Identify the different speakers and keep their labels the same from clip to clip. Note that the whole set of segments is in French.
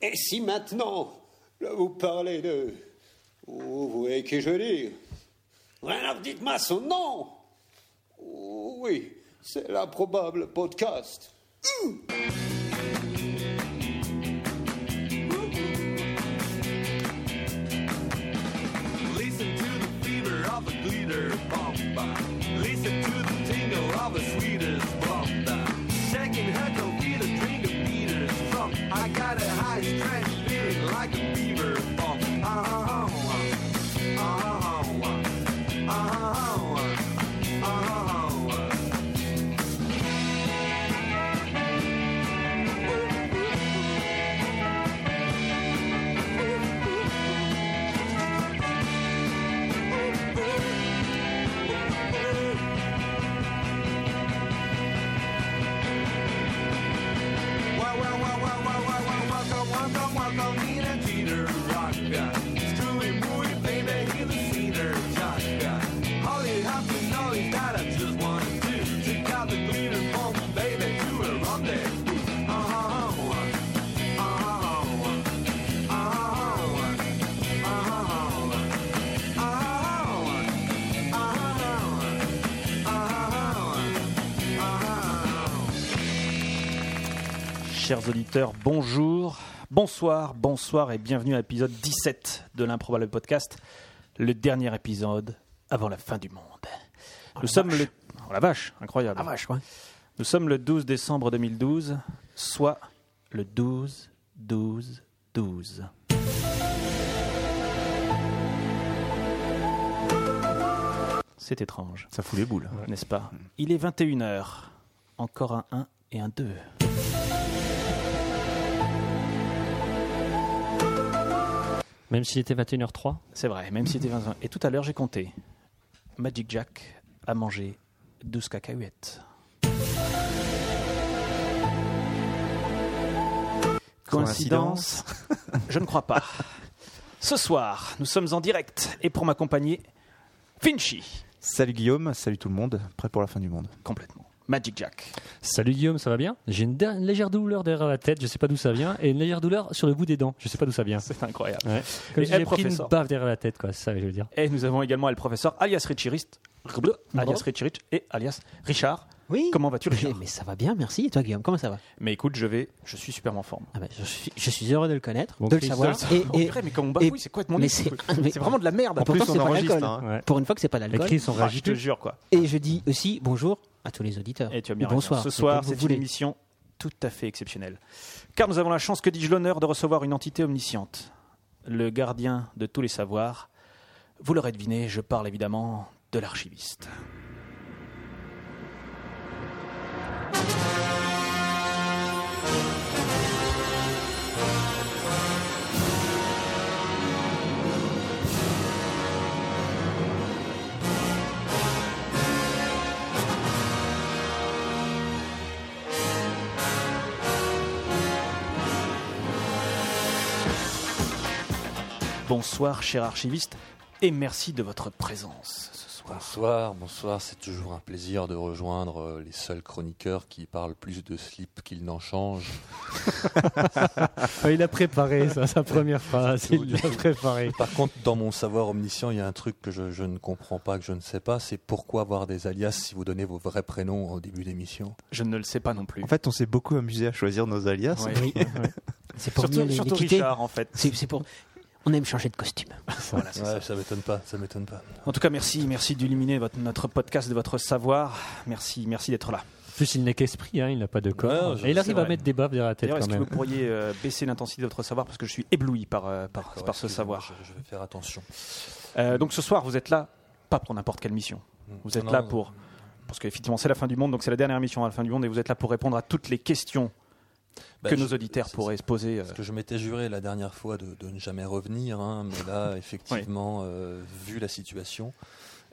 Speaker 1: Et si maintenant, là, vous parlez de. Oh, vous voyez qui je dis Alors dites-moi son nom Oh, Oui, c'est l'improbable podcast.
Speaker 2: Listen to the fever of a glitter bomba. Listen to the tingle of a sweetest bomba. Shaking her coquita, drink a beaters from. I got a high stretch feeling like a beaver. Oh, ah, ah, ah, ah, ah, ah, ah, ah, ah, ah. Well, well, well, well, well, well, well, welcome, welcome, welcome, Nina Jeter, Rocka. Screwy, mooey, baby, he's a cedar, Chaka. Holly Hopkins, all he's got, I just want to do. She got the glitter bomb, baby, to her rendezvous. Ah, ah, ah, ah, ah, ah, ah, ah, ah, ah, ah, ah, ah, ah, ah, ah, ah.
Speaker 3: Chers auditeurs, bonjour, bonsoir, bonsoir et bienvenue à l'épisode 17 de l'improbable podcast, le dernier épisode avant la fin du monde. Nous sommes le oh, la vache, incroyable. Nous sommes le 12 décembre 2012, soit le 12 12 12. C'est étrange,
Speaker 4: Ça fout les boules.
Speaker 3: n'est-ce pas Il est 21h. Encore un 1 et un 2.
Speaker 5: Même s'il était 21h03,
Speaker 3: C'est vrai, même si était 20 Et tout à l'heure, j'ai compté. Magic Jack a mangé 12 cacahuètes. Coïncidence Je ne crois pas. Ce soir, nous sommes en direct et pour m'accompagner, Finchy.
Speaker 4: Salut Guillaume, salut tout le monde, prêt pour la fin du monde.
Speaker 3: Complètement. Magic Jack.
Speaker 5: salut Guillaume, ça va bien J'ai une, da- une légère douleur derrière la tête, je sais pas d'où ça vient, et une légère douleur sur le bout des dents, je sais pas d'où ça vient.
Speaker 3: C'est incroyable.
Speaker 5: Ouais. Comme
Speaker 3: Et
Speaker 5: si
Speaker 3: elle,
Speaker 5: j'ai pris une
Speaker 3: professeur.
Speaker 5: baffe derrière la tête, quoi, c'est ça que je veux dire.
Speaker 3: Et nous avons également le professeur alias Richirist, alias Richirist et alias Richard.
Speaker 6: Oui.
Speaker 3: Comment vas-tu,
Speaker 6: Eh,
Speaker 3: Richard
Speaker 6: Mais ça va bien, merci. Et toi, Guillaume, comment ça va
Speaker 3: Mais écoute, je vais, je suis super en forme.
Speaker 6: Ah ben, je, suis, je suis heureux de le connaître,
Speaker 5: Bon,
Speaker 6: de le
Speaker 5: Christophe,
Speaker 6: savoir.
Speaker 5: ça-
Speaker 6: Et,
Speaker 3: Oh,
Speaker 6: et
Speaker 3: purée, mais quand on bafouille,
Speaker 6: et-
Speaker 3: c'est complètement
Speaker 6: mais
Speaker 3: nul, ce
Speaker 6: c'est-
Speaker 3: truc.
Speaker 6: mais-
Speaker 3: C'est vraiment de la merde.
Speaker 4: En
Speaker 6: Pourtant,
Speaker 4: plus,
Speaker 6: c'est
Speaker 4: on
Speaker 6: pas
Speaker 4: enregistre.
Speaker 6: l'alcool.
Speaker 4: hein.
Speaker 5: Ouais.
Speaker 6: pour une fois que c'est pas
Speaker 5: Les
Speaker 6: l'alcool.
Speaker 5: cris sont
Speaker 3: Ah, je te
Speaker 5: ragiteux.
Speaker 3: jure, quoi.
Speaker 6: Et je dis aussi bonjour à tous les auditeurs.
Speaker 3: Et tu as
Speaker 6: Ou
Speaker 3: bien raison.
Speaker 6: Ah, bonsoir.
Speaker 3: hein. Ce
Speaker 6: et
Speaker 3: soir,
Speaker 6: comme vous
Speaker 3: c'est une
Speaker 6: voulez.
Speaker 3: émission tout à fait exceptionnelle. Car nous avons la chance, que dis-je, l'honneur de recevoir une entité omnisciente. Le gardien de tous les savoirs. Vous l'aurez deviné, je parle évidemment de l'archiviste. Bonsoir, cher archiviste, et merci de votre présence ce soir.
Speaker 7: Bonsoir, bonsoir, c'est toujours un plaisir de rejoindre euh, les seuls chroniqueurs qui parlent plus de slip qu'ils n'en changent.
Speaker 5: Ah, il a préparé ça, sa première phrase,
Speaker 7: Tout,
Speaker 5: il
Speaker 7: du
Speaker 5: l'a préparé.
Speaker 7: Par contre, dans mon savoir omniscient, il y a un truc que je, je ne comprends pas, que je ne sais pas, c'est pourquoi avoir des alias si vous donnez vos vrais prénoms au début d'émission
Speaker 3: Je ne le sais pas non plus.
Speaker 4: En fait, on s'est beaucoup amusé à choisir nos alias.
Speaker 3: Ouais.
Speaker 6: C'est pour mieux
Speaker 3: Surtout,
Speaker 6: les,
Speaker 3: surtout
Speaker 6: les quitter.
Speaker 3: Richard, en fait.
Speaker 6: C'est c'est pour. On aime changer de costume.
Speaker 3: Voilà, c'est ça.
Speaker 7: Ouais, ça m'étonne pas, ça m'étonne pas.
Speaker 3: En tout cas, merci, merci d'illuminer votre- notre podcast de votre savoir. Merci, merci d'être là.
Speaker 5: En plus, il n'est qu'esprit, hein, il n'a pas de corps.
Speaker 7: Ouais, je-
Speaker 5: et il arrive
Speaker 3: c'est
Speaker 5: à
Speaker 3: vrai.
Speaker 5: mettre des baffes derrière la tête
Speaker 3: D'ailleurs,
Speaker 5: quand
Speaker 3: est-ce que
Speaker 5: même.
Speaker 3: vous pourriez euh, baisser l'intensité de votre savoir parce que je suis ébloui par, euh, par,
Speaker 7: D'accord,
Speaker 3: par ce
Speaker 7: Ah, excusez-moi,
Speaker 3: savoir.
Speaker 7: Je, je vais faire attention.
Speaker 3: Euh, donc ce soir, vous êtes là, pas pour n'importe quelle mission. Vous êtes
Speaker 7: Non,
Speaker 3: là
Speaker 7: non.
Speaker 3: pour... Parce qu'effectivement, c'est la fin du monde, donc c'est la dernière mission à la fin du monde, et vous êtes là pour répondre à toutes les questions
Speaker 7: Bah,
Speaker 3: que
Speaker 7: je-
Speaker 3: nos auditeurs
Speaker 7: c'est-
Speaker 3: pourraient se poser. euh,
Speaker 7: Parce que je m'étais juré la dernière fois de, de ne jamais revenir, hein, mais là, effectivement, euh, vu la situation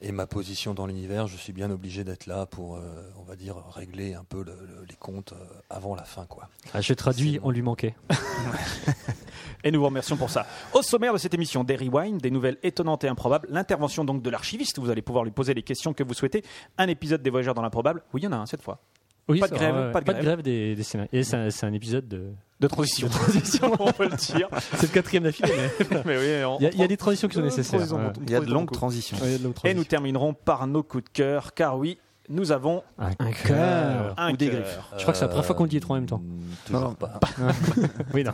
Speaker 7: et ma position dans l'univers, je suis bien obligé d'être là pour, euh, on va dire, régler un peu le- le- les comptes euh, avant la fin, quoi.
Speaker 5: Ah, je traduis,
Speaker 7: C'est bon.
Speaker 5: on lui manquait.
Speaker 3: Et nous vous remercions pour ça. Au sommaire de cette émission, des rewinds, des nouvelles étonnantes et improbables, l'intervention donc de l'archiviste, vous allez pouvoir lui poser les questions que vous souhaitez, un épisode des Voyageurs dans l'improbable, oui il y en a un cette fois,
Speaker 5: Oui,
Speaker 3: Pas de
Speaker 5: ça,
Speaker 3: grève,
Speaker 5: ouais,
Speaker 3: pas de grève.
Speaker 5: des, des scénarios. Et c'est un, c'est un épisode de,
Speaker 3: De transition. transition, on peut le dire.
Speaker 5: C'est le quatrième d'affilée, mais
Speaker 3: Mais oui, on-
Speaker 5: il y a- il y, a des transitions qui sont
Speaker 3: on-
Speaker 5: nécessaires.
Speaker 3: on-
Speaker 5: Ouais.
Speaker 4: Il y a de longues transitions.
Speaker 5: Ouais, il y a de longues
Speaker 3: Et nous
Speaker 5: transitions.
Speaker 3: terminerons par nos coups de cœur, car oui, nous avons
Speaker 5: Ah,
Speaker 6: Un cœur.
Speaker 3: un
Speaker 4: Euh, Ou des
Speaker 3: cœur.
Speaker 4: griffes.
Speaker 5: Je crois que c'est la première fois qu'on dit les trois en même temps.
Speaker 7: Mm, Toujours
Speaker 4: Non.
Speaker 7: pas.
Speaker 5: Oui, non.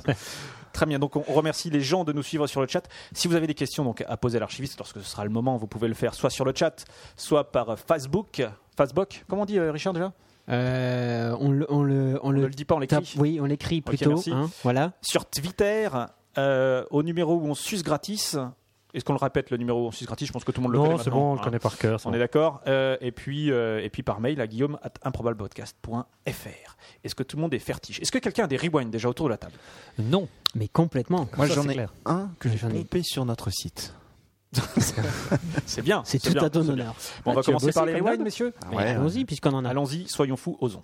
Speaker 3: Très bien, donc on remercie les gens de nous suivre sur le chat. Si vous avez des questions donc, à poser à l'archiviste, lorsque ce sera le moment, vous pouvez le faire soit sur le chat, soit par Facebook. Facebook, comment on dit euh, Richard déjà
Speaker 6: Euh, on le, on le, on
Speaker 3: On ne
Speaker 6: le
Speaker 3: le dit pas, on l'écrit.
Speaker 6: tape. Oui, on l'écrit plutôt.
Speaker 3: merci.
Speaker 6: hein, voilà.
Speaker 3: Sur Twitter, euh, au numéro où on suce gratis. Est-ce qu'on le répète, le numéro où on suce gratis Je pense que tout le monde le connaît
Speaker 5: Non, c'est
Speaker 3: maintenant,
Speaker 5: bon, on le
Speaker 3: hein.
Speaker 5: connaît par cœur. ça.
Speaker 3: On est d'accord. Euh, et, puis, euh, et puis par mail à guillaume at improbablepodcast.fr. Est-ce que tout le monde est fertige Est-ce que quelqu'un a des rewinds déjà autour de la table
Speaker 5: Non,
Speaker 6: Mais complètement.
Speaker 4: Moi,
Speaker 5: Ça,
Speaker 4: j'en
Speaker 5: c'est
Speaker 4: ai
Speaker 5: clair.
Speaker 4: un que j'ai
Speaker 6: J'en ai-
Speaker 4: pompé sur notre site.
Speaker 3: C'est bien.
Speaker 6: C'est tout
Speaker 3: bien,
Speaker 6: à ton
Speaker 3: c'est
Speaker 6: honneur.
Speaker 3: bien. Bon, on va
Speaker 6: Tu as
Speaker 3: commencer
Speaker 6: bossé
Speaker 3: par les
Speaker 6: comme
Speaker 3: rewinds,
Speaker 6: d'hab
Speaker 3: messieurs.
Speaker 4: Ah
Speaker 6: Mais
Speaker 4: ouais.
Speaker 6: Allons-y, puisqu'on en a.
Speaker 3: Allons-y, soyons fous, osons.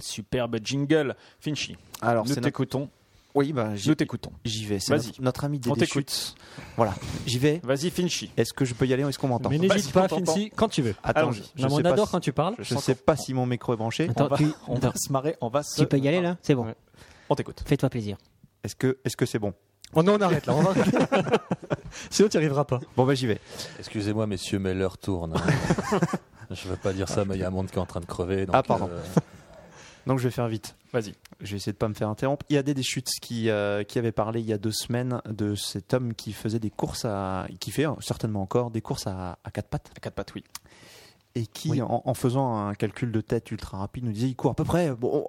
Speaker 3: Superbe jingle. Finchy,
Speaker 4: Alors,
Speaker 3: nous
Speaker 4: c'est notre...
Speaker 3: t'écoutons.
Speaker 4: Oui, bah, j'y
Speaker 3: Nous t'écoutons.
Speaker 4: j'y vais. C'est
Speaker 3: Vas-y.
Speaker 4: notre, notre ami
Speaker 3: On
Speaker 4: Dédé
Speaker 3: t'écoute.
Speaker 4: Schütz. Voilà, j'y vais.
Speaker 3: Vas-y, Finchy.
Speaker 4: Est-ce que je peux y aller Est-ce qu'on m'entend
Speaker 5: mais
Speaker 3: Bah,
Speaker 5: n'hésite
Speaker 3: si
Speaker 5: pas,
Speaker 3: t'entends
Speaker 5: Finzi, quand tu veux.
Speaker 4: Attends,
Speaker 3: Allons-y.
Speaker 4: je, je
Speaker 5: Non, mais
Speaker 4: sais
Speaker 5: on
Speaker 4: pas
Speaker 5: adore
Speaker 4: si-
Speaker 5: quand tu parles.
Speaker 4: Je sais pas si mon micro est branché.
Speaker 6: Attends,
Speaker 3: on va,
Speaker 6: tu-
Speaker 3: on va
Speaker 6: attends.
Speaker 3: se marrer, on va se.
Speaker 6: Tu peux y aller là C'est bon.
Speaker 5: Ouais.
Speaker 3: On t'écoute.
Speaker 6: Fais-toi plaisir.
Speaker 4: Est-ce que est-ce que c'est bon
Speaker 5: Oh non, on arrête là. on va- Sinon, tu n'y arriveras pas.
Speaker 4: Bon, bah j'y vais.
Speaker 7: Excusez-moi, messieurs, mais l'heure tourne. hein. Je veux pas dire
Speaker 5: Ah,
Speaker 7: ça, mais il y a un monde qui est en train de crever. donc,
Speaker 4: Ah, pardon.
Speaker 7: euh,
Speaker 4: Donc je vais faire vite.
Speaker 3: Vas-y.
Speaker 4: Je vais essayer de pas me faire interrompre. Il y a des chutes qui euh, qui avait parlé il y a deux semaines de cet homme qui faisait des courses à qui fait euh, certainement encore des courses à, à quatre pattes
Speaker 3: À quatre pattes, oui.
Speaker 4: et qui
Speaker 6: Oui.
Speaker 4: en, en faisant un calcul de tête ultra rapide nous disait il court à peu près euh, bon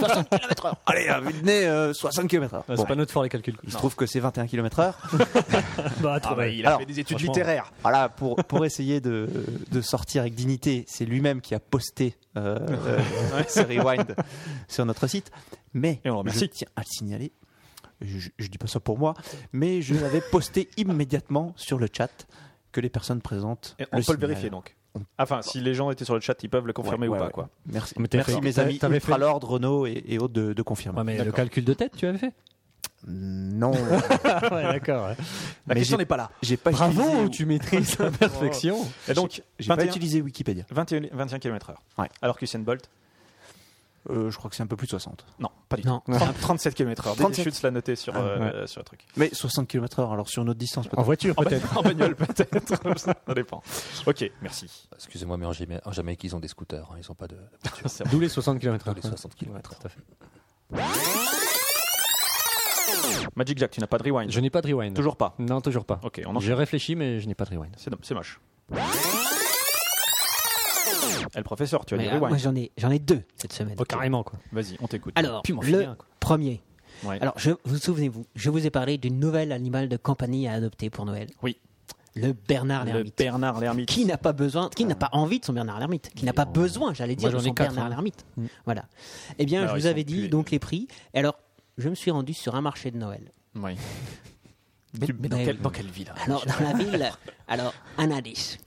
Speaker 4: 60 km/h. Allez, à vue de nez euh, 60 km/h.
Speaker 5: Ah, C'est
Speaker 4: Bon.
Speaker 5: pas notre fort les calculs.
Speaker 4: Il se trouve que c'est 21 km/h.
Speaker 5: Bah,
Speaker 3: Ah il
Speaker 4: a Alors, fait
Speaker 3: des études
Speaker 5: franchement,
Speaker 3: littéraires.
Speaker 4: Voilà, pour, pour essayer de, de sortir avec dignité, c'est lui-même qui a posté euh, euh, ce rewind sur notre site. Mais
Speaker 3: Et on le
Speaker 4: je
Speaker 3: remercie.
Speaker 4: tiens à le signaler, je, je dis pas ça pour moi, mais je l'avais posté immédiatement sur le chat que les personnes présentes.
Speaker 3: Et on peut le
Speaker 4: signalent.
Speaker 3: vérifier donc. Enfin, si les gens étaient sur le chat, ils peuvent le confirmer
Speaker 4: Ouais,
Speaker 3: ou pas.
Speaker 4: ouais, ouais.
Speaker 3: Quoi.
Speaker 4: Merci,
Speaker 5: Mais t'as
Speaker 4: merci
Speaker 5: fait-
Speaker 4: mes
Speaker 5: t'as-
Speaker 4: amis
Speaker 5: t'avais fait-
Speaker 4: Ultra Lord, Renault et, et autres de, de confirmer.
Speaker 5: Ouais, mais le
Speaker 4: D'accord.
Speaker 5: calcul de tête, tu avais fait
Speaker 4: Non,
Speaker 5: Ouais, d'accord.
Speaker 3: La
Speaker 4: Mais
Speaker 3: question
Speaker 4: j'ai-
Speaker 3: n'est pas là.
Speaker 4: j'ai pas utilisé.
Speaker 5: Bravo, tu maîtrises la perfection.
Speaker 3: Et donc,
Speaker 4: J'ai pas
Speaker 3: 21
Speaker 4: utilisé Wikipédia.
Speaker 3: 21, 21 km/h.
Speaker 4: Ouais.
Speaker 3: Alors qu'Usain Bolt,
Speaker 4: Euh, je crois que c'est un peu plus de 60.
Speaker 3: non, pas du tout.
Speaker 6: Non. Ah,
Speaker 3: 30 37 km/h.
Speaker 4: 37.
Speaker 3: Dédé Schütz l'a noté sur, euh,
Speaker 5: Ah,
Speaker 3: euh, sur le truc.
Speaker 4: Mais 60 km/h, alors sur notre distance peut-être.
Speaker 5: En voiture, peut-être.
Speaker 3: En bagnole, peut-être. Ça dépend. Ok, merci.
Speaker 7: Excusez-moi, mais en Jama- en Jamaïque, ils ont des scooters. hein, Ils ont pas de de voiture.
Speaker 5: D'où les 60 km/h.
Speaker 7: Tous les 60 km.
Speaker 3: Magic Jack, tu n'as pas de rewind
Speaker 5: Je n'ai pas de rewind.
Speaker 3: Toujours pas.
Speaker 5: Non, toujours pas.
Speaker 3: Ok, on enchaîne.
Speaker 5: J'ai réfléchi, mais je n'ai pas de rewind.
Speaker 3: C'est dom- C'est moche. Eh, le professeur, tu as
Speaker 6: Mais,
Speaker 3: des
Speaker 6: ah, moi,
Speaker 3: rewinds.
Speaker 6: j'en ai, j'en ai deux cette semaine.
Speaker 5: Carrément, quoi.
Speaker 3: Vas-y, on t'écoute.
Speaker 6: Alors,
Speaker 5: Puis, m'en fais
Speaker 6: le
Speaker 5: bien, quoi.
Speaker 6: premier.
Speaker 3: hein, Ouais.
Speaker 6: Alors, je, vous souvenez-vous, je vous ai parlé du nouvel animal de compagnie à adopter pour Noël.
Speaker 3: Oui.
Speaker 6: Le Bernard
Speaker 3: le
Speaker 6: l'ermite.
Speaker 3: Bernard l'ermite.
Speaker 6: Qui n'a pas besoin, qui n'a pas envie de son Bernard l'ermite, qui n'a pas besoin, j'allais dire,
Speaker 5: j'en
Speaker 6: de
Speaker 5: ai
Speaker 6: son
Speaker 5: quatre,
Speaker 6: Bernard
Speaker 5: hein.
Speaker 6: l'ermite. Voilà. Eh bien,
Speaker 3: Alors, Mm.
Speaker 6: je
Speaker 3: Bah, ils
Speaker 6: vous
Speaker 3: sont
Speaker 6: avais dit
Speaker 3: plus-
Speaker 6: donc les prix. Et Alors, je me suis rendu sur un marché de Noël.
Speaker 3: Oui. Mais, mais dans,
Speaker 6: mais-
Speaker 3: quelle, dans quelle ville hein
Speaker 6: Alors, dans la ville, alors, un indice.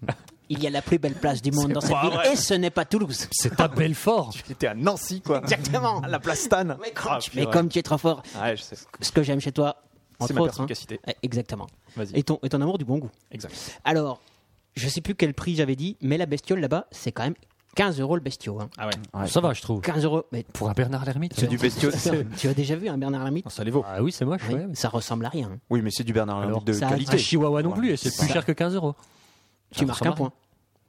Speaker 6: Il y a la plus belle place du monde dans cette
Speaker 3: pas
Speaker 6: ville,
Speaker 3: vrai.
Speaker 6: et ce n'est pas Toulouse.
Speaker 5: C'est pas Belfort.
Speaker 3: J'étais à Nancy, quoi.
Speaker 6: Exactement.
Speaker 3: La plastane.
Speaker 5: Ah,
Speaker 6: Mais comme, tu, mais comme tu es trop fort,
Speaker 3: Ouais, je sais.
Speaker 6: ce que j'aime chez toi,
Speaker 3: C'est
Speaker 6: entre
Speaker 3: ma
Speaker 6: autres, hein.
Speaker 3: perspicacité.
Speaker 6: Eh, exactement.
Speaker 3: Vas-y.
Speaker 6: Et ton, et ton amour du bon goût.
Speaker 3: Exact.
Speaker 6: Alors, je sais plus quel prix j'avais dit, mais la bestiole là-bas, c'est quand même 15 euros le bestiau. hein.
Speaker 3: Ah ouais.
Speaker 4: Ouais.
Speaker 5: Ça va, je trouve.
Speaker 6: 15 euros, mais
Speaker 5: Pour un Bernard l'ermite.
Speaker 4: C'est du bestiau.
Speaker 6: tu as déjà vu un Bernard Lamite
Speaker 3: Ça les vaut.
Speaker 5: Ah oui, c'est moche.
Speaker 6: Oui,
Speaker 5: ouais.
Speaker 6: Ça ressemble à rien. hein.
Speaker 4: Oui, mais c'est du Bernard
Speaker 5: Alors,
Speaker 4: Lhermitte de
Speaker 6: ça-
Speaker 5: Un
Speaker 4: qualité.
Speaker 5: chihuahua non plus, et c'est
Speaker 6: Ça-
Speaker 5: plus cher que 15 euros.
Speaker 6: tu marques
Speaker 5: ressemble
Speaker 6: un
Speaker 5: à
Speaker 6: point.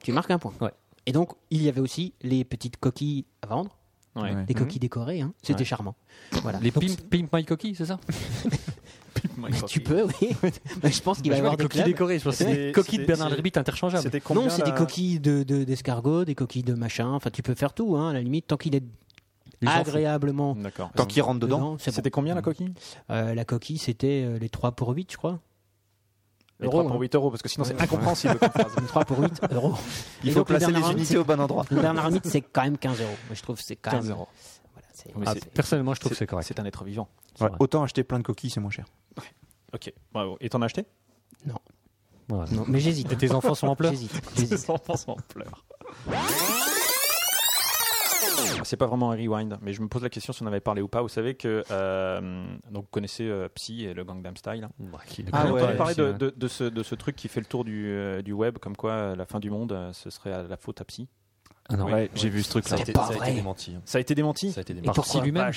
Speaker 6: Tu marques un point.
Speaker 5: Ouais.
Speaker 6: Et donc, il y avait aussi les petites coquilles à vendre,
Speaker 3: Ouais.
Speaker 4: Ouais.
Speaker 5: Mhm.
Speaker 6: les coquilles décorées. hein. C'était charmant. Voilà.
Speaker 5: Les
Speaker 6: Donc,
Speaker 5: Pimp, pimp My Coquille, c'est ça
Speaker 6: Mais tu peux, oui. Mais je pense qu'il va y
Speaker 5: Je vois
Speaker 6: avoir
Speaker 5: les
Speaker 6: des
Speaker 5: coquilles
Speaker 6: clubs.
Speaker 5: décorées. je pense que
Speaker 3: C'est-
Speaker 5: C'est des coquilles de
Speaker 3: c'est-
Speaker 5: Bernard
Speaker 3: c'est-
Speaker 5: l'ermite interchangeables.
Speaker 3: C'était combien
Speaker 6: Non, c'est
Speaker 3: la-
Speaker 6: des coquilles de- de- d'escargots, des coquilles de machin. Enfin, tu peux faire tout, hein, à la limite, tant qu'il est
Speaker 5: Ils s'en foutent.
Speaker 6: agréablement
Speaker 3: D'accord.
Speaker 4: Tant qu'il rentre dedans.
Speaker 6: dedans. c'est bon.
Speaker 3: C'était combien la coquille
Speaker 6: Euh, la coquille, c'était euh, les 3 pour 8, je crois.
Speaker 3: Les
Speaker 6: Euros,
Speaker 3: 3 pour
Speaker 6: hein.
Speaker 3: 8 euros, parce que sinon c'est incompréhensible comme phrase.
Speaker 6: 3 pour 8 euros.
Speaker 4: Il
Speaker 6: Et
Speaker 4: faut
Speaker 6: donc, le
Speaker 4: placer les
Speaker 6: Bernard
Speaker 4: unités au bon endroit.
Speaker 6: Le Bernard Limite, c'est quand même 15 euros. Moi, je trouve que c'est quand même.
Speaker 3: 15 euros.
Speaker 6: Voilà, c'est-
Speaker 3: Mais
Speaker 5: Ah,
Speaker 3: c'est-
Speaker 5: Personnellement, je trouve que c'est correct.
Speaker 3: C'est un être vivant.
Speaker 4: Ouais,
Speaker 5: vrai.
Speaker 4: autant acheter plein de coquilles, c'est moins cher.
Speaker 3: Ok, bravo. Et t'en as acheté
Speaker 5: Voilà.
Speaker 6: Non, mais j'hésite.
Speaker 5: Et tes enfants sont en pleurs
Speaker 6: J'hésite. j'hésite.
Speaker 3: enfants en pleurent. C'est pas vraiment un rewind, mais je me pose la question si on en avait parlé ou pas. Vous savez que euh, donc vous connaissez euh, Psy et le Gangnam Style. hein.
Speaker 4: Ah
Speaker 3: J'ai
Speaker 4: ouais,
Speaker 3: entendu parler de, de- de ce, de ce truc qui fait le tour du, euh, du web, comme quoi euh, la fin du monde, euh, ce serait à la faute à Psy.
Speaker 5: Ah
Speaker 4: Ouais, j'ai vu ce truc
Speaker 7: Ça a été,
Speaker 6: pas
Speaker 7: ça a été
Speaker 6: vrai.
Speaker 7: démenti. hein.
Speaker 3: Ça a été démenti
Speaker 7: Ça a été démenti.
Speaker 5: Par Torsi lui-même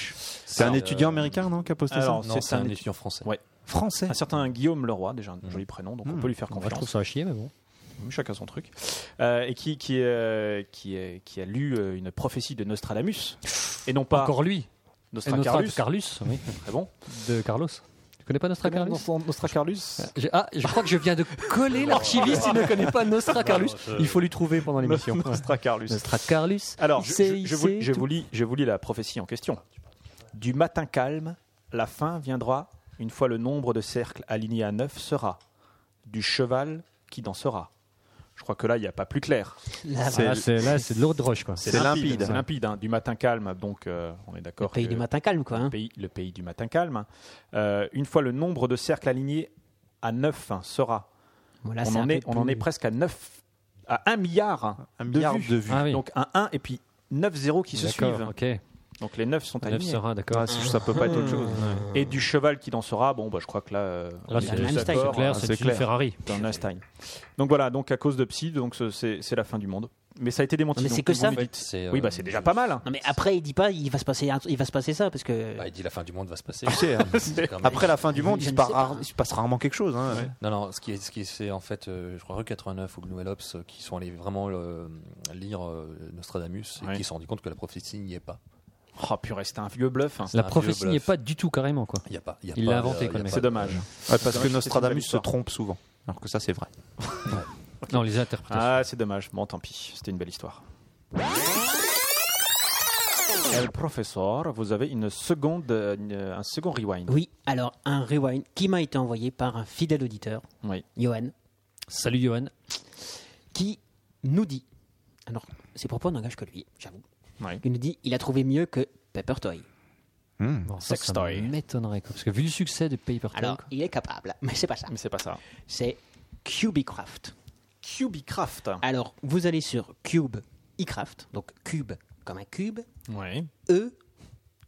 Speaker 4: C'est un
Speaker 7: Euh,
Speaker 4: étudiant américain, non, qui a posté
Speaker 3: alors,
Speaker 4: ça
Speaker 7: Non, c'est
Speaker 3: c'est
Speaker 7: un
Speaker 3: un
Speaker 7: étudiant français.
Speaker 3: Ouais.
Speaker 4: Français.
Speaker 3: Un certain Guillaume Leroy, déjà un joli prénom, donc on
Speaker 4: Mm.
Speaker 3: peut lui faire
Speaker 5: On trouve
Speaker 3: confiance.
Speaker 5: ça à chier, mais bon.
Speaker 3: Chacun son truc. Euh, et qui, qui, euh, qui, euh, qui a lu euh, une prophétie de Nostradamus. Et non pas
Speaker 5: Encore lui. Et
Speaker 3: Nostracarlus.
Speaker 5: Nostra Carlus, oui.
Speaker 3: Très bon.
Speaker 5: De Carlos. Tu connais pas Nostra Carlus
Speaker 3: Nostracarlus.
Speaker 5: J'ai- Ah, je crois que je viens de coller l'archiviste, il ne connaît pas Nostra Carlus. Il faut lui trouver pendant l'émission.
Speaker 3: Nostracarlus.
Speaker 5: Nostra Carlus.
Speaker 3: Alors,
Speaker 5: Il
Speaker 3: je,
Speaker 5: sait,
Speaker 3: je-
Speaker 5: il
Speaker 3: je vous,
Speaker 5: sait
Speaker 3: je
Speaker 5: tout.
Speaker 3: vous lis, je vous lis la prophétie en question. Du matin calme, la fin viendra, une fois le nombre de cercles alignés à neuf sera. Du cheval qui dansera. Je crois que là, il n'y a pas plus clair.
Speaker 6: Là,
Speaker 5: Ah, c'est- Là, c'est de l'eau de roche, quoi.
Speaker 4: C'est limpide.
Speaker 3: C'est limpide. hein. Du matin calme, donc euh, on est
Speaker 6: le
Speaker 3: d'accord.
Speaker 6: pays
Speaker 3: que-
Speaker 6: du matin calme, quoi.
Speaker 3: le
Speaker 6: hein.
Speaker 3: pays, le pays du matin calme. Euh, une fois le nombre de cercles alignés à neuf hein, sera.
Speaker 6: Voilà,
Speaker 3: on
Speaker 6: Ah, c'est un
Speaker 3: en est,
Speaker 6: peu
Speaker 3: on en
Speaker 6: plus-
Speaker 3: est presque à 9, à 1 milliard, hein,
Speaker 4: Un
Speaker 3: de
Speaker 4: milliard
Speaker 3: vues.
Speaker 4: de vues.
Speaker 5: Ah oui.
Speaker 3: Donc un 1 et puis 9 zéros qui se
Speaker 5: D'accord,
Speaker 3: suivent. hein.
Speaker 5: Ok.
Speaker 3: Donc les 9 sont
Speaker 5: Neuf
Speaker 3: alignés.
Speaker 5: sera, d'accord.
Speaker 4: Ah, c'est- ça peut pas être autre chose.
Speaker 3: Et du cheval qui dansera, bon, bah, je crois que là, euh, on
Speaker 5: Là,
Speaker 3: est
Speaker 5: c'est
Speaker 6: Einstein,
Speaker 5: c'est
Speaker 6: d'accord,
Speaker 5: clair,
Speaker 4: hein,
Speaker 5: c'est
Speaker 4: c'est
Speaker 5: une
Speaker 4: clair.
Speaker 5: Ferrari.
Speaker 3: Ah, dans un Einstein. Donc voilà, donc à cause de psy, donc ce- c'est c'est la fin du monde. Mais ça a été démenti.
Speaker 6: Non, mais
Speaker 3: donc
Speaker 6: c'est que
Speaker 3: vous
Speaker 6: ça.
Speaker 7: En
Speaker 3: me dites-
Speaker 7: fait, c'est, euh,
Speaker 3: Oui, bah c'est déjà pas mal. hein.
Speaker 6: Non mais après il dit pas il va se passer un- il va se passer ça parce que
Speaker 7: Bah, il dit la fin du monde va se passer.
Speaker 4: Tu sais, hein,
Speaker 7: C'est quand même-
Speaker 4: après la fin du monde, il
Speaker 6: Je
Speaker 4: se,
Speaker 6: ne
Speaker 4: par-
Speaker 6: sais pas.
Speaker 4: il se passe rarement quelque chose. hein.
Speaker 7: Non, non, ce qui est, ce qui est- c'est en fait, euh, je crois, Rue 89 ou le Nouvel Ops euh, qui sont allés vraiment euh, lire euh, Nostradamus et
Speaker 3: Ouais.
Speaker 7: qui se sont rendus compte que la prophétie n'y est pas.
Speaker 3: Oh purée, c'était un vieux bluff. hein.
Speaker 7: C'est
Speaker 5: La
Speaker 7: un vieux
Speaker 5: prophétie
Speaker 7: bluff.
Speaker 5: n'y est pas du tout carrément, quoi.
Speaker 7: Il y a pas. y a
Speaker 5: Il
Speaker 7: pas,
Speaker 5: l'a inventé, quoi,
Speaker 7: euh, y a
Speaker 5: le mec.
Speaker 7: pas
Speaker 3: C'est
Speaker 7: de-
Speaker 3: dommage.
Speaker 4: Ouais, parce que
Speaker 3: dommage, c'est une
Speaker 4: Nostradamus
Speaker 3: belle
Speaker 4: se
Speaker 3: histoire.
Speaker 4: trompe souvent. Alors que ça, c'est vrai.
Speaker 5: Non, les interprétations.
Speaker 3: Ah, c'est dommage. Bon, tant pis. C'était une belle histoire. El professeur, vous avez une seconde, euh, une- un second rewind.
Speaker 6: oui alors un rewind qui m'a été envoyé par un fidèle auditeur
Speaker 3: Oui.
Speaker 6: Johan
Speaker 5: Salut, Johan.
Speaker 6: qui nous dit alors ses propos n'engagent que lui j'avoue
Speaker 3: Ouais.
Speaker 6: il nous dit il a trouvé mieux que Pepper Toy
Speaker 5: Bon, ça,
Speaker 3: Hmm, Sex
Speaker 5: ça
Speaker 3: toy.
Speaker 5: m'étonnerait, quoi. Parce que vu le succès de Paper Toy,
Speaker 6: alors
Speaker 5: quoi.
Speaker 6: il est capable mais c'est pas ça
Speaker 3: Mais c'est pas ça.
Speaker 6: c'est Cubicraft
Speaker 3: Cubicraft.
Speaker 6: alors vous allez sur Cube Icraft donc cube comme un cube
Speaker 3: Oui.
Speaker 6: E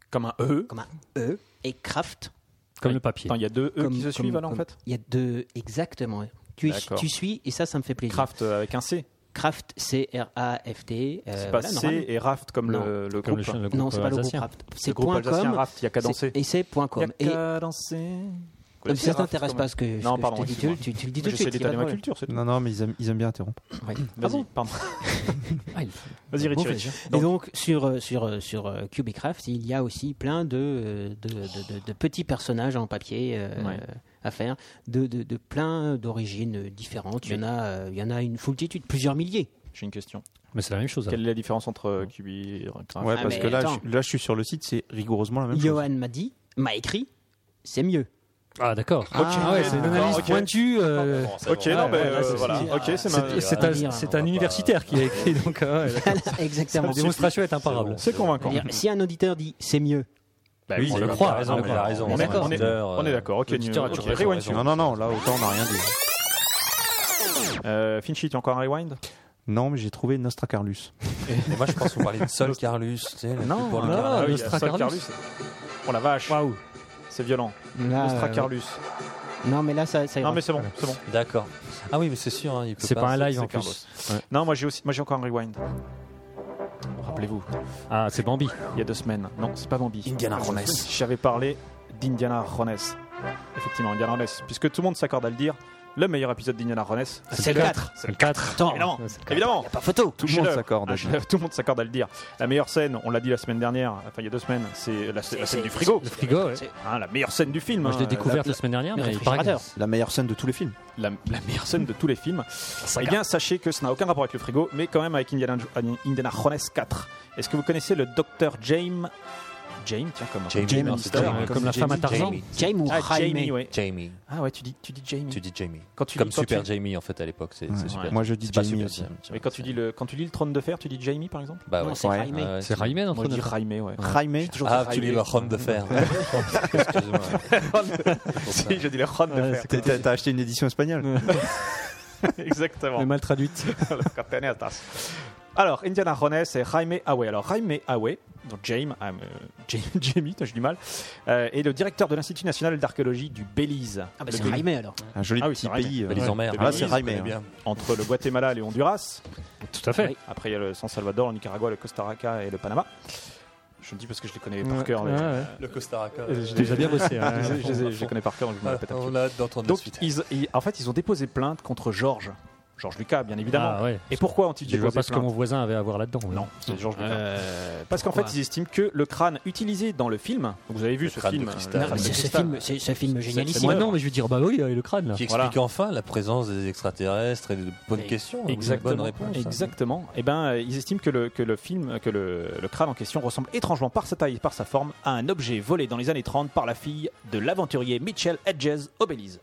Speaker 3: Comme un E.
Speaker 6: comme un E et craft
Speaker 5: comme le papier.
Speaker 3: Attends, il y a deux E
Speaker 6: comme-
Speaker 3: qui se
Speaker 6: comme-
Speaker 3: suivent alors en
Speaker 6: comme-
Speaker 3: fait.
Speaker 6: il y a deux exactement tu,
Speaker 3: D'accord.
Speaker 6: tu suis et ça ça me fait plaisir
Speaker 3: Craft euh, avec un C.
Speaker 6: Craft, C-R-A-F-T. euh,
Speaker 3: C'est pas
Speaker 6: voilà,
Speaker 3: C
Speaker 6: normal.
Speaker 3: et Raft comme
Speaker 6: Non.
Speaker 3: le, le
Speaker 5: Comme
Speaker 3: groupe.
Speaker 5: le, le groupe euh,
Speaker 6: Non, c'est pas le groupe
Speaker 5: alsacien.
Speaker 6: Craft.
Speaker 3: le
Speaker 6: C'est
Speaker 3: point
Speaker 6: point
Speaker 3: alsacien
Speaker 6: .com.
Speaker 3: Raft, il y a cadencé.
Speaker 6: c'est- Et c'est point .com.
Speaker 3: Il
Speaker 6: Et
Speaker 3: y a qu'à danser.
Speaker 6: comme
Speaker 3: C'est
Speaker 6: ça
Speaker 3: Raft,
Speaker 6: t'intéresse
Speaker 3: quand
Speaker 6: pas
Speaker 3: même.
Speaker 6: ce que, ce
Speaker 3: Ah, Non,
Speaker 6: que
Speaker 3: pardon,
Speaker 6: je te dis, tu,
Speaker 3: excuse-moi.
Speaker 6: tu, tu le dis tout de
Speaker 3: J'essaie
Speaker 6: suite. il y a
Speaker 3: d'étaler
Speaker 6: pas
Speaker 3: ma
Speaker 6: de
Speaker 3: culture, c'est tout.
Speaker 4: Non, non, mais ils aiment, ils aiment bien interrompre.
Speaker 6: problème. Ouais. Ah
Speaker 3: Vas-y,
Speaker 6: bon
Speaker 3: pardon.
Speaker 5: Ah, il-
Speaker 3: Vas-y, Richie.
Speaker 5: Mauvais.
Speaker 3: Richie.
Speaker 6: Et donc, sur, euh, sur, euh, sur euh, Cubicraft, il y a aussi plein de, euh, de, de- de- de petits personnages en papier euh,
Speaker 3: Ouais.
Speaker 6: à faire, de, de, de plein d'origines différentes. Il y, en a, euh, il y en a une foultitude, plusieurs milliers.
Speaker 3: J'ai une question.
Speaker 5: Mais c'est la même chose.
Speaker 3: Quelle est la différence entre euh, Cubi et Raft
Speaker 4: Ouais,
Speaker 6: Ah,
Speaker 4: parce
Speaker 6: mais
Speaker 4: que là
Speaker 6: attends.
Speaker 4: je, là, je suis sur le site, c'est rigoureusement la même chose.
Speaker 6: Johan m'a dit, m'a écrit, c'est mieux.
Speaker 5: Ah, d'accord. Ah, ouais, c'est une analyse
Speaker 3: ok.
Speaker 5: pointue. euh,
Speaker 7: Bon, c'est
Speaker 3: Ok,
Speaker 7: bon.
Speaker 5: Ouais,
Speaker 3: non, mais
Speaker 5: ouais,
Speaker 3: euh,
Speaker 5: là, c'est-
Speaker 3: voilà.
Speaker 6: Ah, c'est-
Speaker 3: Ok, c'est
Speaker 5: C'est
Speaker 3: ma.
Speaker 5: c'est
Speaker 6: va
Speaker 5: un,
Speaker 6: dire,
Speaker 5: c'est
Speaker 6: on
Speaker 5: un
Speaker 7: va
Speaker 5: universitaire qui a écrit, donc euh, ouais, d'accord.
Speaker 6: Exactement.
Speaker 5: la démonstration est imparable.
Speaker 3: C'est convaincant.
Speaker 6: C'est-à-dire, Si un auditeur dit, c'est mieux,
Speaker 3: Bah
Speaker 5: Oui,
Speaker 3: oui,
Speaker 5: on
Speaker 3: c'est
Speaker 5: le
Speaker 3: comme
Speaker 5: croit,
Speaker 3: ça.
Speaker 5: on le
Speaker 7: raison,
Speaker 5: croit.
Speaker 7: Ah, il a raison.
Speaker 3: On est- on est-
Speaker 7: L'auditeur,
Speaker 6: euh,
Speaker 3: on est d'accord, ok,
Speaker 7: l'auditeur a
Speaker 3: ok,
Speaker 7: toujours raison,
Speaker 3: rewind
Speaker 7: raison.
Speaker 4: Non, non, non, là autant on n'a rien dit.
Speaker 3: Euh, Finchy, tu as encore un rewind
Speaker 4: Non, mais j'ai trouvé Nostracarlus.
Speaker 7: Mais moi, je pense qu'on parlait de Sol Carlus. tu sais, la pub pour le
Speaker 5: non,
Speaker 7: Carlus.
Speaker 5: non,
Speaker 3: oui,
Speaker 5: Nostracarlus.
Speaker 3: Carlus. Oh la vache. Waouh. C'est violent.
Speaker 6: Là,
Speaker 3: Nostracarlus.
Speaker 6: euh, non, mais là, ça, ça ira.
Speaker 3: Ah, Non, mais c'est bon, c'est bon.
Speaker 7: D'accord. Ah oui, mais c'est sûr. hein, il peut
Speaker 5: C'est pas un live
Speaker 7: c'est
Speaker 5: en
Speaker 7: Carlos.
Speaker 5: plus.
Speaker 3: Non, moi j'ai aussi, moi j'ai encore un rewind. Rappelez-vous,
Speaker 5: Ah, c'est Bambi.
Speaker 3: il y a deux semaines. Non, c'est pas Bambi.
Speaker 4: Indiana Jones.
Speaker 3: J'avais parlé d'Indiana Jones. Effectivement, Indiana Jones. Puisque tout le monde s'accorde à le dire, le meilleur épisode d'Indiana Jones.
Speaker 6: C'est le 4.
Speaker 5: C'est le 4.
Speaker 6: Attends,
Speaker 3: Évidemment,
Speaker 5: ouais, c'est clair.
Speaker 3: évidemment.
Speaker 6: pas photo.
Speaker 4: Tout le monde
Speaker 3: Chef-d'œuvre.
Speaker 4: s'accorde.
Speaker 3: Un chef-d'œuvre, Tout le monde s'accorde à le dire. La meilleure scène, on l'a dit la semaine dernière, enfin il y a deux semaines, c'est la, la scène du frigo.
Speaker 5: Le frigo, ouais.
Speaker 6: C'est-
Speaker 3: Hein, la meilleure scène du film.
Speaker 5: Moi, je l'ai
Speaker 3: hein,
Speaker 5: découverte la semaine dernière,
Speaker 6: le
Speaker 5: mais il paraît que-
Speaker 6: réfrigérateur.
Speaker 4: La meilleure scène de tous les films.
Speaker 3: la, la meilleure scène de tous les films. Eh bien, sachez que ça n'a aucun rapport avec le frigo, mais quand même avec Indiana, Indiana Jones 4. Est-ce que vous connaissez le docteur James James, tiens, comme
Speaker 7: Jamie,
Speaker 6: Jamie,
Speaker 7: non,
Speaker 6: c'est
Speaker 7: Jamie.
Speaker 5: comme- comme la femme à Tarzan.
Speaker 7: Jamie.
Speaker 6: Jaime ou
Speaker 3: Ah,
Speaker 6: Jaime
Speaker 3: Jamie, ouais.
Speaker 7: Jamie.
Speaker 3: Ah ouais, tu dis, tu dis Jamie.
Speaker 7: Tu dis Jamie.
Speaker 3: Quand tu
Speaker 7: Comme
Speaker 3: dis, quand
Speaker 7: Super
Speaker 3: tu-
Speaker 7: Jamie en fait à l'époque. C'est c'est
Speaker 4: Ouais.
Speaker 7: super.
Speaker 4: Moi, je dis
Speaker 7: C'est pas
Speaker 4: Jamie
Speaker 7: super
Speaker 4: aussi.
Speaker 7: Jamie, tu
Speaker 3: Mais
Speaker 7: vois,
Speaker 3: quand tu dis le, quand tu lis le trône de fer, tu dis Jamie par exemple.
Speaker 7: Bah ouais.
Speaker 6: Non, c'est
Speaker 4: Ouais.
Speaker 6: Jaime.
Speaker 7: Ouais,
Speaker 5: C'est
Speaker 7: tu-
Speaker 5: Raimé
Speaker 3: Moi,
Speaker 5: entre
Speaker 3: je dis
Speaker 5: nous.
Speaker 3: Raimé, ouais.
Speaker 4: Jaime.
Speaker 3: Toujours
Speaker 7: Ah,
Speaker 3: Raimé.
Speaker 7: tu lis le Rome de fer. Excuse-moi.
Speaker 3: Si, je dis le trône de fer.
Speaker 4: T'as- T'as t'as acheté une édition espagnole
Speaker 3: Exactement.
Speaker 5: mal traduite.
Speaker 3: Cartanetas. Alors, Indiana Jones et Jaime Awe. Alors, Jaime Awe, donc James, ah, euh, James- Jamie, j'ai du mal, euh, est le directeur de l'Institut national d'archéologie du Belize.
Speaker 6: Ah,
Speaker 3: Le
Speaker 6: bah c'est
Speaker 3: Belize,
Speaker 6: Jaime alors.
Speaker 4: Un joli
Speaker 3: Ah oui,
Speaker 4: petit
Speaker 3: c'est
Speaker 4: pays.
Speaker 7: Bah,
Speaker 4: euh,
Speaker 7: les emmers.
Speaker 4: Ah, là, c'est
Speaker 7: Ils
Speaker 4: Raimé,
Speaker 7: connaissent
Speaker 4: hein.
Speaker 7: bien.
Speaker 3: Entre le Guatemala et le Honduras.
Speaker 5: Tout à fait.
Speaker 6: Oui.
Speaker 3: Après, il y a le San Salvador, le Nicaragua, le Costa Rica et le Panama. Je le dis parce que je les connais par
Speaker 5: Ouais.
Speaker 3: cœur. les-
Speaker 5: Ouais, ouais.
Speaker 7: Le Costa Rica.
Speaker 5: Euh, J'ai déjà bien bossé. hein.
Speaker 3: Je, les- je les ai- je les connais par cœur, donc je me
Speaker 7: Ah,
Speaker 3: la pète un petit peu.
Speaker 7: On a hâte d'entendre la
Speaker 3: Donc,
Speaker 7: suite.
Speaker 3: ils- ils- en fait, ils ont déposé plainte contre Georges. Georges Lucas, bien évidemment.
Speaker 5: Ah ouais.
Speaker 3: Et pourquoi ont-ils
Speaker 5: Je
Speaker 3: déposé
Speaker 5: vois pas ce que
Speaker 3: plainte
Speaker 5: mon voisin avait à voir là-dedans.
Speaker 3: Non, c'est Georges Lucas.
Speaker 6: Euh,
Speaker 3: Parce qu'en fait,
Speaker 6: pourquoi
Speaker 3: ils estiment que le crâne utilisé dans le film, donc vous avez vu
Speaker 7: Le
Speaker 3: ce
Speaker 7: crâne de
Speaker 3: film, euh,
Speaker 7: cristal.
Speaker 3: le
Speaker 6: Non,
Speaker 3: crâne
Speaker 6: mais
Speaker 3: de
Speaker 6: c'est ce
Speaker 3: cristal.
Speaker 6: film, c'est ce film génialissime.
Speaker 5: Moi non, mais je vais dire bah oui, euh, le crâne là.
Speaker 7: Qui explique
Speaker 3: voilà.
Speaker 7: enfin la présence des extraterrestres et de bonnes
Speaker 3: Et-
Speaker 7: questions,
Speaker 3: Exactement.
Speaker 7: de bonnes réponses. hein.
Speaker 3: Exactement. Et ben, euh, ils estiment que le, que le film, que le, le crâne en question ressemble étrangement par sa taille et par sa forme à un objet volé dans les années 30 par la fille de l'aventurier Mitchell Hedges au Belize.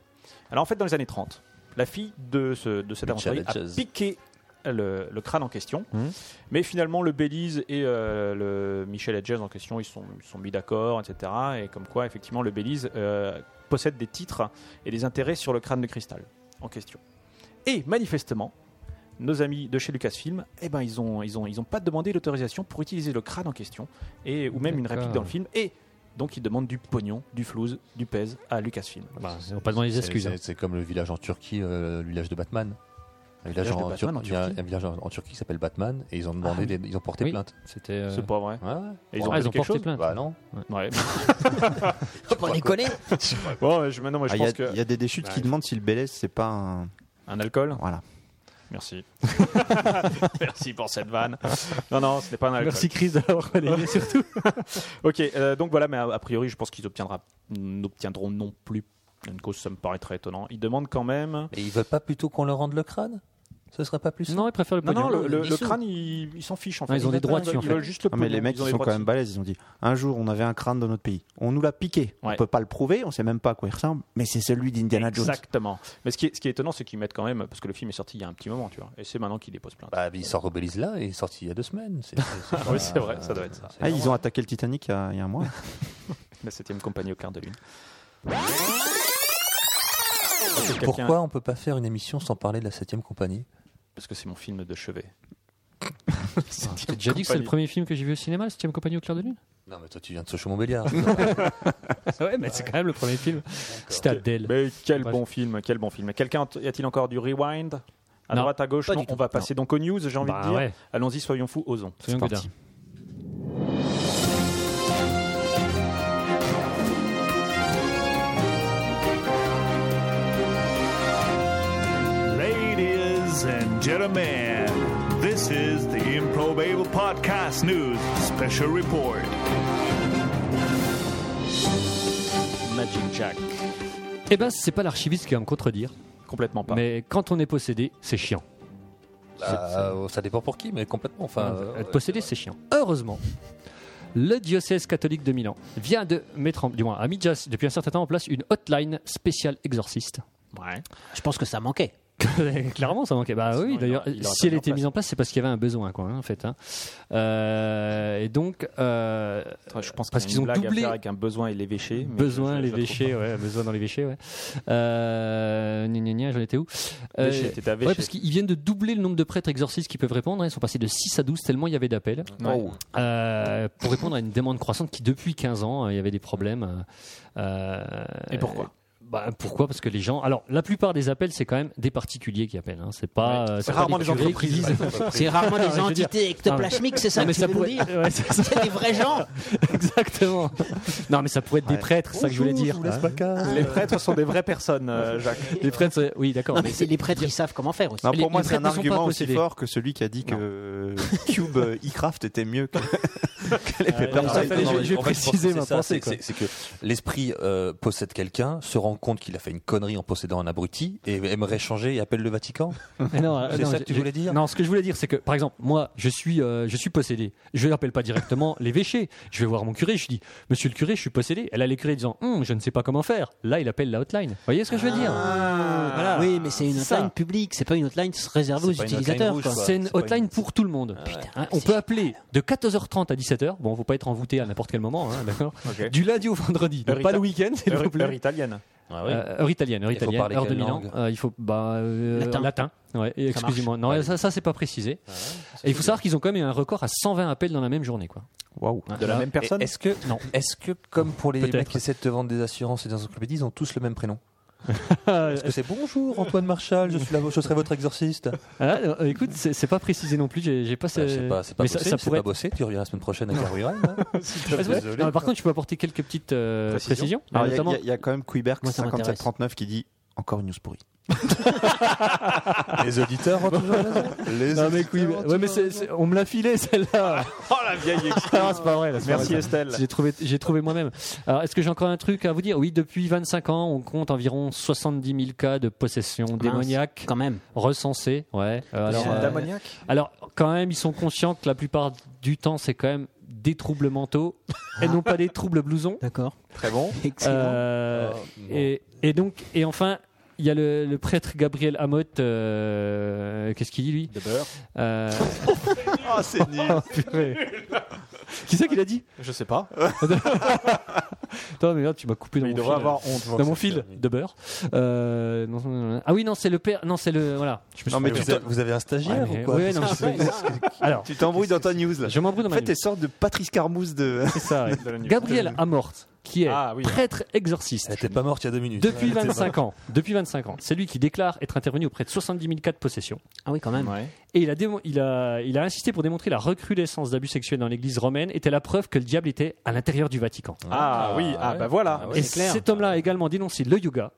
Speaker 3: Alors en fait, dans les années 30, la fille de, ce, de cet
Speaker 7: Mitchell
Speaker 3: aventurier a
Speaker 7: Hedges. Mmh.
Speaker 3: piqué le, le crâne en question.
Speaker 4: Mhm.
Speaker 3: Mais finalement, le Belize et euh, le Michel Hedges en question, ils sont, ils sont mis d'accord, etc. Et comme quoi, effectivement, le Belize euh, possède des titres et des intérêts sur le crâne de cristal en question. Et manifestement, nos amis de chez Lucasfilm, eh ben, ils n'ont ils ont, ils ont pas demandé l'autorisation pour utiliser le crâne en question, et, ou même une
Speaker 5: D'accord.
Speaker 3: réplique dans le film. Et donc, ils demandent du pognon, du flouze, du pèse à Lucasfilm.
Speaker 5: Bah, on va pas demander les
Speaker 7: C'est-
Speaker 5: excuses.
Speaker 7: c'est-
Speaker 5: hein.
Speaker 7: C'est comme le village en Turquie, euh, le village de Batman. Un
Speaker 3: village de Batman en
Speaker 7: Turquie- il y a un-
Speaker 3: Turquie
Speaker 7: un village en, en Turquie qui s'appelle Batman et ils ont demandé,
Speaker 3: Ah
Speaker 7: des- ils ont porté
Speaker 5: Oui.
Speaker 7: plainte.
Speaker 5: C'était. euh,
Speaker 3: C'est pas vrai.
Speaker 7: Ouais, ouais.
Speaker 3: Et
Speaker 7: Bon,
Speaker 5: ah,
Speaker 3: fait
Speaker 5: ils ont
Speaker 3: quelque
Speaker 5: porté
Speaker 3: chose
Speaker 5: plainte.
Speaker 7: Bah non.
Speaker 3: Ouais.
Speaker 6: Faut pas déconner.
Speaker 3: Bon, ouais, je, maintenant, moi, je
Speaker 4: ah, Il y,
Speaker 3: pense
Speaker 4: a-
Speaker 3: que.
Speaker 4: il y a des déchutes qui demandent si le Belize c'est pas un.
Speaker 3: Un alcool
Speaker 4: Voilà.
Speaker 3: Merci. Merci pour cette vanne. Non, non, ce n'est pas un alcool.
Speaker 5: Merci Chris d'avoir relayé surtout.
Speaker 3: Ok, euh, donc voilà, mais a, a priori, je pense qu'ils obtiendra- n'obtiendront non plus une cause, ça me paraît très étonnant. Ils demandent quand même.
Speaker 7: Et ils veulent pas plutôt qu'on leur rende le crâne Ce serait pas plus simple
Speaker 5: Non, il préfère le
Speaker 3: Non, non,
Speaker 5: pognon.
Speaker 3: le, le-
Speaker 6: des
Speaker 3: le
Speaker 6: sous.
Speaker 3: crâne, ils ils s'en fichent en fait.
Speaker 5: Ah, ils ont des
Speaker 3: veulent-
Speaker 5: droits dessus, en
Speaker 3: Ils
Speaker 5: fait.
Speaker 3: veulent juste le
Speaker 4: Ah, mais les
Speaker 3: pognon,
Speaker 4: mecs,
Speaker 3: ont
Speaker 4: ils
Speaker 3: les
Speaker 4: sont
Speaker 3: droits
Speaker 4: quand même balèzes. Ils ont dit un jour, on avait un crâne dans notre pays. On nous l'a piqué.
Speaker 3: Ouais.
Speaker 4: On peut pas le prouver. On sait même pas à quoi il ressemble. Mais c'est celui d'Indiana Jones.
Speaker 3: Exactement. Mais ce qui est, ce qui est étonnant, c'est qu'ils mettent quand même, parce que le film est sorti il y a un petit moment, tu vois, et c'est maintenant qu'ils déposent plainte.
Speaker 7: Bah, il sort au Belize là et il est sorti il y a deux semaines. C'est- c'est-
Speaker 3: oui, c'est vrai, ça doit être ça.
Speaker 7: c'est
Speaker 4: Ah, ils ont
Speaker 7: normal.
Speaker 4: attaqué le Titanic il y a, il y a un mois.
Speaker 3: La septième compagnie au quart de lune. Quelqu'un-
Speaker 7: Pourquoi on peut pas faire une émission sans parler de la 7 compagnie
Speaker 3: Parce que c'est mon film de chevet.
Speaker 5: Je t'ai déjà dit que c'est le premier film que j'ai vu au cinéma, le 7 compagnie au clair de lune.
Speaker 7: Non, mais toi, tu viens de Sochaux-Montbéliard.
Speaker 5: ouais, mais c'est quand même le premier film. C'était Adèle.
Speaker 3: Mais quel
Speaker 5: Bref.
Speaker 3: bon film, quel bon film. Quelqu'un y a-t-il encore du rewind À
Speaker 5: Non,
Speaker 3: droite, à gauche,
Speaker 6: pas
Speaker 3: non,
Speaker 6: du
Speaker 3: on
Speaker 6: tout.
Speaker 3: va passer donc aux news, j'ai envie
Speaker 5: Bah
Speaker 3: de dire.
Speaker 5: ouais.
Speaker 3: Allons-y, soyons fous, osons. C'est
Speaker 5: Soyons
Speaker 3: parti.
Speaker 5: godards.
Speaker 8: Ladies and gentlemen, this is the Improbable Podcast News Special Report.
Speaker 3: Magic Jack.
Speaker 5: Eh ben, c'est pas l'archiviste qui va me contredire,
Speaker 3: Complètement pas.
Speaker 5: mais quand on est possédé, c'est chiant.
Speaker 7: Bah, euh, ça dépend pour qui, mais complètement. Enfin,
Speaker 5: Enfin,
Speaker 7: euh,
Speaker 5: être possédé, c'est chiant. Heureusement, le diocèse catholique de Milan vient de mettre, en, du moins, a mis déjà, depuis un certain temps en place une hotline spéciale exorciste.
Speaker 3: Ouais.
Speaker 6: Je pense que ça manquait.
Speaker 5: Clairement, ça manquait. Bah
Speaker 3: Sinon,
Speaker 5: oui,
Speaker 3: il
Speaker 5: d'ailleurs,
Speaker 3: aurait- il aurait pas
Speaker 5: si elle
Speaker 3: mis en
Speaker 5: était
Speaker 3: place.
Speaker 5: mise en place, c'est parce qu'il y avait un besoin, quoi, hein, en fait. hein. Euh, et donc, euh,
Speaker 3: Attends, je pense
Speaker 5: parce
Speaker 3: qu'il y a
Speaker 5: qu'ils ont
Speaker 3: une blague à
Speaker 5: doublé-
Speaker 3: faire avec un besoin et l'évêché. mais je- je-
Speaker 5: besoin
Speaker 3: je la
Speaker 5: l'évêché, ouais, besoin dans l'évêché, ouais. Euh, gna gna gna, j'en étais où Euh,
Speaker 3: trouve pas. L'évêché, t'étais à
Speaker 5: Ouais,
Speaker 3: Véché.
Speaker 5: parce qu'ils viennent de doubler le nombre de prêtres exorcistes qui peuvent répondre. hein. Ils sont passés de 6 à 12 tellement il y avait d'appels
Speaker 3: Ouais.
Speaker 5: euh, pour répondre à une demande croissante qui, depuis 15 ans, euh, il y avait des problèmes. euh, euh,
Speaker 3: Et pourquoi
Speaker 5: bah, Pourquoi Parce que les gens. Alors, la plupart des appels, c'est quand même des particuliers qui appellent. hein. C'est pas. euh,
Speaker 3: C'est
Speaker 5: pas
Speaker 3: rarement des
Speaker 5: curés qui
Speaker 3: entreprises.
Speaker 5: disent-
Speaker 6: C'est rarement
Speaker 5: je veux
Speaker 6: des
Speaker 5: dire-
Speaker 6: entités ectoplasmiques, c'est ça
Speaker 5: Non,
Speaker 6: que
Speaker 5: mais
Speaker 6: tu
Speaker 5: ça
Speaker 6: veux
Speaker 5: pourrait-
Speaker 6: nous dire
Speaker 5: ouais, c'est ça.
Speaker 6: C'est des vrais gens
Speaker 5: Exactement. Non, mais ça pourrait être des prêtres, c'est ça que je voulais dire.
Speaker 7: Ah,
Speaker 3: Les prêtres sont des vraies personnes, euh, Jacques.
Speaker 5: Les prêtres, c'est- oui, d'accord.
Speaker 6: Non, mais c'est- les prêtres, ils savent comment faire aussi.
Speaker 4: Non,
Speaker 5: Les-
Speaker 4: pour moi,
Speaker 5: les
Speaker 4: c'est un
Speaker 5: prêtres ne sont pas
Speaker 4: argument aussi
Speaker 5: possédés.
Speaker 4: fort que celui qui a dit que Cube euh, e-craft était mieux que, que les Pepper
Speaker 7: Non,
Speaker 5: Alors, ça,
Speaker 7: mais-
Speaker 5: fallait-
Speaker 7: non,
Speaker 5: je-
Speaker 7: mais
Speaker 5: je vais
Speaker 7: en fait, je pense
Speaker 5: préciser
Speaker 7: que
Speaker 5: ma
Speaker 7: c'est ça,
Speaker 5: pensée,
Speaker 7: c'est-
Speaker 5: quoi.
Speaker 7: C'est c'est que l'esprit euh, possède quelqu'un, se rend compte qu'il a fait une connerie en possédant un abruti et aimerait changer et appelle le Vatican.
Speaker 5: Mais non, euh,
Speaker 7: C'est
Speaker 5: non,
Speaker 7: ça que tu
Speaker 5: je-
Speaker 7: voulais dire
Speaker 5: Non, ce que je voulais dire, c'est que, par exemple, moi, je suis, euh, je suis possédé. Je n'appelle pas directement l'évêché. Je vais voir mon curé, je dis, Monsieur le curé, je suis possédé. Elle a les curés disant, Hum, je ne sais pas comment faire. Là, il appelle la hotline. Vous voyez ce que je veux dire
Speaker 7: Ah,
Speaker 5: Voilà.
Speaker 6: Oui, mais Ah, c'est une
Speaker 5: Ça.
Speaker 6: hotline publique, c'est pas une hotline réservée aux
Speaker 7: C'est pas une hotline
Speaker 6: utilisateurs.
Speaker 7: rouge,
Speaker 6: quoi.
Speaker 7: quoi.
Speaker 5: C'est une
Speaker 7: bah, C'est pas
Speaker 5: hotline
Speaker 7: une- Ah.
Speaker 5: pour tout le monde. Hein, on
Speaker 6: c'est
Speaker 5: peut appeler de 14h30 à 17h. Bon, faut pas être envoûté à n'importe quel moment, hein, d'accord
Speaker 3: Ok.
Speaker 5: Du lundi au vendredi. Donc
Speaker 3: Heure
Speaker 5: pas le
Speaker 3: ita-
Speaker 5: week-end, s'il vous
Speaker 3: Heure
Speaker 5: plaît.
Speaker 3: heure italienne.
Speaker 9: Ah oui.
Speaker 5: Euh, heure italienne, heure
Speaker 7: Il faut
Speaker 5: italienne,
Speaker 7: parler
Speaker 5: heure de
Speaker 7: quelle
Speaker 5: Milan.
Speaker 7: langue
Speaker 5: Euh, il faut bah, euh,
Speaker 6: Latin.
Speaker 5: Ouais, et exclusivement. Non, ça, ça c'est pas précisé.
Speaker 7: Ah
Speaker 5: et il faut savoir qu'ils ont quand même eu un record à 120 appels dans la même journée, quoi.
Speaker 4: Waouh.
Speaker 9: De la même personne
Speaker 7: Est-ce que,
Speaker 5: Non.
Speaker 7: est-ce que, comme pour les
Speaker 5: Peut-être.
Speaker 7: mecs qui essaient de te vendre des assurances et des encyclopédies, ils ont tous le même prénom
Speaker 5: Ah,
Speaker 7: Est-ce que c'est bonjour Antoine Marshall, je, suis là, je serai votre exorciste
Speaker 5: euh, écoute, c'est c'est pas précisé non plus. J'ai j'ai pas.
Speaker 7: Bah,
Speaker 5: ce-
Speaker 7: Je sais pas, c'est pas
Speaker 5: Euh, Mais ça-
Speaker 7: possible,
Speaker 5: ça
Speaker 7: c'est
Speaker 5: pourrait
Speaker 7: pas bossé, tu reviens la semaine prochaine avec hein. la rurale.
Speaker 5: Ah, c'est vrai Non, mais par contre, tu peux apporter quelques petites euh, précisions.
Speaker 3: Précisions.
Speaker 4: Alors, il y a-
Speaker 5: notamment-
Speaker 4: il y, a- il y a quand même Quiberg
Speaker 6: Moi, ça m'intéresse.
Speaker 4: 5739 qui dit encore une news pourrie.
Speaker 7: Les auditeurs ont toujours raison. Les
Speaker 5: Non, mais oui, mais- ouais, mais c'est- c'est- on me l'a filé celle-là.
Speaker 9: Oh la vieille
Speaker 5: Ah, c'est pas vrai. là, c'est pas
Speaker 9: Merci
Speaker 5: vrai.
Speaker 9: Estelle.
Speaker 5: J'ai trouvé, j'ai trouvé moi-même. Alors, est-ce que j'ai encore un truc à vous dire Oui, depuis 25 ans, on compte environ 70 000 cas de possession démoniaque
Speaker 6: Quand même.
Speaker 5: recensés. Ouais. Euh, alors, euh, alors, quand même, ils sont conscients que la plupart du temps, c'est quand même des troubles mentaux et non pas des troubles blousons.
Speaker 6: D'accord.
Speaker 7: Très bon.
Speaker 6: Excellent.
Speaker 5: Euh, et, et donc, et enfin, il y a le, le prêtre Gabriel Amot. euh, Qu'est-ce qu'il dit lui
Speaker 9: De beurre
Speaker 5: Euh,
Speaker 9: Oh, c'est nul
Speaker 5: Qui c'est qu'il a dit
Speaker 9: Je sais pas.
Speaker 5: Attends, mais là, tu m'as coupé dans
Speaker 9: Mais il
Speaker 5: mon
Speaker 9: devrait
Speaker 5: fil.
Speaker 9: avoir honte.
Speaker 5: dans mon fil de beurre. Euh, non, non, non. ah oui, non, c'est le père. Non, c'est le. Voilà. Je me suis
Speaker 4: Non, mais
Speaker 5: trompé.
Speaker 4: tu
Speaker 7: Vous avez- vous avez un
Speaker 5: Ouais,
Speaker 7: stagiaire
Speaker 5: mais-
Speaker 7: ou quoi
Speaker 5: ouais, non,
Speaker 1: Ah,
Speaker 5: je sais. Alors,
Speaker 4: Tu t'embrouilles dans ta news là.
Speaker 5: je m'embrouille dans
Speaker 4: En
Speaker 5: ma
Speaker 4: fait, t'es
Speaker 5: vie.
Speaker 4: sorte de Patrice Carmouze de.
Speaker 5: C'est ça. ouais.
Speaker 9: De la nuit.
Speaker 5: Gabriel Amorte, qui est
Speaker 9: Ah, oui.
Speaker 5: prêtre exorciste.
Speaker 7: Elle était pas morte il y a deux minutes.
Speaker 5: Depuis 25 ans, depuis 25 ans, c'est lui qui déclare être intervenu auprès de 70 000 cas de possession.
Speaker 6: Ah oui, quand même.
Speaker 9: Ouais.
Speaker 5: Et il a, démo- il a, il a insisté pour démontrer la recrudescence d'abus sexuels dans l'Église romaine était la preuve que le diable était à l'intérieur du Vatican.
Speaker 9: Ah oui, ah bah voilà.
Speaker 5: Et cet homme-là a également dénoncé le yoga,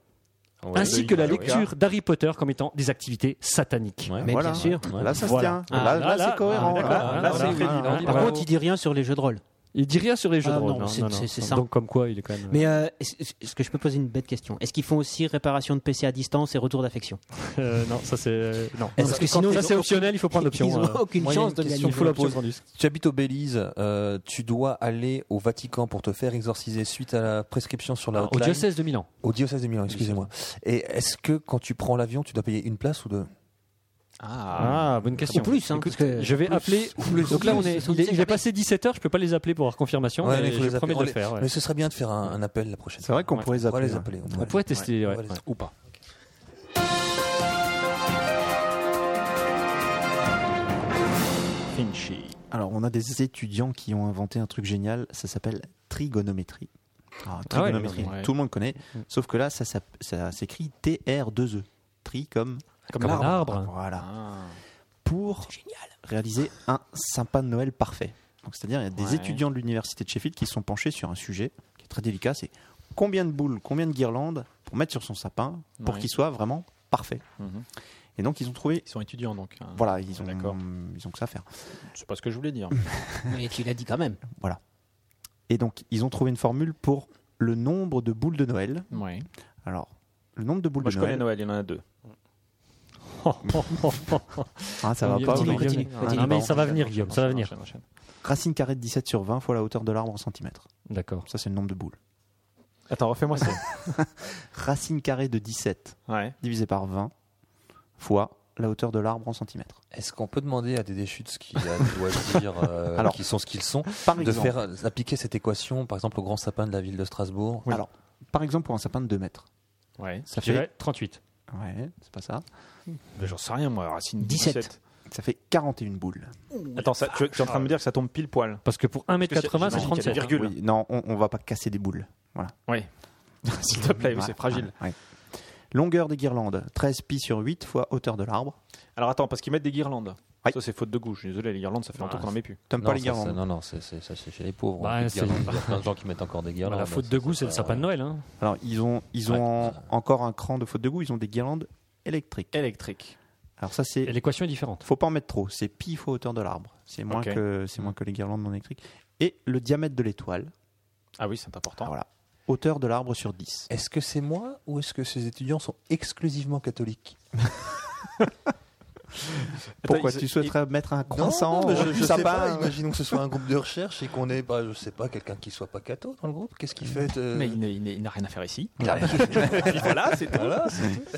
Speaker 5: ainsi
Speaker 9: le
Speaker 5: que la
Speaker 9: yoga,
Speaker 5: lecture d'Harry Potter comme étant des activités sataniques.
Speaker 6: Mais
Speaker 4: Voilà.
Speaker 6: bien sûr.
Speaker 4: Là, ça
Speaker 5: Voilà.
Speaker 4: se tient.
Speaker 6: Ah,
Speaker 4: là,
Speaker 5: là,
Speaker 4: là,
Speaker 5: là,
Speaker 4: c'est cohérent.
Speaker 5: ah,
Speaker 4: là.
Speaker 5: d'accord.
Speaker 4: Là,
Speaker 5: Là,
Speaker 4: c'est
Speaker 5: c'est
Speaker 4: vrai.
Speaker 5: crédible.
Speaker 4: Voilà.
Speaker 5: Ah,
Speaker 6: Par
Speaker 5: bravo.
Speaker 6: contre, il dit rien sur les jeux de rôle.
Speaker 5: Il dit rien sur les jeux
Speaker 6: hein. Ah
Speaker 5: de rôle.
Speaker 6: non,
Speaker 5: non,
Speaker 6: c'est-
Speaker 5: non,
Speaker 6: c'est-
Speaker 5: non.
Speaker 6: c'est ça.
Speaker 5: Donc comme quoi, il est quand même.
Speaker 6: Mais euh, est-ce est-ce que je peux poser une bête question Est-ce qu'ils font aussi réparation de PC à distance et retour d'affection
Speaker 5: Euh, non, ça c'est euh, non.
Speaker 6: Parce
Speaker 5: Parce
Speaker 6: que
Speaker 5: que
Speaker 6: sinon,
Speaker 5: ça
Speaker 6: ils
Speaker 5: c'est
Speaker 6: ont-
Speaker 5: optionnel, il faut prendre l'option.
Speaker 6: ils ont
Speaker 5: euh.
Speaker 6: aucune
Speaker 7: moi, il y a
Speaker 6: chance
Speaker 7: une
Speaker 6: de gagner.
Speaker 7: question,
Speaker 5: Il faut
Speaker 7: je
Speaker 5: l'option
Speaker 7: pose.
Speaker 5: rendue.
Speaker 7: Tu habites au Belize, euh, tu dois aller au Vatican pour te faire exorciser suite à la prescription sur la
Speaker 5: Ah, Au
Speaker 7: hotline.
Speaker 5: diocèse de Milan.
Speaker 7: Au diocèse de Milan, excusez-moi. Et est-ce que quand tu prends l'avion, tu dois payer une place ou deux
Speaker 5: Ah, bonne question.
Speaker 6: Ou plus, hein,
Speaker 5: Écoute,
Speaker 6: parce que-
Speaker 5: je vais
Speaker 6: plus,
Speaker 5: appeler.
Speaker 6: plus,
Speaker 5: Donc là, on
Speaker 6: plus,
Speaker 5: est,
Speaker 6: on
Speaker 5: il, est, il
Speaker 6: sait
Speaker 5: est
Speaker 6: jamais.
Speaker 5: passé 17h, je peux pas les appeler pour leur confirmation,
Speaker 7: Ouais, mais
Speaker 5: mais
Speaker 7: il faut les
Speaker 5: je promets
Speaker 7: appeler.
Speaker 5: de
Speaker 7: On
Speaker 5: le
Speaker 7: les-
Speaker 5: faire. ouais.
Speaker 7: Mais ce serait bien de faire un, un appel la prochaine
Speaker 4: C'est
Speaker 7: fois.
Speaker 4: vrai qu'on pourrait les
Speaker 7: On va
Speaker 4: appeler.
Speaker 7: les appeler.
Speaker 5: hein. On pourrait tester, ouais.
Speaker 7: On va les appeler.
Speaker 5: Ou pas.
Speaker 9: Finchy.
Speaker 4: Alors, on a des étudiants qui ont inventé un truc génial. Ça s'appelle trigonométrie. Alors,
Speaker 5: Ah ouais,
Speaker 4: trigonométrie,
Speaker 9: ouais. Mm.
Speaker 4: tout le monde connaît. Sauf que là, ça, s'app- ça s'écrit TR2E. E, Tri comme,
Speaker 5: Comme un arbre.
Speaker 4: Voilà.
Speaker 9: Ah.
Speaker 4: Pour réaliser un sympa Noël parfait. Donc, c'est-à-dire, il y a des
Speaker 9: Ouais.
Speaker 4: étudiants de l'université de Sheffield qui se sont penchés sur un sujet qui est très délicat. C'est combien de boules, combien de guirlandes pour mettre sur son sapin pour
Speaker 9: Ouais.
Speaker 4: qu'il soit vraiment parfait.
Speaker 9: Mhm.
Speaker 4: Et donc, ils ont trouvé.
Speaker 9: Ils sont étudiants donc. hein.
Speaker 4: Voilà, ils ont,
Speaker 9: D'accord.
Speaker 4: ils ont que ça à faire.
Speaker 9: C'est pas ce que je voulais dire.
Speaker 6: Mais tu l'as dit quand même.
Speaker 4: Et donc, ils ont trouvé une formule pour le nombre de boules de Noël.
Speaker 9: ouais.
Speaker 4: Alors, le nombre de boules
Speaker 9: Moi
Speaker 4: de
Speaker 9: je connais Noël,
Speaker 4: Noël.
Speaker 9: il y en a deux.
Speaker 4: Ah, ça va
Speaker 5: Guillaume,
Speaker 4: pas.
Speaker 6: Continue,
Speaker 4: vous voyez.
Speaker 6: continue,
Speaker 4: Ah,
Speaker 6: continue.
Speaker 5: Non, mais
Speaker 4: pardon.
Speaker 5: ça va venir, Guillaume, ça va venir.
Speaker 9: Enchaîne, enchaîne.
Speaker 4: Racine carrée de 17 sur 20 fois la hauteur de l'arbre en centimètres.
Speaker 5: D'accord.
Speaker 4: Ça, c'est le nombre de boules.
Speaker 9: Attends, refais-moi ça.
Speaker 4: Racine carrée de 17
Speaker 9: ouais.
Speaker 4: divisé par 20 fois la hauteur de l'arbre en centimètres.
Speaker 7: Est-ce qu'on peut demander à des déchus de ce qu'ils euh, doivent dire, euh,
Speaker 4: Alors.
Speaker 7: qui sont ce qu'ils sont,
Speaker 4: Par
Speaker 7: de
Speaker 4: exemple,
Speaker 7: faire euh, appliquer cette équation, par exemple, au grand sapin de la ville de Strasbourg
Speaker 4: Alors, par exemple, pour un sapin de 2 mètres,
Speaker 9: Ouais.
Speaker 4: ça
Speaker 5: Je
Speaker 4: fait.
Speaker 5: dirais 38.
Speaker 4: Ouais, c'est pas ça.
Speaker 9: Mais J'en sais rien moi, Racine
Speaker 6: 17.
Speaker 9: 17.
Speaker 4: Ça fait 41 boules.
Speaker 9: Attends, ça, tu, tu es en train de me dire que ça tombe pile poil.
Speaker 5: Parce que pour
Speaker 9: Parce que
Speaker 5: 1m80,
Speaker 9: c'est-
Speaker 5: c'est
Speaker 9: j'imagine qu'il y a des
Speaker 5: 37.
Speaker 9: virgules.
Speaker 4: Oui, non, on, on va pas casser des boules.
Speaker 9: S'il te plaît, oui,
Speaker 4: Ouais,
Speaker 9: c'est fragile.
Speaker 4: ouais, ouais. Longueur des guirlandes, 13 pi sur 8 fois hauteur de l'arbre.
Speaker 9: Alors attends, parce qu'ils mettent des guirlandes.
Speaker 4: Ouais.
Speaker 9: Ça c'est faute de goût. Je suis désolé, les guirlandes, ça fait longtemps
Speaker 5: Ah,
Speaker 9: qu'on en met plus.
Speaker 4: T'aimes
Speaker 7: Non,
Speaker 4: pas les
Speaker 7: ça,
Speaker 4: guirlandes
Speaker 7: c'est- Non, non, c'est- c'est- ça, c'est chez les pauvres.
Speaker 5: Bah,
Speaker 7: hein, qui
Speaker 5: c'est- Bah,
Speaker 7: guirlandent. Il y a plein de gens qui mettent encore des guirlandes.
Speaker 5: Ah, La faute de goût, c'est le sapin de Noël. hein.
Speaker 4: Alors, ils ont, ils ont
Speaker 7: Ouais.
Speaker 4: encore un cran de faute de goût, ils ont des guirlandes électriques.
Speaker 9: Électrique.
Speaker 4: Alors ça,
Speaker 5: Et
Speaker 4: c'est...
Speaker 5: L'équation est différente.
Speaker 4: Faut pas en mettre trop, c'est pi fois hauteur de l'arbre. C'est moins,
Speaker 9: Ok.
Speaker 4: que, c'est moins que les guirlandes non électriques. Et le diamètre de l'étoile,
Speaker 9: Ah oui, c'est important.
Speaker 4: Ah, voilà. hauteur de l'arbre sur 10.
Speaker 7: Est-ce que c'est moi ou est-ce que ces étudiants sont exclusivement catholiques
Speaker 4: Pourquoi
Speaker 9: ils-
Speaker 4: tu souhaiterais mettre un croissant
Speaker 7: non, mais je, je
Speaker 4: ça
Speaker 7: sais
Speaker 4: va,
Speaker 7: pas. hein. Imaginons que ce soit un groupe de recherche et qu'on ait, bah, je sais pas, quelqu'un qui soit pas catho dans le groupe. Qu'est-ce qu'il fait euh, Ah,
Speaker 9: Mais il n'a- il n'a- il n'a rien à faire ici.
Speaker 7: il a-
Speaker 9: voilà, c'est tout.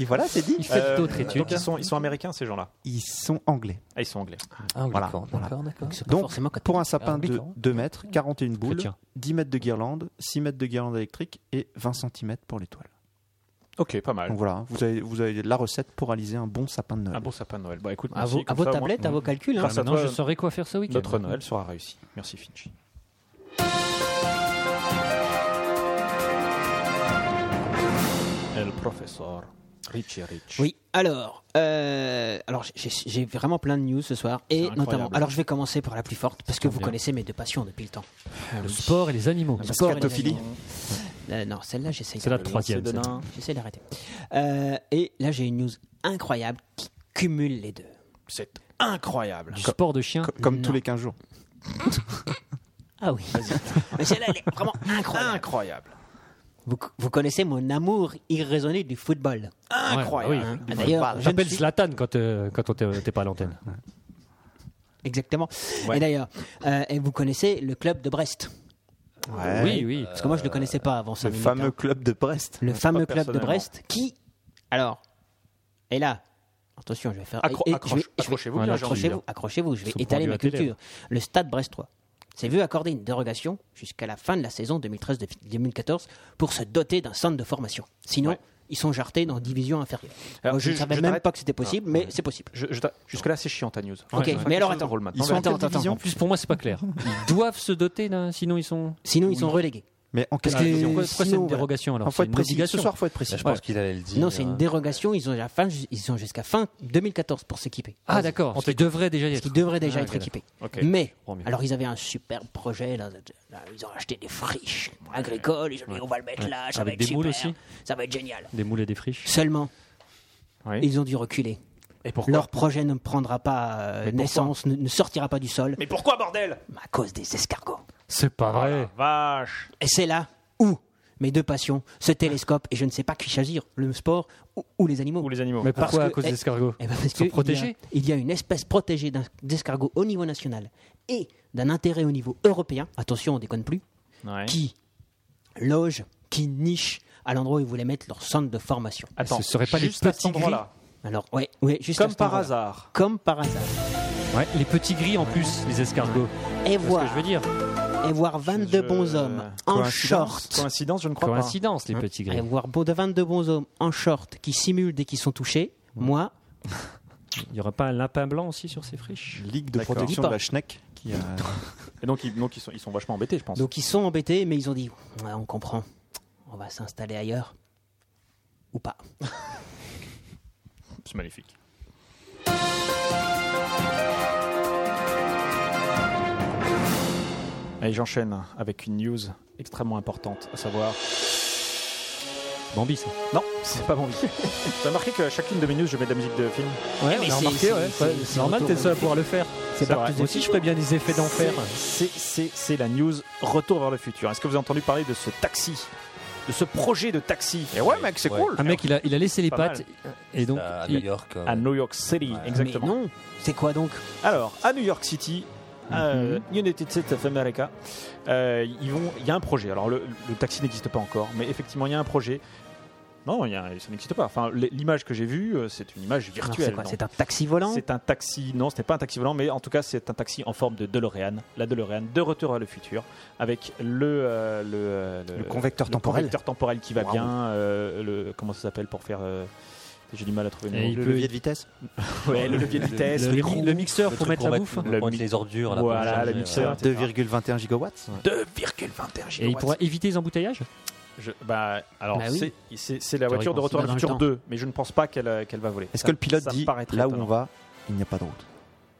Speaker 4: Et voilà, c'est dit.
Speaker 5: Il fait
Speaker 9: Euh,
Speaker 5: d'autres études.
Speaker 9: donc ils sont, ils sont américains ces gens-là.
Speaker 4: Ils sont anglais.
Speaker 9: Ah, ils sont anglais.
Speaker 7: Ah,
Speaker 4: Voilà,
Speaker 7: d'accord,
Speaker 4: voilà.
Speaker 7: d'accord, d'accord.
Speaker 6: Donc, c'est pas
Speaker 4: Donc,
Speaker 6: forcément Ah, quand
Speaker 4: Pour un sapin
Speaker 7: Arbitre,
Speaker 4: de
Speaker 7: hein.
Speaker 4: 2 mètres, 41 boules,
Speaker 5: Chrétien.
Speaker 4: 10 mètres de guirlande, 6 mètres de guirlande électrique et 20 cm pour l'étoile.
Speaker 9: Ok, pas mal.
Speaker 4: Donc voilà, hein, vous avez, vous avez la recette pour réaliser un bon sapin de Noël.
Speaker 9: Un bon sapin de Noël. Bon, écoute,
Speaker 6: À
Speaker 9: merci,
Speaker 6: vos, à
Speaker 9: comme
Speaker 6: vos
Speaker 9: ça, au moins,
Speaker 6: tablettes, à vos calculs. hein.
Speaker 9: Grâce à
Speaker 5: Maintenant,
Speaker 9: toi,
Speaker 5: je saurais quoi faire ce week-end.
Speaker 9: Notre Noël sera réussi. Merci Finchi. El professeur Richie Rich.
Speaker 6: Oui, alors, euh, alors j'ai- j'ai j'ai vraiment plein de news ce soir, et
Speaker 9: incroyable.
Speaker 6: notamment, alors je vais commencer par la plus forte, parce que vous
Speaker 9: bien.
Speaker 6: connaissez mes deux passions depuis le temps.
Speaker 5: Le sport et les animaux.
Speaker 6: Le sport et les animaux. Euh, non, celle-là, j'essaye
Speaker 5: C'est la troisième.
Speaker 9: de
Speaker 5: cette.
Speaker 9: nain.
Speaker 6: J'essaie d'arrêter. Euh, et là, j'ai une news incroyable qui cumule les deux.
Speaker 9: C'est incroyable.
Speaker 5: Du sport de chien.
Speaker 4: Co- Comme tous
Speaker 6: Non.
Speaker 4: les 15 jours.
Speaker 6: Ah oui, Mais celle-là, elle est vraiment incroyable.
Speaker 9: Incroyable.
Speaker 6: Vous, vous connaissez mon amour irraisonné du football.
Speaker 5: Incroyable.
Speaker 6: Hein. Ah, D'ailleurs, je ne
Speaker 5: J'appelle
Speaker 6: suis-
Speaker 5: Zlatan quand, euh, quand on t'est t'es pas à l'antenne.
Speaker 6: Exactement. Et d'ailleurs, euh, et vous connaissez le club de Brest.
Speaker 5: Oui, oui.
Speaker 6: Parce que moi, je ne le connaissais pas avant ça.
Speaker 4: Le fameux club de Brest.
Speaker 6: le fameux club de
Speaker 9: personnellement.
Speaker 6: Brest qui, alors, et là, attention, je vais faire.
Speaker 9: Accro-
Speaker 6: et- et- je
Speaker 9: accroche-
Speaker 6: vais- je vais-
Speaker 9: accrochez-vous
Speaker 5: Voilà,
Speaker 9: bien, j'ai envie de
Speaker 6: Accrochez-vous,
Speaker 9: dire.
Speaker 6: accrochez-vous, je vais
Speaker 5: Ils sont
Speaker 6: étaler
Speaker 5: pendus
Speaker 6: ma
Speaker 5: à tes
Speaker 6: culture. Le stade brestois s'est vu accorder une dérogation jusqu'à la fin de la saison 2013-2014 pour se doter d'un centre de formation. Sinon,
Speaker 9: Ouais.
Speaker 6: ils sont jartés dans division inférieure.
Speaker 9: Alors,
Speaker 6: Moi, je ne
Speaker 9: je-
Speaker 6: savais
Speaker 9: je
Speaker 6: même
Speaker 9: t'arrête.
Speaker 6: pas que c'était possible, mais c'est possible.
Speaker 9: Je- je t'a- Jusque-là, c'est chiant ta news. Ouais,
Speaker 6: Ok, mais
Speaker 9: ouais.
Speaker 6: alors,
Speaker 9: Quelque chose
Speaker 6: attends.
Speaker 9: de drôle maintenant.
Speaker 4: Ils sont en quelle
Speaker 5: Attends, attends, En
Speaker 4: division
Speaker 5: plus, pour moi, c'est pas clair. Ils doivent se doter, d'un- sinon ils sont.
Speaker 6: Sinon, ils sont relégués.
Speaker 4: Mais en quelle
Speaker 6: Parce
Speaker 5: Pourquoi-
Speaker 6: que-
Speaker 4: division
Speaker 5: Pourquoi
Speaker 6: sinon,
Speaker 5: c'est une
Speaker 6: voilà.
Speaker 5: dérogation alors
Speaker 4: Il faut
Speaker 5: C'est
Speaker 4: être
Speaker 5: une
Speaker 4: précis. Ce
Speaker 5: obligation.
Speaker 4: soir, faut être précis.
Speaker 7: Je pense qu'il allait le dire. hein.
Speaker 6: Non, c'est
Speaker 9: Euh.
Speaker 6: une dérogation. Ils ont la fin, ils ont jusqu'à fin 2014 pour s'équiper.
Speaker 5: Ah d'accord. Ils devraient déjà y
Speaker 6: Parce
Speaker 5: être.
Speaker 6: qu'ils devraient déjà
Speaker 5: Ah,
Speaker 6: être
Speaker 5: ok,
Speaker 6: équipés.
Speaker 9: Ok.
Speaker 6: Mais,
Speaker 5: comprends mieux.
Speaker 6: alors ils avaient un super projet, là, là, ils ont acheté des friches agricoles, ils ont dit on va le mettre là, ça
Speaker 5: Avec
Speaker 6: va être
Speaker 5: des moules
Speaker 6: super,
Speaker 5: aussi
Speaker 6: ça va être génial.
Speaker 5: Des moules et des friches.
Speaker 6: Seulement,
Speaker 9: Oui.
Speaker 6: ils ont dû reculer.
Speaker 9: Et pourquoi
Speaker 6: Leur projet ne prendra pas euh, naissance, ne, ne sortira pas du sol
Speaker 9: Mais pourquoi, bordel
Speaker 6: à cause des escargots.
Speaker 5: C'est pas vrai.
Speaker 9: Vache.
Speaker 6: Et c'est là où mes deux passions, ce télescope, et je ne sais pas qui choisir, le sport ou, ou les animaux.
Speaker 9: Ou les animaux.
Speaker 5: Mais pourquoi
Speaker 6: que-
Speaker 5: à cause
Speaker 6: eh-
Speaker 5: des escargots
Speaker 6: Eh ben, parce
Speaker 5: Ils sont
Speaker 6: que
Speaker 5: protégés.
Speaker 6: Il y, a, il y a une espèce protégée d'un- d'escargots au niveau national et d'un intérêt au niveau européen, attention on déconne plus,
Speaker 9: Ah. Ouais.
Speaker 6: qui logent, qui nichent à l'endroit où ils voulaient mettre leur centre de formation.
Speaker 9: Attends,
Speaker 5: Ce seraient pas les
Speaker 9: juste à
Speaker 5: petits
Speaker 9: cet endroit-là.
Speaker 6: Alors, ouais, ouais, juste à
Speaker 9: Comme
Speaker 6: cet
Speaker 9: par
Speaker 6: endroit-là.
Speaker 9: hasard.
Speaker 6: Comme par hasard.
Speaker 5: Ouais. Les petits gris en plus, les escargots.
Speaker 6: Et
Speaker 5: C'est ce que
Speaker 6: voir,
Speaker 5: je veux dire.
Speaker 6: et voir 22 bons hommes en short.
Speaker 9: Coïncidence, je ne crois pas.
Speaker 5: Coïncidence, les petits
Speaker 6: Et
Speaker 5: gris.
Speaker 6: voir beau- de 22 bons hommes en short qui simulent dès qu'ils sont touchés. Moi,
Speaker 5: Il y aura pas un lapin blanc aussi sur ces friches
Speaker 4: Ligue de
Speaker 9: D'accord.
Speaker 4: protection
Speaker 6: Dis pas.
Speaker 4: de la Schneck. Qui a...
Speaker 9: Et donc, ils, donc ils, sont, ils sont vachement embêtés, je pense.
Speaker 6: donc ils sont embêtés, mais ils ont dit Ouais, on comprend, on va s'installer ailleurs. Ou pas.
Speaker 9: C'est magnifique. Et j'enchaîne avec une news extrêmement importante, à savoir.
Speaker 5: Bambi, ça.
Speaker 9: Non, c'est pas bon. T'as remarqué qu'à chacune de mes news, je mets de la musique de film
Speaker 5: Ouais, on a
Speaker 6: mais c'est-
Speaker 5: remarqué,
Speaker 6: c'est-
Speaker 5: ouais.
Speaker 6: c'est-
Speaker 5: Ouais,
Speaker 6: c'est
Speaker 5: C'est normal,
Speaker 6: autour
Speaker 5: t'es
Speaker 6: de-
Speaker 5: le seul à pouvoir le faire.
Speaker 6: C'est
Speaker 9: vrai.
Speaker 5: Moi aussi, je ferais bien des effets d'enfer.
Speaker 9: C'est- C'est c'est la news Retour vers le futur. Est-ce que vous avez entendu parler de ce taxi De ce projet de taxi Et ouais, mec, c'est cool
Speaker 5: Un mec, il a, il a laissé les
Speaker 9: Pas
Speaker 5: pattes et donc
Speaker 7: À New
Speaker 5: il,
Speaker 7: York. euh,
Speaker 9: À New York City, exactement.
Speaker 6: Mais non, c'est quoi donc
Speaker 9: Alors, à New York City, euh, United States of America, euh, ils vont- il y a un projet. Alors, le, le taxi n'existe pas encore, mais effectivement, il y a un projet. Non, il y a- ça n'existe pas. Enfin, l- l'image que j'ai vue, euh, c'est une image
Speaker 6: Alors,
Speaker 9: virtuelle.
Speaker 6: C'est quoi
Speaker 9: non.
Speaker 6: C'est un taxi volant
Speaker 9: C'est un taxi, non, ce n'est pas un taxi volant, mais en tout cas, c'est un taxi en forme de DeLorean, la DeLorean de Retour à le futur, avec le euh, le, euh,
Speaker 4: Le convecteur temporel.
Speaker 9: convecteur temporel qui va
Speaker 4: Waouh.
Speaker 9: bien, euh, le comment ça s'appelle pour faire. euh, j'ai du mal à trouver le
Speaker 5: Et
Speaker 9: mot.
Speaker 5: il
Speaker 4: Le
Speaker 5: peut-
Speaker 4: levier de vitesse.
Speaker 9: Ouais, le levier de
Speaker 7: Le-
Speaker 9: vitesse,
Speaker 5: le,
Speaker 9: le
Speaker 5: mi-
Speaker 9: gros-
Speaker 5: le mixeur
Speaker 7: le
Speaker 5: pour
Speaker 7: truc
Speaker 5: mettre la
Speaker 7: mettre-
Speaker 5: bouffe.
Speaker 7: pour
Speaker 9: Le
Speaker 7: mettre
Speaker 9: mi-
Speaker 7: les ordures. là, pour
Speaker 9: Voilà,
Speaker 7: charger,
Speaker 9: le
Speaker 7: euh,
Speaker 9: mixeur.
Speaker 4: 2,21 gigawatts.
Speaker 5: Et il pourra éviter les embouteillages
Speaker 9: Je- bah, alors,
Speaker 6: Bah oui.
Speaker 9: c'est- c'est c'est la
Speaker 5: T'aurais
Speaker 9: voiture de
Speaker 5: pensé
Speaker 9: Retour à le
Speaker 5: dans le
Speaker 9: futur
Speaker 5: temps.
Speaker 9: 2, mais je ne pense pas qu'elle euh, qu'elle va voler.
Speaker 4: Est-ce
Speaker 9: Ça-
Speaker 4: que le pilote
Speaker 9: ça me
Speaker 4: dit
Speaker 9: paraît très
Speaker 4: là où
Speaker 9: étonnant.
Speaker 4: on va, il n'y a pas de route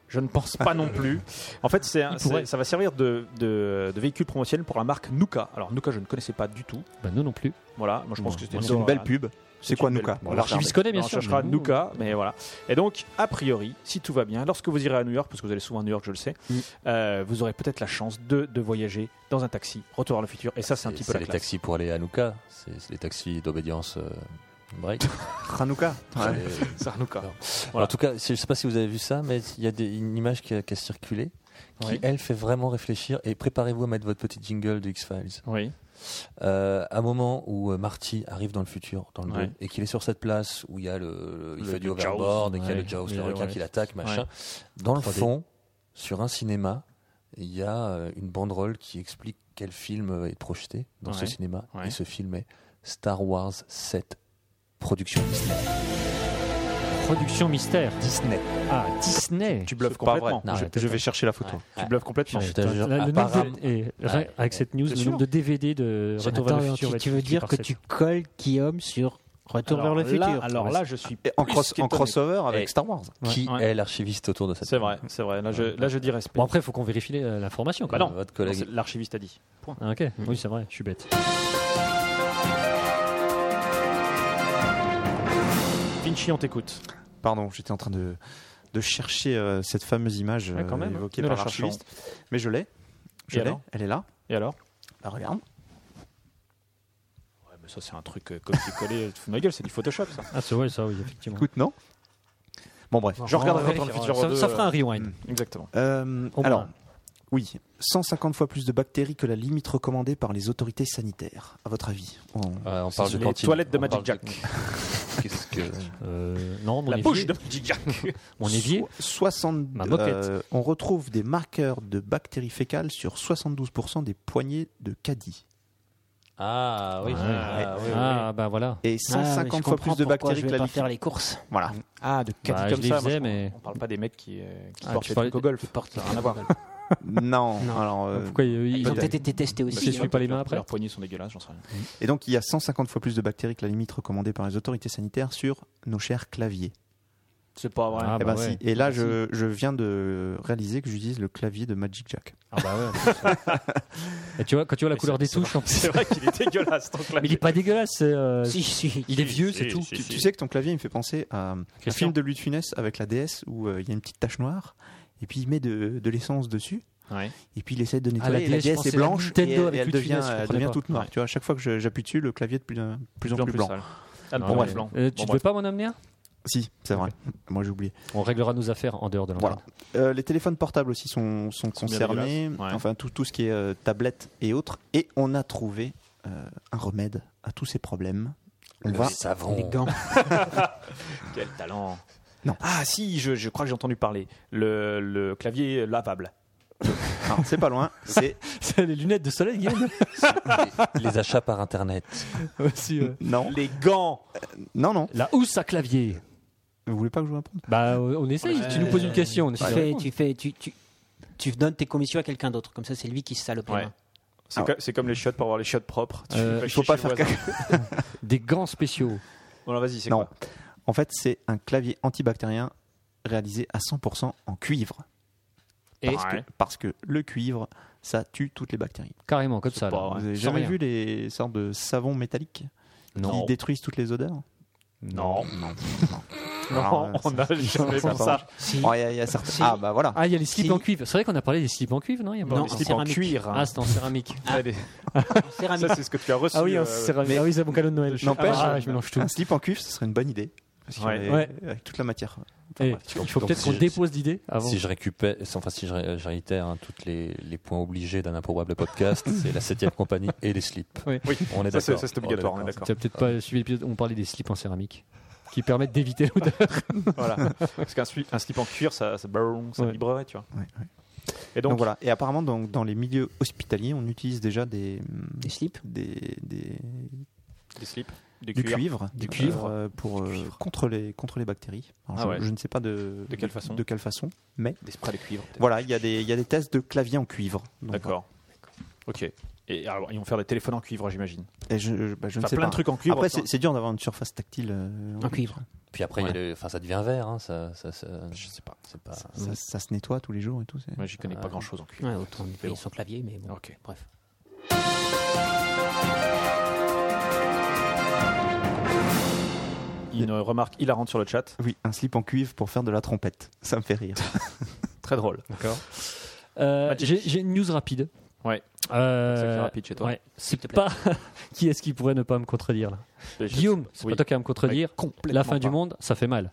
Speaker 9: Je ne pense pas non plus. En fait, c'est un-
Speaker 5: Il
Speaker 9: c'est-
Speaker 5: pourrait.
Speaker 9: ça va servir de, de- de véhicule promotionnel pour la marque Nuka. Alors, Nuka, je ne connaissais pas du tout.
Speaker 5: Bah nous non plus.
Speaker 9: Voilà, moi je pense
Speaker 5: Bon,
Speaker 9: que c'était
Speaker 4: C'est une
Speaker 9: sur-
Speaker 4: belle pub. C'est quoi
Speaker 9: une belle-
Speaker 4: Nuka
Speaker 9: Bon,
Speaker 4: On va
Speaker 9: l'archiviste
Speaker 4: regarder.
Speaker 5: Je connais bien
Speaker 9: on
Speaker 5: sûr.
Speaker 9: cherchera
Speaker 5: mais nous,
Speaker 9: Nuka, mais voilà. Et donc, a priori, si tout va bien, lorsque vous irez à New York, parce que vous allez souvent à New York, je le sais, euh, vous aurez peut-être la chance de, de voyager dans un taxi, retour vers le futur. Et ça, c'est un petit peu la
Speaker 7: les
Speaker 9: classe.
Speaker 7: taxis pour aller à Nuka. C'est c'est les taxis d'obédience. euh, break.
Speaker 4: Hanuka. Ouais.
Speaker 7: C'est-
Speaker 9: C'est un Nuka.
Speaker 7: Alors, En tout cas, si- je ne sais pas si vous avez vu ça, mais il y a des- une image qui a, qui a circulé qui,
Speaker 9: Oui.
Speaker 7: elle, fait vraiment réfléchir. Et préparez-vous à mettre votre petit jingle de X-Files.
Speaker 9: Oui.
Speaker 7: Euh, un moment où euh, Marty arrive dans le futur, dans le
Speaker 9: Ouais.
Speaker 7: deux, et qu'il est sur cette place où il y a le, le- il
Speaker 9: Le-
Speaker 7: fait du
Speaker 9: le Jaws.
Speaker 7: overboard et qu'il y a
Speaker 5: Ouais.
Speaker 7: le Jaws, le
Speaker 5: Ouais,
Speaker 7: requin
Speaker 5: ouais.
Speaker 7: qui l'attaque, machin. Dans le
Speaker 5: 3D.
Speaker 7: fond, sur un cinéma, il y a euh, une banderole qui explique quel film euh, est projeté dans ce
Speaker 9: Ouais.
Speaker 7: cinéma.
Speaker 9: Ouais.
Speaker 7: Et ce film est Star Wars 7
Speaker 10: Production Disney.
Speaker 5: Production mystère.
Speaker 10: Disney.
Speaker 5: Ah, Disney.
Speaker 9: Tu bluffes
Speaker 4: C'est pas vrai.
Speaker 9: complètement.
Speaker 10: Non,
Speaker 9: Je-
Speaker 10: je-
Speaker 9: je, vais chercher la photo.
Speaker 10: Ouais.
Speaker 9: Tu bluffes complètement.
Speaker 10: Je te jure,
Speaker 5: Là, le
Speaker 10: apparemment-
Speaker 5: nombre de- et
Speaker 10: Ouais.
Speaker 5: avec cette news,
Speaker 9: C'est
Speaker 5: le
Speaker 9: sûr.
Speaker 5: nombre de DVD de Retour vers le
Speaker 6: Attends,
Speaker 5: futur. va
Speaker 6: tu,
Speaker 5: être
Speaker 6: tu veux
Speaker 5: multiplié
Speaker 6: dire
Speaker 5: par
Speaker 6: que
Speaker 5: sept.
Speaker 6: tu colles Guillaume sur Retour vers le
Speaker 3: là,
Speaker 6: futur
Speaker 3: Alors là, je suis.
Speaker 4: Et en,
Speaker 3: plus
Speaker 4: cross- en
Speaker 3: qu'étonné.
Speaker 4: crossover avec
Speaker 7: Et-
Speaker 4: Star Wars.
Speaker 7: Qui
Speaker 3: Ouais.
Speaker 7: est l'archiviste autour de cette
Speaker 9: C'est vrai, c'est vrai. Là, je, là, je dis respect.
Speaker 5: Bon, après, il faut qu'on vérifie euh, l'information.
Speaker 9: Bah
Speaker 5: quand
Speaker 9: non,
Speaker 5: même.
Speaker 7: Votre collègue.
Speaker 9: c'est- l'archiviste a dit.
Speaker 5: Ah, ok, oui, c'est vrai, je suis bête.
Speaker 9: Vinci, on t'écoute.
Speaker 4: Pardon, j'étais en train de, de chercher euh, cette fameuse image
Speaker 9: Ouais, quand
Speaker 4: euh,
Speaker 9: même, hein.
Speaker 4: évoquée
Speaker 9: Nous
Speaker 4: par
Speaker 9: la cherchons.
Speaker 4: l'archiviste. Mais je l'ai. Je
Speaker 9: Et
Speaker 4: l'ai.
Speaker 9: alors
Speaker 4: Elle est là.
Speaker 9: Et alors
Speaker 4: Bah, regarde.
Speaker 9: Ouais, mais ça, c'est un truc euh, comme tu collais. Tu fous de ma gueule, c'est du Photoshop, ça.
Speaker 5: Ah, c'est vrai, ça, oui, effectivement.
Speaker 4: Écoute, non Bon, bref.
Speaker 5: Bon,
Speaker 9: je
Speaker 5: on
Speaker 9: regarderai
Speaker 5: va
Speaker 9: Retour vers le
Speaker 5: vérifier.
Speaker 9: futur
Speaker 5: Ça,
Speaker 9: deux,
Speaker 5: ça
Speaker 9: euh,
Speaker 5: fera un rewind.
Speaker 9: Exactement.
Speaker 4: Euh,
Speaker 5: Au moins.
Speaker 4: alors, oui, 150 fois plus de bactéries que la limite recommandée par les autorités sanitaires. À votre avis On-
Speaker 7: Euh, on parle de
Speaker 9: Les
Speaker 7: cantine.
Speaker 9: toilettes de
Speaker 7: On
Speaker 9: Magic
Speaker 7: parle-
Speaker 9: Jack.
Speaker 7: Qu'est-ce que-
Speaker 5: Euh, non, mon
Speaker 9: La
Speaker 5: évier-
Speaker 9: bouche de Magic Jack.
Speaker 5: Mon évier.
Speaker 4: So- 60,
Speaker 5: Ma moquette.
Speaker 4: euh, on retrouve des marqueurs de bactéries fécales sur 72% des poignées de caddie.
Speaker 10: Ah oui.
Speaker 5: Ouais.
Speaker 10: Ah, oui, oui.
Speaker 5: Ah, bah voilà.
Speaker 4: Et
Speaker 6: Ah, mais je
Speaker 4: 150 fois
Speaker 6: comprends
Speaker 4: plus de
Speaker 6: pourquoi
Speaker 4: bactéries
Speaker 6: je
Speaker 4: que
Speaker 6: vais
Speaker 4: la
Speaker 6: pas
Speaker 4: limite.
Speaker 6: faire les courses.
Speaker 4: Voilà.
Speaker 6: Ah, de
Speaker 5: Bah,
Speaker 9: Caddie
Speaker 5: je
Speaker 9: comme
Speaker 5: les
Speaker 9: ça,
Speaker 5: faisais,
Speaker 9: moi, je-
Speaker 5: mais.
Speaker 9: On parle pas des mecs qui, euh, qui
Speaker 5: Ah,
Speaker 9: portent
Speaker 5: tu
Speaker 9: des
Speaker 5: parlais-
Speaker 9: trucs au golf.
Speaker 6: Tu portes
Speaker 9: Rien à voir.
Speaker 4: non.
Speaker 6: Non.
Speaker 4: Alors, euh,
Speaker 5: Pourquoi il- il-
Speaker 6: Ils ont
Speaker 5: il-
Speaker 6: peut-être été testés
Speaker 5: Je
Speaker 6: aussi. hein.
Speaker 5: suis pas les mains après.
Speaker 9: Leurs poignées sont dégueulasses, j'en sais rien.
Speaker 4: et donc, il y a 150 fois plus de bactéries que la limite recommandée par les autorités sanitaires sur nos chers claviers.
Speaker 9: C'est pas vrai.
Speaker 5: Ah,
Speaker 4: Eh
Speaker 5: bah
Speaker 4: ben,
Speaker 5: ouais.
Speaker 4: si. Et là, je, je viens de réaliser que j'utilise le clavier de Magic Jack.
Speaker 5: Ah bah ouais. en plus, ouais. Et tu vois, quand tu vois la couleur des touches, en plus.
Speaker 9: C'est vrai qu'il est dégueulasse, ton clavier.
Speaker 5: Mais il est pas dégueulasse. c'est, euh,
Speaker 6: Si, si.
Speaker 5: Il est vieux, c'est tout.
Speaker 4: Tu, tu sais que ton clavier il me fait penser à un
Speaker 5: Christian.
Speaker 4: film de Louis de Funès avec la déesse où euh, il y a une petite tache noire et puis il met de, de l'essence dessus
Speaker 9: Ouais.
Speaker 4: et puis il essaie de
Speaker 5: Ah, la
Speaker 4: nettoyer. et la
Speaker 5: déesse, je
Speaker 4: déesse
Speaker 5: pensais
Speaker 4: est blanche
Speaker 5: la
Speaker 4: et,
Speaker 5: Nintendo
Speaker 4: elle-
Speaker 5: avec
Speaker 4: elle
Speaker 5: Louis de
Speaker 4: devient,
Speaker 5: Funès, je
Speaker 4: elle
Speaker 5: comprenais
Speaker 4: devient
Speaker 5: pas.
Speaker 4: toute noire.
Speaker 5: Ouais.
Speaker 4: Tu vois, à chaque fois que je- j'appuie dessus, le clavier est de plus, en- plus en plus, blanc.
Speaker 9: sale. Ah,
Speaker 5: Non,
Speaker 9: pour moi,
Speaker 5: mais-
Speaker 9: blanc.
Speaker 5: Euh,
Speaker 9: Bon,
Speaker 5: Tu devais
Speaker 9: bref.
Speaker 5: pas m'en amener un
Speaker 4: Si, c'est vrai. Moi, j'ai oublié.
Speaker 5: On réglera nos affaires en dehors de l'antenne.
Speaker 4: Voilà. Euh, les téléphones portables aussi sont, sont concernés.
Speaker 9: dégueulasses, ouais.
Speaker 4: Enfin, tout, tout ce qui est euh, tablette et autres. Et on a trouvé euh, un remède à tous ces problèmes. On
Speaker 5: Euh,
Speaker 7: Le
Speaker 4: va.
Speaker 7: savon.
Speaker 9: Quel talent.
Speaker 4: Non.
Speaker 9: Ah si, je, je crois que j'ai entendu parler. Le, le clavier lavable.
Speaker 4: Ah, c'est pas loin. C'est
Speaker 5: C'est les lunettes de soleil, Guillaume
Speaker 7: Les achats par internet.
Speaker 5: Aussi, ouais.
Speaker 4: non,
Speaker 9: Les gants.
Speaker 4: non, non.
Speaker 5: La housse à clavier.
Speaker 4: Vous voulez pas que je vous apprenne
Speaker 5: Bah, euh, on essaye. Tu nous poses une question. On
Speaker 6: Tu
Speaker 5: essaye de
Speaker 6: fais,
Speaker 5: répondre.
Speaker 6: tu fais, tu, tu, tu donnes tes commissions à quelqu'un d'autre. Comme ça, c'est lui qui se salope les
Speaker 9: Ouais.
Speaker 6: mains.
Speaker 9: C'est
Speaker 4: Ah
Speaker 9: co- c'est comme les chiottes pour avoir les chiottes propres. Tu fais
Speaker 5: Euh,
Speaker 9: pas
Speaker 5: il
Speaker 4: faut
Speaker 9: chier
Speaker 4: pas
Speaker 9: chez le
Speaker 4: faire
Speaker 9: voisin.
Speaker 5: Des gants spéciaux.
Speaker 9: Bon, alors, vas-y, c'est
Speaker 4: Non.
Speaker 9: quoi
Speaker 4: En fait, c'est un clavier antibactérien réalisé à 100% en cuivre.
Speaker 5: Et
Speaker 4: Parce, que, parce que le cuivre, ça tue toutes les bactéries.
Speaker 5: carrément comme ça.
Speaker 9: pas vrai.
Speaker 5: là.
Speaker 9: Ouais,
Speaker 4: vous avez
Speaker 5: sans
Speaker 4: jamais
Speaker 5: rien.
Speaker 4: vu les sortes de savons métalliques
Speaker 9: Non.
Speaker 4: qui détruisent toutes les odeurs
Speaker 9: Non.
Speaker 4: Non.
Speaker 9: Non, on n'a jamais
Speaker 4: ça
Speaker 9: fait ça.
Speaker 6: Si.
Speaker 4: Oh, il y a- il y a certains- Ah bah voilà.
Speaker 5: Ah, il y a les slips
Speaker 6: Si.
Speaker 5: en cuivre. C'est vrai qu'on a parlé des slips en cuivre, non Il y a pas-
Speaker 6: Non,
Speaker 9: Les
Speaker 6: en
Speaker 9: slips en
Speaker 6: céramique.
Speaker 9: cuir. hein.
Speaker 5: Ah, c'était en céramique.
Speaker 9: Allez,
Speaker 6: Céramique.
Speaker 9: ça, c'est ce que tu as reçu. euh,
Speaker 5: Ah oui, c'est mon cadeau de Noël.
Speaker 4: N'empêche,
Speaker 5: Ah, je mélange tout.
Speaker 4: un slip en cuivre, ce serait une bonne idée. Parce qu'il y
Speaker 9: Ouais.
Speaker 4: aurait-
Speaker 5: Ouais.
Speaker 4: Avec toute la matière.
Speaker 5: Eh,
Speaker 4: bref.
Speaker 5: il faut
Speaker 7: Donc,
Speaker 5: peut-être
Speaker 7: si
Speaker 5: qu'on
Speaker 7: je-
Speaker 5: dépose l'idée avant.
Speaker 7: Si je récupère, enfin si je, ré- je réitère hein, toutes les, les points obligés d'un improbable podcast, c'est la septième compagnie et les slips.
Speaker 5: Oui.
Speaker 9: Oui,
Speaker 7: on est
Speaker 9: ça, c'est-
Speaker 7: d'accord.
Speaker 9: ça,
Speaker 4: Oh,
Speaker 9: c'est obligatoire, on est d'accord.
Speaker 5: Tu as peut-être pas suivi l'épisode où on parlait des slips en céramique qui permettent d'éviter l'odeur.
Speaker 9: Voilà. Parce qu'un slip, un slip en cuir, ça, ça, brrrr, ça
Speaker 5: Ouais.
Speaker 9: vibrerait, tu vois.
Speaker 4: Ouais, ouais.
Speaker 9: Et
Speaker 4: Donc,
Speaker 9: donc,
Speaker 4: voilà. Et apparemment, dans, dans les milieux hospitaliers, on utilise déjà des,
Speaker 6: Des slips.
Speaker 4: des, des-
Speaker 9: des slips, du,
Speaker 4: du
Speaker 9: cuir.
Speaker 4: cuivre,
Speaker 9: Du cuivre.
Speaker 4: euh, pour euh, contre les contre les bactéries. Alors,
Speaker 9: Ah
Speaker 4: je,
Speaker 9: ouais.
Speaker 4: je ne sais pas de
Speaker 9: De quelle façon
Speaker 4: de quelle façon. Mais
Speaker 9: Des sprays de cuivre. peut-être.
Speaker 4: voilà, il y a des il y a des tests de clavier en cuivre. Donc,
Speaker 9: D'accord. Ok. Et alors, ils vont faire des téléphones en cuivre, j'imagine.
Speaker 4: Et je, je- bah, je ne
Speaker 9: Enfin,
Speaker 4: sais
Speaker 9: plein
Speaker 4: pas.
Speaker 9: de trucs en cuivre.
Speaker 4: Après,
Speaker 9: ça-
Speaker 4: c'est c'est dur d'avoir une surface tactile euh,
Speaker 6: En cuivre.
Speaker 7: Puis après, il y a le- enfin ça devient vert. Hein, ça, ça, ça-
Speaker 4: Je sais pas.
Speaker 7: c'est pas.
Speaker 4: Ça, ça- ça se nettoie tous les jours et tout. c'est-
Speaker 9: Moi, j'y connais pas
Speaker 7: Ouais.
Speaker 9: grand chose en cuivre.
Speaker 6: Ouais, autant
Speaker 9: Mais bon.
Speaker 6: ils son clavier, mais bon.
Speaker 9: Ok.
Speaker 6: Bref.
Speaker 9: Une euh, remarque hilarante sur le chat.
Speaker 4: Oui, un slip en cuivre pour faire de la trompette. Ça me fait rire.
Speaker 9: Très drôle.
Speaker 5: Euh,
Speaker 9: Magic.
Speaker 5: J'ai j'ai une news rapide.
Speaker 9: Ouais.
Speaker 5: Euh,
Speaker 9: C'est ça qui est rapide chez toi.
Speaker 5: ouais. C'est pas qui est-ce qui pourrait ne pas me contredire là. Guillaume, c'est
Speaker 9: Oui.
Speaker 5: pas toi qui vas me contredire.
Speaker 9: Ouais, complètement
Speaker 5: La fin du
Speaker 9: pas.
Speaker 5: monde, ça fait mal.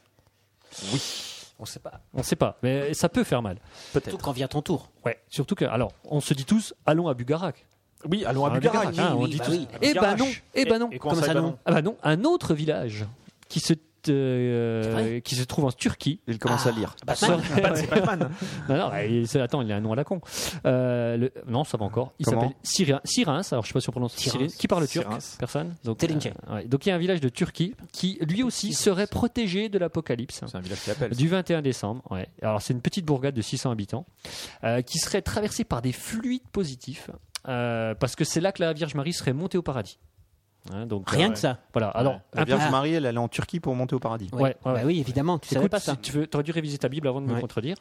Speaker 7: On sait pas.
Speaker 5: On sait pas, mais ça peut faire mal.
Speaker 6: Surtout quand vient ton tour.
Speaker 5: Ouais. Surtout que, alors, on se dit tous, allons à Bugarak.
Speaker 9: Oui, allons à
Speaker 5: Ah,
Speaker 9: Bugarak.
Speaker 5: Bugarak. Ah,
Speaker 6: Oui,
Speaker 5: on
Speaker 6: oui,
Speaker 5: dit
Speaker 6: bah
Speaker 5: tous.
Speaker 6: oui.
Speaker 5: Eh ben
Speaker 9: Bugarak.
Speaker 5: non. Eh ben non.
Speaker 9: Et comment ça,
Speaker 6: ça,
Speaker 9: bah
Speaker 6: non
Speaker 9: non
Speaker 5: Ah bah non, un autre village qui se euh,
Speaker 6: C'est vrai
Speaker 5: qui se trouve en Turquie.
Speaker 4: Il commence à lire.
Speaker 5: Batman. non, non, bah, il- c'est- attends, il a un nom à la con. Euh, le- non, ça va encore. Il
Speaker 4: Comment
Speaker 5: s'appelle Syrin. Syrins, alors je sais pas si on prononce
Speaker 6: Syrins.
Speaker 5: Syrins. Qui parle turc
Speaker 9: Syrins.
Speaker 5: Personne. Donc,
Speaker 6: Telinche.
Speaker 5: euh, ouais. Donc il y a un village de Turquie qui lui aussi serait protégé de l'apocalypse.
Speaker 9: C'est un village qui appelle.
Speaker 5: Du 21 décembre, ouais. Alors c'est une petite bourgade de 600 habitants euh, qui serait traversée par des fluides positifs euh, parce que c'est là que la Vierge Marie serait montée au paradis. Hein, donc
Speaker 6: Rien
Speaker 5: euh,
Speaker 6: que ça.
Speaker 5: voilà. Alors
Speaker 4: La
Speaker 5: un
Speaker 4: Vierge
Speaker 6: Ah.
Speaker 4: Marie, elle allait en Turquie pour monter au paradis.
Speaker 5: Ouais, ouais,
Speaker 6: Bah
Speaker 5: ouais.
Speaker 6: oui, évidemment, tu savais
Speaker 5: Écoute,
Speaker 6: pas ça.
Speaker 5: si tu veux, t'aurais dû réviser ta Bible avant de me
Speaker 6: Ouais.
Speaker 5: contredire.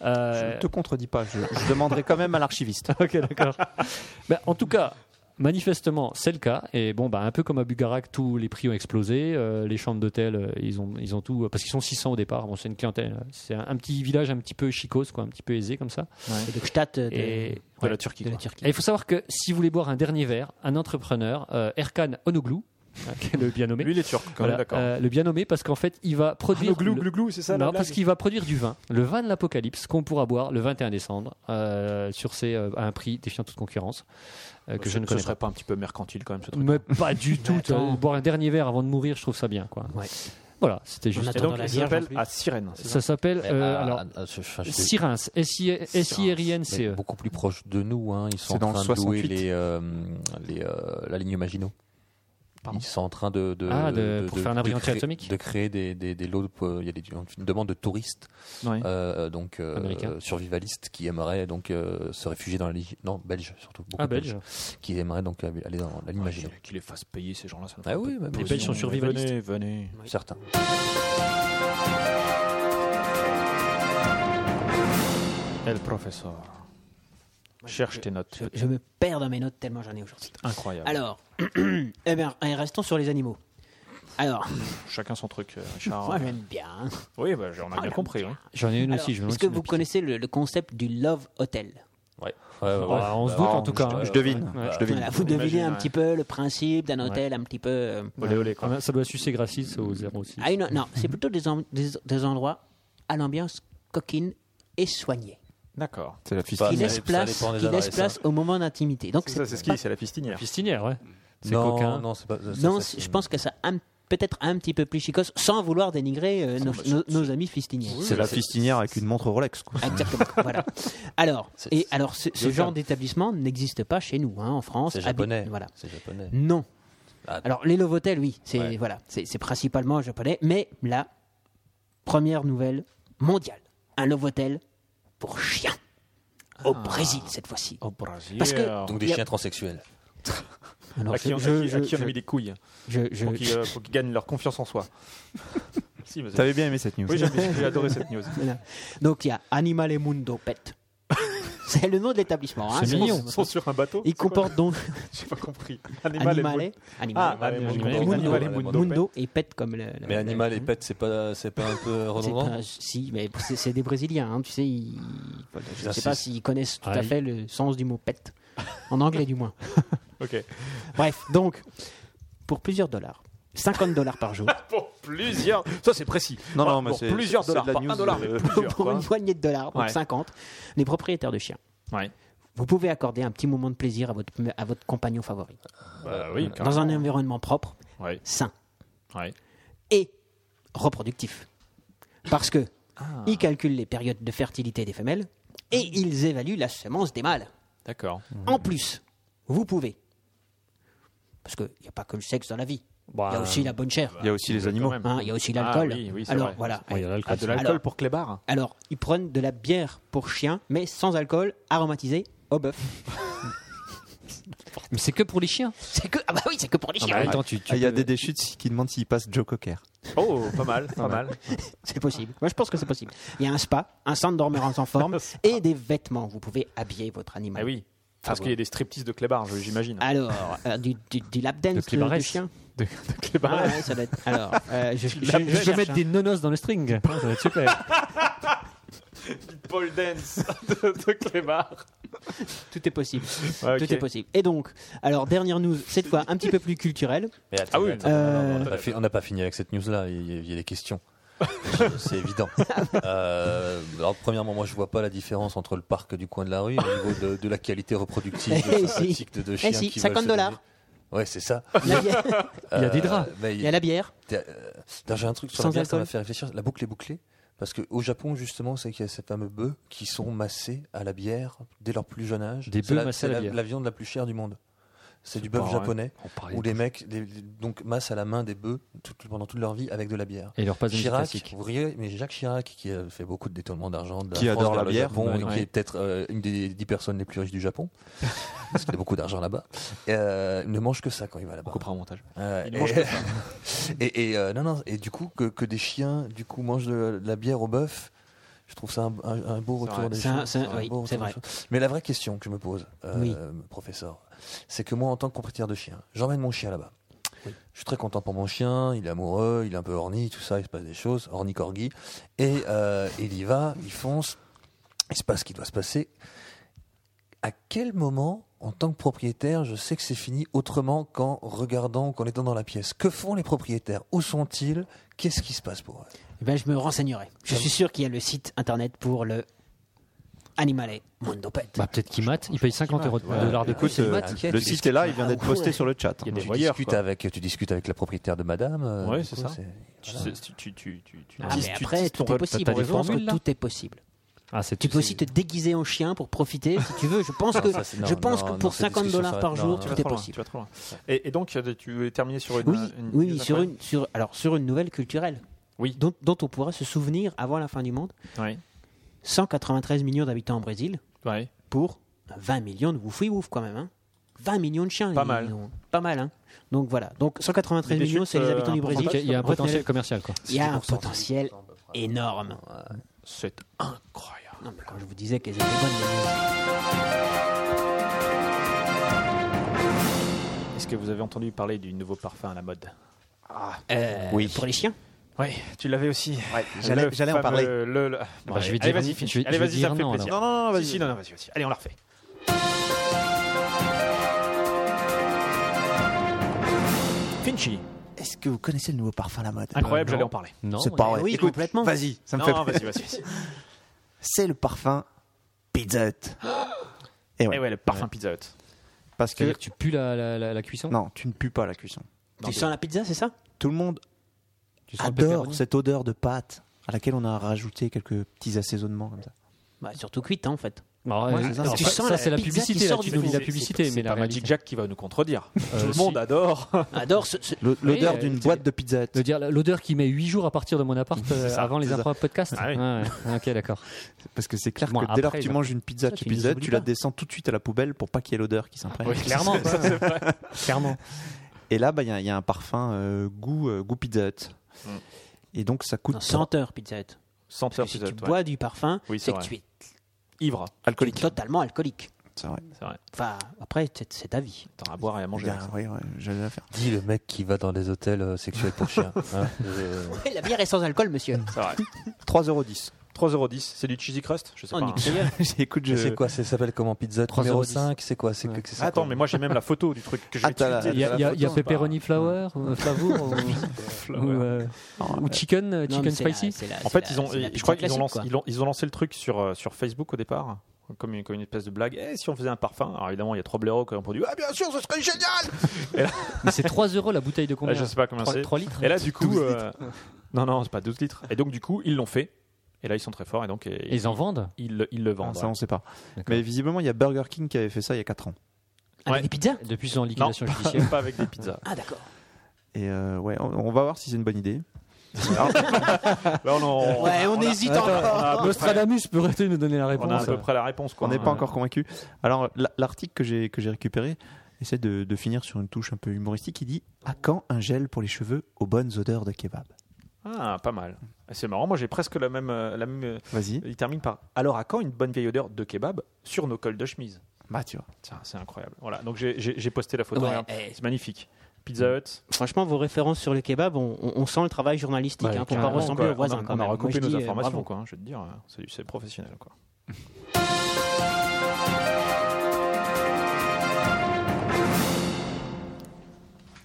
Speaker 5: Euh,
Speaker 4: Je ne te contredis pas, je, je demanderai quand même à l'archiviste.
Speaker 5: ok, d'accord. Bah, en tout cas, manifestement, c'est le cas. Et bon, bah, un peu comme à Bugarak, tous les prix ont explosé. euh, les chambres d'hôtel, euh, ils, ont, ils ont tout. Parce qu'ils sont 600 au départ. Bon, c'est une clientèle. euh, C'est un, un petit village un petit peu chicose, quoi, un petit peu aisé comme ça.
Speaker 6: Et donc, je tâte de,
Speaker 5: Et,
Speaker 9: De
Speaker 5: ouais.
Speaker 9: la Turquie.
Speaker 6: de la
Speaker 9: quoi.
Speaker 6: Turquie.
Speaker 5: Et il faut savoir que si vous voulez boire un dernier verre, un entrepreneur, euh, Erkan Onoglu, hein, qui est le bien nommé,
Speaker 9: Lui, il est turc, quand
Speaker 5: voilà,
Speaker 9: même, d'accord.
Speaker 5: euh, le bien nommé parce qu'en fait, il va produire.
Speaker 9: le glou,
Speaker 5: le-
Speaker 9: glou, glou, c'est ça la
Speaker 5: non,
Speaker 9: blague
Speaker 5: parce qu'il va produire du vin, le vin de l'Apocalypse, qu'on pourra boire le 21 décembre, euh, sur ses, euh, à un prix défiant toute concurrence, euh, que
Speaker 9: Ce-
Speaker 5: je ne
Speaker 9: ce
Speaker 5: connais
Speaker 9: serait
Speaker 5: pas.
Speaker 9: pas un petit peu mercantile, quand même, ce truc.
Speaker 5: Mais pas du tout. tu vois,
Speaker 6: attends.
Speaker 5: boire un dernier verre avant de mourir, je trouve ça bien. Quoi.
Speaker 6: Ouais.
Speaker 5: Voilà, c'était juste.
Speaker 9: Et
Speaker 6: attend
Speaker 9: donc,
Speaker 6: dans la
Speaker 9: il
Speaker 6: Vierge, en
Speaker 9: s'appelle
Speaker 6: plus.
Speaker 9: à Sirène. c'est ça
Speaker 5: Ça s'appelle
Speaker 7: Mais,
Speaker 5: euh,
Speaker 7: ah,
Speaker 5: alors,
Speaker 7: ah, ah, je- enfin, je-
Speaker 5: Sirins,
Speaker 7: Mais
Speaker 5: S-I-R-I-N-C-E.
Speaker 7: Beaucoup plus proche de nous. hein. Ils sont
Speaker 4: C'est
Speaker 7: en
Speaker 4: dans le
Speaker 7: train de louer
Speaker 4: 68.
Speaker 7: les, euh, les, euh, la ligne Maginot.
Speaker 5: Pardon
Speaker 7: Ils sont en train de, de,
Speaker 5: Ah, de- pour faire un abri
Speaker 7: créer-
Speaker 5: anti-atomique
Speaker 7: de créer des, des, des lots. de- il y a des- une demande de touristes
Speaker 9: Ouais.
Speaker 7: euh, donc euh,
Speaker 5: Américains.
Speaker 7: survivalistes qui aimeraient donc euh, se réfugier dans la ligne non belge surtout beaucoup
Speaker 5: Ah,
Speaker 7: de
Speaker 5: belge.
Speaker 7: Belges, qui aimeraient donc euh, aller dans la ligne Maginot.
Speaker 9: Qu'il- Qu'il les fasse payer, ces gens-là. ça nous
Speaker 7: Ah
Speaker 9: fait
Speaker 7: oui,
Speaker 9: pas
Speaker 7: mais
Speaker 9: plaisir.
Speaker 5: Belges sont survivalistes.
Speaker 9: Venez, venez.
Speaker 7: certains.
Speaker 9: El professeur. Cherche tes notes.
Speaker 6: Je, je me perds dans mes notes tellement j'en ai aujourd'hui.
Speaker 9: Incroyable.
Speaker 6: Alors, eh ben, eh, restons sur les animaux. Alors,
Speaker 9: Chacun son truc, euh, Richard.
Speaker 6: moi j'aime bien.
Speaker 9: Oui, bah, on a bien
Speaker 6: j'aime
Speaker 9: compris. hein.
Speaker 5: J'en ai une
Speaker 6: Alors,
Speaker 5: aussi. je me demande
Speaker 6: Est-ce que
Speaker 5: si
Speaker 6: vous
Speaker 5: c'est-
Speaker 6: connaissez le, le concept du Love Hotel
Speaker 7: Ouais. Ouais, ouais, ouais.
Speaker 5: Ah, on se doute
Speaker 6: Bah,
Speaker 5: en tout cas. hein.
Speaker 4: Je devine.
Speaker 5: Ouais.
Speaker 4: Je devine.
Speaker 6: Voilà, Vous
Speaker 9: J'imagine,
Speaker 6: devinez un
Speaker 9: ouais.
Speaker 6: petit peu le principe d'un hôtel, un petit peu. euh,
Speaker 9: Olé, olé, quoi.
Speaker 5: Ah, Ça doit sucer Gracis au 06.
Speaker 6: Ah, une- non, c'est plutôt des, en- des- des endroits à l'ambiance coquine et soignée.
Speaker 9: D'accord.
Speaker 4: C'est la fille.
Speaker 7: Bah,
Speaker 6: Qui
Speaker 7: ça
Speaker 6: laisse
Speaker 7: dépend- ça
Speaker 6: place,
Speaker 7: dépend des
Speaker 6: qui laisse
Speaker 7: adresses, hein.
Speaker 6: place au moment d'intimité. Donc,
Speaker 9: C'est ça, c'est ce qui C'est la pistinière.
Speaker 5: Pistinière, ouais. C'est
Speaker 7: non,
Speaker 5: coquin.
Speaker 7: Non, c'est pas. ça,
Speaker 6: Non,
Speaker 7: ça,
Speaker 6: c'est-
Speaker 7: c'est-
Speaker 6: je pense que ça a un- peut-être un petit peu plus chicos, sans vouloir dénigrer euh, nos, nos- nos amis fistiniers. Ah,
Speaker 4: C'est la fistinière avec une montre Rolex. quoi.
Speaker 6: Exactement. voilà. Alors,
Speaker 7: C'est-
Speaker 6: et
Speaker 7: c'est-
Speaker 6: alors, ce, ce
Speaker 7: Yoga.
Speaker 6: genre d'établissement n'existe pas chez nous, hein, en France.
Speaker 7: C'est
Speaker 6: Habit-
Speaker 7: japonais.
Speaker 6: Voilà.
Speaker 7: C'est japonais.
Speaker 6: Non.
Speaker 7: Ah,
Speaker 6: Alors, les Love Hotels, oui, c'est
Speaker 7: Ouais.
Speaker 6: voilà, c'est c'est principalement japonais. Mais la première nouvelle mondiale, un Love Hotel pour chiens
Speaker 7: Ah.
Speaker 6: au Brésil cette fois-ci.
Speaker 9: Au Brésil.
Speaker 6: Parce que-
Speaker 7: donc des
Speaker 6: il y a-
Speaker 7: chiens transsexuels.
Speaker 6: Alors,
Speaker 9: à qui on, à
Speaker 6: je-
Speaker 9: qui- à
Speaker 6: je-
Speaker 9: qui on a
Speaker 6: je-
Speaker 9: mis des couilles
Speaker 6: je- je-
Speaker 9: pour qu'ils euh, pour qu'ils gagnent leur confiance en soi. si, mais c'est-
Speaker 4: T'avais bien aimé cette news.
Speaker 9: oui, j'ai Ah, j'ai adoré cette news.
Speaker 6: Voilà. Donc il y a Animal et Mundo Pet. C'est le nom de l'établissement. hein.
Speaker 5: C'est
Speaker 6: Ils
Speaker 5: mignon.
Speaker 6: sont-
Speaker 9: Ils sont sur un bateau.
Speaker 6: Ils comportent donc
Speaker 9: J'ai pas compris. et
Speaker 6: Animal et
Speaker 9: Ah,
Speaker 6: Animal
Speaker 9: Animal et
Speaker 5: Animal et
Speaker 9: Mundo. Animal et
Speaker 6: et-
Speaker 9: Mundo.
Speaker 6: Mundo et Pet comme le. le-
Speaker 7: Mais animal et
Speaker 6: le-
Speaker 7: pet, c'est pas, c'est pas un peu
Speaker 6: C'est
Speaker 7: redondant
Speaker 6: pas- si, mais c'est c'est des Brésiliens, hein, tu sais. Ils, je ne sais
Speaker 7: J'insiste.
Speaker 6: pas s'ils connaissent tout
Speaker 5: Ah,
Speaker 6: à fait le sens du mot pet, en anglais du moins.
Speaker 9: Ok.
Speaker 6: Bref, donc, pour plusieurs dollars, 50 dollars par jour,
Speaker 9: Pour plusieurs. Ça, c'est précis.
Speaker 4: Non,
Speaker 9: Voilà,
Speaker 4: non, mais
Speaker 9: pour
Speaker 4: c'est-
Speaker 9: plusieurs
Speaker 4: c'est de
Speaker 9: dollars,
Speaker 4: la
Speaker 9: pas un
Speaker 4: news,
Speaker 9: dollar, mais
Speaker 4: euh,
Speaker 9: plusieurs.
Speaker 6: pour
Speaker 9: quoi.
Speaker 6: une poignée de dollars, donc
Speaker 9: Ouais.
Speaker 6: 50, les propriétaires de chiens.
Speaker 9: Ouais.
Speaker 6: Vous pouvez accorder un petit moment de plaisir à votre, à votre compagnon favori,
Speaker 9: Bah oui,
Speaker 6: dans un environnement propre,
Speaker 9: Ouais.
Speaker 6: sain
Speaker 9: Ouais.
Speaker 6: et reproductif. Parce que ils calculent les périodes de fertilité des femelles et ils évaluent la semence des mâles.
Speaker 9: D'accord.
Speaker 6: En plus, vous pouvez. Parce qu'il n'y a pas que le sexe dans la vie. Il y a aussi la bonne chair.
Speaker 4: Il y a aussi les animaux.
Speaker 9: Quand même.
Speaker 6: hein, Il y a aussi
Speaker 9: Ah
Speaker 6: l'alcool.
Speaker 9: oui, oui, c'est
Speaker 6: Alors
Speaker 9: vrai.
Speaker 6: voilà.
Speaker 5: Ouais, il y a l'alcool.
Speaker 9: Ah, de l'alcool
Speaker 6: Alors-
Speaker 9: pour Clébar
Speaker 6: Alors, ils prennent de la bière pour chien, mais sans alcool, aromatisée au bœuf.
Speaker 5: Mais c'est que pour les chiens.
Speaker 6: C'est que ah bah oui, c'est que pour les
Speaker 5: Ah
Speaker 6: chiens.
Speaker 5: bah, attends, tu, tu
Speaker 4: Ah, Il y a
Speaker 5: peux-
Speaker 4: des déchutes qui demandent s'il passe Joe Cocker.
Speaker 9: Oh, pas mal, pas mal.
Speaker 6: C'est possible. Moi, je pense que c'est possible. Il y a un spa, un centre d'endormance en forme et des vêtements. Vous pouvez habiller votre animal.
Speaker 9: Ah oui. Parce qu'il y a des stripteases de Clébar, je- j'imagine.
Speaker 6: Alors, euh, du, du, du lap dance
Speaker 5: De
Speaker 6: le-
Speaker 5: Clébarès.
Speaker 6: du chien.
Speaker 9: De, de Clébar.
Speaker 6: Ouais, ça doit être- Alors, euh, je, je-
Speaker 5: Je,
Speaker 6: je
Speaker 5: je vais
Speaker 6: cherche,
Speaker 5: mettre
Speaker 6: hein.
Speaker 5: des nonos dans le string. Ça va être super.
Speaker 9: Paul Dance de, de Clébar.
Speaker 6: Tout est possible.
Speaker 9: Ouais, Ah, ok.
Speaker 6: Tout est possible. Et donc, alors dernière news, cette fois un petit peu plus culturelle.
Speaker 7: Mais attends,
Speaker 9: Ah oui.
Speaker 7: mais attends, non, non, non, on n'a
Speaker 9: Euh,
Speaker 7: pas fi- on n'a pas, fini avec cette news-là. Il y a- il y, a des questions. Je- C'est évident. Euh, alors, premièrement, moi, je vois pas la différence entre le parc du coin de la rue et au niveau de, de la qualité reproductive
Speaker 6: Eh si. Eh
Speaker 7: de, sympathique de, de chiens
Speaker 6: si,
Speaker 7: qui
Speaker 6: 50
Speaker 7: veulent se
Speaker 6: dollars.
Speaker 7: donner. Ouais, c'est ça. Euh,
Speaker 6: Là, Il y, a-
Speaker 7: Il
Speaker 5: y a des draps.
Speaker 6: il y a la bière.
Speaker 7: T'as- euh, non, J'ai un truc sur
Speaker 6: Sans
Speaker 7: la bière, ça
Speaker 6: alcool.
Speaker 7: m'a fait réfléchir. La boucle est bouclée. Parce qu'au Japon, justement, c'est qu'il y a ces fameux bœufs qui sont massés à la bière dès leur plus jeune âge.
Speaker 5: Des
Speaker 7: C'est
Speaker 5: bœufs
Speaker 7: la-
Speaker 5: massés
Speaker 7: c'est
Speaker 5: à la
Speaker 7: la,
Speaker 5: bière.
Speaker 7: la viande la plus chère du monde. C'est du bœuf
Speaker 5: pas vrai.
Speaker 7: japonais
Speaker 5: On parlait
Speaker 7: où
Speaker 5: de-
Speaker 7: les mecs des- des- donc massent à la main des bœufs tout- pendant toute leur vie avec de la bière.
Speaker 5: Et leur passe de musique
Speaker 7: Chirac,
Speaker 5: classique.
Speaker 7: vous riez, mais Jacques Chirac, qui a fait beaucoup de détournements d'argent, de
Speaker 4: Qui
Speaker 7: France
Speaker 4: adore
Speaker 7: vers
Speaker 4: la
Speaker 7: le
Speaker 4: bière.
Speaker 7: Japon,
Speaker 5: Ouais,
Speaker 7: et
Speaker 5: ouais.
Speaker 7: qui est peut-être euh, une des dix personnes les plus riches du Japon, parce qu'il a beaucoup d'argent là-bas, euh, il ne mange que ça quand il va là-bas.
Speaker 9: coupera au montage.
Speaker 7: Ouais,
Speaker 9: Il
Speaker 7: et,
Speaker 9: mange que ça.
Speaker 7: et, et, euh, non, non, et du coup, que, que des chiens du coup, mangent de, de la bière au bœuf, je trouve ça un, un- un beau retour
Speaker 9: vrai.
Speaker 7: des
Speaker 6: C'est un-
Speaker 7: choses.
Speaker 6: c'est un-
Speaker 7: un
Speaker 6: oui,
Speaker 7: beau
Speaker 6: c'est
Speaker 7: retour des
Speaker 6: vrai.
Speaker 7: choses. Mais la vraie question que je me pose, euh,
Speaker 6: Oui.
Speaker 7: professeur, c'est que moi, en tant que propriétaire de chien, j'emmène mon chien là-bas. Je suis très content pour mon chien, il est amoureux, il est un peu orni, tout ça, il se passe des choses, orni corgi. Et euh, il y va, il fonce, il se passe ce qui doit se passer. À quel moment, en tant que propriétaire, je sais que c'est fini autrement qu'en regardant, qu'en étant dans la pièce Que font les propriétaires Où sont-ils Qu'est-ce qui se passe pour eux
Speaker 6: Eh ben, je me renseignerai. Je suis sûr qu'il y a le site internet pour le Animale Mondo Pet.
Speaker 5: Bah, peut-être qu'il mate, il paye 50 euros de dollars de coût.
Speaker 4: Écoute, euh,
Speaker 7: Inquiète,
Speaker 4: le
Speaker 7: tu
Speaker 4: site est là, il vient
Speaker 6: Ah,
Speaker 4: d'être
Speaker 6: ouais.
Speaker 4: posté sur le chat.
Speaker 9: Il y a des
Speaker 7: tu
Speaker 9: voyeurs.
Speaker 7: discutes
Speaker 9: quoi.
Speaker 7: avec, tu discutes avec la propriétaire de Madame. euh,
Speaker 9: Ouais,
Speaker 7: du
Speaker 9: c'est
Speaker 7: coup,
Speaker 9: ça. Tu
Speaker 7: voilà.
Speaker 9: sais- tu- tu- tu- tu-
Speaker 6: Ah,
Speaker 9: tu-
Speaker 6: mais
Speaker 9: tu-
Speaker 6: après,
Speaker 9: ton
Speaker 6: tout est
Speaker 9: rôle,
Speaker 6: possible.
Speaker 9: t'as des
Speaker 6: Je pense
Speaker 5: formules,
Speaker 6: que
Speaker 5: là
Speaker 6: tout est possible.
Speaker 5: Ah, c'est
Speaker 6: Tu peux aussi te déguiser en chien pour profiter, si tu veux. Je pense que,
Speaker 7: ça, c'est- non,
Speaker 6: je pense
Speaker 7: non,
Speaker 6: que
Speaker 7: non,
Speaker 6: pour
Speaker 7: cette
Speaker 6: 50
Speaker 7: discussion
Speaker 6: dollars par
Speaker 7: s'arrête.
Speaker 6: jour,
Speaker 7: Non,
Speaker 9: tu
Speaker 6: tout
Speaker 9: vas
Speaker 6: est
Speaker 9: trop loin,
Speaker 6: possible.
Speaker 9: tu vas trop loin. Et, et donc, euh, tu veux terminer sur une.
Speaker 6: Oui,
Speaker 9: une-
Speaker 6: oui,
Speaker 9: une-
Speaker 6: sur une, sur, alors sur une nouvelle culturelle.
Speaker 9: Oui.
Speaker 6: Dont, dont on pourra se souvenir avant la fin du monde.
Speaker 9: Oui.
Speaker 6: 193 millions d'habitants au Brésil
Speaker 9: Ouais.
Speaker 6: pour 20 millions de woufoui wouf quand même. hein. 20 millions de chiens.
Speaker 9: Pas
Speaker 6: ils
Speaker 9: mal.
Speaker 6: ont- pas mal. hein. Donc voilà. Donc 193
Speaker 9: Il déchute,
Speaker 6: millions, c'est les
Speaker 9: euh,
Speaker 6: habitants
Speaker 9: un
Speaker 6: du
Speaker 5: Il
Speaker 6: Brésil.
Speaker 5: y a- il y a un
Speaker 6: Retenez-le.
Speaker 5: potentiel commercial, quoi.
Speaker 6: Il y a un potentiel énorme.
Speaker 9: C'est incroyable.
Speaker 6: Non, mais quand je vous disais qu'elles étaient bonnes, les musiques.
Speaker 9: Est-ce que vous avez entendu parler du nouveau parfum à la mode
Speaker 6: Euh,
Speaker 4: Oui.
Speaker 6: Pour les chiens.
Speaker 9: Oui, tu l'avais aussi.
Speaker 4: J'allais j'allais en parler.
Speaker 5: Bah, je vais
Speaker 9: allez,
Speaker 5: dire-
Speaker 9: vas-y, finis.
Speaker 5: je vais-
Speaker 9: allez,
Speaker 5: je vais
Speaker 9: vas-y, ça
Speaker 5: dire
Speaker 9: me fait
Speaker 5: non,
Speaker 9: plaisir.
Speaker 4: Non, non, non,
Speaker 9: Si, si,
Speaker 4: vas-y.
Speaker 9: non, non, vas-y, vas-y. Allez, on la refait. Finchi.
Speaker 4: Est-ce que vous connaissez le nouveau parfum à la mode
Speaker 9: Incroyable,
Speaker 5: non.
Speaker 9: j'allais en parler.
Speaker 5: Non,
Speaker 4: C'est
Speaker 5: on
Speaker 4: pas
Speaker 5: est-
Speaker 4: vrai.
Speaker 6: oui,
Speaker 4: Écoute,
Speaker 6: complètement.
Speaker 4: Vas-y, ça me
Speaker 9: non,
Speaker 4: fait
Speaker 9: vas-y,
Speaker 4: plaisir.
Speaker 9: vas-y. vas-y.
Speaker 4: C'est le parfum Pizza Hut. Et ouais,
Speaker 9: Eh ouais, le parfum Pizza Hut.
Speaker 4: parce que
Speaker 5: C'est-à-dire que tu pues la, la, la, la cuisson
Speaker 4: non, tu ne pues pas la cuisson.
Speaker 6: Tu sens la pizza, c'est ça
Speaker 4: Tout le monde
Speaker 5: Tu sens le
Speaker 4: adore
Speaker 5: pepperoni
Speaker 4: cette odeur de pâte à laquelle on a rajouté quelques petits assaisonnements comme ça.
Speaker 6: bah, Surtout cuite, hein, en fait.
Speaker 5: Alors,
Speaker 4: Ouais,
Speaker 5: euh,
Speaker 4: c'est ça.
Speaker 5: alors,
Speaker 4: Tu
Speaker 5: ça,
Speaker 6: sens
Speaker 5: ça,
Speaker 6: la
Speaker 5: c'est la
Speaker 6: pizza qui
Speaker 5: publicité. là,
Speaker 6: sort
Speaker 5: tu
Speaker 6: du
Speaker 5: nous dis la
Speaker 6: four.
Speaker 5: publicité, mais
Speaker 9: C'est
Speaker 5: la
Speaker 9: pas Magic
Speaker 5: réalité.
Speaker 9: Jack qui va nous contredire. Tout le
Speaker 5: si.
Speaker 9: monde adore.
Speaker 6: Adore ce- ce-
Speaker 4: Le- L'odeur
Speaker 5: Oui,
Speaker 4: d'une
Speaker 5: euh,
Speaker 4: boîte de Pizza Hut.
Speaker 5: De dire l'odeur qui met 8 jours à partir de mon appart euh,
Speaker 9: ça,
Speaker 5: avant les
Speaker 4: c'est ça.
Speaker 5: improbables podcasts.
Speaker 9: Ah oui.
Speaker 5: Ouais, ouais. ok, d'accord.
Speaker 4: Parce que c'est clair
Speaker 5: Bon,
Speaker 4: que dès lors que
Speaker 5: après,
Speaker 4: tu
Speaker 5: bah,
Speaker 4: manges une pizza
Speaker 5: ça,
Speaker 4: chez
Speaker 5: tu les
Speaker 4: Pizza Hut,
Speaker 5: oublies
Speaker 4: tu la
Speaker 5: pas.
Speaker 4: descends tout de suite à la poubelle pour pas qu'il y ait l'odeur qui s'imprègne.
Speaker 5: Clairement, quoi. Clairement.
Speaker 4: Et là, bah, il y, a- il y a un parfum euh, goût, euh, goût Pizza Hut. Et donc ça coûte
Speaker 6: non, senteur pizza Hut.
Speaker 9: Senteur
Speaker 6: Parce que si
Speaker 9: Pizza
Speaker 6: tu
Speaker 9: Hut. ouais.
Speaker 6: bois du parfum,
Speaker 9: Oui, c'est
Speaker 6: c'est que
Speaker 9: vrai.
Speaker 6: tu es
Speaker 9: Ivre.
Speaker 4: alcoolique.
Speaker 6: totalement alcoolique.
Speaker 4: C'est vrai.
Speaker 6: Enfin, après, c'est c'est ta vie.
Speaker 9: T'en as à boire et à
Speaker 4: Il
Speaker 9: manger.
Speaker 4: y a- oui, ouais, j'allais la faire.
Speaker 7: Dis le mec qui va dans des hôtels euh, sexuels pour chiens. hein. Euh,
Speaker 6: La bière est sans alcool, monsieur.
Speaker 9: C'est vrai.
Speaker 4: 3,10€.
Speaker 9: 3,10€. C'est du cheesy crust Je
Speaker 1: Oh,
Speaker 9: sais
Speaker 6: On
Speaker 9: pas.
Speaker 6: dit
Speaker 9: hein.
Speaker 6: d'ailleurs,
Speaker 4: Écoute, je...
Speaker 7: C'est quoi Ça s'appelle comment Pizza Hut
Speaker 5: 3,10.
Speaker 7: numéro 5 C'est quoi C'est que- c'est ça,
Speaker 9: Attends,
Speaker 7: quoi
Speaker 9: mais moi j'ai même la photo du truc que je
Speaker 4: Ah,
Speaker 9: vais
Speaker 4: t'as la-
Speaker 9: tweeter.
Speaker 5: Il y a, il y a- il y a
Speaker 9: C'est pas-
Speaker 5: pepperoni flower, euh, flavour, ou, ou, euh, ou chicken, euh,
Speaker 6: non, mais
Speaker 5: chicken
Speaker 6: c'est la-
Speaker 5: spicy.
Speaker 6: c'est la-
Speaker 9: En
Speaker 6: c'est
Speaker 9: fait,
Speaker 6: la-
Speaker 9: ils ont,
Speaker 6: c'est la
Speaker 9: je crois
Speaker 6: pizza
Speaker 9: qu'ils ont, lancé,
Speaker 6: classique,
Speaker 9: ils ont, ils ont lancé le truc sur, euh, sur Facebook au départ, comme une, comme une espèce de blague. Eh, si on faisait un parfum Alors évidemment, il y a trois blaireaux qui ont produit. Ah, bien sûr, ce serait génial
Speaker 5: Mais c'est 3 euros la Ah, bouteille de
Speaker 9: Là,
Speaker 5: combien
Speaker 9: Je sais pas combien
Speaker 5: 3,
Speaker 9: c'est.
Speaker 5: litres
Speaker 9: Et là, du coup. euh, Non, non, c'est pas 12 litres. Et donc, du coup, ils l'ont fait. Et là, ils sont très forts. Et donc, euh,
Speaker 5: Et Ils en vendent
Speaker 9: ils, le- ils le
Speaker 4: Ah,
Speaker 9: vendent.
Speaker 4: ça, on
Speaker 9: ouais.
Speaker 4: sait pas.
Speaker 5: D'accord.
Speaker 4: Mais visiblement, il y a Burger King qui avait fait ça il y a 4 ans.
Speaker 6: quoi. Avec
Speaker 9: Ouais.
Speaker 6: des pizzas
Speaker 5: depuis son
Speaker 9: Non,
Speaker 5: liquidation
Speaker 9: pas,
Speaker 5: judiciaire.
Speaker 9: pas avec des pizzas.
Speaker 6: Ah, d'accord.
Speaker 4: Et euh, ouais, on, on va voir si c'est une bonne idée.
Speaker 9: Là, on, en-
Speaker 6: Ouais, on
Speaker 9: a-
Speaker 6: hésite
Speaker 9: on a-
Speaker 6: encore.
Speaker 9: on a à peu près-
Speaker 5: Nostradamus pourrait-il nous donner la
Speaker 9: On
Speaker 5: réponse
Speaker 9: a à peu près la réponse. quoi.
Speaker 4: on n'est
Speaker 9: Hein.
Speaker 4: pas encore convaincu. Alors, la- l'article que j'ai que j'ai récupéré essaie de, de finir sur une touche un peu humoristique. Il dit À quand un gel pour les cheveux aux bonnes odeurs de kebab
Speaker 9: Ah, pas mal. C'est marrant. Moi, j'ai presque la même. euh, La même euh,
Speaker 4: Vas-y.
Speaker 9: il termine par Alors, à quand une bonne vieille odeur de kebab sur nos cols de chemise
Speaker 4: Bah, tu vois.
Speaker 9: Tiens, c'est incroyable. Voilà, donc j'ai- j'ai j'ai posté la photo.
Speaker 6: Ouais,
Speaker 9: regarde.
Speaker 6: eh.
Speaker 9: C'est magnifique. Pizza Hut.
Speaker 6: Franchement, vos références sur le kebab, on, on- on sent le travail journalistique.
Speaker 5: Ouais,
Speaker 6: hein, pour pas
Speaker 5: carrément,
Speaker 6: ressembler
Speaker 9: quoi.
Speaker 6: aux voisins.
Speaker 9: On a-
Speaker 6: quand
Speaker 9: On a
Speaker 6: même. Moi,
Speaker 9: recoupé
Speaker 6: je
Speaker 9: nos
Speaker 6: dis, euh,
Speaker 9: informations,
Speaker 6: bravo.
Speaker 9: quoi. hein, Je vais te dire, hein. c'est du- c'est professionnel, quoi.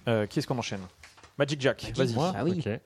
Speaker 9: Euh, qui est-ce qu'on enchaîne Magic Jack, vas-y.
Speaker 5: Moi
Speaker 6: Ah oui.
Speaker 5: Ok.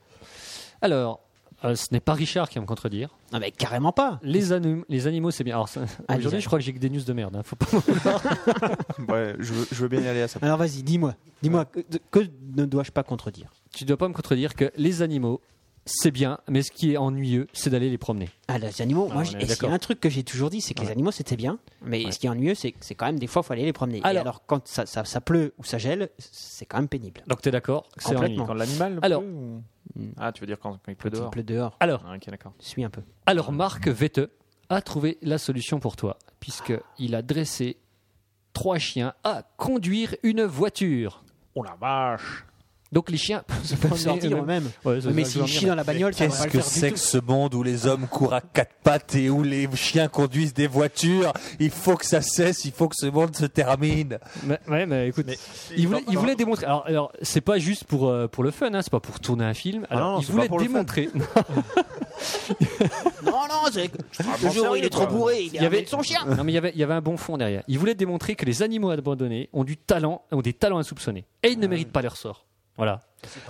Speaker 5: Alors, euh, ce n'est pas Richard qui va me contredire.
Speaker 6: Non, mais carrément pas.
Speaker 5: Les, anim- les animaux, c'est bien. Alors, ça-
Speaker 6: Ah, les
Speaker 5: aujourd'hui, je crois que j'ai que des news de merde. hein. Faut pas...
Speaker 4: Ouais, je veux, je veux bien y aller à ça.
Speaker 6: Alors vas-y, dis-moi. Dis-moi, que, que ne dois-je pas contredire
Speaker 5: tu dois pas me contredire que les animaux, c'est bien, mais ce qui est ennuyeux, c'est d'aller les promener.
Speaker 6: Ah, les animaux, moi,
Speaker 5: on
Speaker 6: j'ai-
Speaker 5: est
Speaker 6: et s'il y
Speaker 5: d'accord.
Speaker 6: a un truc que j'ai toujours dit, c'est que les animaux, c'était bien. Mais ce qui est ennuyeux, c'est que c'est quand même des fois, il faut aller les promener. Alors,
Speaker 5: Alors-
Speaker 6: alors quand ça, ça, ça pleut ou ça gèle, c'est quand même pénible.
Speaker 5: Donc, tu es d'accord que c'est
Speaker 6: Complètement.
Speaker 5: ennuyeux.
Speaker 9: Quand l'animal.
Speaker 5: Alors- hmm.
Speaker 9: pleut, ou- Ah, tu veux dire quand, quand il pleut
Speaker 6: Il
Speaker 9: dehors
Speaker 6: pleut dehors,
Speaker 5: Alors,
Speaker 9: Ah, Ok, d'accord.
Speaker 6: suis un peu.
Speaker 5: alors Marc Veteux a trouvé la solution pour toi, puisqu'il a dressé trois chiens à conduire une voiture.
Speaker 9: Oh la vache
Speaker 5: Donc, les chiens peuvent se
Speaker 6: Ils peuvent
Speaker 5: promener
Speaker 6: sortir
Speaker 5: eux-mêmes.
Speaker 6: eux-mêmes.
Speaker 5: Ouais, ça-
Speaker 6: mais
Speaker 5: ça-
Speaker 6: s'ils
Speaker 5: ça-
Speaker 6: chient dans la bagnole, ça va
Speaker 7: Qu'est-ce
Speaker 6: pas le
Speaker 7: que
Speaker 6: faire
Speaker 7: c'est
Speaker 6: du
Speaker 7: que
Speaker 6: tout.
Speaker 7: ce monde où les hommes courent à quatre pattes et où les chiens conduisent des voitures Il faut que ça cesse, il faut que ce monde se termine.
Speaker 5: Mais- ouais, mais écoute, il voulait, il voulait démontrer. Alors, alors c'est pas juste pour, euh, pour le fun, hein, c'est pas pour tourner un film. Alors,
Speaker 4: non,
Speaker 5: il
Speaker 4: c'est
Speaker 5: voulait
Speaker 4: pas pour le fun.
Speaker 5: démontrer.
Speaker 6: Non, non, c'est le jour où il est trop bourré, il,
Speaker 5: Il y avait-
Speaker 6: avait son chien.
Speaker 5: non, mais il y avait, il y avait un bon fond derrière. Il voulait démontrer que les animaux abandonnés ont du talent, ont des talents insoupçonnés, et ils ne méritent pas leur sort. Voilà.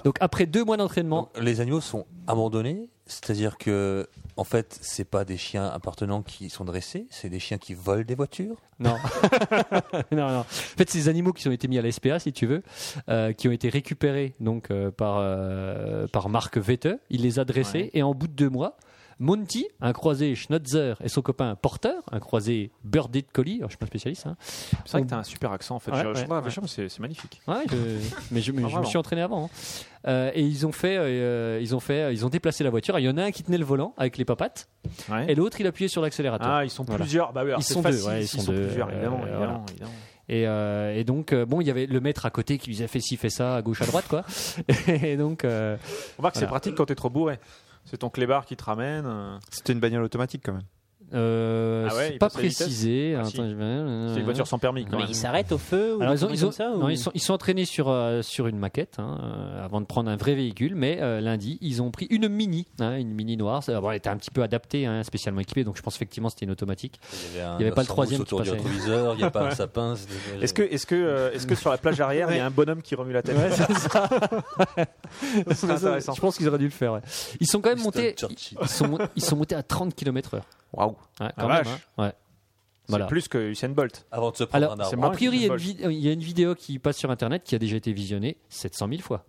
Speaker 5: Donc après deux mois d'entraînement,
Speaker 7: Les animaux sont abandonnés, c'est-à-dire que, en fait, c'est pas des chiens appartenants qui sont dressés, c'est des chiens qui volent des voitures.
Speaker 5: non. non, non. En fait, ces animaux qui ont été mis à la SPA, si tu veux, euh, qui ont été récupérés donc euh, par euh, par Marc Veteux, il les a dressés et en bout de deux mois. Monty, un croisé Schnotzer et son copain Porter, un croisé Birdie de Collie, alors je suis pas spécialiste, hein.
Speaker 9: C'est vrai que t'as un super accent en fait.
Speaker 5: Ouais,
Speaker 9: Je-
Speaker 5: ouais,
Speaker 9: je comprends la
Speaker 5: ouais.
Speaker 9: vache, mais c'est c'est magnifique.
Speaker 5: Ouais, je- mais je,
Speaker 9: Ah,
Speaker 5: mais je me
Speaker 9: vraiment.
Speaker 5: suis entraîné avant. hein. Euh, et ils ont fait, euh, ils ont fait, ils ont déplacé la voiture. Il y en a un qui tenait le volant avec les papates,
Speaker 9: Ouais.
Speaker 5: et l'autre il appuyait sur l'accélérateur.
Speaker 9: Ah, ils sont
Speaker 5: Voilà.
Speaker 9: plusieurs. Bah oui, alors
Speaker 5: Ils
Speaker 9: c'est
Speaker 5: sont deux,
Speaker 9: facile
Speaker 5: ouais, ils
Speaker 9: s'ils
Speaker 5: sont
Speaker 9: sont
Speaker 5: deux,
Speaker 9: plusieurs,
Speaker 5: euh,
Speaker 9: évidemment,
Speaker 5: voilà.
Speaker 9: évidemment, évidemment.
Speaker 5: Et, euh, et donc euh, bon, il y avait le maître à côté qui lui disait fait ci, fait ça, à gauche, à droite, quoi. et donc euh,
Speaker 9: On voit que c'est
Speaker 5: Voilà.
Speaker 9: pratique quand t'es trop bourré. C'est ton clébard qui te ramène. euh,
Speaker 4: C'était une bagnole automatique quand même.
Speaker 5: euh,
Speaker 9: Ah ouais,
Speaker 5: c'est
Speaker 9: il
Speaker 5: pas
Speaker 9: passe à la vitesse
Speaker 5: précisé.
Speaker 9: Ah,
Speaker 5: Attends,
Speaker 9: si.
Speaker 5: je vais-
Speaker 9: C'est une voiture sans permis quand
Speaker 5: Mais
Speaker 9: même.
Speaker 6: Mais il s'arrête au feu ou
Speaker 5: Alors,
Speaker 6: des
Speaker 5: ils, ont,
Speaker 6: trucs
Speaker 5: ils, ont-
Speaker 6: comme ça,
Speaker 5: non,
Speaker 6: ou-
Speaker 5: ils sont, ils sont entraînés sur, euh, sur une maquette hein, euh, avant de prendre un vrai véhicule, mais euh, lundi, ils ont pris une mini, hein, une mini noire. Ça, bon, elle était un petit peu adaptée, hein, spécialement équipée, donc je pense effectivement c'était une automatique.
Speaker 7: Il y avait, un
Speaker 5: Il y avait pas le
Speaker 7: ours
Speaker 5: troisième
Speaker 7: autour
Speaker 5: qui
Speaker 7: du
Speaker 5: passait.
Speaker 7: rétroviseur, il n'y a pas un sapin. c'est-
Speaker 9: Est-ce que, est-ce que, euh, est-ce que sur la plage arrière, il y a un bonhomme qui remue la tête Ce serait intéressant.
Speaker 5: Je pense qu'ils auraient dû le faire. ouais. Ils sont quand même
Speaker 7: Winston
Speaker 5: montés,
Speaker 7: Churchill.
Speaker 5: ils sont, mon- ils sont montés à 30 km/h.
Speaker 9: Waouh.
Speaker 5: Ouais,
Speaker 9: Ah,
Speaker 5: quand même,
Speaker 9: vache.
Speaker 5: hein. Ouais.
Speaker 9: C'est
Speaker 5: Voilà.
Speaker 9: plus que Usain Bolt.
Speaker 7: Avant de se prendre
Speaker 5: Alors,
Speaker 7: un arbre.
Speaker 9: c'est
Speaker 5: a priori, il y, a une
Speaker 9: Bolt.
Speaker 5: vid- il y a une vidéo qui passe sur internet qui a déjà été visionnée 700 000 fois.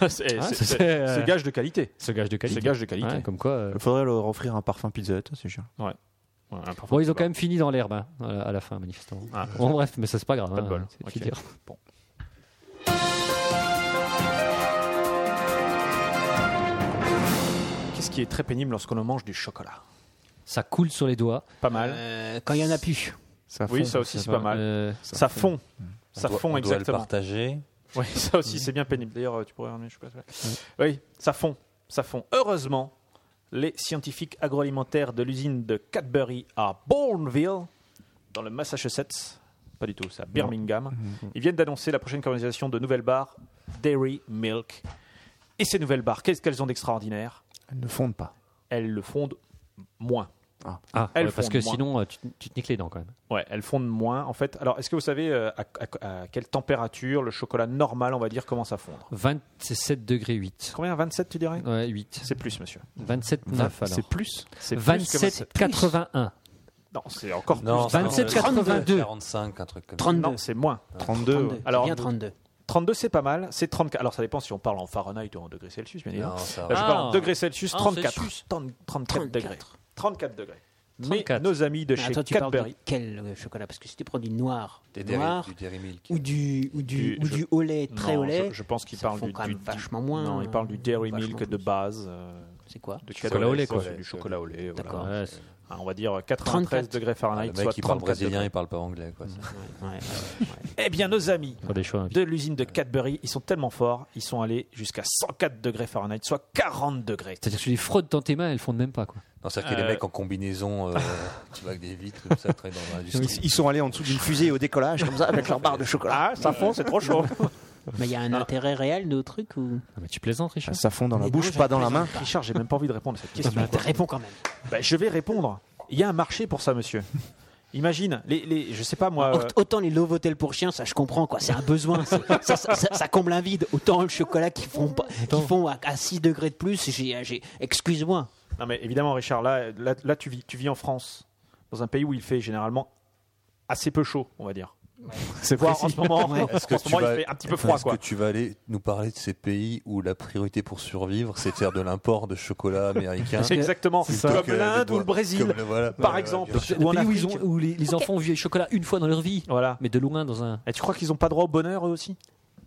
Speaker 9: c'est, c'est- c'est-
Speaker 5: ça, c'est,
Speaker 9: c'est
Speaker 5: euh,
Speaker 9: gage de qualité.
Speaker 5: Ce gage de qualité.
Speaker 9: C'est gage de qualité.
Speaker 5: Ouais, comme quoi. euh,
Speaker 4: Il faudrait leur offrir un parfum pizza, c'est sûr.
Speaker 9: Ouais, un parfum
Speaker 5: Bon, ils ont
Speaker 9: de
Speaker 5: quand même fini dans l'herbe hein, à la- à la fin, manifestement.
Speaker 9: Ah.
Speaker 5: Bon, bref, mais ça, c'est pas grave.
Speaker 9: Pas de
Speaker 5: hein,
Speaker 9: bol.
Speaker 5: c'est ce qu'il
Speaker 9: Ok.
Speaker 5: dit.
Speaker 9: bar. Qu'est-ce qui est très pénible lorsqu'on mange du chocolat
Speaker 5: Ça coule sur les doigts.
Speaker 9: Pas mal.
Speaker 6: Euh, quand il y en a plus.
Speaker 4: Ça
Speaker 9: oui, ça aussi, c'est pas mal.
Speaker 5: Euh,
Speaker 9: ça fond. Ça
Speaker 7: On doit-
Speaker 9: fond,
Speaker 7: on doit le
Speaker 9: exactement.
Speaker 7: partager.
Speaker 9: Oui, ça aussi, c'est bien pénible. D'ailleurs, euh, tu pourrais ramener le chocolat. Oui, ça fond. Ça fond. Heureusement, les scientifiques agroalimentaires de l'usine de Cadbury à Bourneville, dans le Massachusetts, pas du tout, c'est à Birmingham, ils viennent d'annoncer la prochaine commercialisation de nouvelles barres Dairy Milk. Et ces nouvelles barres, qu'est-ce qu'elles ont d'extraordinaire
Speaker 4: Elles ne fondent pas.
Speaker 9: Elles le fondent moins.
Speaker 5: ah,
Speaker 9: Elles
Speaker 5: ouais, parce
Speaker 9: font
Speaker 5: que
Speaker 9: moins.
Speaker 5: sinon, euh, tu, tu te niques les dents quand même.
Speaker 9: Ouais, elles fondent moins, en fait. Alors, est-ce que vous savez euh, à, à- à quelle température le chocolat normal, on va dire, commence à fondre
Speaker 5: 27 degrés 8.
Speaker 9: Combien 27, tu dirais
Speaker 5: Ouais, 8.
Speaker 9: C'est plus, monsieur.
Speaker 5: 27 9 alors.
Speaker 4: C'est plus.
Speaker 9: C'est plus que
Speaker 5: 27 81.
Speaker 9: Non, c'est encore
Speaker 7: Non,
Speaker 9: plus.
Speaker 7: c'est
Speaker 5: 27,
Speaker 7: 42. 45, un truc comme ça.
Speaker 6: 32.
Speaker 9: Non, c'est moins.
Speaker 4: 32.
Speaker 6: 32.
Speaker 9: Alors,
Speaker 6: Alors, Ah, bien 32.
Speaker 9: 32, c'est pas mal. C'est 34. Alors, ça dépend si on parle en Fahrenheit ou en degrés Celsius, bien évidemment.
Speaker 7: Non, ça
Speaker 9: Là, je
Speaker 7: va.
Speaker 9: parle en degrés Celsius,
Speaker 5: Ah, en
Speaker 9: 34.
Speaker 5: Celsius.
Speaker 9: 30 34, degrés. 34 degrés. Mais
Speaker 5: 34.
Speaker 9: nos amis de
Speaker 6: Mais
Speaker 9: chez
Speaker 6: attends, Ah, tu parles de
Speaker 9: Cadbury.
Speaker 6: quel euh, chocolat Parce que si tu prends du noir,
Speaker 7: Des dairy-
Speaker 6: noir
Speaker 7: du dairy milk.
Speaker 6: ou du, ou du,
Speaker 9: Du-
Speaker 6: ou
Speaker 9: je-
Speaker 6: du au lait, très
Speaker 9: Non,
Speaker 6: au lait,
Speaker 9: je, je pense qu'ils
Speaker 6: ça
Speaker 9: parlent
Speaker 6: fond
Speaker 9: du,
Speaker 6: quand
Speaker 9: du-
Speaker 6: même
Speaker 9: du-
Speaker 6: vachement moins, hein.
Speaker 9: Non, ils parlent du dairy
Speaker 6: vachement
Speaker 9: milk de
Speaker 6: plus.
Speaker 9: base. euh,
Speaker 6: c'est quoi
Speaker 9: de
Speaker 7: Chocolat
Speaker 9: Cadbury,
Speaker 5: au lait,
Speaker 9: ça,
Speaker 5: quoi.
Speaker 9: c'est Du chocolat au lait. voilà.
Speaker 6: D'accord.
Speaker 5: Ouais, c'est-
Speaker 9: Ah, on va dire 93
Speaker 6: 34.
Speaker 9: degrés
Speaker 7: Ah,
Speaker 9: Fahrenheit,
Speaker 7: le
Speaker 9: soit
Speaker 7: mec, il parle
Speaker 9: 34
Speaker 7: brésilien,
Speaker 9: degrés.
Speaker 7: il parle pas anglais. Quoi. ça.
Speaker 6: Ouais,
Speaker 9: Eh bien, nos amis
Speaker 5: faut des choix, hein.
Speaker 9: de l'usine de Cadbury, ils sont tellement forts, ils sont allés jusqu'à 104 degrés Fahrenheit, soit 40 degrés.
Speaker 5: C'est-à-dire que tu les frottes dans tes mains, elles fondent même pas. Quoi.
Speaker 7: Non, c'est-à-dire qu'il y a
Speaker 9: Euh,
Speaker 7: des mecs en combinaison, euh, tu vois, avec des vitres, comme ça, très dans l'industrie.
Speaker 4: Ils sont allés en dessous d'une fusée au décollage, comme ça, avec leur barre de chocolat.
Speaker 9: Ah, ça fond, c'est trop chaud.
Speaker 6: ouais. Mais il y a un intérêt réel de truc ou
Speaker 5: Ah, mais tu plaisantes, Richard
Speaker 4: Ça fond dans la
Speaker 6: Mais non,
Speaker 4: bouche,
Speaker 6: je
Speaker 4: pas dans la main.
Speaker 9: Richard, Bah, j'ai même pas envie de répondre à cette question.
Speaker 6: Réponds quand même.
Speaker 9: Ben, je vais répondre. Il y a un marché pour ça, monsieur. Imagine, les, les, je sais pas moi. euh,
Speaker 6: Autant les Lovotel pour chiens, ça je comprends quoi, c'est un besoin, c'est- ça, ça- ça- ça comble un vide. Autant le chocolat qu'ils font, pas- qu'ils font à, à 6 degrés de plus, j'ai, j'ai- excuse-moi.
Speaker 9: Non mais évidemment Richard, là, là, là, tu, vis, tu vis en France, dans un pays où il fait généralement assez peu chaud, on va dire.
Speaker 4: C'est
Speaker 9: Voire en ce moment,
Speaker 7: Est-ce que
Speaker 9: en ce
Speaker 7: tu
Speaker 9: moment,
Speaker 7: vas-
Speaker 9: il fait un petit peu
Speaker 7: attends,
Speaker 9: froid
Speaker 7: est-ce
Speaker 9: quoi.
Speaker 7: que tu vas aller nous parler de ces pays où la priorité pour survivre, c'est de faire de l'import de chocolat américain
Speaker 9: C'est exactement
Speaker 7: plutôt que
Speaker 9: comme
Speaker 7: de
Speaker 9: l'Inde ou
Speaker 7: boire-
Speaker 9: le Brésil,
Speaker 7: comme le- voilà,
Speaker 9: par
Speaker 7: voilà,
Speaker 9: exemple,
Speaker 7: bien sûr.
Speaker 9: ou en
Speaker 5: Pays où, ils
Speaker 9: Afrique.
Speaker 5: ont, où les, les enfants ont vu les chocolats une fois dans leur vie,
Speaker 9: Voilà.
Speaker 5: mais de loin dans un.
Speaker 9: Et tu crois qu'ils n'ont pas droit au bonheur eux aussi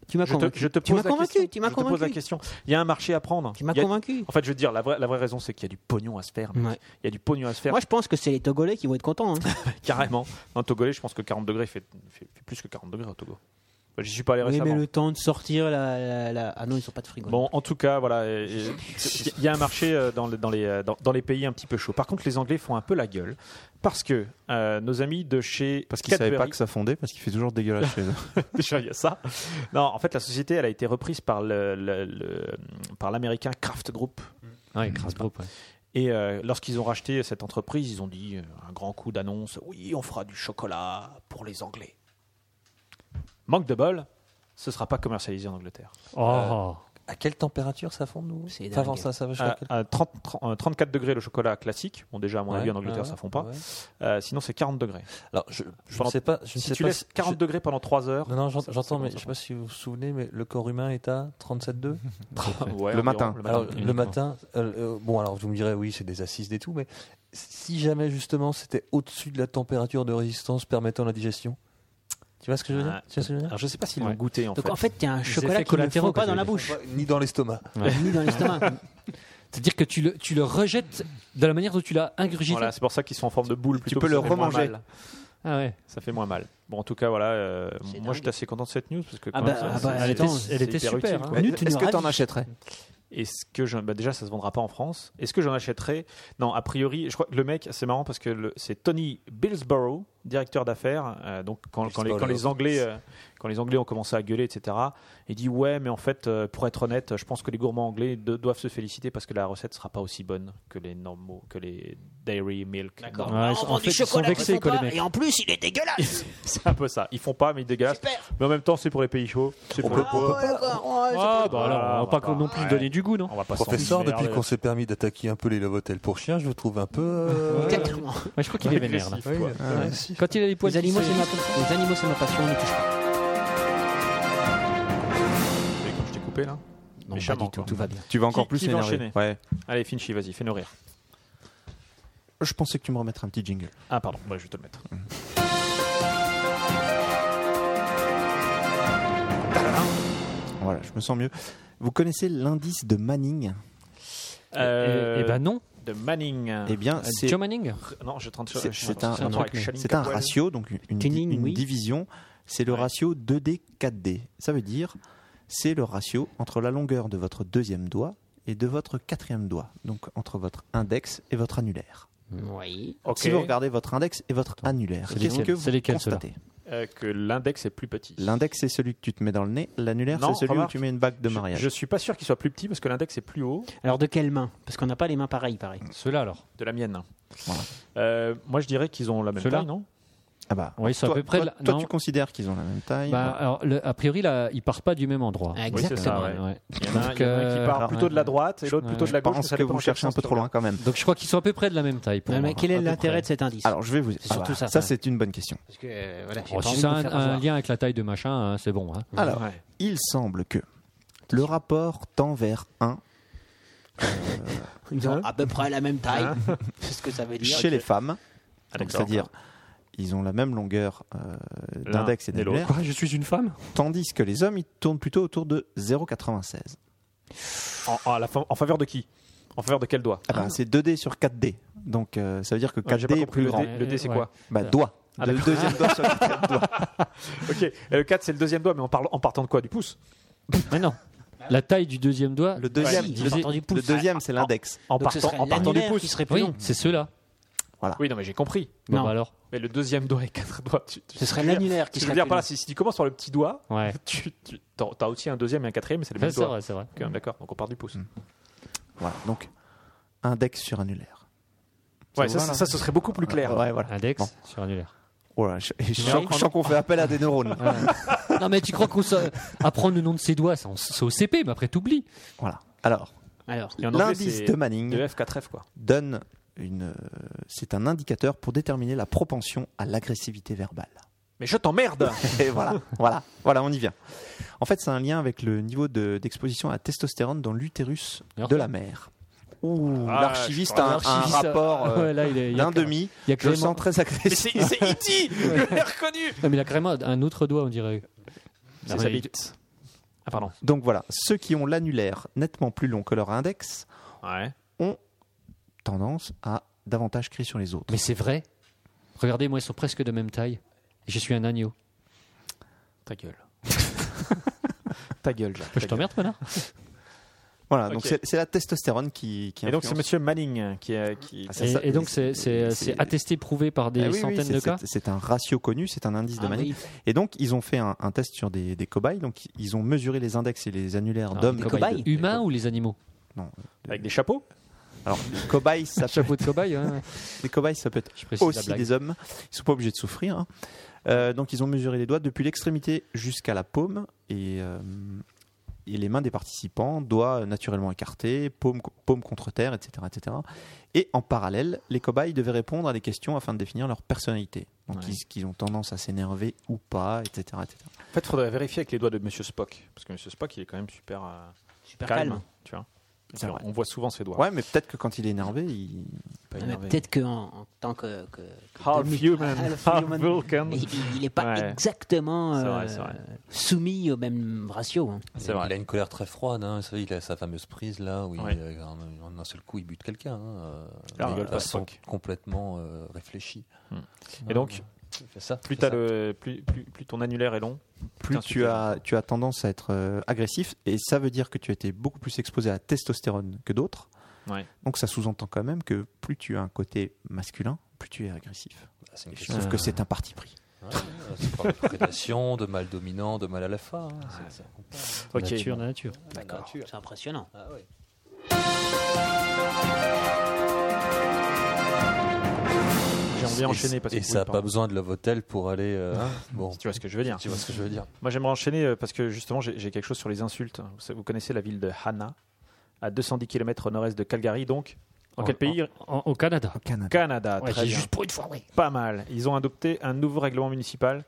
Speaker 5: Tu m'as
Speaker 9: je te, je te
Speaker 6: Tu
Speaker 9: pose
Speaker 6: m'as
Speaker 9: la
Speaker 6: convaincu,
Speaker 9: question.
Speaker 6: tu m'as
Speaker 9: je te pose la
Speaker 6: convaincu.
Speaker 9: question. Il y a un marché à prendre.
Speaker 6: Tu m'as
Speaker 9: Il y a-
Speaker 6: convaincu.
Speaker 9: En fait, je veux dire, la vraie, la vraie raison, c'est qu'il y a du pognon à se faire. mec.
Speaker 6: Ouais.
Speaker 9: Il y a du pognon à se faire
Speaker 6: Moi je pense que c'est les Togolais qui vont être contents. hein.
Speaker 9: carrément. En Togolais, je pense que 40 degrés fait, fait- fait plus que 40 degrés au Togo. Enfin, J'y suis pas allé
Speaker 6: Oui,
Speaker 9: récemment.
Speaker 6: mais le temps de sortir, la, la- la- ah non, ils sont pas de frigo.
Speaker 9: Bon, en tout cas, voilà, euh, euh, il y a un marché euh, dans, le- dans les, euh, dans, dans les pays un petit peu chauds. Par contre, les Anglais font un peu la gueule parce que euh, nos amis de chez
Speaker 4: Parce qu'ils savaient pas
Speaker 9: Cadbury-
Speaker 4: que ça fondait, parce qu'il fait toujours dégueulasse chez eux.
Speaker 9: Déjà, il y a ça. Non, en fait, la société, elle a été reprise par le, le- le- par l'américain Kraft Group.
Speaker 5: Ah, il crasse groupe, ouais.
Speaker 9: Et euh, lorsqu'ils ont racheté cette entreprise, ils ont dit euh, un grand coup d'annonce oui, on fera du chocolat pour les Anglais. Manque de bol, ce sera pas commercialisé en Angleterre.
Speaker 5: Oh.
Speaker 7: À quelle température ça fond nous
Speaker 6: C'est
Speaker 7: Enfin,
Speaker 6: dingue.
Speaker 7: ça, ça va jusqu'à
Speaker 9: Ah, À,
Speaker 7: quelle-
Speaker 9: à 30 euh, 34 degrés le chocolat classique. Bon, déjà, à mon
Speaker 7: Ouais,
Speaker 9: avis, en Angleterre,
Speaker 7: ouais,
Speaker 9: ça fond pas.
Speaker 7: ouais.
Speaker 9: Euh, sinon, c'est 40 degrés.
Speaker 7: Alors, je je ne
Speaker 9: Pendant-
Speaker 7: sais pas. Je ne
Speaker 9: si
Speaker 7: sais
Speaker 9: tu
Speaker 7: pas
Speaker 9: laisses 40
Speaker 7: je-
Speaker 9: degrés pendant 3 heures.
Speaker 7: Non, non, j'ent-
Speaker 9: ça- ça
Speaker 7: j'entends, mais
Speaker 9: commence
Speaker 7: je
Speaker 9: à
Speaker 7: sais pas si vous vous souvenez, mais le corps humain est à 37,2
Speaker 9: Ouais,
Speaker 4: Le
Speaker 9: environ,
Speaker 4: matin.
Speaker 7: Alors, le
Speaker 5: uniquement.
Speaker 7: matin, euh, euh, bon, alors vous me direz, oui, c'est des assises et tout, mais si jamais justement c'était au-dessus de la température de résistance permettant la digestion, tu vois ce que je veux dire,
Speaker 9: Ah,
Speaker 7: Tu vois ce que je veux dire
Speaker 9: Alors, je sais pas s'ils l'ont
Speaker 5: Ouais.
Speaker 9: goûté en
Speaker 6: Donc
Speaker 9: fait.
Speaker 6: en fait, il y a un chocolat
Speaker 5: effets
Speaker 6: qui ne
Speaker 5: collatéraux,
Speaker 6: fond pas
Speaker 5: quoi,
Speaker 6: dans
Speaker 5: tu
Speaker 6: la
Speaker 5: veux dire.
Speaker 6: bouche,
Speaker 7: Ni dans l'estomac.
Speaker 6: ni dans l'estomac.
Speaker 5: C'est-à-dire que tu le, tu le rejettes de la manière dont tu l'as ingurgité.
Speaker 9: Voilà, c'est pour ça qu'ils sont en forme de boule. plutôt
Speaker 4: peux
Speaker 9: que
Speaker 4: le
Speaker 9: ça fait moins
Speaker 4: remanger.
Speaker 9: mal.
Speaker 5: Ah ouais.
Speaker 9: Ça fait moins mal. Bon, en tout cas, voilà. euh,
Speaker 6: C'est
Speaker 9: moi,
Speaker 6: dingue.
Speaker 9: j'étais assez content de cette news parce que
Speaker 6: Ah
Speaker 9: quand
Speaker 6: bah,
Speaker 9: même,
Speaker 6: ah
Speaker 9: ça,
Speaker 6: bah,
Speaker 9: c'est-
Speaker 6: elle
Speaker 5: était-
Speaker 9: c'est
Speaker 5: elle était
Speaker 9: hyper
Speaker 5: super,
Speaker 9: utile,
Speaker 5: hein.
Speaker 9: quoi.
Speaker 6: Nul, tu
Speaker 4: Est-ce
Speaker 6: nous
Speaker 4: que t'en
Speaker 6: ravis.
Speaker 4: achèterais
Speaker 9: Est-ce que je... bah, déjà ça se vendra pas en France Est-ce que j'en achèterais Non, a priori, je crois que le mec, c'est marrant parce que le- c'est Tony Billsborough, directeur d'affaires. euh, donc quand, quand les, quand les
Speaker 7: Billsborough.
Speaker 9: Anglais, euh, quand les Anglais ont commencé à gueuler, etc. Il dit ouais, mais en fait, euh, pour être honnête, je pense que les gourmands anglais de- doivent se féliciter parce que la recette sera pas aussi bonne que les normaux, que les dairy milk.
Speaker 6: D'accord.
Speaker 9: Non.
Speaker 5: Ouais,
Speaker 6: Ah,
Speaker 5: ils sont-
Speaker 6: on vend
Speaker 5: en
Speaker 6: du
Speaker 5: fait, ils sont
Speaker 6: chocolat qui
Speaker 5: vexés,
Speaker 6: fond
Speaker 5: quoi, les
Speaker 6: pas,
Speaker 5: mecs.
Speaker 6: et en plus, il est dégueulasse.
Speaker 9: C'est un peu ça. Ils font pas, mais ils dégueulassent.
Speaker 6: Super.
Speaker 9: Mais en même temps, c'est pour les pays chauds. C'est pour-
Speaker 7: peut- on peut-
Speaker 5: Ah, bah alors, on
Speaker 9: on
Speaker 5: va
Speaker 9: va
Speaker 5: pas qu'on- non plus
Speaker 9: ouais.
Speaker 5: donner du goût, non
Speaker 9: On va pas
Speaker 7: Professeur,
Speaker 9: s'enfuir,
Speaker 7: depuis
Speaker 9: là.
Speaker 7: qu'on s'est permis d'attaquer un peu les Lovotel pour chiens, je vous trouve un peu. euh,
Speaker 6: Exactement.
Speaker 5: Ouais, Je crois qu'il est vénère, là.
Speaker 9: Agressif, quoi.
Speaker 7: agressif.
Speaker 5: Quand il a les poils
Speaker 6: Les animaux, c'est
Speaker 5: qui
Speaker 6: ma
Speaker 5: se-
Speaker 6: passion. Les animaux, c'est ma passion. on les touche pas.
Speaker 9: Et comme je t'ai coupé là.
Speaker 6: Non, pas
Speaker 9: Méchamment,
Speaker 6: du tout.
Speaker 9: quoi.
Speaker 6: Tout va bien.
Speaker 4: Tu vas encore
Speaker 9: Qui-
Speaker 4: plus
Speaker 9: qui veut enchaîner
Speaker 4: m'énerver. Ouais.
Speaker 9: Allez, Finchy, vas-y, fais-nous rire.
Speaker 4: Je pensais que tu me remettrais un petit jingle.
Speaker 9: Ah, pardon, ouais, je vais te le mettre.
Speaker 4: Voilà, je me sens mieux. Vous connaissez l'indice de Manning
Speaker 9: Euh,
Speaker 5: Eh eh ben non.
Speaker 9: De Manning.
Speaker 4: bah Eh bien,
Speaker 5: Euh,
Speaker 4: c'est
Speaker 5: Joe Manning
Speaker 9: non, je tente
Speaker 4: c'est- c'est un,
Speaker 5: un truc, mais-
Speaker 4: c'est un ratio, donc une, di-
Speaker 6: Tuning,
Speaker 4: une
Speaker 6: oui.
Speaker 4: division. C'est le
Speaker 9: Ouais.
Speaker 4: ratio 2D-4D. Ça veut dire, c'est le ratio entre la longueur de votre deuxième doigt et de votre quatrième doigt. Donc entre votre index et votre annulaire.
Speaker 6: Oui.
Speaker 4: Si vous regardez votre index et votre annulaire,
Speaker 5: C'est
Speaker 4: qu'est-ce que
Speaker 5: lesquels- c'est
Speaker 4: vous
Speaker 5: lesquels, ceux-là
Speaker 4: constatez
Speaker 9: euh, que l'index est plus petit.
Speaker 4: L'index, c'est celui que tu te mets dans le nez. L'annulaire,
Speaker 9: Non,
Speaker 4: c'est celui
Speaker 9: remarque,
Speaker 4: où tu mets une bague de
Speaker 9: Je-
Speaker 4: mariage.
Speaker 9: Je, suis pas sûr qu'il soit plus petit parce que l'index est plus haut
Speaker 6: Alors, de quelle main Parce qu'on n'a pas les mains pareilles, pareil.
Speaker 5: Ceux-là, alors.
Speaker 9: de la mienne.
Speaker 4: Voilà.
Speaker 9: Euh, moi, je dirais qu'ils ont la même
Speaker 5: Ceux-là
Speaker 9: taille, non
Speaker 4: Ah bah,
Speaker 5: Oui, c'est à
Speaker 4: toi,
Speaker 5: peu près.
Speaker 4: toi-
Speaker 5: la-
Speaker 4: toi,
Speaker 5: non.
Speaker 4: tu considères qu'ils ont la même taille.
Speaker 5: Bah, alors, le- a priori, là, ils partent pas du même endroit.
Speaker 6: Ah,
Speaker 9: Oui, c'est ça. ouais.
Speaker 5: Ouais.
Speaker 9: Il y en a un-
Speaker 5: Donc,
Speaker 9: il y en a un qui
Speaker 5: euh,
Speaker 9: part
Speaker 4: alors,
Speaker 9: plutôt de la droite et l'autre
Speaker 5: ouais.
Speaker 9: Bah, plutôt de
Speaker 4: je
Speaker 9: la gauche.
Speaker 4: pense
Speaker 9: ça
Speaker 4: que
Speaker 9: dépend
Speaker 4: vous
Speaker 9: en
Speaker 4: cherchez un
Speaker 9: quel
Speaker 4: peu
Speaker 9: sens
Speaker 4: trop
Speaker 9: tu
Speaker 4: loin quand même.
Speaker 5: Donc je crois qu'ils sont à peu près de la même taille. Pour
Speaker 6: Non,
Speaker 5: moi,
Speaker 6: mais quel est
Speaker 5: à peu
Speaker 6: l'intérêt
Speaker 5: près.
Speaker 6: de cet indice
Speaker 4: Alors, je vais vous. Ah bah,
Speaker 6: C'est surtout ça,
Speaker 4: Ça,
Speaker 6: ça.
Speaker 4: c'est une bonne question.
Speaker 6: Parce que, euh, voilà, j'ai
Speaker 5: Oh,
Speaker 6: pas
Speaker 5: Si
Speaker 6: envie
Speaker 5: ça a
Speaker 6: de me
Speaker 5: un,
Speaker 6: faire
Speaker 5: un
Speaker 6: avoir.
Speaker 5: lien avec la taille de machin, hein, c'est bon. hein.
Speaker 4: Alors,
Speaker 9: regardes. Ouais.
Speaker 4: il semble que le rapport tend vers 1
Speaker 6: Ils ont à peu près la même taille.
Speaker 9: Hein
Speaker 6: C'est ce que ça veut dire.
Speaker 4: chez les femmes.
Speaker 9: Ah,
Speaker 4: Donc,
Speaker 9: d'accord.
Speaker 4: C'est-à-dire, ils ont la même longueur euh,
Speaker 9: L'un
Speaker 4: d'index et
Speaker 9: et l'autre.
Speaker 4: d'annulaire,
Speaker 5: Quoi, je suis une femme
Speaker 4: tandis que les hommes, ils tournent plutôt autour de 0,96.
Speaker 9: En, en- à la fa- en faveur de qui En faveur de quel doigt
Speaker 4: Ah bah, c'est 2D sur 4D. Donc, euh, ça veut dire que
Speaker 9: Ouais, J'ai pas
Speaker 4: 4D est
Speaker 9: compris,
Speaker 4: plus
Speaker 9: le
Speaker 4: grand.
Speaker 9: dé- Le D, c'est
Speaker 5: Ouais.
Speaker 9: quoi
Speaker 4: Bah, doigt.
Speaker 9: Ah,
Speaker 4: le
Speaker 9: d'accord.
Speaker 4: deuxième doigt sur le quatrième doigt.
Speaker 9: Ok, et le 4 c'est le deuxième doigt, mais on parle en partant de quoi Du pouce
Speaker 5: Mais non. La taille du deuxième doigt.
Speaker 4: Le deuxième,
Speaker 5: Ouais.
Speaker 6: Si, j'ai
Speaker 5: Deuxi-
Speaker 6: entendu
Speaker 4: Le
Speaker 6: pouce.
Speaker 4: deuxième,
Speaker 9: Ah.
Speaker 4: c'est l'index.
Speaker 9: En
Speaker 6: Donc, ce
Speaker 9: partant,
Speaker 6: serait
Speaker 9: en partant du
Speaker 6: l'annulaire qui
Speaker 9: pouce
Speaker 6: serait plus
Speaker 5: Oui,
Speaker 6: long.
Speaker 5: c'est ceux-là.
Speaker 9: Oui, non, mais j'ai compris.
Speaker 5: Bon,
Speaker 6: Non.
Speaker 5: bah alors.
Speaker 9: Mais le deuxième doigt et quatre doigts, tu, tu-
Speaker 6: Ce serait
Speaker 9: je veux dire-
Speaker 6: l'annulaire qui
Speaker 9: Je veux
Speaker 6: serait
Speaker 9: dire,
Speaker 6: plus
Speaker 9: par là,
Speaker 6: long.
Speaker 9: si, si tu commences par le petit doigt,
Speaker 5: Ouais.
Speaker 9: tu, tu as aussi un deuxième et un quatrième, mais c'est le
Speaker 5: Ouais,
Speaker 9: même
Speaker 5: C'est
Speaker 9: doigt. euh,
Speaker 5: vrai, c'est vrai.
Speaker 9: Ok, Mm. D'accord, donc on part du pouce.
Speaker 4: Voilà, donc index sur annulaire.
Speaker 3: Ouais,
Speaker 4: se
Speaker 3: ça,
Speaker 4: voit,
Speaker 3: ça,
Speaker 4: là
Speaker 3: ça, ce serait beaucoup plus clair.
Speaker 4: Ouais, voilà.
Speaker 5: Index
Speaker 4: Bon.
Speaker 5: sur annulaire.
Speaker 4: Oh là, je, je sens, je sens qu'on fait appel à des neurones. là.
Speaker 5: non, mais tu crois qu'on sa- apprendre le nom de ses doigts, c'est en- c'est au CP, mais après t'oublies.
Speaker 4: voilà. Alors,
Speaker 6: Alors,
Speaker 9: Et en anglais,
Speaker 4: l'indice
Speaker 9: c'est
Speaker 4: de Manning
Speaker 9: de F4F, quoi.
Speaker 4: donne une. euh, C'est un indicateur pour déterminer la propension à l'agressivité verbale.
Speaker 9: Mais je t'emmerde
Speaker 4: Et voilà, voilà, voilà, on y vient. En fait, c'est un lien avec le niveau de- d'exposition à la testostérone dans l'utérus
Speaker 5: Alors
Speaker 4: de la mère. Ouh,
Speaker 9: Ah,
Speaker 4: l'archiviste
Speaker 9: je
Speaker 4: a un,
Speaker 5: crois-
Speaker 4: un
Speaker 5: l'archiviste,
Speaker 4: rapport euh,
Speaker 5: ouais, là, il est- il y a
Speaker 4: d'un
Speaker 5: que-
Speaker 4: demi.
Speaker 5: Il
Speaker 4: Je
Speaker 5: y a
Speaker 4: le
Speaker 5: carrément-
Speaker 4: sens très agressif.
Speaker 9: C'est E E.T. Je l'ai reconnu
Speaker 5: Non, mais il a carrément un autre doigt, on dirait.
Speaker 9: C'est sa bite. Ah, pardon.
Speaker 4: Donc voilà, ceux qui ont l'annulaire nettement plus long que leur index
Speaker 9: Ouais.
Speaker 4: tendance à davantage crier sur les autres.
Speaker 5: Mais c'est vrai. Regardez, moi, ils sont presque de même taille. Et je suis un agneau.
Speaker 3: Ta gueule. Ta gueule, Jacques.
Speaker 5: Bah, Je t'emmerde, connard
Speaker 4: Voilà,
Speaker 9: Ok.
Speaker 4: donc c'est c'est la testostérone qui, qui
Speaker 9: Et donc c'est
Speaker 4: influence.
Speaker 9: Monsieur Manning qui, a- qui...
Speaker 4: Ah, ça,
Speaker 5: Et,
Speaker 4: ça,
Speaker 5: et donc,
Speaker 4: c'est-
Speaker 5: c'est c'est-
Speaker 4: c'est-
Speaker 5: c'est attesté, prouvé par des
Speaker 4: Ah oui, oui,
Speaker 5: centaines
Speaker 4: c'est-
Speaker 5: de cas.
Speaker 4: c'est- C'est un ratio connu, c'est un indice de
Speaker 6: Ah
Speaker 4: Manning. Et donc, ils ont fait un, un test sur des, des cobayes. Donc, ils ont mesuré les index et les annulaires
Speaker 5: Alors,
Speaker 4: d'hommes.
Speaker 5: Ah, des
Speaker 6: cobayes.
Speaker 5: cobayes Humains ou les animaux
Speaker 9: avec des chapeaux.
Speaker 4: Alors, les cobayes, ça peut,
Speaker 5: Chapeau de cobaye, hein.
Speaker 4: les cobayes, ça peut être
Speaker 5: je précise la
Speaker 4: aussi
Speaker 5: blague.
Speaker 4: des hommes. Ils sont pas obligés de souffrir. hein. Euh, donc, ils ont mesuré les doigts depuis l'extrémité jusqu'à la paume et, euh, et les mains des participants, doigts naturellement écartés, paume, paume contre terre, etc., etc. Et en parallèle, les cobayes devaient répondre à des questions afin de définir leur personnalité. Donc,
Speaker 9: Ouais.
Speaker 4: ils, qu'ils ont tendance à s'énerver ou pas, etc., etc.
Speaker 9: En fait, il faudrait vérifier avec les doigts de Monsieur Spock parce que Monsieur Spock il est quand même super, euh,
Speaker 6: super
Speaker 9: calme,
Speaker 6: calme. Ah,
Speaker 9: tu vois.
Speaker 4: C'est vrai.
Speaker 9: On voit souvent ses doigts.
Speaker 4: Ouais, mais peut-être que quand il est énervé, il,
Speaker 6: Ah, mais Peut-être qu'en en tant que. que- que
Speaker 9: Half
Speaker 6: demi-
Speaker 9: human,
Speaker 6: half
Speaker 9: half
Speaker 6: human,
Speaker 9: Vulcan.
Speaker 6: il- Il n'est pas
Speaker 9: Ouais.
Speaker 6: exactement
Speaker 9: C'est
Speaker 6: euh,
Speaker 9: vrai, c'est vrai.
Speaker 6: soumis au même ratio. hein.
Speaker 7: Il, il a une colère très froide. hein. Vous savez, il a sa fameuse prise là où il,
Speaker 9: Ouais.
Speaker 7: euh, en- en un seul coup il bute quelqu'un. hein, euh,
Speaker 9: Alors,
Speaker 7: de
Speaker 9: rigole pas,
Speaker 7: façon
Speaker 9: Spock.
Speaker 7: complètement euh, réfléchie.
Speaker 9: Et donc,
Speaker 7: Il fait ça,
Speaker 9: plus,
Speaker 7: fait
Speaker 9: t'as
Speaker 7: ça.
Speaker 9: le, plus, plus, plus ton annulaire est long.
Speaker 4: plus
Speaker 9: Putain,
Speaker 4: tu
Speaker 9: c'est
Speaker 4: as, tu as tendance à être euh, agressif et ça veut dire que tu as été beaucoup plus exposé à la testostérone que d'autres.
Speaker 9: Ouais.
Speaker 4: Donc ça sous-entend quand même que plus tu as un côté masculin, plus tu es agressif.
Speaker 7: Bah, c'est une
Speaker 4: Et je
Speaker 7: question
Speaker 4: trouve
Speaker 5: Ah.
Speaker 4: que c'est un parti pris.
Speaker 7: hein, euh, c'est pas de prédation, de mal dominant, de mal à la fin. hein. C'est- hein. c'est-
Speaker 9: Ok.
Speaker 5: Nature, la nature.
Speaker 6: D'accord. C'est impressionnant.
Speaker 3: Ah,
Speaker 9: Ah, J'aimerais bien enchaîner parce que
Speaker 7: et
Speaker 9: oui,
Speaker 7: ça n'a pas
Speaker 9: pardon. Hein
Speaker 7: besoin de la Votel pour aller. euh, bon,
Speaker 9: Tu vois ce que je veux dire.
Speaker 7: tu vois ce que je veux dire.
Speaker 9: Moi, j'aimerais enchaîner euh, parce que justement, j'ai j'ai quelque chose sur les insultes. Vous, savez- vous connaissez la ville de Hana, à 210 km au nord-est de Calgary. Donc, en, quel pays
Speaker 5: En- Au Canada.
Speaker 4: Au Canada.
Speaker 9: Canada.
Speaker 5: Ouais,
Speaker 9: très
Speaker 5: j'ai
Speaker 9: bien.
Speaker 5: juste pour une fois, oui.
Speaker 9: Pas mal. Ils ont adopté un nouveau règlement municipal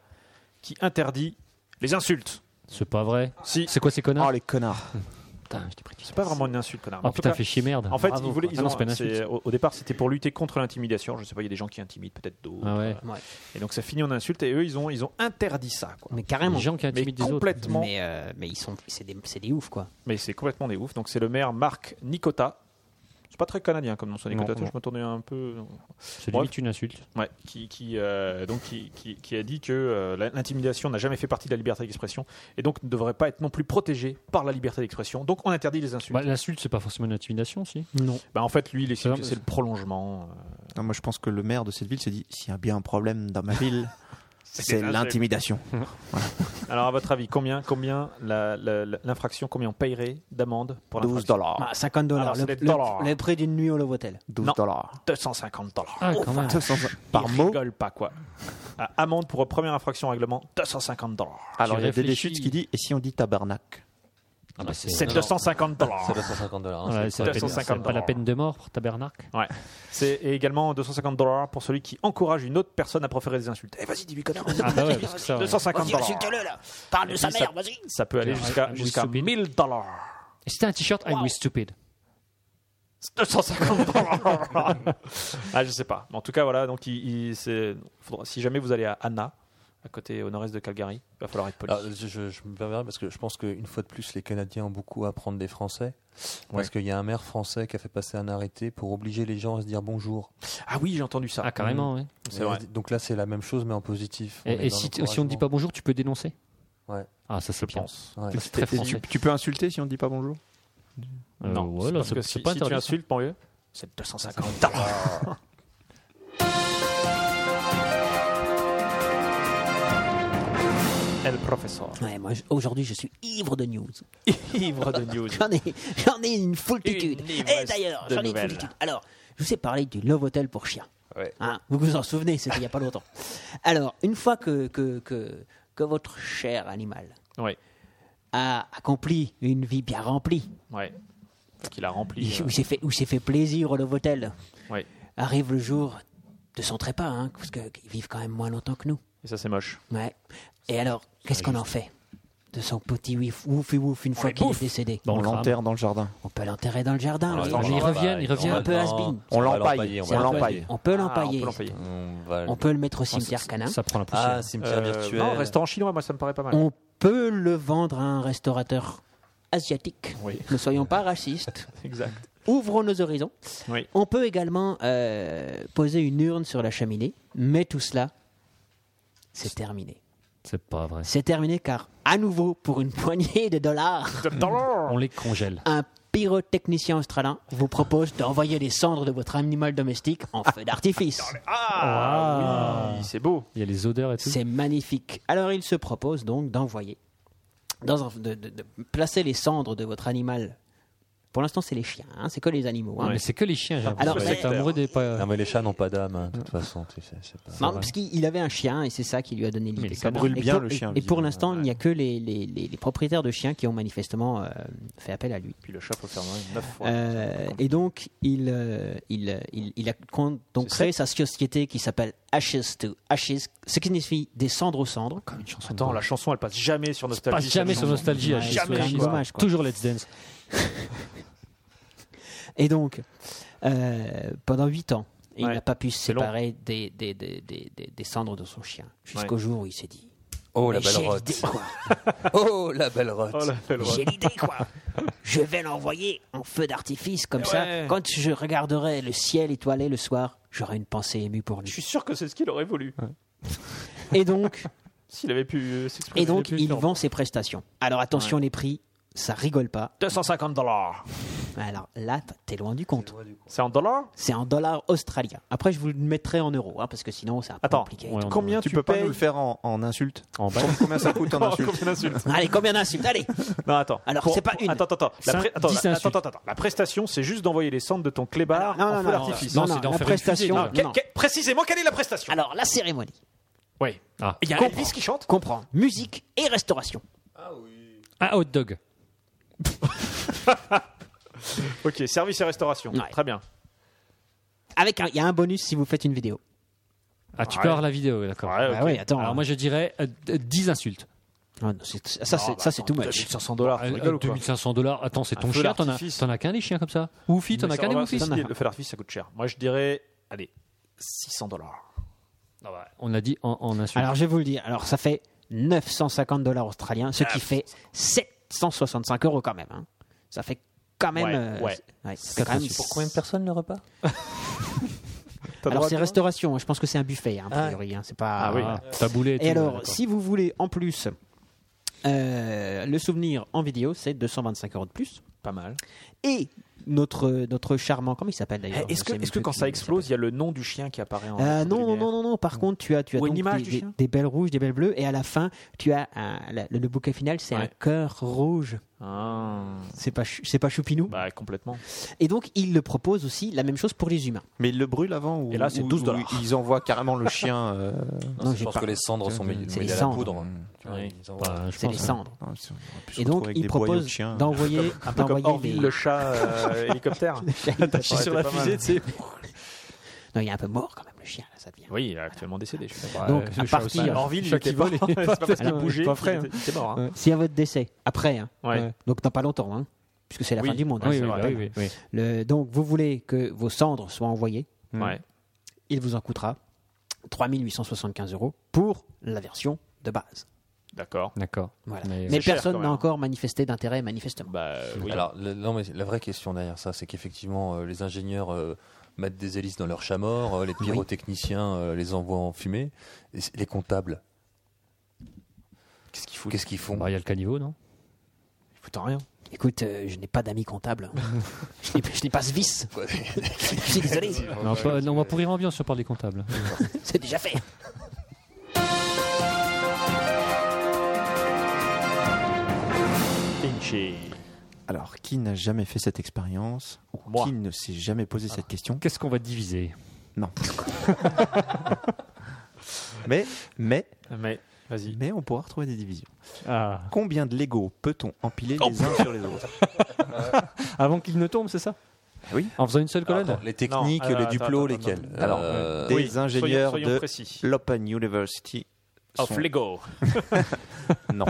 Speaker 9: qui interdit les insultes.
Speaker 5: C'est pas vrai.
Speaker 9: Si.
Speaker 5: C'est quoi ces connards
Speaker 4: Oh les connards.
Speaker 5: Putain, je t'ai pris du
Speaker 9: C'est pas vraiment une insulte, connard.
Speaker 5: Ah
Speaker 9: En tout
Speaker 5: putain,
Speaker 9: cas,
Speaker 5: fais chier merde.
Speaker 9: En fait,
Speaker 5: Bravo,
Speaker 9: ils voulaient,
Speaker 5: quoi.
Speaker 9: ils
Speaker 5: Ah non,
Speaker 9: ont-
Speaker 5: c'est pas une insulte.
Speaker 9: c'est- au, au départ, c'était pour lutter contre l'intimidation. Je sais pas, il y a des gens qui intimident peut-être d'autres.
Speaker 5: Ah ouais.
Speaker 6: Ouais.
Speaker 9: Et donc, ça finit en insulte. Et eux, ils ont, ils ont interdit ça. Quoi.
Speaker 6: Mais carrément.
Speaker 5: Les gens qui
Speaker 9: Mais
Speaker 5: intimident les autres.
Speaker 9: complètement. Mais,
Speaker 6: Mais, euh, mais ils sont, c'est des, c'est des oufs quoi.
Speaker 9: c'est complètement des oufs. Donc, c'est le maire Marc Nicota. C'est pas très canadien comme nom, c'est Nicota.
Speaker 4: non.
Speaker 9: Je me tournais un peu.
Speaker 5: C'est
Speaker 9: Bref.
Speaker 5: limite une insulte.
Speaker 9: Ouais, qui, qui, euh, donc qui, qui- qui a dit que euh, la- l'intimidation n'a jamais fait partie de la liberté d'expression et donc ne devrait pas être non plus protégée par la liberté d'expression. Donc on interdit les insultes.
Speaker 5: Bah, L'insulte, c'est pas forcément une intimidation, si.
Speaker 9: Bah, en fait, lui, il estime
Speaker 5: Non,
Speaker 9: que
Speaker 5: mais-
Speaker 9: c'est le prolongement. euh,
Speaker 4: Non, moi je pense que le maire de cette ville s'est dit s'il y a bien un problème dans ma ville,
Speaker 9: les
Speaker 4: c'est
Speaker 9: insultes.
Speaker 4: l'intimidation.
Speaker 9: Alors, à votre avis, combien, combien la- la- la- l'infraction, combien on paierait d'amende pour
Speaker 4: 12
Speaker 9: l'infraction
Speaker 4: dollars.
Speaker 6: Ah, 50
Speaker 9: Alors,
Speaker 6: dollars.
Speaker 9: c'est
Speaker 6: Le,
Speaker 9: des dollars.
Speaker 6: le- le prix d'une nuit au Lovotel.
Speaker 4: 12
Speaker 9: Non.
Speaker 4: dollars.
Speaker 9: 250 dollars.
Speaker 5: Ah, quand même.
Speaker 4: 200 par
Speaker 9: Il
Speaker 4: mot.
Speaker 9: rigole pas, quoi. Ah, amende pour première infraction au règlement, 250 dollars.
Speaker 4: Alors il y a des
Speaker 5: réfléchis.
Speaker 4: déchutes qui dit et si on dit tabarnak
Speaker 7: Ah bah,
Speaker 9: C'est
Speaker 7: non,
Speaker 9: 250 dollars.
Speaker 7: c'est 250 dollars. hein,
Speaker 5: Voilà,
Speaker 7: c'est
Speaker 5: c'est la peine-
Speaker 9: 250
Speaker 5: c'est pas la
Speaker 9: dollars.
Speaker 5: peine de mort pour tabernacle.
Speaker 9: Ouais. C'est et également 250 dollars pour celui qui encourage une autre personne à proférer des insultes. Eh, vas-y, dis-lui connard.
Speaker 5: Ah bah ouais, parce que ça. ouais.
Speaker 9: 250
Speaker 6: Vas-y,
Speaker 9: dollars.
Speaker 6: insulte-le là. Parle de
Speaker 9: Et
Speaker 6: sa
Speaker 9: puis,
Speaker 6: mère, vas-y.
Speaker 9: Ça peut aller
Speaker 5: Alors,
Speaker 9: jusqu'à
Speaker 5: un
Speaker 9: jusqu'à
Speaker 5: stupide.
Speaker 9: 1000 dollars.
Speaker 5: Et C'était un t-shirt I'm with stupid.
Speaker 9: 250 dollars. ah, je sais pas. Mais en tout cas, voilà. Donc, il, il- c'est- faudra- si jamais vous allez à Anna, à côté au nord-est de Calgary, il va falloir être poli.
Speaker 7: Ah, je, je- je me permets parce que je pense qu'une fois de plus, les Canadiens ont beaucoup à apprendre des Français. Parce qu'il y a un maire français qui a fait passer un arrêté pour obliger les gens à se dire bonjour.
Speaker 9: Ah oui, j'ai entendu ça.
Speaker 5: Ah, carrément, ouais.
Speaker 9: C'est vrai.
Speaker 7: Donc là, c'est la même chose, mais en positif. On
Speaker 5: Et,
Speaker 7: est
Speaker 5: et
Speaker 7: dans
Speaker 5: si, t- si on ne dit pas bonjour, tu peux dénoncer
Speaker 7: Ouais.
Speaker 5: Ah, ça, c'est
Speaker 9: Je
Speaker 5: bien.
Speaker 9: pense.
Speaker 5: Ça,
Speaker 7: l'encouragement. Ouais.
Speaker 5: C'est très français.
Speaker 4: Tu peux insulter si on dit pas bonjour
Speaker 5: Euh,
Speaker 9: Non,
Speaker 5: voilà,
Speaker 9: parce
Speaker 5: c'est-
Speaker 9: que
Speaker 5: c'est
Speaker 9: si,
Speaker 5: pas
Speaker 9: si tu
Speaker 5: interdit, ça.
Speaker 9: insultes, mon vieux, c'est 250 dollars. El Professor.
Speaker 6: Ouais, moi, j- aujourd'hui, je suis ivre de news.
Speaker 9: Livre de news.
Speaker 6: J'en ai, j'en ai une foultitude.
Speaker 9: Une
Speaker 6: Et
Speaker 9: ivresse
Speaker 6: d'ailleurs,
Speaker 9: de
Speaker 6: j'en ai une
Speaker 9: nouvelles.
Speaker 6: foultitude. Alors, je vous ai parlé du Love Hotel pour chiens.
Speaker 9: Ouais.
Speaker 6: Hein, vous vous en souvenez, c'était il n'y a pas longtemps. Alors, une fois que, que, que, que votre cher animal
Speaker 9: Ouais.
Speaker 6: a accompli une vie bien remplie,
Speaker 9: Ouais. Qu'il a rempli.
Speaker 6: où s'est fait, où s'est fait plaisir au Love Hotel,
Speaker 9: euh, ouais.
Speaker 6: arrive le jour de son trépas, hein, parce qu'ils vivent quand même moins longtemps que nous.
Speaker 9: Et ça, c'est moche.
Speaker 6: Ouais. Et alors, qu'est-ce qu'on en fait de son petit ouf ouf, ouf une fois qu'il est décédé
Speaker 4: On l'enterre dans le jardin.
Speaker 6: On peut l'enterrer dans le jardin. oui.
Speaker 5: mais ils reviennent, ils
Speaker 6: C'est
Speaker 5: reviennent.
Speaker 6: un peu has-been.
Speaker 4: On
Speaker 7: va
Speaker 4: l'empaille.
Speaker 7: l'empailler, on
Speaker 4: On
Speaker 7: va
Speaker 4: l'empaille.
Speaker 6: On peut
Speaker 9: Ah, on
Speaker 6: l'empayer.
Speaker 9: peut l'empailler.
Speaker 7: On va-
Speaker 6: on peut le mettre au cimetière canin.
Speaker 5: Ça prend la poussière.
Speaker 7: Ah, cimetière
Speaker 9: Euh,
Speaker 7: virtuel.
Speaker 9: Non, restant en chinois, moi, ça me paraît pas mal.
Speaker 6: On peut le vendre à un restaurateur asiatique.
Speaker 9: Oui.
Speaker 6: Ne soyons pas racistes.
Speaker 9: Exact.
Speaker 6: Ouvrons nos horizons.
Speaker 9: Oui.
Speaker 6: On peut également euh, poser une urne sur la cheminée, mais tout cela, c'est terminé.
Speaker 5: C'est pas vrai.
Speaker 6: C'est terminé car, à nouveau, pour une poignée de dollars,
Speaker 5: On les congèle.
Speaker 6: un pyrotechnicien australien vous propose d'envoyer les cendres de votre animal domestique en feu d'artifice.
Speaker 9: Ah, oui, c'est beau.
Speaker 5: Il y a les odeurs et tout.
Speaker 6: C'est magnifique. Alors il se propose donc d'envoyer, dans un- de, de- de placer les cendres de votre animal. Pour l'instant, c'est les chiens, hein, c'est que les animaux. hein.
Speaker 5: Mais c'est que les chiens. j'ai
Speaker 6: Alors,
Speaker 5: l'impression.
Speaker 6: mais-
Speaker 5: c'est amoureux des pas.
Speaker 7: Non, mais les chats n'ont pas d'âme, hein, de
Speaker 5: Mm.
Speaker 7: toute façon. tu sais, c'est pas-
Speaker 6: Non, parce qu'il il avait un chien et c'est ça qui lui a donné l'idée.
Speaker 5: ça
Speaker 4: brûle
Speaker 6: Et
Speaker 4: bien
Speaker 6: pour-
Speaker 4: le
Speaker 6: et-
Speaker 4: chien,
Speaker 6: Et pour
Speaker 4: visiblement.
Speaker 6: l'instant, il n'y a que les, les- les- les propriétaires de chiens qui ont manifestement euh, fait appel à lui.
Speaker 9: Puis le chat peut faire 9 fois.
Speaker 6: Euh, et donc, il, euh, il, il, il a con- donc
Speaker 9: C'est
Speaker 6: créé sa société qui s'appelle Ashes to Ashes, ce qui signifie des cendres aux cendres.
Speaker 5: Une chanson de
Speaker 9: Attends,
Speaker 5: Bowie.
Speaker 9: la chanson, elle passe jamais sur Nostalgie.
Speaker 5: Passe jamais
Speaker 9: cette
Speaker 5: sur
Speaker 9: chanson.
Speaker 5: Nostalgie.
Speaker 6: Ouais,
Speaker 5: à
Speaker 6: c'est
Speaker 5: Gisela.
Speaker 6: quand même
Speaker 5: Gisela.
Speaker 6: dommage, quoi.
Speaker 5: Toujours Let's Dance.
Speaker 6: Et donc, euh, pendant 8 ans, il
Speaker 9: Ouais.
Speaker 6: n'a pas pu se
Speaker 9: C'est long.
Speaker 6: séparer des, des, des, des, des- des cendres de son chien. Jusqu'au jour où il s'est dit
Speaker 7: Oh, la
Speaker 6: Mais
Speaker 7: belle
Speaker 6: j'ai l'idée,
Speaker 7: rotte.
Speaker 6: quoi.
Speaker 7: Oh, la belle rotte.
Speaker 9: Oh, la belle
Speaker 6: J'ai l'idée, quoi. Je vais l'envoyer en feu d'artifice, comme ça. Quand je regarderai le ciel étoilé le soir, j'aurai une pensée émue pour
Speaker 9: Je
Speaker 6: lui.
Speaker 9: suis sûr que c'est ce qu'il aurait voulu.
Speaker 6: Et donc,
Speaker 9: S'il avait pu euh, s'exprimer.
Speaker 6: et donc
Speaker 9: il avait pu
Speaker 6: il
Speaker 9: faire-
Speaker 6: vend ses prestations. Alors attention, les prix, ça rigole pas.
Speaker 9: 250 dollars.
Speaker 6: Alors là, t'es loin du compte.
Speaker 9: C'est en dollars
Speaker 6: C'est en dollars australiens. Après, je vous le mettrai en euros, hein, parce que sinon, c'est un peu
Speaker 9: Attends,
Speaker 6: compliqué.
Speaker 5: ouais, on-
Speaker 9: Combien
Speaker 4: Tu
Speaker 9: tu,
Speaker 4: peux pas
Speaker 9: payes
Speaker 4: nous le faire en, en insulte
Speaker 5: En bas.
Speaker 4: Combien ça coûte en
Speaker 9: Oh,
Speaker 4: insulte
Speaker 9: combien d'insultes
Speaker 6: Allez, combien d'insultes Allez
Speaker 9: Non, attends.
Speaker 6: Alors, c'est pas une.
Speaker 9: Attends, attends, attends. La,
Speaker 5: Cinq-
Speaker 9: pré- attends,
Speaker 5: dix
Speaker 9: la- attends,
Speaker 5: insultes.
Speaker 9: attends, attends. La prestation, c'est juste d'envoyer les cendres de ton clébard
Speaker 6: Non, non,
Speaker 9: en
Speaker 6: non,
Speaker 9: feu
Speaker 6: non,
Speaker 9: d'artifice.
Speaker 6: non,
Speaker 5: Non, c'est
Speaker 6: non,
Speaker 5: d'en
Speaker 6: la
Speaker 5: faire une fusée.
Speaker 6: prestation.
Speaker 5: Non,
Speaker 6: non,
Speaker 9: Que-
Speaker 6: non.
Speaker 9: que- précisément, quelle est la prestation
Speaker 6: Alors, la cérémonie.
Speaker 9: Oui.
Speaker 5: Ah.
Speaker 9: Il y a
Speaker 6: Comprends.
Speaker 9: Elvis qui chante
Speaker 6: Comprends. Musique et restauration.
Speaker 5: Un Ah, hot dog.
Speaker 9: Ok, service et restauration.
Speaker 6: Ouais.
Speaker 9: Très bien.
Speaker 6: Avec un, il y a un bonus si vous faites une vidéo.
Speaker 5: Ah, tu
Speaker 9: Ouais.
Speaker 5: peux avoir la vidéo, ouais, d'accord.
Speaker 9: Ouais,
Speaker 6: Bah
Speaker 9: ok.
Speaker 6: oui, attends.
Speaker 5: Alors moi je dirais euh, d- 10 insultes.
Speaker 6: Ah, non, c'est- ça, c'est,
Speaker 9: Non, bah,
Speaker 6: ça, c'est too
Speaker 9: attends,
Speaker 6: much.
Speaker 9: 2500 dollars, tu
Speaker 5: Euh,
Speaker 9: rigoles ou quoi
Speaker 5: 2500 dollars. Attends, c'est ton
Speaker 9: feu
Speaker 5: chien, t'en as,
Speaker 9: d'artifice.
Speaker 5: t'en as qu'un des chiens comme ça Woofy, t'en as qu'un des
Speaker 9: Mais
Speaker 5: Woofy
Speaker 9: ça, on va voir, c'est- Le feu d'artifice, ça coûte cher. Moi, je dirais, allez, 600 dollars.
Speaker 5: Non, bah, On l'a dit en, en insultes.
Speaker 6: Alors, je vais vous le dire. Alors, ça fait 950 dollars australiens,
Speaker 9: Ah,
Speaker 6: ce qui fait 765 euros quand même. hein. Ça fait quand même.
Speaker 9: Ouais,
Speaker 6: euh,
Speaker 9: ouais.
Speaker 6: ouais, ça fait quand même-
Speaker 7: personnes le repas
Speaker 6: Alors, c'est restauration. hein. Je pense que c'est un buffet, hein, a priori. hein. C'est pas.
Speaker 5: ah oui, taboulé. tout,
Speaker 6: Et alors,
Speaker 5: d'accord.
Speaker 6: si vous voulez en plus euh, le souvenir en vidéo, c'est 225 euros de plus.
Speaker 9: Pas mal.
Speaker 6: Et notre, euh, notre charmant, comment il s'appelle d'ailleurs
Speaker 9: Eh, Est-ce
Speaker 6: Je
Speaker 9: que,
Speaker 6: sais même
Speaker 9: est-ce que
Speaker 6: plus
Speaker 9: quand
Speaker 6: qui
Speaker 9: ça
Speaker 6: il
Speaker 9: explose, il y a le nom du chien qui apparaît en.
Speaker 6: Euh,
Speaker 9: lettres de
Speaker 6: non, non,
Speaker 9: lumière
Speaker 6: non, non, non. Par contre, tu as, tu as
Speaker 9: Ou une
Speaker 6: donc
Speaker 9: image
Speaker 6: des,
Speaker 9: du
Speaker 6: des-
Speaker 9: chien
Speaker 6: des belles rouges, des belles bleues, et à la fin, tu as un- la- le, le bouquet final, c'est un
Speaker 9: Ouais.
Speaker 6: cœur rouge.
Speaker 9: Ah,
Speaker 6: C'est pas, chou- c'est pas choupinou.
Speaker 9: bah, complètement.
Speaker 6: Et donc, il le propose aussi la même chose pour les humains.
Speaker 4: Mais ils le brûlent avant ou,
Speaker 9: Et là, c'est
Speaker 4: ou-
Speaker 9: 12
Speaker 4: ou
Speaker 9: dollars.
Speaker 4: ils envoient carrément le chien euh,
Speaker 7: Non,
Speaker 6: Non,
Speaker 7: je
Speaker 6: j'ai
Speaker 7: pense
Speaker 6: pas.
Speaker 7: que les cendres
Speaker 5: Mm,
Speaker 7: sont mêlées
Speaker 6: C'est
Speaker 7: mêlées
Speaker 6: les
Speaker 7: à la
Speaker 6: cendres.
Speaker 7: poudre. Tu vois,
Speaker 5: Oui.
Speaker 7: ils envoient-
Speaker 5: Bah, je
Speaker 6: C'est les
Speaker 5: pense, hein.
Speaker 6: cendres.
Speaker 4: non, c'est- on aurait pu se
Speaker 6: Et
Speaker 4: retrouver
Speaker 6: donc,
Speaker 4: avec
Speaker 6: il
Speaker 4: des boyaux de
Speaker 6: propose
Speaker 4: chien.
Speaker 6: d'envoyer
Speaker 9: Un peu comme
Speaker 6: d'envoyer
Speaker 9: Orville,
Speaker 6: les-
Speaker 9: le chat euh, hélicoptère.
Speaker 6: attaché
Speaker 9: sur la fusée,
Speaker 6: tu sais. Non, il est un peu mort quand même, le chien, là, ça devient.
Speaker 9: Oui, il est actuellement décédé, je suis d'accord.
Speaker 6: Donc,
Speaker 5: le
Speaker 6: à
Speaker 5: chat aussi. hein.
Speaker 6: partir,
Speaker 9: Orville, il
Speaker 5: Chat qui
Speaker 9: était pas,
Speaker 5: vole et-
Speaker 9: c'est pas parce qu'il
Speaker 6: Alors,
Speaker 9: bougeait.
Speaker 6: pas frais,
Speaker 9: qu'il était- il était mort. hein.
Speaker 6: s'il y a votre décès, après, hein,
Speaker 9: Ouais.
Speaker 6: euh, donc dans pas longtemps, hein, puisque c'est la
Speaker 9: Oui.
Speaker 6: fin du monde.
Speaker 5: Ah
Speaker 6: hein,
Speaker 5: oui,
Speaker 6: je
Speaker 5: oui,
Speaker 6: le
Speaker 5: bah
Speaker 6: rappelle.
Speaker 5: oui, oui, oui.
Speaker 6: Le- donc, vous voulez que vos cendres soient envoyées
Speaker 9: Ouais.
Speaker 6: il vous en coûtera 3875 euros pour la version de base.
Speaker 9: D'accord.
Speaker 5: D'accord.
Speaker 6: Voilà.
Speaker 5: Mais-
Speaker 6: Mais,
Speaker 5: C'est
Speaker 9: cher,
Speaker 6: personne
Speaker 9: quand
Speaker 6: n'a
Speaker 9: même.
Speaker 6: encore manifesté d'intérêt, manifestement.
Speaker 9: Bah, oui.
Speaker 7: Alors, le- non, mais la vraie question derrière ça, c'est qu'effectivement, euh, les ingénieurs euh, mettent des hélices dans leurs chats morts, euh, les pyrotechniciens euh, les envoient en fumée, et c- les comptables. Qu'est-ce qu'ils font Qu'est-ce qu'ils font
Speaker 5: Bah, il y a le caniveau, non
Speaker 9: Putain, rien.
Speaker 6: Écoute, euh, je n'ai pas d'amis comptables. hein. je n'ai- je n'ai pas ce vice.
Speaker 7: Quoi
Speaker 6: Je suis désolé,
Speaker 5: non, pas- non, On va pourrir l'ambiance si on parle des comptables.
Speaker 6: c'est déjà fait.
Speaker 9: cliché.
Speaker 4: Alors, qui n'a jamais fait cette expérience ou
Speaker 9: Moi.
Speaker 4: qui ne s'est jamais posé cette question
Speaker 5: Qu'est-ce qu'on va diviser
Speaker 4: Non. mais, mais,
Speaker 9: Mais vas-y.
Speaker 4: mais on pourra retrouver des divisions.
Speaker 5: Ah.
Speaker 4: Combien de Lego peut-on empiler les uns sur les autres
Speaker 5: Avant qu'il ne tombe, c'est ça
Speaker 4: Oui.
Speaker 5: En faisant une seule colonne
Speaker 7: Les techniques,
Speaker 9: Non,
Speaker 7: les
Speaker 9: alors,
Speaker 7: duplos,
Speaker 9: attends, attends,
Speaker 7: lesquels
Speaker 4: attends. Alors,
Speaker 7: Euh,
Speaker 4: Des ingénieurs
Speaker 9: soyons, soyons
Speaker 4: de
Speaker 9: précis.
Speaker 4: l'Open University
Speaker 9: Of
Speaker 4: sont-
Speaker 9: Lego.
Speaker 4: non,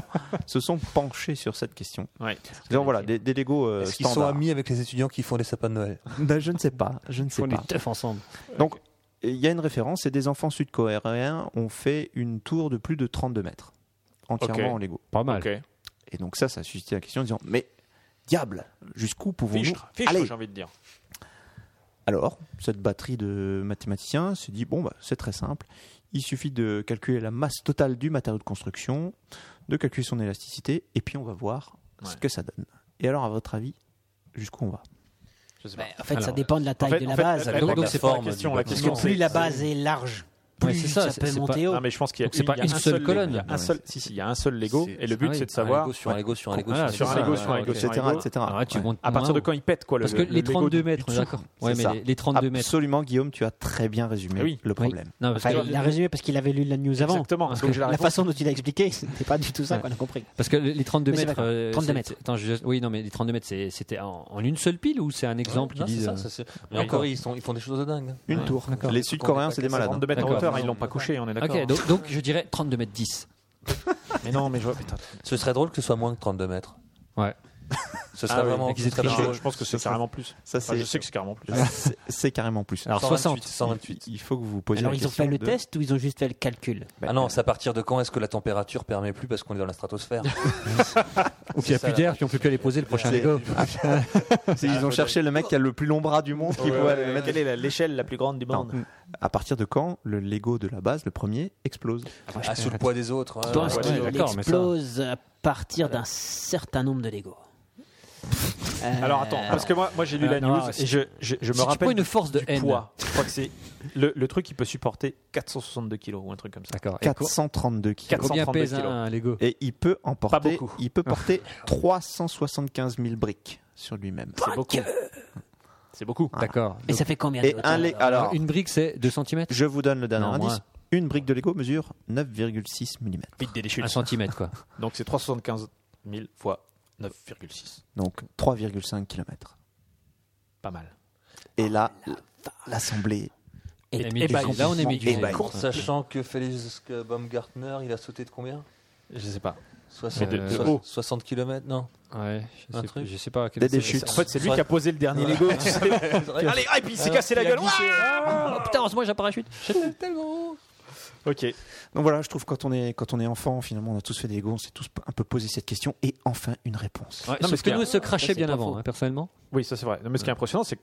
Speaker 4: se sont penchés sur cette question.
Speaker 9: Ouais.
Speaker 4: Donc voilà, des, des Lego euh,
Speaker 7: Est-ce qu'ils sont
Speaker 4: standards.
Speaker 7: amis avec les étudiants qui font des sapins de Noël
Speaker 4: Ben, je ne sais pas, je ne sais
Speaker 5: On
Speaker 4: pas.
Speaker 5: est teuf ensemble.
Speaker 4: Donc, il y a une référence, et des enfants sud-coréens ont fait une tour de plus de 32 mètres, entièrement
Speaker 9: Ok.
Speaker 4: en Lego.
Speaker 5: Pas mal.
Speaker 9: Ok.
Speaker 4: Et donc ça, ça a suscité la question en disant, mais diable, jusqu'où pouvons-nous
Speaker 9: Fichtre, fichtre,
Speaker 4: aller
Speaker 9: j'ai envie de dire.
Speaker 4: Alors, cette batterie de mathématiciens s'est dit, bon, bah, c'est très simple, il suffit de calculer la masse totale du matériau de construction, de calculer son élasticité, et puis on va voir ce
Speaker 9: Ouais.
Speaker 4: que ça donne. Et alors, à votre avis, jusqu'où on va
Speaker 9: Je sais pas.
Speaker 6: Bah, en fait, ça
Speaker 5: Alors,
Speaker 6: dépend de la
Speaker 9: En
Speaker 6: taille
Speaker 9: fait-
Speaker 6: de
Speaker 9: en
Speaker 6: la
Speaker 9: fait,
Speaker 6: base.
Speaker 9: la- la-
Speaker 5: Donc,
Speaker 9: la-
Speaker 5: c'est
Speaker 9: c'est
Speaker 5: pas
Speaker 9: pas
Speaker 5: la
Speaker 9: la question. La
Speaker 5: bâtiment.
Speaker 9: question,
Speaker 5: Non,
Speaker 9: c'est-
Speaker 6: plus la base est large,
Speaker 5: Ouais,
Speaker 6: plus
Speaker 5: c'est ça,
Speaker 6: ça,
Speaker 5: c'est-
Speaker 6: peut
Speaker 5: c'est
Speaker 6: monter haut.
Speaker 9: Non, mais je pense qu'il y a,
Speaker 5: Donc, c'est
Speaker 9: il
Speaker 5: pas
Speaker 9: y a
Speaker 5: une
Speaker 9: un
Speaker 5: seule
Speaker 9: seul
Speaker 5: colonne.
Speaker 9: Lego, il y a
Speaker 4: Ouais,
Speaker 9: un seul. Si si, il y a un seul Lego
Speaker 7: C'est-
Speaker 9: et le
Speaker 5: ah
Speaker 9: but
Speaker 5: oui.
Speaker 9: c'est de
Speaker 7: Un
Speaker 9: savoir
Speaker 7: Lego sur un Lego sur un Lego
Speaker 5: Voilà,
Speaker 9: sur un
Speaker 5: ça,
Speaker 9: Lego
Speaker 5: ouais,
Speaker 9: sur un Lego
Speaker 4: Etc.
Speaker 9: sur un Lego.
Speaker 4: etc.
Speaker 5: Ah, tu
Speaker 4: Ouais.
Speaker 5: montes
Speaker 9: À partir
Speaker 5: moins
Speaker 9: de
Speaker 5: haut.
Speaker 9: quand il pète quoi le-
Speaker 5: Parce que
Speaker 9: le
Speaker 5: les
Speaker 9: Lego
Speaker 5: 32
Speaker 9: du-
Speaker 5: mètres, on est
Speaker 4: dessous.
Speaker 5: d'accord. Ouais,
Speaker 4: C'est
Speaker 5: mais
Speaker 4: ça.
Speaker 5: les, les 32 mètres.
Speaker 4: Absolument, Guillaume, tu as très bien résumé
Speaker 9: Eh oui.
Speaker 4: le
Speaker 5: Oui.
Speaker 4: problème.
Speaker 5: Non, parce,
Speaker 6: Enfin,
Speaker 5: que,
Speaker 6: il a résumé parce qu'il avait lu la news avant.
Speaker 9: Exactement.
Speaker 5: Parce
Speaker 9: Donc,
Speaker 5: que
Speaker 9: j'ai
Speaker 6: La,
Speaker 9: la réponse.
Speaker 6: façon dont il a expliqué, c'était pas du tout ça qu'on a compris.
Speaker 5: parce que les 32
Speaker 6: Mais c'est
Speaker 5: mètres.
Speaker 6: pas grave.
Speaker 5: euh,
Speaker 6: 32
Speaker 5: c'est-
Speaker 6: mètres.
Speaker 5: Attends, je- oui, non, mais les 32 mètres, c'est- c'était en, en une seule pile ou c'est un exemple qui
Speaker 7: Non, c'est
Speaker 5: disent
Speaker 7: ça,
Speaker 5: euh,
Speaker 7: ça, c'est- Mais encore, ils, sont- ils font des choses de dingue. hein.
Speaker 4: Une tour. Les Sud-Coréens, c'est des malades. hein.
Speaker 9: 32 mètres en
Speaker 5: D'accord.
Speaker 9: hauteur, ils l'ont pas couché, on est d'accord.
Speaker 5: Ok, donc, donc je dirais 32 mètres 10.
Speaker 9: Mais non, mais je vois. putain.
Speaker 7: Ce serait drôle que ce soit moins que 32 mètres.
Speaker 5: Ouais.
Speaker 7: Ce
Speaker 9: Ah
Speaker 7: serait
Speaker 9: oui,
Speaker 7: vraiment.
Speaker 5: et qu'ils aient
Speaker 7: ce serait
Speaker 9: Non,
Speaker 5: triché.
Speaker 7: drôle.
Speaker 9: je pense que c'est carrément plus.
Speaker 4: Ça,
Speaker 9: Enfin,
Speaker 4: c'est-
Speaker 9: Ah, je sais que c'est carrément plus.
Speaker 4: C'est- C'est carrément plus.
Speaker 5: Alors 60.
Speaker 7: 128, 128.
Speaker 4: il faut que vous vous posiez
Speaker 6: Alors,
Speaker 4: la
Speaker 6: ils ont
Speaker 4: question
Speaker 6: fait le
Speaker 4: de-
Speaker 6: test ou ils ont juste fait le calcul
Speaker 4: Ben,
Speaker 7: Ah non, c'est à partir de quand est-ce que la température permet plus parce qu'on est dans la stratosphère
Speaker 5: Ou qu'il n'y a
Speaker 7: ça,
Speaker 5: plus
Speaker 7: la
Speaker 5: d'air, puis on peut plus aller poser le prochain
Speaker 4: C'est-
Speaker 5: Lego.
Speaker 4: c'est- ils ont cherché le mec qui a le plus long bras du monde
Speaker 9: Ah,
Speaker 4: qui
Speaker 9: Ouais,
Speaker 4: pouvait
Speaker 9: ouais,
Speaker 4: aller le
Speaker 9: ouais.
Speaker 4: mettre.
Speaker 9: Quelle est la- l'échelle la plus grande du
Speaker 4: Non.
Speaker 9: monde
Speaker 4: À partir de quand le Lego de la base, le premier, explose
Speaker 7: Ah, sous le poids des autres. hein.
Speaker 6: Je
Speaker 7: ouais,
Speaker 6: pense
Speaker 7: ouais.
Speaker 5: ouais,
Speaker 6: qu'il
Speaker 5: d'accord, mais ça-
Speaker 6: explose à partir d'un certain nombre de Lego. Euh,
Speaker 9: Alors attends, parce que moi, moi j'ai lu
Speaker 5: euh,
Speaker 9: la
Speaker 5: non,
Speaker 9: news
Speaker 5: si-
Speaker 9: et je, je, je me
Speaker 5: si tu
Speaker 9: rappelle
Speaker 5: prends une force de
Speaker 9: du
Speaker 5: N.
Speaker 9: poids. Je crois que c'est le, le truc qui peut supporter 462 kilos ou un truc comme ça.
Speaker 5: D'accord. Et quoi-
Speaker 4: 432 kilos.
Speaker 5: Combien
Speaker 9: 432
Speaker 5: pèse un,
Speaker 9: kilos.
Speaker 5: un Lego
Speaker 4: Et il peut emporter,
Speaker 9: beaucoup.
Speaker 4: il peut porter 375 000 briques sur lui-même.
Speaker 9: C'est beaucoup. C'est beaucoup.
Speaker 5: D'accord.
Speaker 6: Et ça fait combien de
Speaker 4: Et un Lego. Alors,
Speaker 5: Une brique, c'est 2 cm
Speaker 4: je vous donne le dernier
Speaker 5: Non,
Speaker 4: indice.
Speaker 5: moins.
Speaker 4: Une brique de Lego mesure 9,6 mm.
Speaker 9: Vite des déchutes.
Speaker 5: 1 cm, quoi.
Speaker 9: Donc c'est 375 000 fois 9,6.
Speaker 4: Donc 3,5 km.
Speaker 9: Pas mal.
Speaker 4: Et là,
Speaker 9: Oh,
Speaker 4: l'assemblée.
Speaker 5: Et,
Speaker 6: Et-
Speaker 5: mis du- là, on est mis du
Speaker 4: Et bah,
Speaker 7: Sachant que Félix Baumgartner, il a sauté de combien
Speaker 9: Je sais pas.
Speaker 7: 60,
Speaker 5: Mais de- de
Speaker 7: so-
Speaker 9: haut.
Speaker 7: 60 km Non.
Speaker 5: Ouais, je
Speaker 7: Un
Speaker 5: sais,
Speaker 7: truc.
Speaker 5: je sais pas à quel
Speaker 4: Des déchutes.
Speaker 9: En fait, c'est lui qui a posé le dernier Lego. tu sais. Allez, ah, et puis il s'est cassé la gueule.
Speaker 5: Oh putain, heureusement, j'ai un parachute.
Speaker 9: Ouah ok.
Speaker 4: Donc voilà, je trouve quand on est quand on est enfant, finalement, on a tous fait des Lego, on s'est tous un peu posé cette question et enfin une réponse.
Speaker 5: Ouais,
Speaker 9: mais
Speaker 5: sauf
Speaker 9: ce
Speaker 5: que
Speaker 9: qui est-
Speaker 5: nous, se crachait
Speaker 6: c'est
Speaker 5: bien
Speaker 6: pas
Speaker 5: avant,
Speaker 6: faux.
Speaker 5: hein, personnellement.
Speaker 9: Oui, ça c'est vrai. Non, mais ce qui est impressionnant, c'est que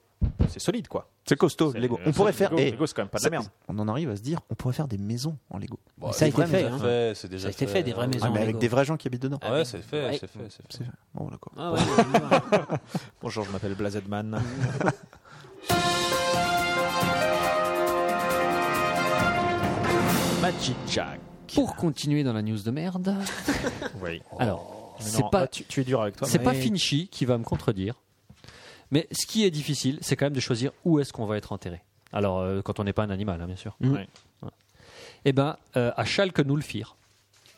Speaker 9: c'est solide quoi.
Speaker 4: C'est costaud, Lego.
Speaker 9: C'est-
Speaker 4: On
Speaker 9: c'est-
Speaker 4: pourrait faire.
Speaker 9: Oh, Lego,
Speaker 4: et
Speaker 9: Lego, c'est quand même pas de la merde.
Speaker 4: On en arrive à se dire, on pourrait faire des maisons en Lego.
Speaker 7: Bon,
Speaker 6: ça a
Speaker 7: c'est
Speaker 6: été
Speaker 7: vrai,
Speaker 6: fait,
Speaker 7: déjà
Speaker 6: hein.
Speaker 7: c'est déjà hein.
Speaker 6: Ça a été fait, des vraies maisons.
Speaker 4: Ah, mais
Speaker 6: en
Speaker 4: avec
Speaker 6: Lego.
Speaker 4: des vrais gens qui habitent dedans.
Speaker 7: Ouais, c'est fait,
Speaker 6: Ouais.
Speaker 7: c'est fait, c'est fait.
Speaker 4: C'est- Bon, d'accord.
Speaker 6: Ah ouais, ouais, ouais.
Speaker 9: Bonjour, je m'appelle Blazedman. Magic Jack.
Speaker 5: Pour continuer dans la news de merde.
Speaker 9: Oui.
Speaker 5: Alors,
Speaker 9: Mais
Speaker 5: c'est
Speaker 9: non,
Speaker 5: pas,
Speaker 9: là, tu, tu es dur avec toi.
Speaker 5: c'est
Speaker 9: mais-
Speaker 5: pas Finchy qui va me contredire. Mais ce qui est difficile, c'est quand même de choisir où est-ce qu'on va être enterré. Alors, euh, quand on n'est pas un animal, hein, bien sûr.
Speaker 9: Ouais.
Speaker 5: Eh ben, euh, à Schalke nous le firent.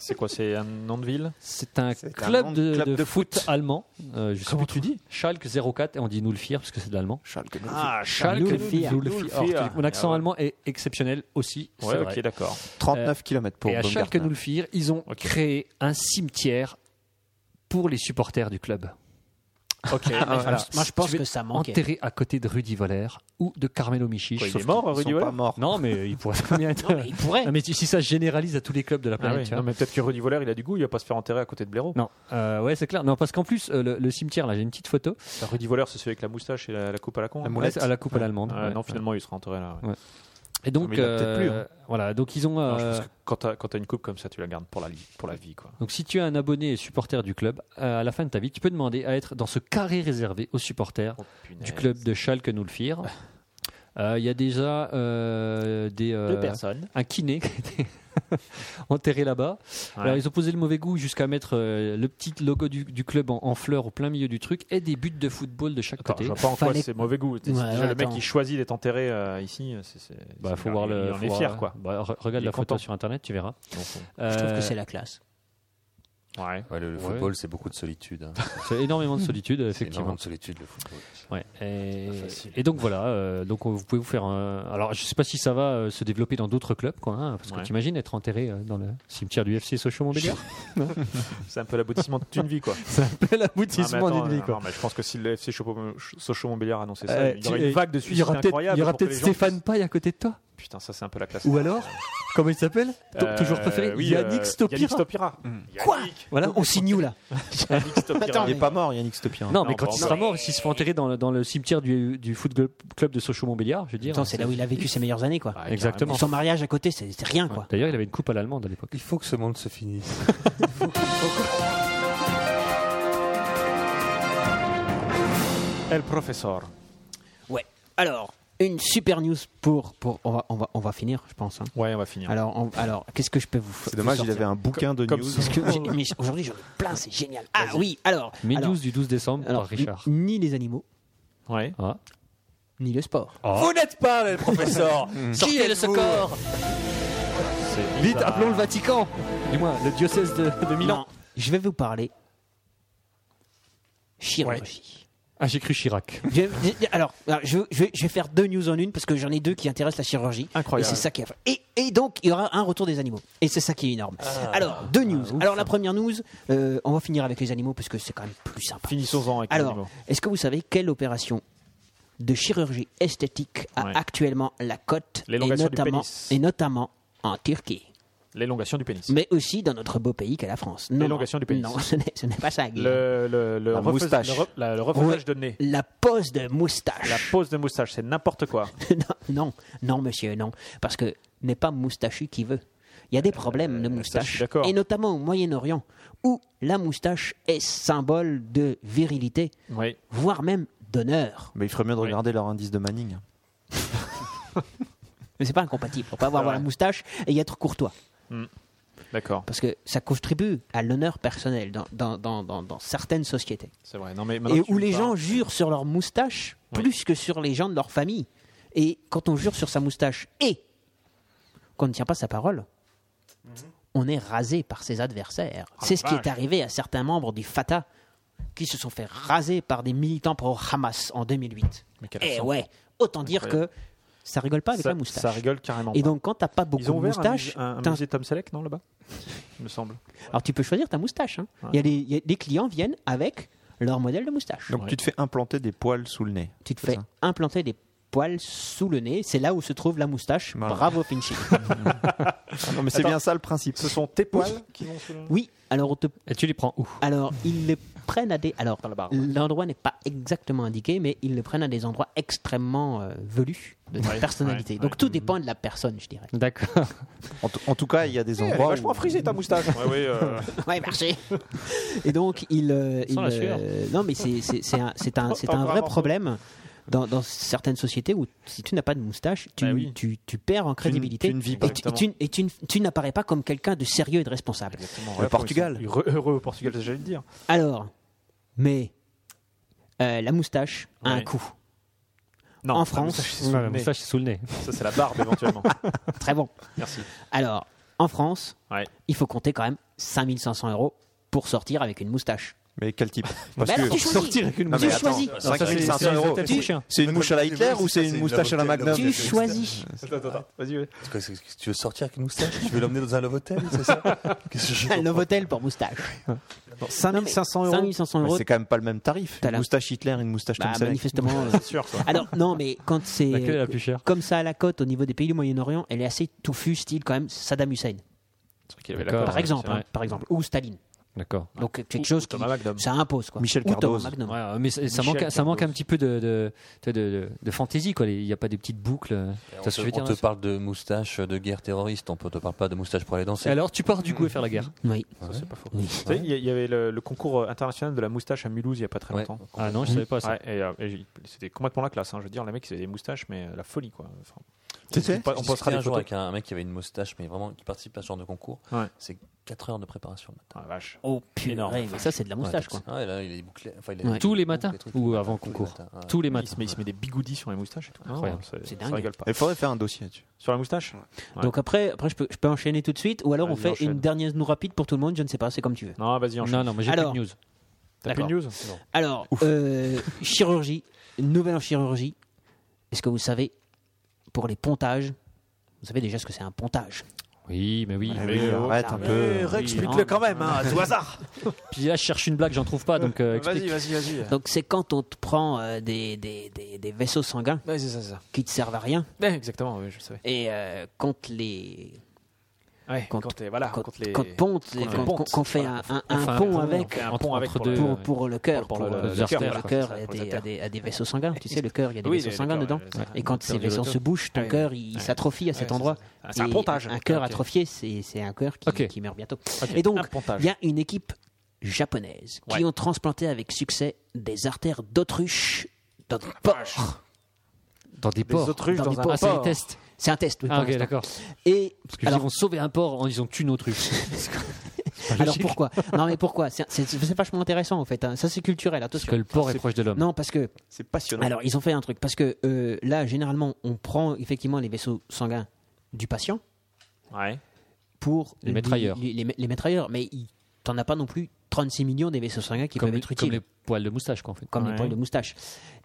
Speaker 9: C'est quoi C'est un nom de ville
Speaker 5: C'est un
Speaker 4: C'est un
Speaker 5: club,
Speaker 4: nom de
Speaker 5: de,
Speaker 4: club
Speaker 5: de
Speaker 4: de
Speaker 5: foot,
Speaker 4: foot.
Speaker 5: allemand. Euh, je sais
Speaker 9: Comment
Speaker 5: plus
Speaker 9: tu
Speaker 5: trop. Schalke 04 et on dit nous le firent parce que c'est de l'allemand.
Speaker 4: Charles Gounod.
Speaker 5: Ah, Schalke
Speaker 6: Nous le firent.
Speaker 5: nous le firent. Alors, tu dis- Mon accent
Speaker 9: Ah ouais.
Speaker 5: allemand est exceptionnel aussi. c'est
Speaker 9: Ouais,
Speaker 5: vrai.
Speaker 9: ok, d'accord.
Speaker 4: 39 km pour
Speaker 5: et à Schalke
Speaker 4: Baumgartner.
Speaker 5: nous le firent, ils ont
Speaker 9: Ok.
Speaker 5: créé un cimetière pour les supporters du club.
Speaker 9: Ok.
Speaker 5: Voilà.
Speaker 6: Moi, je pense
Speaker 5: Tu vas
Speaker 6: que ça manquait.
Speaker 5: Enterré à côté de Rudy Voller ou de Carmelo Michich.
Speaker 9: Quoi, il
Speaker 5: sauf
Speaker 9: est mort,
Speaker 4: Ils
Speaker 9: Rudy
Speaker 4: sont
Speaker 9: Voller
Speaker 4: pas morts.
Speaker 5: que- Non, mais il pourrait très bien être.
Speaker 6: Non, mais il pourrait.
Speaker 5: Non, mais si si ça se généralise à tous les clubs de la
Speaker 9: Ah
Speaker 5: planète,
Speaker 9: oui,
Speaker 5: tu vois.
Speaker 9: Non, mais peut-être que Rudy Voller, il a du goût, il va pas se faire enterrer à côté de Blaireau.
Speaker 5: Non, euh, ouais, c'est clair. Non, parce qu'en plus, euh, le, le cimetière, là, j'ai une petite photo.
Speaker 9: Rudy Voller, c'est celui avec la moustache et la, la coupe à la con. hein.
Speaker 5: Ouais, c'est à la coupe à l'allemande.
Speaker 9: Ah,
Speaker 5: Ouais.
Speaker 9: Non, finalement, il sera enterré là. ouais.
Speaker 5: Ouais. Et
Speaker 4: Non,
Speaker 5: donc,
Speaker 4: mais il l'a peut-être plus,
Speaker 5: euh, voilà, donc ils ont.
Speaker 9: hein. Non, je
Speaker 5: euh,
Speaker 9: pense que quand t'as quand t'as une coupe comme ça, tu la gardes pour la, li- pour la vie, quoi.
Speaker 5: Donc si tu es un abonné et supporter du club, euh, à la fin de ta vie, tu peux demander à être dans ce carré réservé aux supporters
Speaker 9: Oh, punaise.
Speaker 5: du club de Schalke nous le firent. Euh, Il y a déjà euh, des, euh,
Speaker 3: Deux personnes.
Speaker 5: un kiné qui était enterré là-bas.
Speaker 9: Ouais.
Speaker 5: Alors ils ont posé le mauvais goût jusqu'à mettre euh, le petit logo du, du club en, en fleurs au plein milieu du truc et des buts de football de chaque
Speaker 9: Attends, je
Speaker 5: côté.
Speaker 9: vois pas en quoi
Speaker 6: Fallait-
Speaker 9: c'est mauvais goût. C'est-
Speaker 6: Ouais,
Speaker 9: déjà, le mec
Speaker 6: attends.
Speaker 9: qui choisit d'être enterré euh, ici, c'est- c'est.
Speaker 5: Bah,
Speaker 9: c'est-
Speaker 5: faut voir le.
Speaker 9: Il en
Speaker 5: faut
Speaker 9: est
Speaker 5: voir-
Speaker 9: fier, quoi.
Speaker 5: Bah, re- regarde
Speaker 9: Il est
Speaker 5: la photo
Speaker 9: content.
Speaker 5: sur internet, tu verras.
Speaker 6: Je trouve que c'est
Speaker 5: Euh,
Speaker 6: la classe.
Speaker 9: Ouais.
Speaker 7: Ouais, le, le
Speaker 5: Ouais.
Speaker 7: football, c'est beaucoup de solitude. hein.
Speaker 5: c'est énormément de solitude,
Speaker 7: C'est
Speaker 5: effectivement.
Speaker 7: énormément de solitude, le football.
Speaker 5: Ouais. Et,
Speaker 7: pas facile.
Speaker 5: et donc voilà, euh, donc on- vous pouvez vous faire. un- Alors je sais pas si ça va euh, se développer dans d'autres clubs, quoi. hein, parce que
Speaker 9: Ouais.
Speaker 5: t'imagines être enterré euh, dans le cimetière du FC Sochaux-Montbéliard.
Speaker 9: C'est un peu l'aboutissement de toute une vie, quoi.
Speaker 5: Ça s'appelle
Speaker 9: Non, mais
Speaker 5: l'aboutissement
Speaker 9: attends,
Speaker 5: d'une vie,
Speaker 9: non,
Speaker 5: quoi.
Speaker 9: non, mais je pense que si le FC Chopo- Sochaux Montbéliard annonçait ça,
Speaker 5: Euh,
Speaker 9: il y aurait
Speaker 5: tu-
Speaker 9: une vague de
Speaker 5: Il y
Speaker 9: suicides
Speaker 5: aura peut-être
Speaker 9: incroyable.
Speaker 5: il y aura
Speaker 9: pour que
Speaker 5: peut-être
Speaker 9: les gens
Speaker 5: Stéphane
Speaker 9: puissent-
Speaker 5: Paille à côté de toi.
Speaker 9: Putain, ça c'est un peu la classe.
Speaker 5: Ou alors, comment il s'appelle Ton-
Speaker 9: Euh,
Speaker 5: Toujours préféré
Speaker 9: oui,
Speaker 5: Yannick
Speaker 9: euh,
Speaker 5: Stopira. Hmm.
Speaker 9: Yannick Stopira.
Speaker 6: Quoi
Speaker 5: Voilà.
Speaker 6: On signe où là
Speaker 9: Yannick Stopira.
Speaker 6: Attends,
Speaker 4: Il est pas mort, Yannick Stopien.
Speaker 5: Non, mais
Speaker 9: Non,
Speaker 5: quand
Speaker 9: bon,
Speaker 5: il sera mort, s'il se fait enterrer dans, le- dans le cimetière du, du foot club de Sochaux-Montbéliard, je veux dire.
Speaker 6: Attends, c'est là où il a vécu ses meilleures années quoi.
Speaker 5: Ah, Exactement.
Speaker 6: Son mariage à côté, c'est c'est rien quoi.
Speaker 5: D'ailleurs, il avait une coupe à l'allemande à l'époque.
Speaker 7: Il faut que ce monde se finisse.
Speaker 9: El Professor.
Speaker 6: Ouais. Alors, une super news pour pour on va on va on va finir, je pense. hein.
Speaker 9: Ouais, on va finir.
Speaker 6: Alors on- alors qu'est-ce que je peux vous faire
Speaker 4: C'est dommage, il avait un bouquin de
Speaker 9: Comme
Speaker 4: news.
Speaker 9: ça.
Speaker 6: Parce que j'ai- mais aujourd'hui j'en ai plein, c'est génial. Ah oui, alors.
Speaker 5: Mais
Speaker 6: alors,
Speaker 5: 12 du 12 décembre
Speaker 6: alors,
Speaker 5: par Richard.
Speaker 6: ni- Ni les animaux,
Speaker 9: Ouais.
Speaker 5: Ah.
Speaker 6: ni le sport.
Speaker 10: Vous n'êtes pas le professeur.
Speaker 5: Hmm.
Speaker 10: Qui est le secours
Speaker 5: Vite, appelons le Vatican Du moins, le diocèse de, de Milan.
Speaker 6: Non, je vais vous parler chirurgie.
Speaker 5: Ah, j'ai cru Chirac.
Speaker 6: Je- je- alors, alors, je, je vais, je vais faire deux news en une parce que j'en ai deux qui intéressent la chirurgie.
Speaker 9: Incroyable.
Speaker 6: Et c'est ça qui est et, et donc, il y aura un retour des animaux. Et c'est ça qui est énorme.
Speaker 9: Ah.
Speaker 6: alors, deux news. alors, la première news, euh, on va finir avec les animaux parce que c'est quand même plus sympa.
Speaker 9: Finissons-en avec les
Speaker 6: Alors,
Speaker 9: animaux.
Speaker 6: est-ce que vous savez quelle opération de chirurgie esthétique a
Speaker 9: Ouais.
Speaker 6: actuellement la cote et
Speaker 9: L'élongation du
Speaker 6: notamment,
Speaker 9: pénis.
Speaker 6: et notamment en Turquie
Speaker 9: L'élongation du pénis.
Speaker 6: mais aussi dans notre beau pays qu'est la France. Non,
Speaker 9: L'élongation
Speaker 6: non,
Speaker 9: du pénis.
Speaker 6: Non, ce n'est ce n'est pas ça. Guillaume.
Speaker 9: Le, le, le,
Speaker 4: La
Speaker 9: refaisage-
Speaker 4: moustache.
Speaker 9: le re- la- le refaisage de
Speaker 6: Ouais.
Speaker 9: nez.
Speaker 6: La pose de
Speaker 9: La
Speaker 6: moustache.
Speaker 9: pose de moustache, c'est n'importe quoi.
Speaker 6: non, non, non, monsieur, non. Parce que n'est pas moustachu qui veut. Il y a des problèmes de
Speaker 9: Euh, ça, je suis
Speaker 6: moustache.
Speaker 9: d'accord.
Speaker 6: Et notamment au Moyen-Orient, où la moustache est symbole de virilité,
Speaker 9: Oui.
Speaker 6: voire même d'honneur.
Speaker 4: Mais il ferait mieux de regarder leur indice de Manning.
Speaker 6: Mais c'est pas incompatible. Faut pas avoir
Speaker 9: vrai.
Speaker 6: la moustache et y être courtois.
Speaker 9: D'accord,
Speaker 6: Parce que ça contribue à l'honneur personnel dans, dans, dans, dans, dans certaines sociétés.
Speaker 9: c'est vrai. Non, mais maintenant
Speaker 6: et
Speaker 9: que tu
Speaker 6: où
Speaker 9: me
Speaker 6: les
Speaker 9: parles-
Speaker 6: gens jurent sur leur moustache
Speaker 9: Oui.
Speaker 6: plus que sur les gens de leur famille. Et quand on jure sur sa moustache et qu'on ne tient pas sa parole,
Speaker 9: Mhm.
Speaker 6: on est rasé par ses adversaires.
Speaker 9: Ah,
Speaker 6: C'est ce qui est arrivé à certains membres du Fatah qui se sont fait raser par des militants pro Hamas en 2008.
Speaker 9: quel
Speaker 6: Eh
Speaker 9: accent.
Speaker 6: ouais, autant dire que ça rigole
Speaker 5: Ah,
Speaker 6: pas avec
Speaker 9: ça,
Speaker 6: la moustache.
Speaker 9: ça rigole carrément.
Speaker 6: Et
Speaker 9: pas.
Speaker 6: donc quand t'as pas beaucoup
Speaker 9: Ils ont
Speaker 6: de
Speaker 9: ouvert un
Speaker 6: moustache,
Speaker 9: musée- un, un
Speaker 6: t'as-
Speaker 9: musée Tom Selleck, non, là-bas Il me semble.
Speaker 6: alors tu peux choisir ta moustache. hein. Il y a des- il y a- les clients viennent avec leur modèle de moustache.
Speaker 4: Donc tu te fais implanter des poils sous le nez.
Speaker 6: tu te
Speaker 4: c'est
Speaker 6: fais
Speaker 4: ça
Speaker 6: implanter des poils sous le nez. C'est là où se trouve la moustache.
Speaker 4: Voilà.
Speaker 6: Bravo, Pinchy.
Speaker 4: Non, mais c'est
Speaker 9: Attends.
Speaker 4: bien ça le principe.
Speaker 9: Ce sont tes poils qui vont sous le.
Speaker 6: oui, alors, on te-
Speaker 5: Et tu les prends où
Speaker 6: alors ils les prennent à des. Alors,
Speaker 9: la barbe.
Speaker 6: l'endroit n'est pas exactement indiqué, mais ils le prennent à des endroits extrêmement euh, velus de ta personnalité. Donc, tout dépend de la personne, je dirais.
Speaker 5: D'accord.
Speaker 4: En, tout- en tout cas, il y a des endroits. où-
Speaker 9: frisée ta moustache. Ouais, ouais, euh,
Speaker 6: Ouais, merci. Et donc, il. euh,
Speaker 5: Sans
Speaker 6: il,
Speaker 5: la sueur.
Speaker 6: euh, non, mais c'est c'est- c'est un, c'est un, c'est un vrai problème. Dans, dans certaines sociétés où si tu n'as pas de moustache, tu,
Speaker 9: Bah oui.
Speaker 6: tu, tu perds en
Speaker 4: tu ne-
Speaker 6: crédibilité
Speaker 4: tu ne vis pas.
Speaker 6: et, tu, et tu- et tu ne- tu n'apparais pas comme quelqu'un de sérieux et de responsable.
Speaker 9: exactement.
Speaker 4: Le Portugal.
Speaker 9: Ils sont Heureux, heureux au Portugal, j'allais le dire.
Speaker 6: Alors, mais euh, la moustache a un
Speaker 9: Ouais.
Speaker 6: coût.
Speaker 9: Non,
Speaker 6: En
Speaker 9: la
Speaker 6: France,
Speaker 9: moustache, c'est sous
Speaker 5: La
Speaker 9: le nez.
Speaker 5: moustache c'est sous le nez.
Speaker 9: Ça, c'est la barbe éventuellement.
Speaker 6: Très bon.
Speaker 9: Merci.
Speaker 6: Alors, en France,
Speaker 9: Ouais.
Speaker 6: il faut compter quand même 5500 euros pour sortir avec une moustache.
Speaker 4: Mais quel type Parce
Speaker 6: Mais alors,
Speaker 4: que.
Speaker 6: tu choisis.
Speaker 5: Sortir avec une
Speaker 4: Non, mais
Speaker 6: tu
Speaker 4: attends,
Speaker 6: choisis.
Speaker 4: cinq
Speaker 5: Non, ça,
Speaker 4: mille
Speaker 5: c'est-
Speaker 4: cinq cents
Speaker 5: c'est-
Speaker 4: euros.
Speaker 5: c'est peut-être chien.
Speaker 4: C'est une mouche à la Hitler
Speaker 7: c'est
Speaker 4: ou c'est
Speaker 7: ça,
Speaker 4: une
Speaker 7: c'est
Speaker 4: moustache à la
Speaker 7: une
Speaker 4: Magnum
Speaker 7: lavotaine.
Speaker 6: Tu choisis.
Speaker 9: Attends, attends, attends. Vas-y, ouais.
Speaker 7: Parce que c'est- tu veux sortir avec une moustache Tu veux l'emmener dans un love hotel, c'est ça Qu'est-ce que je
Speaker 6: Un
Speaker 7: comprends
Speaker 6: Novotel pour moustache.
Speaker 9: 5500 euros.
Speaker 6: 5500
Speaker 4: Mais
Speaker 6: euros.
Speaker 4: Ah, C'est quand même pas le même tarif.
Speaker 6: T'as
Speaker 4: Une
Speaker 6: la-
Speaker 4: moustache Hitler, une moustache
Speaker 6: bah,
Speaker 4: Tom Selleck.
Speaker 6: manifestement. euh,
Speaker 9: Sûr, quoi.
Speaker 6: Alors, non, mais quand c'est.
Speaker 5: Laquelle est la plus chère
Speaker 6: Comme ça à la côte, au niveau des pays du Moyen-Orient, elle est assez touffue, style quand même Saddam Hussein,
Speaker 9: qu'il avait
Speaker 5: D'accord.
Speaker 9: la
Speaker 5: ouais,
Speaker 6: par
Speaker 9: cote.
Speaker 6: exemple,
Speaker 5: c'est vrai.
Speaker 6: hein, par exemple, ou Staline.
Speaker 5: D'accord.
Speaker 6: Donc quelque chose qui ça impose quoi.
Speaker 4: Michel
Speaker 6: Ou Thomas
Speaker 4: Cardoz.
Speaker 6: Magnum.
Speaker 5: Ouais, euh, mais ça, ça
Speaker 9: Michel
Speaker 5: manque, ça manque un
Speaker 9: Cardoz.
Speaker 5: petit peu de, de, de, de- de fantaisie. quoi. Il n'y a pas des petites boucles. euh,
Speaker 7: On
Speaker 5: t'as ce que je veux
Speaker 7: te, on
Speaker 5: dire,
Speaker 7: te
Speaker 5: là,
Speaker 7: parle de moustache de guerre terroriste, on ne te parle pas de moustache pour aller
Speaker 5: c'est-
Speaker 7: danser.
Speaker 5: Alors, tu pars du coup et faire la guerre.
Speaker 6: Oui.
Speaker 9: Tu sais, Il y, a- il y avait le, le concours euh, international de la moustache à Mulhouse il n'y a pas très
Speaker 7: Ouais.
Speaker 9: longtemps.
Speaker 5: Ah non, je savais pas ça.
Speaker 9: Ouais, et, euh, et j'ai- c'était complètement la classe. hein. Je veux dire, les mecs, ils avaient des moustaches, mais euh, la folie, quoi. Enfin,
Speaker 4: Tu sais
Speaker 9: on pa- on
Speaker 7: passera
Speaker 9: postera
Speaker 7: un
Speaker 9: des
Speaker 7: jour
Speaker 9: photos.
Speaker 7: avec un, un mec qui avait une moustache, mais vraiment qui participe à ce genre de concours.
Speaker 9: Ouais.
Speaker 7: C'est 4 heures de préparation.
Speaker 9: Ah, la vache.
Speaker 6: Oh purée, mais ça c'est de la moustache quoi.
Speaker 7: Ah, et là, il est bouclé. Enfin, il a
Speaker 6: Ouais.
Speaker 7: des
Speaker 5: Tous les
Speaker 7: boucles,
Speaker 5: matins
Speaker 7: des trucs,
Speaker 5: ou
Speaker 7: les
Speaker 5: avant
Speaker 7: matins,
Speaker 5: concours.
Speaker 7: matins, ouais.
Speaker 5: Tous les
Speaker 9: Il
Speaker 5: matins.
Speaker 9: se, met, il se met des bigoudis sur les moustaches et tout. Non,
Speaker 5: Incroyable.
Speaker 9: c'est-
Speaker 6: C'est
Speaker 9: ça
Speaker 6: dingue.
Speaker 9: rigole pas.
Speaker 4: Il faudrait faire un dossier là-dessus.
Speaker 9: Sur la moustache Ouais.
Speaker 6: Donc après, après je, peux, je peux enchaîner tout de suite, ou alors on
Speaker 9: Vas-y,
Speaker 6: fait
Speaker 9: enchaîne.
Speaker 6: une dernière nous rapide pour tout le monde, je ne sais pas, c'est comme tu veux.
Speaker 9: Non, vas-y, enchaîne.
Speaker 5: Non, non, mais j'ai plus de
Speaker 6: Alors.
Speaker 5: news.
Speaker 9: T'as plus de news
Speaker 6: Alors, euh, chirurgie, une nouvelle en chirurgie. Est-ce que vous savez, pour les pontages, vous savez déjà ce que c'est un pontage
Speaker 5: Oui, mais oui.
Speaker 4: Ah oui,
Speaker 9: euh,
Speaker 4: arrête un peu.
Speaker 6: Explique-le quand même, hein, tout hasard
Speaker 5: Puis là, je cherche une blague, j'en trouve pas, donc euh, explique.
Speaker 9: vas-y, vas-y.
Speaker 6: Donc c'est quand on te prend euh, des, des, des, des vaisseaux sanguins
Speaker 9: Ouais, c'est ça, c'est ça.
Speaker 6: qui te servent à rien,
Speaker 9: Ouais, exactement, oui, je le savais.
Speaker 6: et euh, quand les...
Speaker 9: Ouais,
Speaker 6: Quand-
Speaker 9: quand, t'es- voilà,
Speaker 6: Quand,
Speaker 9: Ah, quand, les...
Speaker 6: quand ponte-
Speaker 9: les
Speaker 6: quand-
Speaker 9: ponte,
Speaker 6: qu'on fait
Speaker 9: voilà,
Speaker 6: un, un-
Speaker 5: on
Speaker 6: un
Speaker 5: fait un
Speaker 6: pont
Speaker 5: pont,
Speaker 6: avec...
Speaker 9: un
Speaker 5: entre-
Speaker 9: pont avec
Speaker 5: entre
Speaker 9: pour
Speaker 5: deux.
Speaker 9: le-
Speaker 6: Pour, pour le cœur,
Speaker 9: Pour
Speaker 6: pour,
Speaker 9: le-
Speaker 6: euh,
Speaker 9: les
Speaker 6: le
Speaker 9: artères,
Speaker 6: cœur,
Speaker 9: quoi.
Speaker 6: cœur
Speaker 9: Ça,
Speaker 6: a
Speaker 9: pour
Speaker 6: des,
Speaker 9: les
Speaker 6: a
Speaker 9: artères.
Speaker 6: des- a des vaisseaux sanguins, tu sais, le cœur, il y a des
Speaker 9: Oui,
Speaker 6: vaisseaux
Speaker 9: les- les
Speaker 6: sanguins
Speaker 9: cœurs,
Speaker 6: dedans.
Speaker 9: les- les-
Speaker 6: Et quand ces
Speaker 9: cœur de
Speaker 6: vaisseaux
Speaker 9: l'auto.
Speaker 6: se bouchent, ton
Speaker 9: Ouais.
Speaker 6: cœur, il
Speaker 9: Ouais,
Speaker 6: s'atrophie à cet
Speaker 9: c'est
Speaker 6: endroit.
Speaker 9: ça. C'est un
Speaker 6: Et
Speaker 9: pontage.
Speaker 6: Un cœur
Speaker 9: Ok.
Speaker 6: atrophié, c'est c'est un cœur qui,
Speaker 5: Ok.
Speaker 6: qui meurt bientôt. Et donc,
Speaker 9: un pontage.
Speaker 6: il y a une équipe japonaise qui ont transplanté avec succès des artères d'autruche dans des porcs.
Speaker 5: Dans des
Speaker 9: Des
Speaker 5: ports.
Speaker 9: autruches
Speaker 6: dans
Speaker 9: dans,
Speaker 6: des
Speaker 9: un
Speaker 6: porcs.
Speaker 5: Ah, c'est un test.
Speaker 6: C'est un test, oui, pour
Speaker 5: Ah, ok,
Speaker 6: l'instant.
Speaker 5: d'accord.
Speaker 6: Et
Speaker 5: Parce que
Speaker 6: alors,
Speaker 5: ils vont sauver un port en disant tue nos trucs.
Speaker 6: alors pourquoi Non, mais pourquoi C'est- C'est c'est vachement intéressant, en fait. hein. Ça, c'est culturel,
Speaker 5: Parce
Speaker 6: attention.
Speaker 5: que le port est proche de l'homme.
Speaker 6: Non, parce que
Speaker 4: C'est passionnant.
Speaker 6: Alors, ils ont fait un truc parce que euh, là, généralement, on prend effectivement les vaisseaux sanguins du patient
Speaker 9: Ouais.
Speaker 6: pour
Speaker 5: Les mettre ailleurs.
Speaker 6: Les, les- les mettre ailleurs, mais il- t'en as pas non plus 36 millions des vaisseaux sanguins qui
Speaker 5: Comme,
Speaker 6: peuvent être utiles,
Speaker 5: comme les poils de moustache, quoi, en fait.
Speaker 6: comme les
Speaker 9: Ouais.
Speaker 6: poils de moustache,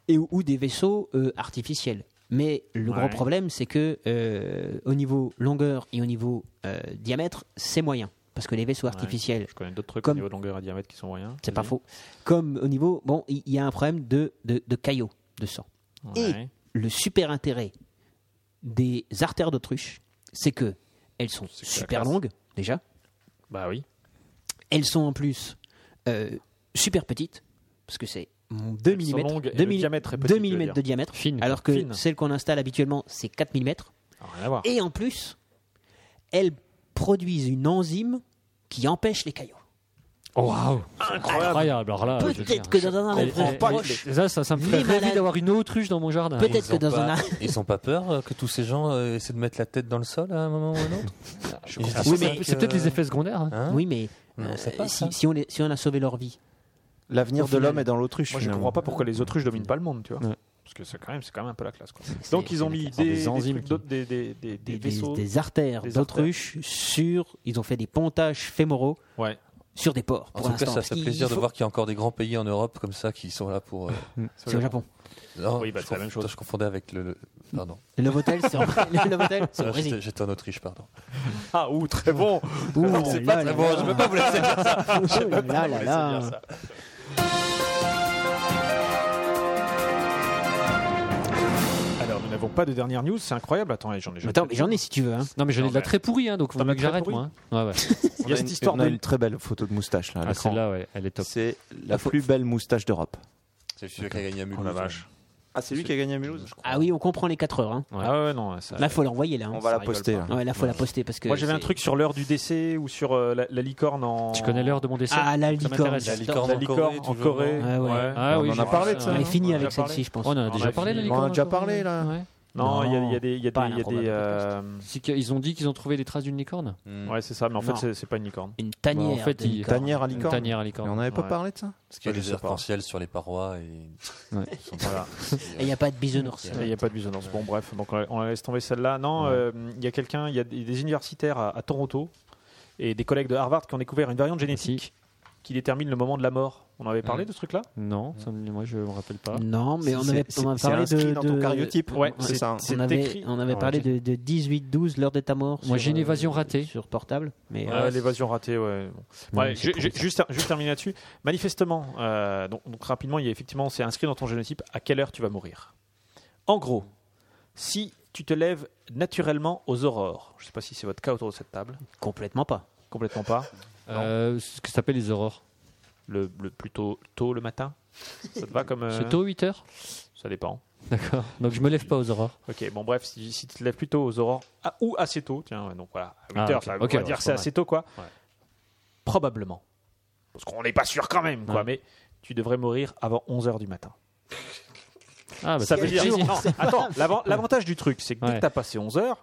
Speaker 6: et ou, ou des vaisseaux euh, artificiels. Mais le gros
Speaker 9: Ouais.
Speaker 6: problème, c'est que euh, au niveau longueur et au niveau euh, diamètre, c'est moyen, parce que les vaisseaux artificiels
Speaker 9: Je connais d'autres trucs
Speaker 6: Comme-
Speaker 9: au niveau de longueur et diamètre qui sont rien.
Speaker 6: c'est pas
Speaker 5: Mmh.
Speaker 6: faux. Comme au niveau, bon, il il y a un problème de, de, de caillot de sang.
Speaker 9: Ouais.
Speaker 6: Et le super intérêt des artères d'autruche, c'est que elles sont
Speaker 9: que la
Speaker 6: super
Speaker 9: classe.
Speaker 6: longues, déjà.
Speaker 9: Bah oui.
Speaker 6: Elles sont en plus euh, super petites, parce que c'est 2 mm.
Speaker 9: longues et
Speaker 6: 2
Speaker 9: le diamètre est petit, tu veux dire.
Speaker 6: de diamètre.
Speaker 5: Fine,
Speaker 6: alors que
Speaker 9: Fine.
Speaker 6: celle qu'on installe habituellement, c'est 4 mm.
Speaker 9: Alors, rien à voir.
Speaker 6: Et en plus, elles produisent une enzyme qui empêche les caillots.
Speaker 5: Oh, waouh. Incroyable. Alors
Speaker 9: Ah
Speaker 5: là, je veux dire,
Speaker 6: Peut-être que dans un
Speaker 5: elle-
Speaker 6: avenir
Speaker 5: elle-
Speaker 6: proche,
Speaker 5: elle- ça, ça, ça me
Speaker 6: Ni
Speaker 5: ferait rêver
Speaker 6: malade.
Speaker 5: d'avoir une autruche dans mon jardin.
Speaker 6: Peut-être
Speaker 7: Ils
Speaker 6: que
Speaker 7: ont
Speaker 6: dans
Speaker 7: pas-
Speaker 6: un-
Speaker 7: Ils sont pas peur euh, que tous ces gens euh, essaient de mettre la tête dans le sol à un moment ou à un autre Ils se disent
Speaker 5: Ah Oui,
Speaker 7: pas
Speaker 5: mais c'est
Speaker 7: que-
Speaker 5: peut-être les effets secondaires. hein.
Speaker 7: Hein
Speaker 6: oui, mais
Speaker 7: Mais on
Speaker 6: euh,
Speaker 7: sait pas,
Speaker 6: si,
Speaker 7: ça.
Speaker 6: si on les- si on a sauvé leur vie,
Speaker 4: L'avenir
Speaker 6: Au
Speaker 4: de
Speaker 6: final-
Speaker 4: l'homme est dans l'autruche.
Speaker 9: Moi, je
Speaker 4: finalement.
Speaker 9: comprends pas pourquoi les autruches dominent pas le monde, tu vois.
Speaker 4: Ouais.
Speaker 9: Parce que c'est quand même, c'est quand même un peu la classe. Quoi.
Speaker 6: C'est-
Speaker 9: Donc ils ont
Speaker 6: c'est
Speaker 9: mis
Speaker 6: intéressant.
Speaker 9: des,
Speaker 5: Des
Speaker 9: des,
Speaker 5: enzymes
Speaker 9: trucs
Speaker 5: qui-
Speaker 9: d'autres, des, des, des, des
Speaker 6: des, des-
Speaker 9: vaisseaux.
Speaker 6: des artères
Speaker 9: des
Speaker 6: d'autruche sur. Ils ont fait des pontages fémoraux
Speaker 9: Ouais.
Speaker 6: sur des porcs.
Speaker 7: En
Speaker 6: Pour
Speaker 7: tout cas,
Speaker 6: l'instant,
Speaker 7: ça fait
Speaker 6: Il-
Speaker 7: plaisir
Speaker 6: il
Speaker 7: de
Speaker 6: faut-
Speaker 7: voir qu'il y a encore des grands pays en Europe comme ça qui sont là pour. euh,
Speaker 6: C'est au Japon.
Speaker 7: Non,
Speaker 9: Oui, bah,
Speaker 7: je
Speaker 9: c'est la même
Speaker 7: conf-
Speaker 9: chose.
Speaker 7: Je confondais avec le. le- Pardon.
Speaker 6: Le Novotel, c'est au- le Novotel, c'est au
Speaker 7: Ah,
Speaker 6: Brésil.
Speaker 7: J'étais j'étais en Autriche, pardon.
Speaker 9: Ah, ou très bon.
Speaker 6: Ouh
Speaker 7: C'est
Speaker 6: là
Speaker 7: pas très
Speaker 6: là
Speaker 7: bon,
Speaker 6: là.
Speaker 7: je peux pas vous laisser dire ça.
Speaker 6: Ouh là là là.
Speaker 9: Alors, nous n'avons pas de dernière news, c'est incroyable. Attends, allez, j'en ai
Speaker 6: Attends, mais j'en ai si tu veux. hein.
Speaker 5: Non, mais j'en ai de la très pourrie, hein, donc faut
Speaker 9: T'en as
Speaker 5: mieux que
Speaker 9: très
Speaker 5: j'arrête,
Speaker 9: pourrie
Speaker 5: moi. hein. Ouais, ouais.
Speaker 9: Il y a
Speaker 4: On
Speaker 9: cette
Speaker 4: une-
Speaker 9: histoire
Speaker 4: on a
Speaker 9: de-
Speaker 4: une très belle photo de moustache là. à
Speaker 5: Ah,
Speaker 4: l'écran.
Speaker 5: celle-là, ouais, elle est top.
Speaker 4: c'est la plus belle moustache d'Europe.
Speaker 7: C'est celui qui a gagné à Mulhouse.
Speaker 4: Ah, c'est lui qui a gagné à Mulhouse.
Speaker 6: Ah oui, on comprend les 4 heures. hein.
Speaker 9: Ah ouais, non, ça.
Speaker 6: Là, faut l'envoyer là. hein.
Speaker 4: On va la poster. là.
Speaker 6: Ouais, là, faut la poster parce que.
Speaker 9: Moi, j'avais un
Speaker 6: c'est-
Speaker 9: truc sur l'heure du décès ou sur euh, la, la licorne en.
Speaker 5: Tu connais l'heure de mon dessin
Speaker 6: Ah, la
Speaker 5: Ça
Speaker 6: licorne.
Speaker 5: m'intéresse.
Speaker 7: La licorne
Speaker 9: La
Speaker 7: en
Speaker 9: licorne
Speaker 7: Corée.
Speaker 9: en
Speaker 7: toujours,
Speaker 9: Corée.
Speaker 7: non
Speaker 6: Ah ouais.
Speaker 5: Ah, oui,
Speaker 4: On en a
Speaker 5: j'ai-
Speaker 4: parlé de ça,
Speaker 6: On
Speaker 5: Ouais.
Speaker 6: est fini
Speaker 9: On en a
Speaker 6: avec
Speaker 9: parlé.
Speaker 6: celle-ci, je pense.
Speaker 5: On en a
Speaker 9: On
Speaker 5: déjà
Speaker 9: a
Speaker 5: parlé, la
Speaker 9: fini.
Speaker 5: licorne
Speaker 4: On en a déjà
Speaker 5: encore,
Speaker 4: parlé,
Speaker 5: ouais.
Speaker 4: là.
Speaker 5: Ouais.
Speaker 9: Non, il y a- il y, a des. il Y a
Speaker 6: Pas
Speaker 9: des, il y a des euh,
Speaker 5: C'est qu'ils ont dit qu'ils ont trouvé des traces d'une licorne.
Speaker 7: Mm.
Speaker 9: Ouais, c'est ça, mais en fait,
Speaker 6: Non.
Speaker 9: c'est- c'est pas une licorne.
Speaker 6: Une
Speaker 5: Bah,
Speaker 6: tanière.
Speaker 5: en fait,
Speaker 6: de
Speaker 5: il-
Speaker 6: licorne.
Speaker 4: Tanière à
Speaker 5: Une
Speaker 4: licorne. Mais
Speaker 5: tanière à licorne.
Speaker 4: on n'avait pas
Speaker 9: Ouais.
Speaker 4: parlé de ça
Speaker 7: Parce qu'il y a
Speaker 9: Ouais, je
Speaker 7: des
Speaker 9: sais pas.
Speaker 7: arcs-en-ciel sur les parois et.
Speaker 5: Ouais.
Speaker 7: Ils sont-
Speaker 9: Voilà.
Speaker 6: Et il n'y a pas de bisounours.
Speaker 9: Il n'y a pas de bisonance. Bon, bref, donc on la- on la laisse tomber celle-là. Non, euh, il y a quelqu'un, il y a des des universitaires à, à Toronto et des collègues de Harvard qui ont découvert une variante génétique qui détermine le moment de la mort. On en avait parlé de ce truc-là
Speaker 5: Non, ça me- moi je me rappelle pas.
Speaker 6: Non, mais on
Speaker 4: C'est-
Speaker 6: avait
Speaker 4: c'est-
Speaker 6: on a
Speaker 4: c'est
Speaker 6: parlé
Speaker 4: inscrit
Speaker 6: de.
Speaker 4: dans ton
Speaker 6: de-
Speaker 4: cariotype.
Speaker 9: Ouais,
Speaker 4: c'est
Speaker 9: c'est-
Speaker 4: ça.
Speaker 9: c'est
Speaker 6: On avait,
Speaker 9: écrit.
Speaker 6: on avait
Speaker 5: Ah,
Speaker 6: parlé
Speaker 5: j'ai-
Speaker 6: de, de 18-12, l'heure de ta mort.
Speaker 5: Moi,
Speaker 6: sur,
Speaker 5: j'ai une
Speaker 6: euh,
Speaker 5: évasion ratée.
Speaker 6: Sur portable. Mais,
Speaker 9: Ah, L'évasion ratée, ouais. Bon. Ouais,
Speaker 6: mais c'est
Speaker 9: j'ai-
Speaker 6: con,
Speaker 9: j'ai-
Speaker 6: ça.
Speaker 9: juste, juste terminer là-dessus. Manifestement, euh, donc, donc rapidement, il y a effectivement, c'est inscrit dans ton génotype à quelle heure tu vas mourir. En gros, si tu te lèves naturellement aux aurores, je ne sais pas si c'est votre cas autour de cette table,
Speaker 6: Complètement pas.
Speaker 9: complètement pas.
Speaker 5: Euh, ce que s'appelle les aurores.
Speaker 9: le, le plutôt tôt le matin Ça te va comme. euh,
Speaker 5: C'est tôt 8 heures
Speaker 9: Ça dépend.
Speaker 5: D'accord. Donc je me lève pas aux aurores.
Speaker 9: Ok, bon, bref, si, si tu te lèves plus tôt aux aurores, ah, ou assez tôt, tiens, donc voilà, à 8
Speaker 5: Ah,
Speaker 9: heures,
Speaker 5: ok,
Speaker 9: ça,
Speaker 5: ok,
Speaker 9: on va
Speaker 5: ouais,
Speaker 9: dire
Speaker 5: c'est
Speaker 9: c'est
Speaker 5: pas mal.
Speaker 9: assez tôt, quoi.
Speaker 5: Ouais.
Speaker 9: Probablement. Parce qu'on n'est pas sûr quand même, quoi,
Speaker 5: Ouais.
Speaker 9: mais tu devrais mourir avant 11 heures du matin.
Speaker 5: Ah, bah,
Speaker 9: ça
Speaker 5: c'est
Speaker 9: veut dire.
Speaker 5: précis.
Speaker 9: Non, attends, l'avan- l'avantage du truc, c'est que dès
Speaker 5: Ouais.
Speaker 9: que t'as passé 11 heures,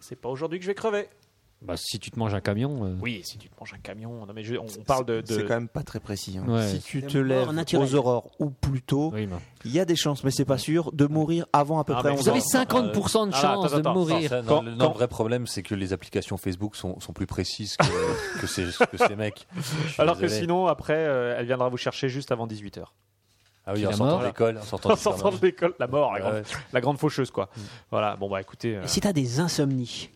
Speaker 9: c'est pas aujourd'hui que je vais crever.
Speaker 5: Bah, si tu te manges un camion. euh,
Speaker 9: Oui, si tu te manges un camion, non, mais je- on, on parle de. de-
Speaker 4: C'est quand même pas très précis. hein.
Speaker 5: Ouais.
Speaker 4: Si tu
Speaker 6: C'est
Speaker 4: te
Speaker 6: mort
Speaker 4: lèves
Speaker 6: naturelle.
Speaker 4: aux aurores ou plus tôt,
Speaker 5: oui, bah. mais-
Speaker 4: il y a des chances, mais c'est pas sûr, de mourir avant à peu
Speaker 9: Ah,
Speaker 4: près
Speaker 9: mais
Speaker 4: 11
Speaker 5: Vous
Speaker 4: heures.
Speaker 5: avez 50% de
Speaker 9: Ah,
Speaker 5: chances
Speaker 9: attends,
Speaker 5: de
Speaker 9: attends,
Speaker 5: mourir.
Speaker 7: Ça, non,
Speaker 9: Quand-
Speaker 7: le, non,
Speaker 9: quand-
Speaker 7: le vrai problème, c'est que les applications Facebook sont, sont plus précises que, que, ces, que ces mecs. Je suis
Speaker 9: Alors que
Speaker 7: désolé.
Speaker 9: sinon, après, euh, elle viendra vous chercher juste avant 18 heures.
Speaker 7: Ah oui,
Speaker 5: la
Speaker 7: en sortant
Speaker 5: mort.
Speaker 7: de l'école. En
Speaker 5: Oh,
Speaker 7: sortant
Speaker 9: En
Speaker 7: du
Speaker 9: sortant de
Speaker 7: supermarché.
Speaker 9: l'école, la mort, la grande,
Speaker 7: Ouais, ouais.
Speaker 9: la grande faucheuse, quoi.
Speaker 5: Mm.
Speaker 9: Voilà, bon, bah écoutez. euh,
Speaker 6: Si t'as des insomnies,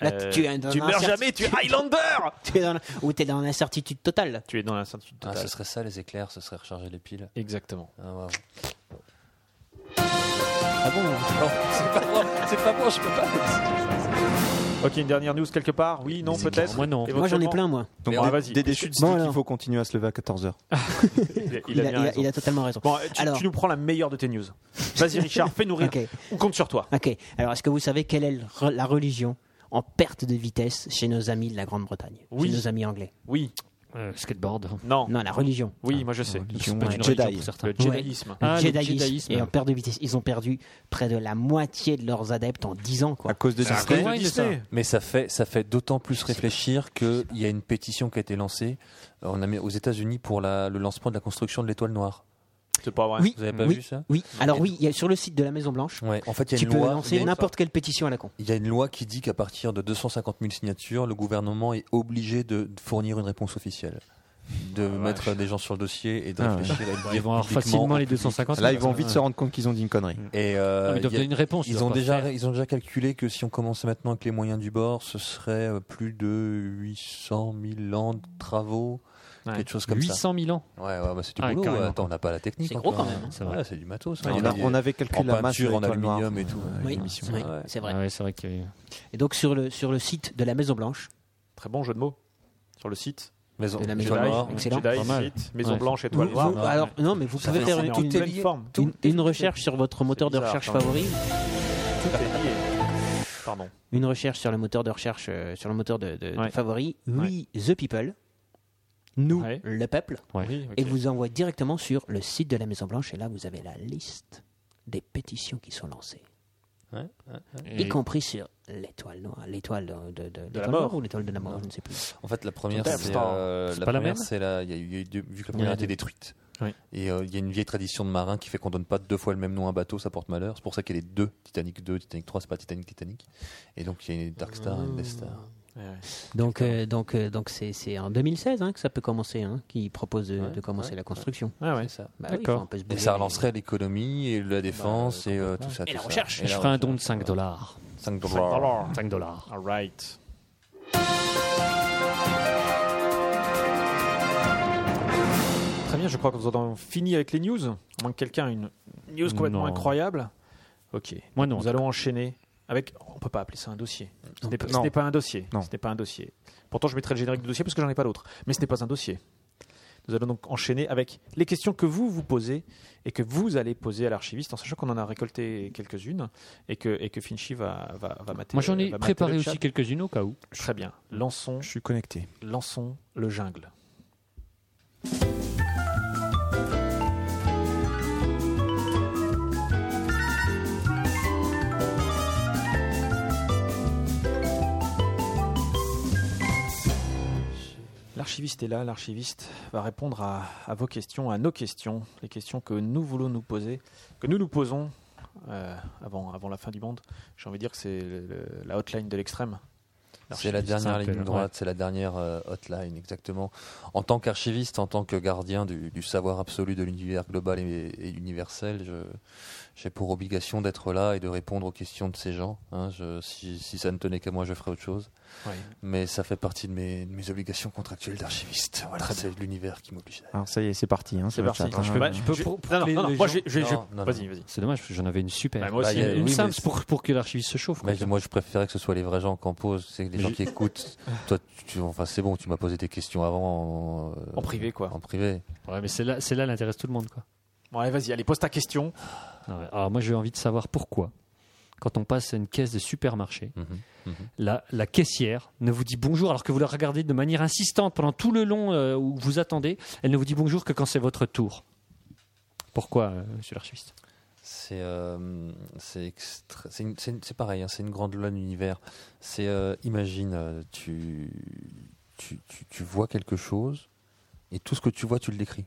Speaker 6: là,
Speaker 9: euh,
Speaker 6: tu, es dans
Speaker 9: tu meurs
Speaker 6: l'incerti-
Speaker 9: jamais, tu es Highlander
Speaker 6: tu es dans la- ou t'es dans l'incertitude totale.
Speaker 9: Tu es dans l'incertitude
Speaker 7: Ah,
Speaker 9: totale.
Speaker 7: ce serait ça les éclairs, ce serait recharger les piles.
Speaker 9: Exactement.
Speaker 7: Ah, waouh.
Speaker 6: Ah bon
Speaker 7: Non, c'est pas bon, c'est pas bon, je peux pas.
Speaker 9: Ok, une dernière news quelque part Oui, non,
Speaker 7: Les
Speaker 9: peut-être
Speaker 7: éclairs.
Speaker 5: Moi, non.
Speaker 6: Moi j'en ai
Speaker 9: Éventuellement.
Speaker 6: plein moi.
Speaker 4: Donc,
Speaker 9: Ah,
Speaker 4: des-
Speaker 9: vas-y.
Speaker 4: des déchus de
Speaker 6: Bon,
Speaker 4: bon, il
Speaker 6: alors.
Speaker 4: faut continuer à se lever à 14h.
Speaker 9: Il a,
Speaker 6: Il a,
Speaker 9: bien
Speaker 6: il a-
Speaker 9: raison.
Speaker 6: il a totalement raison.
Speaker 9: Bon, euh, tu,
Speaker 6: Alors-
Speaker 9: tu nous prends la meilleure de tes news. Vas-y, Richard, fais-nous rire.
Speaker 6: Ok.
Speaker 9: On compte sur toi.
Speaker 6: Ok. Alors est-ce que vous savez quelle est le- re- la religion en perte de vitesse chez nos amis de la Grande-Bretagne
Speaker 9: Oui.
Speaker 6: Chez nos amis anglais.
Speaker 9: Oui,
Speaker 5: Euh, skateboard.
Speaker 9: non.
Speaker 6: Non, la religion.
Speaker 9: Oui,
Speaker 5: Ah,
Speaker 9: moi je sais.
Speaker 5: C'est pas une
Speaker 4: Jedi.
Speaker 5: religion pour certains.
Speaker 9: Le judaïsme.
Speaker 5: Ah, le
Speaker 6: Jediisme.
Speaker 5: judaïsme.
Speaker 6: Et en perte de vitesse, ils ont perdu près de la moitié de leurs adeptes en 10 ans. Quoi.
Speaker 4: À cause de
Speaker 5: C'est un
Speaker 4: Disney.
Speaker 5: rewind, ça.
Speaker 7: Mais ça fait, ça fait d'autant plus réfléchir qu'il y a une pétition qui a été lancée euh, en Amé- aux États-Unis pour la- le lancement de la construction de l'étoile noire.
Speaker 9: C'est pas vrai.
Speaker 6: Oui,
Speaker 7: Vous avez pas
Speaker 6: oui,
Speaker 7: vu ça
Speaker 6: oui. Alors oui, il y a, sur le site de la Maison Blanche,
Speaker 7: Ouais. En fait, il y a
Speaker 6: tu
Speaker 7: une
Speaker 6: peux
Speaker 7: loi. il y
Speaker 6: lancer
Speaker 7: a une-
Speaker 6: n'importe quelle pétition à la con.
Speaker 7: Il y a une loi qui dit qu'à partir de 250 000 signatures, le gouvernement est obligé de de fournir une réponse officielle, de
Speaker 5: Ah,
Speaker 7: mettre des gens sur le dossier et de
Speaker 4: Ah ouais.
Speaker 7: réfléchir. à
Speaker 5: Ils vont avoir
Speaker 7: publiquement.
Speaker 5: facilement les 250.
Speaker 4: Là, ils vont vite se rendre compte qu'ils ont dit une connerie.
Speaker 7: Et euh,
Speaker 5: Ah, mais euh, Ils doivent
Speaker 7: il y a-
Speaker 5: donner une réponse.
Speaker 7: ils
Speaker 5: doivent
Speaker 7: ont
Speaker 5: pas
Speaker 7: déjà,
Speaker 5: faire.
Speaker 7: ils ont déjà calculé que si on commençait maintenant avec les moyens du bord, ce serait euh, plus de 800 000 ans de travaux,
Speaker 9: Ouais.
Speaker 7: quelque chose comme ça.
Speaker 5: 800 000 ans.
Speaker 7: Ouais, ouais, bah c'est du
Speaker 5: Ah,
Speaker 7: boulot.
Speaker 5: carrément.
Speaker 7: Attends, on n'a pas la technique.
Speaker 6: C'est gros
Speaker 7: encore,
Speaker 6: quand
Speaker 7: hein.
Speaker 6: même.
Speaker 5: C'est
Speaker 7: Ouais,
Speaker 5: vrai.
Speaker 7: c'est du matos. hein.
Speaker 4: On
Speaker 7: Il y
Speaker 4: a,
Speaker 7: des-
Speaker 4: on avait
Speaker 7: en
Speaker 4: calculé la masse de
Speaker 7: peinture, en
Speaker 4: l'étoile noire.
Speaker 7: aluminium et tout.
Speaker 5: euh,
Speaker 7: ouais.
Speaker 6: Oui, oui,
Speaker 7: Ouais.
Speaker 6: c'est vrai.
Speaker 5: Ah ouais, c'est vrai que.
Speaker 6: Et donc sur le, sur le site de la Maison Blanche,
Speaker 9: Très bon jeu de mots. Sur le site.
Speaker 7: Mais on-
Speaker 6: de la
Speaker 7: mais
Speaker 6: Maison
Speaker 7: on-
Speaker 9: Jedi,
Speaker 6: Blanche, excellent.
Speaker 9: Jedi,
Speaker 5: Pas mal.
Speaker 9: site, Maison
Speaker 5: Ouais.
Speaker 9: Blanche,
Speaker 6: Vous-
Speaker 9: étoile
Speaker 6: vous-
Speaker 9: noire.
Speaker 5: ouais.
Speaker 6: alors non, mais vous pouvez faire
Speaker 9: C'est
Speaker 6: une,
Speaker 9: en pleine
Speaker 6: une-
Speaker 9: forme.
Speaker 6: une- une recherche sur votre moteur de
Speaker 9: bizarre,
Speaker 6: recherche
Speaker 9: quand même.
Speaker 6: favori,
Speaker 9: Tout est lié. Pardon.
Speaker 6: une recherche sur le moteur de recherche euh, sur le moteur de, de- de
Speaker 9: Ouais.
Speaker 6: favori. We the people, nous
Speaker 9: Ouais.
Speaker 6: le peuple,
Speaker 9: Oui, ok.
Speaker 6: et vous envoie directement sur le site de la Maison Blanche. Et là, vous avez la liste des pétitions qui sont lancées,
Speaker 5: Et-
Speaker 6: y compris sur l'étoile noire, l'étoile de, de- de- l'étoile
Speaker 9: mort.
Speaker 6: noire ou l'étoile de la mort, je ne sais plus.
Speaker 7: En fait, la première,
Speaker 9: Tout à
Speaker 7: c'est
Speaker 9: fait.
Speaker 7: euh,
Speaker 5: Bah, C'est
Speaker 7: la
Speaker 5: pas la
Speaker 7: première,
Speaker 5: même
Speaker 7: c'est la. il y a eu- il y a eu deux- vu que la première
Speaker 5: Ouais,
Speaker 7: a été
Speaker 5: deux.
Speaker 7: détruite.
Speaker 9: Oui.
Speaker 7: Et euh, il y a une vieille tradition de marin qui fait qu'on donne pas deux fois le même nom à un bateau, ça porte malheur. C'est pour ça qu'il y a les deux Titanic 2, Titanic 3, c'est pas Titanic Titanic. Et donc il y a une Dark Star et
Speaker 5: Mmh.
Speaker 7: une Death Star.
Speaker 6: Donc, euh, donc, euh, donc, c'est, c'est en 2016 hein, que ça peut commencer, hein, qui propose de,
Speaker 7: Ouais,
Speaker 6: de commencer
Speaker 7: ouais,
Speaker 6: la construction.
Speaker 9: Ah ouais.
Speaker 7: C'est ça.
Speaker 6: Bah oui,
Speaker 5: D'accord.
Speaker 6: faut un peu se
Speaker 7: Et
Speaker 6: bouger.
Speaker 7: ça relancerait l'économie et
Speaker 5: Bah,
Speaker 7: la défense et euh, tout ça.
Speaker 6: Et
Speaker 7: tout
Speaker 6: la
Speaker 7: ça.
Speaker 6: recherche.
Speaker 7: Et
Speaker 5: Je
Speaker 7: la
Speaker 5: ferai un
Speaker 7: recherche.
Speaker 5: don de 5 dollars.
Speaker 7: 5 dollars.
Speaker 9: Alors,
Speaker 5: 5 dollars.
Speaker 9: all right. Très bien, je crois que nous avons fini avec les news. À moins que quelqu'un ait une news complètement
Speaker 5: Non.
Speaker 9: incroyable. Ok.
Speaker 5: Moi, non.
Speaker 9: Nous allons enchaîner avec. On peut pas appeler ça un dossier. Ce n'est pas, ce
Speaker 4: Non.
Speaker 9: n'est pas un dossier.
Speaker 4: Non.
Speaker 9: Ce n'est pas un dossier. Pourtant, je mettrai le générique du dossier parce que j'en ai pas d'autre. Mais ce n'est pas un dossier. Nous allons donc enchaîner avec les questions que vous vous posez et que vous allez poser à l'archiviste, en sachant qu'on en a récolté quelques-unes et que, et que Finchy va, va, va mater.
Speaker 5: Moi, j'en
Speaker 9: va
Speaker 5: ai
Speaker 9: mater
Speaker 5: préparé
Speaker 9: le bah, chat.
Speaker 5: aussi quelques-unes au cas où.
Speaker 9: Très bien. Lançons,
Speaker 4: Je suis connecté.
Speaker 9: lançons le jungle. L'archiviste est là, l'archiviste va répondre à, à vos questions, à nos questions, les questions que nous voulons nous poser, que nous nous posons euh, avant, avant la fin du monde. J'ai envie de dire que c'est le- le- la hotline de l'extrême.
Speaker 7: C'est la
Speaker 5: L'archiviste,
Speaker 7: dernière
Speaker 5: c'est un
Speaker 7: ligne
Speaker 5: peu-
Speaker 7: droite, c'est la dernière euh, hotline, exactement. En tant qu'archiviste, en tant que gardien du, du savoir absolu de l'univers global et, et universel, je- j'ai pour obligation d'être là et de répondre aux questions de ces gens. hein. Je- si, si ça ne tenait qu'à moi, je ferais autre chose.
Speaker 9: Oui.
Speaker 7: Mais ça fait partie de mes, de mes obligations contractuelles d'archiviste. Voilà, c'est l'univers qui m'oblige. à-
Speaker 4: Alors ça y est, c'est parti. hein,
Speaker 9: C'est
Speaker 4: sur le
Speaker 9: parti.
Speaker 4: chat, hein.
Speaker 9: Je
Speaker 5: peux-
Speaker 9: Bah,
Speaker 5: je peux
Speaker 9: je-
Speaker 5: pro-
Speaker 9: Non, non,
Speaker 5: les-
Speaker 9: non,
Speaker 5: les
Speaker 9: moi
Speaker 5: gens-
Speaker 9: je vais. je vais- je vais-
Speaker 7: Non, non,
Speaker 9: Vas-y,
Speaker 7: non.
Speaker 9: vas-y.
Speaker 5: C'est dommage, parce que j'en avais une super.
Speaker 9: Bah, moi aussi.
Speaker 5: il y a
Speaker 7: Oui,
Speaker 5: une
Speaker 7: mais
Speaker 5: simple
Speaker 7: c'est- Bah,
Speaker 5: pour, pour que l'archiviste se chauffe. quoi.
Speaker 7: Mais moi, je préférais que ce soit les vrais gens qu'on pose. C'est les les gens qui écoutent. Toi, tu- tu- enfin, c'est bon, tu m'as posé des questions avant. euh,
Speaker 9: En privé, quoi.
Speaker 7: En privé.
Speaker 5: Ouais, mais celle-là, celle-là, elle intéresse tout le monde, quoi.
Speaker 9: Bon, allez, vas-y, allez, pose ta question.
Speaker 5: Ah ouais. Alors moi j'ai envie de savoir pourquoi, quand on passe à une caisse de supermarché,
Speaker 7: Mhm.
Speaker 5: la, la caissière ne vous dit bonjour alors que vous la regardez de manière insistante pendant tout le long euh, où vous attendez, elle ne vous dit bonjour que quand c'est votre tour. Pourquoi, euh, monsieur l'archiviste
Speaker 7: C'est euh, c'est extra- c'est une- c'est une- c'est pareil, hein, c'est une grande loi de l'univers. C'est euh, imagine, euh, tu, tu, tu, tu vois quelque chose et tout ce que tu vois, tu le décris.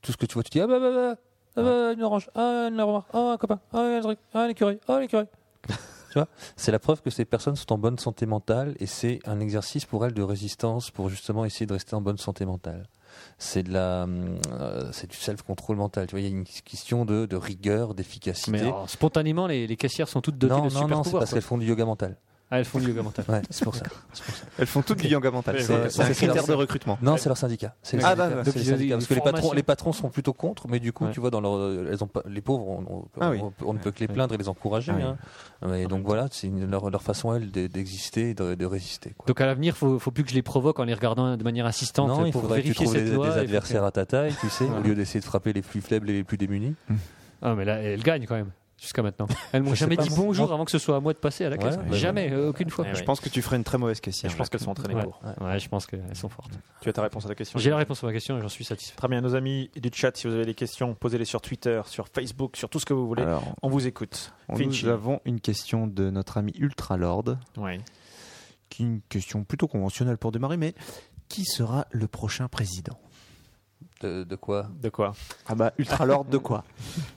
Speaker 7: Tout ce que tu vois, tu dis ah bah bah bah, ah bah, une orange, ah une orange, ah un copain, ah un truc, ah un écureuil, ah l'écureuil. tu vois, c'est la preuve que ces personnes sont en bonne santé mentale et c'est un exercice pour elles de résistance pour justement essayer de rester en bonne santé mentale c'est de la hum, euh, c'est du self control mental tu vois il y a une question de, de rigueur d'efficacité
Speaker 5: Mais alors, spontanément, les, les caissières sont toutes dotées
Speaker 7: non
Speaker 5: de
Speaker 7: non
Speaker 5: super
Speaker 7: non c'est
Speaker 5: pouvoirs.
Speaker 7: parce qu'elles font du yoga mental
Speaker 5: Ah, elles font du yoga mental.
Speaker 7: ouais c'est pour ça
Speaker 4: Elles font toutes du yoga mental. C'est c'est un
Speaker 7: c'est
Speaker 4: critère
Speaker 7: leur-
Speaker 4: de recrutement.
Speaker 7: non c'est leur syndicat c'est les
Speaker 4: Ah,
Speaker 7: syndicats.
Speaker 4: bah, bah,
Speaker 7: C'est
Speaker 5: donc
Speaker 7: les
Speaker 5: ils ont
Speaker 7: syndicats.
Speaker 5: des
Speaker 7: parce que les patrons
Speaker 5: formations.
Speaker 7: les patrons sont plutôt contre mais du coup
Speaker 5: Ouais.
Speaker 7: tu vois dans leur elles ont pas, les pauvres on, on-
Speaker 4: Ah
Speaker 7: on-
Speaker 4: oui.
Speaker 7: on ne peut que les plaindre et les encourager
Speaker 4: oui.
Speaker 7: hein. mais donc voilà c'est une- leur, leur façon elles d'e- d'exister et de, de résister quoi.
Speaker 5: Donc à l'avenir, faut, faut plus que je les provoque en les regardant de manière insistante
Speaker 7: non, il
Speaker 5: pour
Speaker 7: faudrait que tu
Speaker 5: vérifier
Speaker 7: trouves
Speaker 5: cette
Speaker 7: des,
Speaker 5: loi.
Speaker 7: des
Speaker 5: et faut
Speaker 7: adversaires à ta taille, tu sais, au lieu d'essayer de frapper les plus faibles et les plus démunis.
Speaker 5: que- Ah, mais là, elles gagnent quand même. Jusqu'à maintenant. Elles m'ont
Speaker 7: Je sais
Speaker 5: jamais
Speaker 7: pas,
Speaker 5: dit
Speaker 7: moi-
Speaker 5: bonjour avant que ce soit à moi de passer à la caisse.
Speaker 7: Ouais, ouais,
Speaker 5: jamais, euh, aucune fois.
Speaker 9: Ouais,
Speaker 4: Je pense que tu ferais une très mauvaise caissière.
Speaker 9: Je pense qu'elles sont entraînées
Speaker 5: Ouais.
Speaker 9: pour.
Speaker 5: Ouais, je pense qu'elles sont fortes.
Speaker 9: Tu as ta réponse à ta question.
Speaker 5: J'ai la réponse à ma question et j'en suis satisfait.
Speaker 9: Très bien, nos amis du chat, si vous avez des questions, posez-les sur Twitter, sur Facebook, sur tout ce que vous voulez.
Speaker 4: Alors,
Speaker 9: On vous écoute.
Speaker 4: on-
Speaker 9: Finchi.
Speaker 4: nous avons une question de notre ami Ultralord,
Speaker 9: Ouais.
Speaker 4: qui est une question plutôt conventionnelle pour démarrer, mais qui sera le prochain président
Speaker 7: De, de quoi
Speaker 9: De quoi
Speaker 4: Ah bah, Ultralord de quoi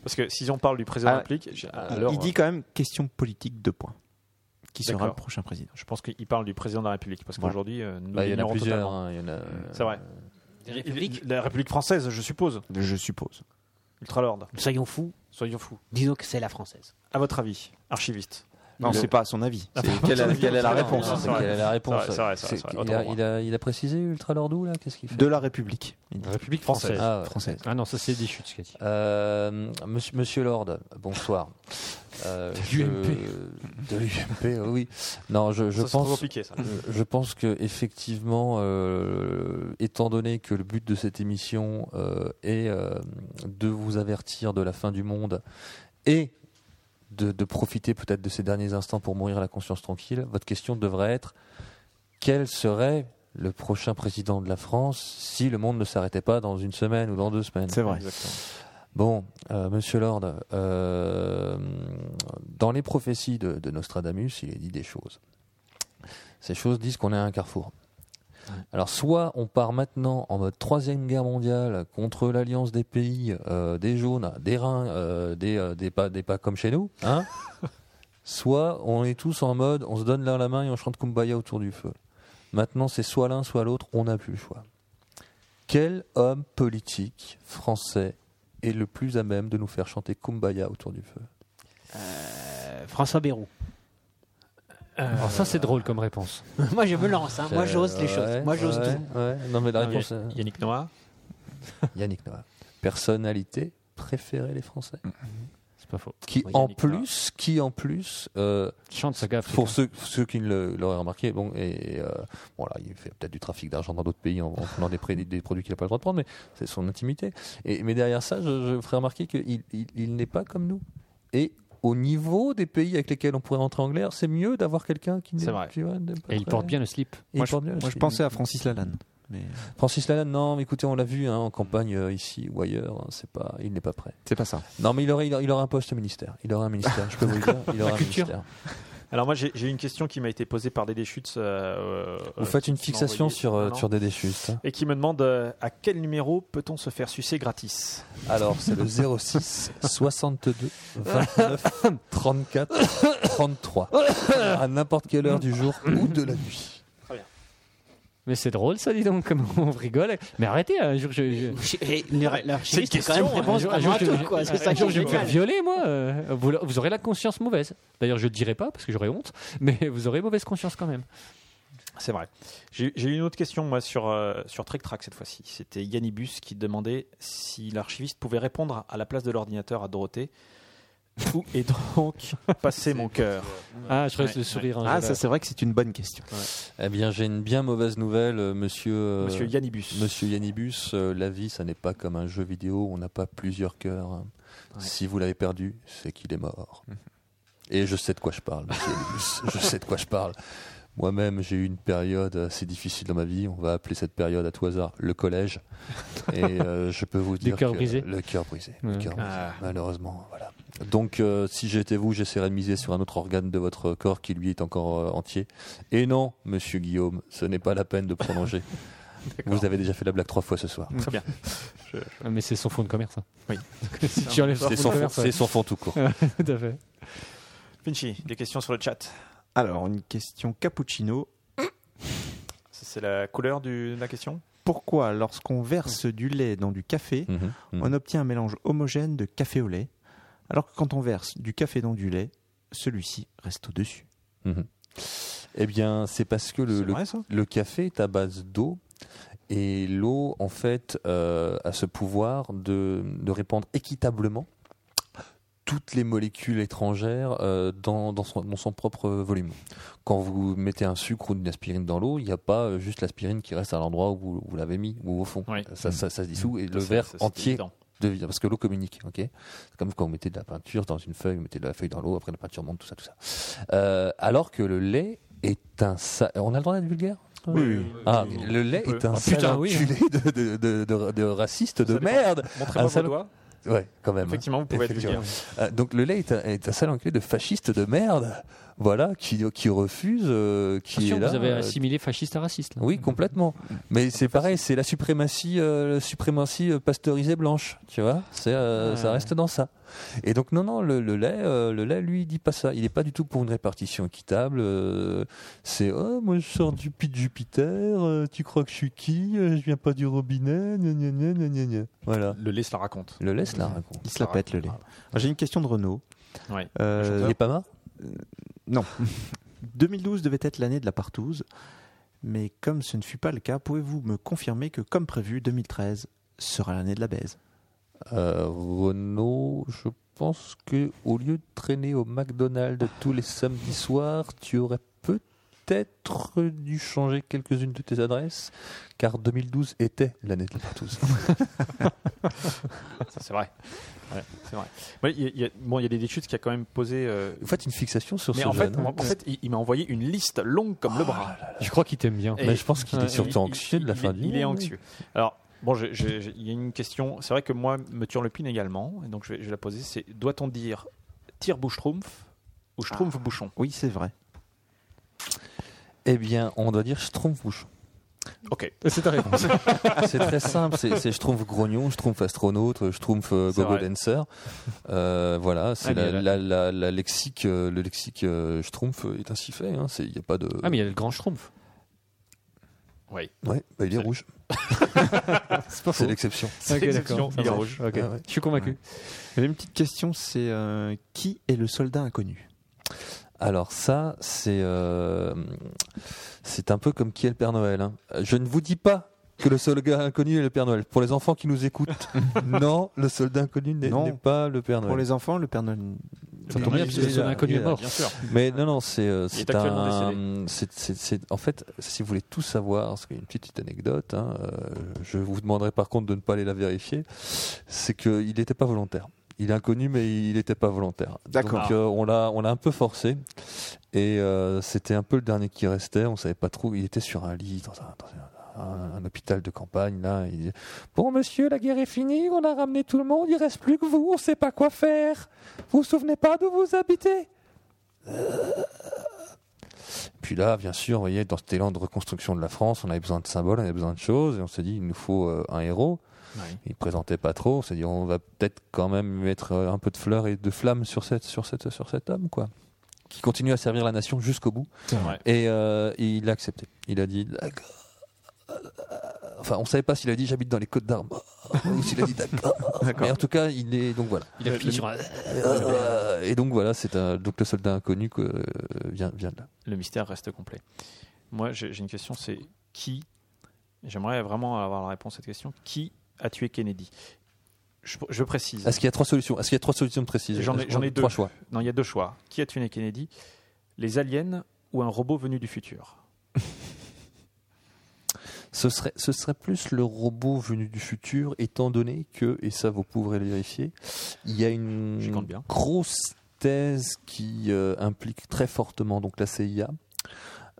Speaker 9: Parce que si on parle du président de
Speaker 4: Ah,
Speaker 9: la République, j'ai-
Speaker 4: Il-
Speaker 9: alors,
Speaker 4: Il dit quand même question politique de points. Qui sera
Speaker 9: D'accord.
Speaker 4: le prochain président
Speaker 9: je pense qu'il parle du président de la République, parce
Speaker 4: Voilà.
Speaker 9: qu'aujourd'hui, euh, nous
Speaker 7: Bah, Il y en a
Speaker 9: l'ignorons
Speaker 7: plusieurs.
Speaker 9: totalement.
Speaker 7: hein, il y en a-
Speaker 9: C'est vrai.
Speaker 6: Des
Speaker 9: Il- La République française, je suppose.
Speaker 4: Je suppose.
Speaker 9: Ultralord,
Speaker 6: Soyons fous,
Speaker 9: soyons fous.
Speaker 6: disons que c'est la française.
Speaker 9: À votre avis, archiviste.
Speaker 4: Non,
Speaker 9: Le-
Speaker 4: c'est pas à son avis. C'est quelle, est- quelle est la réponse
Speaker 9: non,
Speaker 7: C'est quelle est la réponse
Speaker 9: C'est vrai, c'est vrai,
Speaker 7: C'est-
Speaker 9: c'est vrai.
Speaker 7: il,
Speaker 9: Autant
Speaker 7: a,
Speaker 9: pour moi.
Speaker 7: il a- il a précisé Ultra Lordou là Qu'est-ce qu'il fait
Speaker 4: De la République. il dit.
Speaker 5: République française. Ah,
Speaker 7: Ah, ouais.
Speaker 4: Française.
Speaker 5: non, ça c'est des chutes, Cathy.
Speaker 7: Euh, monsieur, monsieur Lord, bonsoir. Euh, je- de l'UMP, oui. Non, je, je
Speaker 9: Ça, c'est trop
Speaker 7: pense.
Speaker 9: compliqué, ça.
Speaker 7: je- Je pense que effectivement, euh, étant donné que le but de cette émission euh, est euh, de vous avertir de la fin du monde et de, de profiter peut-être de ces derniers instants pour mourir à la conscience tranquille, votre question devrait être quel serait le prochain président de la France si le monde ne s'arrêtait pas dans une semaine ou dans deux semaines
Speaker 4: C'est vrai.
Speaker 7: Bon, euh, Monsieur Lord, euh, dans les prophéties de, de Nostradamus, il est dit des choses. Ces choses disent qu'on est à un carrefour. Alors soit on part maintenant en mode troisième guerre mondiale contre l'alliance des pays, euh, des jaunes, des reins, euh, des, euh, des pas, des pas comme chez nous, hein soit on est tous en mode on se donne l'un la main et on chante Kumbaya autour du feu. Maintenant c'est soit l'un soit l'autre, on n'a plus le choix. Quel homme politique français est le plus à même de nous faire chanter Kumbaya autour du feu.
Speaker 6: Euh, François Bayrou.
Speaker 5: Alors ça c'est drôle comme réponse.
Speaker 6: Moi, je me lance, hein. moi, j'ose les
Speaker 7: Ouais,
Speaker 6: choses. Moi, j'ose
Speaker 7: ouais,
Speaker 6: tout.
Speaker 7: ouais. Non, mais la réponse, euh,
Speaker 9: Ah, Yannick Noah.
Speaker 7: Yannick Noah. Personnalité préférée des Français.
Speaker 6: Mm.
Speaker 5: C'est pas faux.
Speaker 7: Qui
Speaker 6: Oui,
Speaker 7: en
Speaker 9: Yannick Noah.
Speaker 7: plus, qui en plus, euh,
Speaker 5: Chante sa gaffe.
Speaker 7: pour ceux, ceux qui ne le- l'auraient remarqué, bon, et, et, euh, bon, là, il fait peut-être du trafic d'argent dans d'autres pays en, en prenant des, pré- des produits qu'il n'a pas le droit de prendre, mais c'est son intimité. Et, mais derrière ça, je, je ferai remarquer qu'il il, il n'est pas comme nous. Et au niveau des pays avec lesquels on pourrait rentrer en guerre, c'est mieux d'avoir quelqu'un qui n'est
Speaker 9: C'est vrai.
Speaker 7: tu vois, n'est pas
Speaker 5: Et il
Speaker 7: très-
Speaker 5: porte bien le slip.
Speaker 7: Et il
Speaker 4: Moi, je,
Speaker 7: porte bien
Speaker 4: moi, je
Speaker 7: aussi.
Speaker 4: pensais à Francis Lalanne. Mais
Speaker 7: Francis Lalanne, non, mais écoutez, on l'a vu hein, en campagne euh, ici ou ailleurs, hein, c'est pas, il n'est pas prêt.
Speaker 4: c'est pas ça.
Speaker 7: Non, mais il aurait, il aurait- il aurait un poste au ministère. Il aurait un ministère, je peux vous le dire. Il aurait un
Speaker 5: culture.
Speaker 7: ministère.
Speaker 9: Alors, moi, j'ai j'ai une question qui m'a été posée par Dédé Chutes. euh, euh,
Speaker 7: Vous
Speaker 9: euh,
Speaker 7: faites une
Speaker 9: qui m'a
Speaker 7: fixation
Speaker 9: envoyé-
Speaker 7: sur,
Speaker 9: Non,
Speaker 7: euh,
Speaker 9: non.
Speaker 7: sur des déchus. hein.
Speaker 9: Et qui me demande euh, à quel numéro peut-on se faire sucer gratis
Speaker 7: Alors, c'est le 06 62 29 34 33. À n'importe quelle heure du jour ou de la nuit.
Speaker 5: Mais c'est drôle ça, dis donc, comme on rigole. Mais arrêtez, un jour je. je-
Speaker 6: Et le- L'archiviste
Speaker 9: C'est une
Speaker 6: a quand même
Speaker 9: question,
Speaker 5: un
Speaker 6: réponse
Speaker 5: jour- un
Speaker 6: vraiment
Speaker 5: jour,
Speaker 6: à
Speaker 5: je-
Speaker 6: tout, quoi. C'est ça
Speaker 5: un
Speaker 6: qui
Speaker 5: jour,
Speaker 6: est
Speaker 5: je vais me faire
Speaker 6: génial.
Speaker 5: violer, moi. euh, Vous, vous aurez la conscience mauvaise. D'ailleurs, je ne le dirai pas parce que j'aurais honte, mais vous aurez mauvaise conscience quand même.
Speaker 9: C'est vrai. J'ai j'ai eu une autre question, moi, sur, euh, sur TrekTrack cette fois-ci. C'était Yannibus qui demandait si l'archiviste pouvait répondre à la place de l'ordinateur à Dorothée Où est donc passé mon cœur
Speaker 5: Ah, je reste
Speaker 9: Ouais,
Speaker 5: le sourire. hein,
Speaker 4: Ah,
Speaker 5: Gérard.
Speaker 4: ça, c'est vrai que c'est une bonne question.
Speaker 7: Eh bien, j'ai une bien mauvaise nouvelle, euh, monsieur. euh,
Speaker 9: Monsieur Yannibus.
Speaker 7: Monsieur Yannibus, euh, la vie, ça n'est pas comme un jeu vidéo où on n'a pas plusieurs cœurs. hein. Si vous l'avez perdu, c'est qu'il est mort. Et je sais de quoi je parle, monsieur Yannibus. Je sais de quoi je parle. Moi-même, j'ai eu une période assez difficile dans ma vie. On va appeler cette période à tout hasard le collège. Et euh, je peux vous dire.
Speaker 5: cœurs
Speaker 7: que-
Speaker 5: brisés.
Speaker 7: Le cœur brisé. le
Speaker 5: Ouais.
Speaker 7: cœur brisé.
Speaker 4: Ah.
Speaker 7: Malheureusement, voilà. Donc, euh, si j'étais vous, j'essaierais de miser sur un autre organe de votre corps qui, lui, est encore euh, entier. Et non, monsieur Guillaume, ce n'est pas la peine de prolonger. Vous avez déjà fait la blague trois fois ce soir.
Speaker 4: Mm.
Speaker 9: Très bien.
Speaker 5: Ah, Mais c'est son fond de commerce. hein. si tu enlèves son fond de
Speaker 7: C'est son, fond-
Speaker 5: commerce. ouais.
Speaker 7: c'est son fond tout court.
Speaker 5: Tout à fait.
Speaker 9: Pinchy, des questions sur le chat.
Speaker 4: Alors, une question cappuccino.
Speaker 9: Ça, C'est la couleur du- de la question
Speaker 4: Pourquoi, lorsqu'on verse du lait dans du café,
Speaker 7: Mhm, mhm.
Speaker 4: on obtient un mélange homogène de café au lait, alors que quand on verse du café dans du lait, celui-ci reste au-dessus
Speaker 7: Eh bien, c'est parce que le,
Speaker 4: C'est
Speaker 7: le,
Speaker 4: vrai, ça
Speaker 7: le café est à base d'eau. Et l'eau, en fait, euh, a ce pouvoir de, de répandre équitablement toutes les molécules étrangères euh, dans, dans son, dans son propre volume. Quand vous mettez un sucre ou une aspirine dans l'eau, il n'y a pas euh, juste l'aspirine qui reste à l'endroit où vous, vous l'avez mis ou au fond.
Speaker 9: Oui. Mmh.
Speaker 7: Ça, ça, ça se dissout et le
Speaker 9: Ça,
Speaker 7: verre
Speaker 9: ça, c'est
Speaker 7: entier
Speaker 9: évident.
Speaker 7: devient parce que l'eau communique. Ok, c'est comme quand vous mettez de la peinture dans une feuille, vous mettez de la feuille dans l'eau, après la peinture monte, tout ça, tout ça. Euh, alors que le lait est un. sa- On a le droit d'être vulgaire.
Speaker 4: Oui,
Speaker 7: Ah, le lait est un sale
Speaker 5: putain, oui, hein.
Speaker 7: enculé de, de, de, de- de raciste de
Speaker 9: Ça dépend.
Speaker 7: merde.
Speaker 9: Montrez-moi vos
Speaker 7: salaud.
Speaker 9: doigts.
Speaker 7: Ouais, quand même. hein.
Speaker 9: Effectivement, vous pouvez être
Speaker 7: Ah, Effectivement.
Speaker 9: vulgaire.
Speaker 7: Euh, donc le lait est un, est un sale enculé de fasciste de merde, voilà, qui, qui refuse, euh, qui
Speaker 5: Attention,
Speaker 7: est là.
Speaker 5: Ah, vous avez
Speaker 7: euh,
Speaker 5: assimilé fasciste à raciste. là.
Speaker 7: oui, complètement. Mais c'est pareil, c'est la suprématie, euh, la suprématie euh, pasteurisée blanche, tu vois. C'est, euh, ça reste dans ça. Et donc non, non, le, le lait, euh, le lait, lui, il dit pas ça. Il n'est pas du tout pour une répartition équitable. euh, c'est oh, moi je sors du pied de Jupiter. euh, tu crois que je suis qui Euh, Je viens pas du robinet. gna, gna, gna, gna, gna, gna. Voilà.
Speaker 9: Le lait, se la raconte.
Speaker 7: Le lait, cela raconte.
Speaker 4: Il se la pète, le lait. Alors, J'ai une question de Renault.
Speaker 9: Ouais.
Speaker 4: Euh,
Speaker 7: Il est pas marre
Speaker 4: 2012 devait être l'année de la partouze, mais comme ce ne fut pas le cas, pouvez-vous me confirmer que, comme prévu, 2013 sera l'année de la baise
Speaker 7: Euh, Renaud, je pense que au lieu de traîner au McDonald's tous les samedis soirs, tu aurais peut-être dû changer quelques-unes de tes adresses, car 2012 était l'année de la partouze.
Speaker 9: Ça, C'est vrai. Ouais, c'est vrai. Ouais, Il y a- il y a, bon, il y a des études qui a quand même posé. euh,
Speaker 7: Vous faites une fixation sur
Speaker 9: mais
Speaker 7: ce
Speaker 9: en fait,
Speaker 7: jeune, hein.
Speaker 9: en fait, il, il m'a envoyé une liste longue comme le bras.
Speaker 5: Je crois qu'il t'aime bien.
Speaker 9: Et-
Speaker 7: Mais je pense qu'il
Speaker 9: Ouais,
Speaker 7: est surtout
Speaker 9: euh, il-
Speaker 7: anxieux de la
Speaker 9: il-
Speaker 7: fin
Speaker 9: il-
Speaker 7: du
Speaker 9: Il est
Speaker 7: monde.
Speaker 9: anxieux. Alors, bon, je- je- je- il y a une question. C'est vrai que moi, me turlupine également. et Donc, je vais, je vais la poser. C'est doit-on dire tire bouche schtroumpf ou schtroumpf bouchon
Speaker 4: Oui, c'est vrai.
Speaker 7: Eh bien, on doit dire je trompe bouche.
Speaker 9: Ok.
Speaker 5: C'est ta réponse.
Speaker 7: C'est très simple, c'est c'est je trompe grognon, je trompe astronaute, je trompe euh,
Speaker 9: C'est
Speaker 7: gogo
Speaker 9: vrai.
Speaker 7: dancer. Euh, voilà, c'est
Speaker 5: Ah,
Speaker 7: la,
Speaker 5: mais là-
Speaker 7: la- la- la lexique, euh, le lexique euh, je trompe est ainsi fait. hein, c'est- Il n'y a pas de.
Speaker 5: Ah, mais il y a le grand schtroumpf.
Speaker 7: Ouais, bah, il est rouge. C'est l'exception.
Speaker 9: C'est l'exception. Il est rouge.
Speaker 5: Ok.
Speaker 7: Ah ouais.
Speaker 5: Je suis convaincu.
Speaker 4: J'avais une petite question, c'est euh, qui est le soldat inconnu
Speaker 7: Alors ça, c'est euh, c'est un peu comme qui est le Père Noël. hein. Je ne vous dis pas que le soldat inconnu est le Père Noël. Pour les enfants qui nous écoutent, non, le soldat inconnu n'est
Speaker 4: Non.
Speaker 7: n'est pas le Père
Speaker 4: Pour
Speaker 7: Noël.
Speaker 4: les enfants, le Père Noël.
Speaker 5: Ça tombe bien
Speaker 7: il
Speaker 5: parce
Speaker 7: est
Speaker 5: que
Speaker 7: là,
Speaker 5: l'inconnu
Speaker 7: il est
Speaker 5: est mort.
Speaker 9: Bien sûr.
Speaker 7: Mais non, non, c'est euh,
Speaker 9: Il est
Speaker 7: c'est
Speaker 9: actuellement
Speaker 7: un. c'est- c'est- c'est- en fait, si vous voulez tout savoir, parce qu'il y a une petite anecdote, hein, euh, je vous demanderai par contre de ne pas aller la vérifier, c'est qu'il n'était pas volontaire. Il est inconnu, mais il n'était pas volontaire.
Speaker 4: D'accord.
Speaker 7: Donc euh, on l'a on l'a un peu forcé. Et euh, c'était un peu le dernier qui restait. On savait pas trop. Il était sur un lit dans un, dans un- un- un hôpital de campagne. Là, il dit, bon monsieur, la guerre est finie. On a ramené tout le monde. Il reste plus que vous. On sait pas quoi faire. Vous vous souvenez pas d'où vous habitez Euh. puis là, bien sûr, vous voyez, dans cet élan de reconstruction de la France, on avait besoin de symboles, on avait besoin de choses, et on s'est dit, il nous faut euh, un héros. Il présentait pas trop, on s'est dit, on va peut-être quand même mettre euh, un peu de fleurs et de flammes sur, cette, sur, cette, sur cet homme, quoi. Qui continue à servir la nation jusqu'au bout.
Speaker 9: vrai.
Speaker 7: Et euh, il a accepté. Il a dit, d'accord. Enfin, on savait pas s'il a dit j'habite dans les Côtes d'Armor ou s'il a dit d'accord. Mais en tout cas, il est donc voilà.
Speaker 5: Il appuie sur un.
Speaker 7: Euh, et donc voilà, c'est un donc le soldat inconnu que, euh, vient vient de là.
Speaker 9: Le mystère reste complet. Moi, j'ai j'ai une question. C'est qui J'aimerais vraiment avoir la réponse à cette question. Qui a tué Kennedy je, je précise.
Speaker 7: Est-ce qu'il y a trois solutions Est-ce qu'il y a trois solutions précises
Speaker 9: J'en ai- j'en ai deux.
Speaker 7: Trois choix.
Speaker 9: Non, il y a deux choix. Qui a tué Ned Kennedy Les aliens ou un robot venu du futur
Speaker 7: Ce serait, ce serait plus le robot venu du futur, étant donné que, et ça vous pourrez le vérifier, il y a une
Speaker 9: J'y compte bien.
Speaker 7: grosse thèse qui euh, implique très fortement donc la CIA,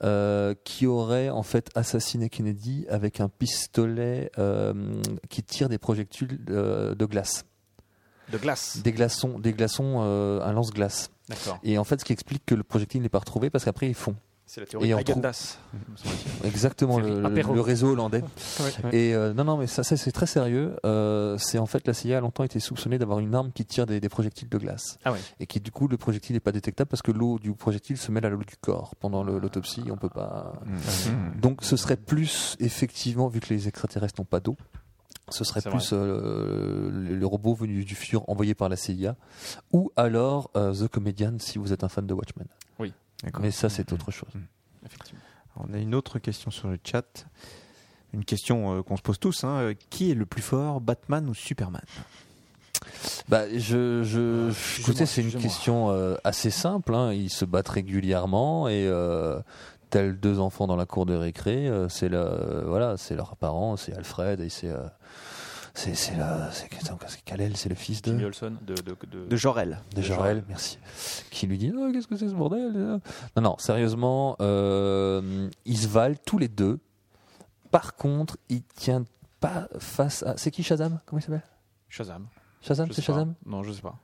Speaker 7: euh, qui aurait en fait assassiné Kennedy avec un pistolet euh, qui tire des projectiles euh, de glace,
Speaker 9: De glace.
Speaker 7: des glaçons, des glaçons, euh, un lance-glace.
Speaker 9: D'accord.
Speaker 7: Et en fait, ce qui explique que le projectile n'est pas retrouvé parce qu'après ils font
Speaker 9: C'est la théorie
Speaker 7: Et on trouve-
Speaker 9: Agendas.
Speaker 7: exactement
Speaker 5: Série
Speaker 7: le, le-
Speaker 5: apéro.
Speaker 7: le réseau hollandais. Et euh, non, non, mais ça, ça, c'est très sérieux. Euh, c'est en fait la CIA a longtemps été soupçonnée d'avoir une arme qui tire des, des projectiles de glace
Speaker 9: Ah ouais.
Speaker 7: et qui du coup le projectile n'est pas détectable parce que l'eau du projectile se mêle à l'eau du corps pendant le- l'autopsie. On peut pas. Donc ce serait plus effectivement vu que les extraterrestres n'ont pas d'eau. Ce serait
Speaker 9: C'est
Speaker 7: plus euh, le, le robot venu du futur envoyé par la CIA ou alors euh, The Comedian si vous êtes un fan de Watchmen.
Speaker 4: D'accord.
Speaker 7: Mais ça c'est autre chose.
Speaker 4: On a une autre question sur le chat. Une question euh, qu'on se pose tous. hein. Euh, Qui est le plus fort, Batman ou Superman
Speaker 7: Bah, je, je, écoutez, c'est une
Speaker 9: excusez-moi.
Speaker 7: question euh, assez simple. hein. Ils se battent régulièrement et euh, tels deux enfants dans la cour de récré, euh, c'est le, voilà, c'est leurs parents, c'est Alfred et c'est, euh, c'est, c'est la- c'est attends, c'est Kal-El, c'est le fils de.
Speaker 9: Jimmy Olsen de, de, de-
Speaker 4: De Jorel.
Speaker 7: Mmh.
Speaker 6: Bah,
Speaker 7: De Jorel, merci. Qui lui dit Ah, Qu'est-ce que c'est ce bordel euh. Non, non, sérieusement, euh, ils se valent tous les deux. Par contre, ils tiennent pas face à. C'est qui Shazam Comment il s'appelle
Speaker 9: Shazam.
Speaker 7: Shazam,
Speaker 9: Je
Speaker 7: c'est
Speaker 9: sais pas.
Speaker 7: Shazam
Speaker 9: Non, je sais pas.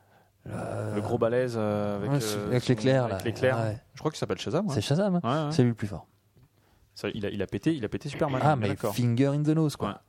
Speaker 7: Euh,
Speaker 9: Le gros balèze euh, avec,
Speaker 7: Ouais,
Speaker 9: euh,
Speaker 7: c'est-
Speaker 9: son-
Speaker 7: avec l'éclair, là.
Speaker 9: avec l'éclair.
Speaker 7: Ouais.
Speaker 9: Je crois qu'il s'appelle Shazam. ouais.
Speaker 7: C'est Shazam, hein
Speaker 9: Ouais, ouais.
Speaker 7: c'est lui le plus fort.
Speaker 9: Ça, il, a, il a pété, il a pété Superman.
Speaker 7: Ah,
Speaker 9: on est
Speaker 7: mais
Speaker 9: d'accord.
Speaker 7: finger in the nose,
Speaker 9: Ouais.
Speaker 7: quoi.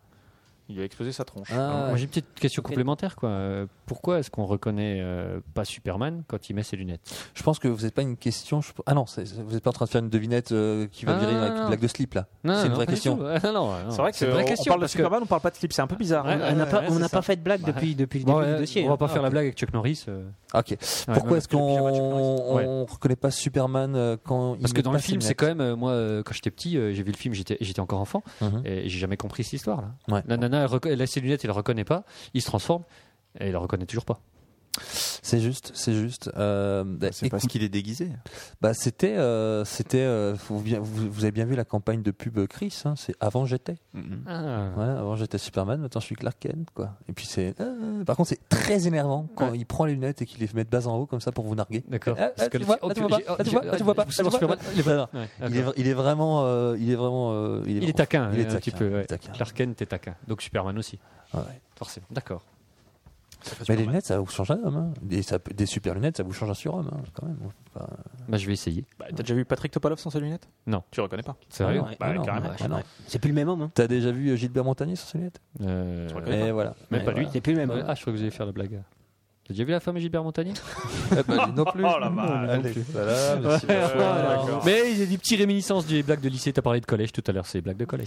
Speaker 9: Il lui a explosé sa tronche.
Speaker 7: Ah,
Speaker 5: Moi, j'ai une petite question complémentaire. Quoi. Euh, Pourquoi est-ce qu'on reconnaît euh, pas Superman quand il met ses lunettes
Speaker 7: Je pense que vous n'êtes pas une question. je- Ah non, c'est- vous n'êtes pas en train de faire une devinette euh, qui va
Speaker 5: Ah,
Speaker 7: virer
Speaker 5: non,
Speaker 7: avec une
Speaker 5: non.
Speaker 7: blague de slip, là.
Speaker 5: Non,
Speaker 7: C'est une
Speaker 5: non,
Speaker 7: vraie
Speaker 5: pas du
Speaker 7: question.
Speaker 5: tout. Ah, non, non, non.
Speaker 9: C'est vrai
Speaker 5: une
Speaker 9: que
Speaker 5: vraie
Speaker 9: on- on
Speaker 5: question.
Speaker 9: parle de
Speaker 5: parce que-
Speaker 9: Superman, on parle pas de clip, c'est un peu
Speaker 7: Ah,
Speaker 9: bizarre.
Speaker 5: Ouais,
Speaker 9: hein.
Speaker 5: ouais,
Speaker 6: on n'a pas,
Speaker 5: ouais,
Speaker 6: on
Speaker 5: c'est
Speaker 6: n'a
Speaker 5: ça.
Speaker 6: pas fait de blague
Speaker 5: Ouais.
Speaker 6: depuis, depuis le
Speaker 5: Bon,
Speaker 6: début
Speaker 5: ouais,
Speaker 6: du dossier.
Speaker 5: on va pas
Speaker 6: hein.
Speaker 5: faire la blague avec Chuck Norris. euh.
Speaker 7: Ok.
Speaker 5: même
Speaker 7: Ah, Pourquoi est-ce
Speaker 9: que le
Speaker 7: qu'on
Speaker 5: bah,
Speaker 9: pyjama de Chuck Norris. Ouais.
Speaker 7: on reconnaît pas Superman euh, quand il
Speaker 5: Parce que
Speaker 7: met
Speaker 5: dans
Speaker 7: pas
Speaker 5: le film,
Speaker 7: ses
Speaker 5: c'est
Speaker 7: lunettes
Speaker 5: quand même. euh, Moi, euh, quand j'étais petit, euh, j'ai vu le film, j'étais j'étais encore enfant,
Speaker 7: Mhm.
Speaker 5: et j'ai jamais compris cette histoire. là.
Speaker 7: Ouais.
Speaker 5: La nana, elle, reco- elle a ses lunettes, elle le reconnaît pas, il se transforme, et il le reconnaît toujours pas.
Speaker 7: C'est juste, c'est juste. Euh, bah,
Speaker 4: C'est parce
Speaker 7: écoute,
Speaker 4: qu'il est déguisé.
Speaker 7: bah, c'était, euh, c'était. euh, faut bien- vous, vous avez bien vu la campagne de pub Chris. hein, c'est avant j'étais. Ouais, avant j'étais Superman, maintenant je suis Clark Kent, quoi. Et puis c'est. euh, par contre, c'est très énervant quand il prend les lunettes et qu'il les met de bas en haut comme ça pour vous narguer.
Speaker 5: D'accord.
Speaker 7: Ah, ah,
Speaker 5: Parce que
Speaker 7: tu
Speaker 5: le-
Speaker 7: vois,
Speaker 5: oh,
Speaker 7: ah, tu vois pas,
Speaker 5: j'ai-
Speaker 7: ah,
Speaker 5: oh,
Speaker 7: tu vois,
Speaker 5: j'ai-
Speaker 7: ah, tu vois pas,
Speaker 5: je-
Speaker 7: ah, tu vois
Speaker 5: Superman,
Speaker 7: pas.
Speaker 5: il est pas- Ouais,
Speaker 7: Il est,
Speaker 5: d'accord.
Speaker 7: il est vraiment, euh, il est vraiment, euh,
Speaker 5: Il est taquin,
Speaker 7: Il
Speaker 5: un
Speaker 7: est taquin,
Speaker 5: petit peu.
Speaker 7: il est
Speaker 5: ouais.
Speaker 7: taquin.
Speaker 5: Clark Kent est taquin. Donc Superman aussi,
Speaker 7: Ah Ouais.
Speaker 5: forcément. D'accord.
Speaker 7: Mais les lunettes, ça vous change un homme. hein. Des, ça peut- des super lunettes, ça vous change un surhomme, hein, quand même. Enfin,
Speaker 5: Bah, je vais essayer. Euh,
Speaker 9: Bah, T'as déjà vu Patrick Topalov sans ses lunettes
Speaker 5: Non.
Speaker 9: Tu le reconnais pas
Speaker 5: Sérieux
Speaker 7: ah non,
Speaker 9: Bah,
Speaker 7: ah non,
Speaker 9: carrément.
Speaker 7: ah non.
Speaker 6: C'est plus le même homme. hein.
Speaker 7: T'as déjà vu euh, Gilbert Montagnier sur ses lunettes
Speaker 5: Euh,
Speaker 9: reconnais
Speaker 7: Et voilà.
Speaker 5: Même pas lui.
Speaker 6: C'est plus le même homme.
Speaker 5: Ah, je crois que vous allez faire la blague. T'as déjà vu la femme Gilbert Montagnier
Speaker 7: Eh ben, lui non plus.
Speaker 9: Oh la vache.
Speaker 7: Ah, Allez, voilà, merci.
Speaker 9: Euh, Ah, d'accord.
Speaker 5: Ah, Mais il y a des petites réminiscences des blagues de lycée. T'as parlé de collège tout à l'heure, c'est les blagues de collège.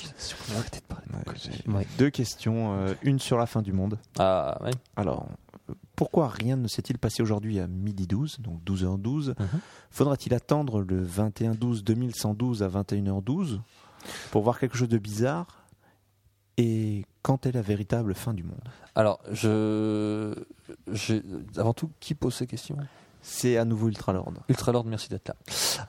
Speaker 7: Arrêtez de parler.
Speaker 4: Ouais, j'ai Deux questions, euh, une sur la fin du monde.
Speaker 7: Ah, ouais.
Speaker 4: Alors, euh, pourquoi rien ne s'est-il passé aujourd'hui à midi 12, donc 12h12
Speaker 7: Mhm.
Speaker 4: Faudra-t-il attendre le 21-12-2112 à 21h12 pour voir quelque chose de bizarre Et quand est la véritable fin du monde
Speaker 7: Alors, je... je- Avant tout, qui pose ces questions
Speaker 4: C'est à nouveau Ultralord.
Speaker 7: Ultralord, merci d'être là.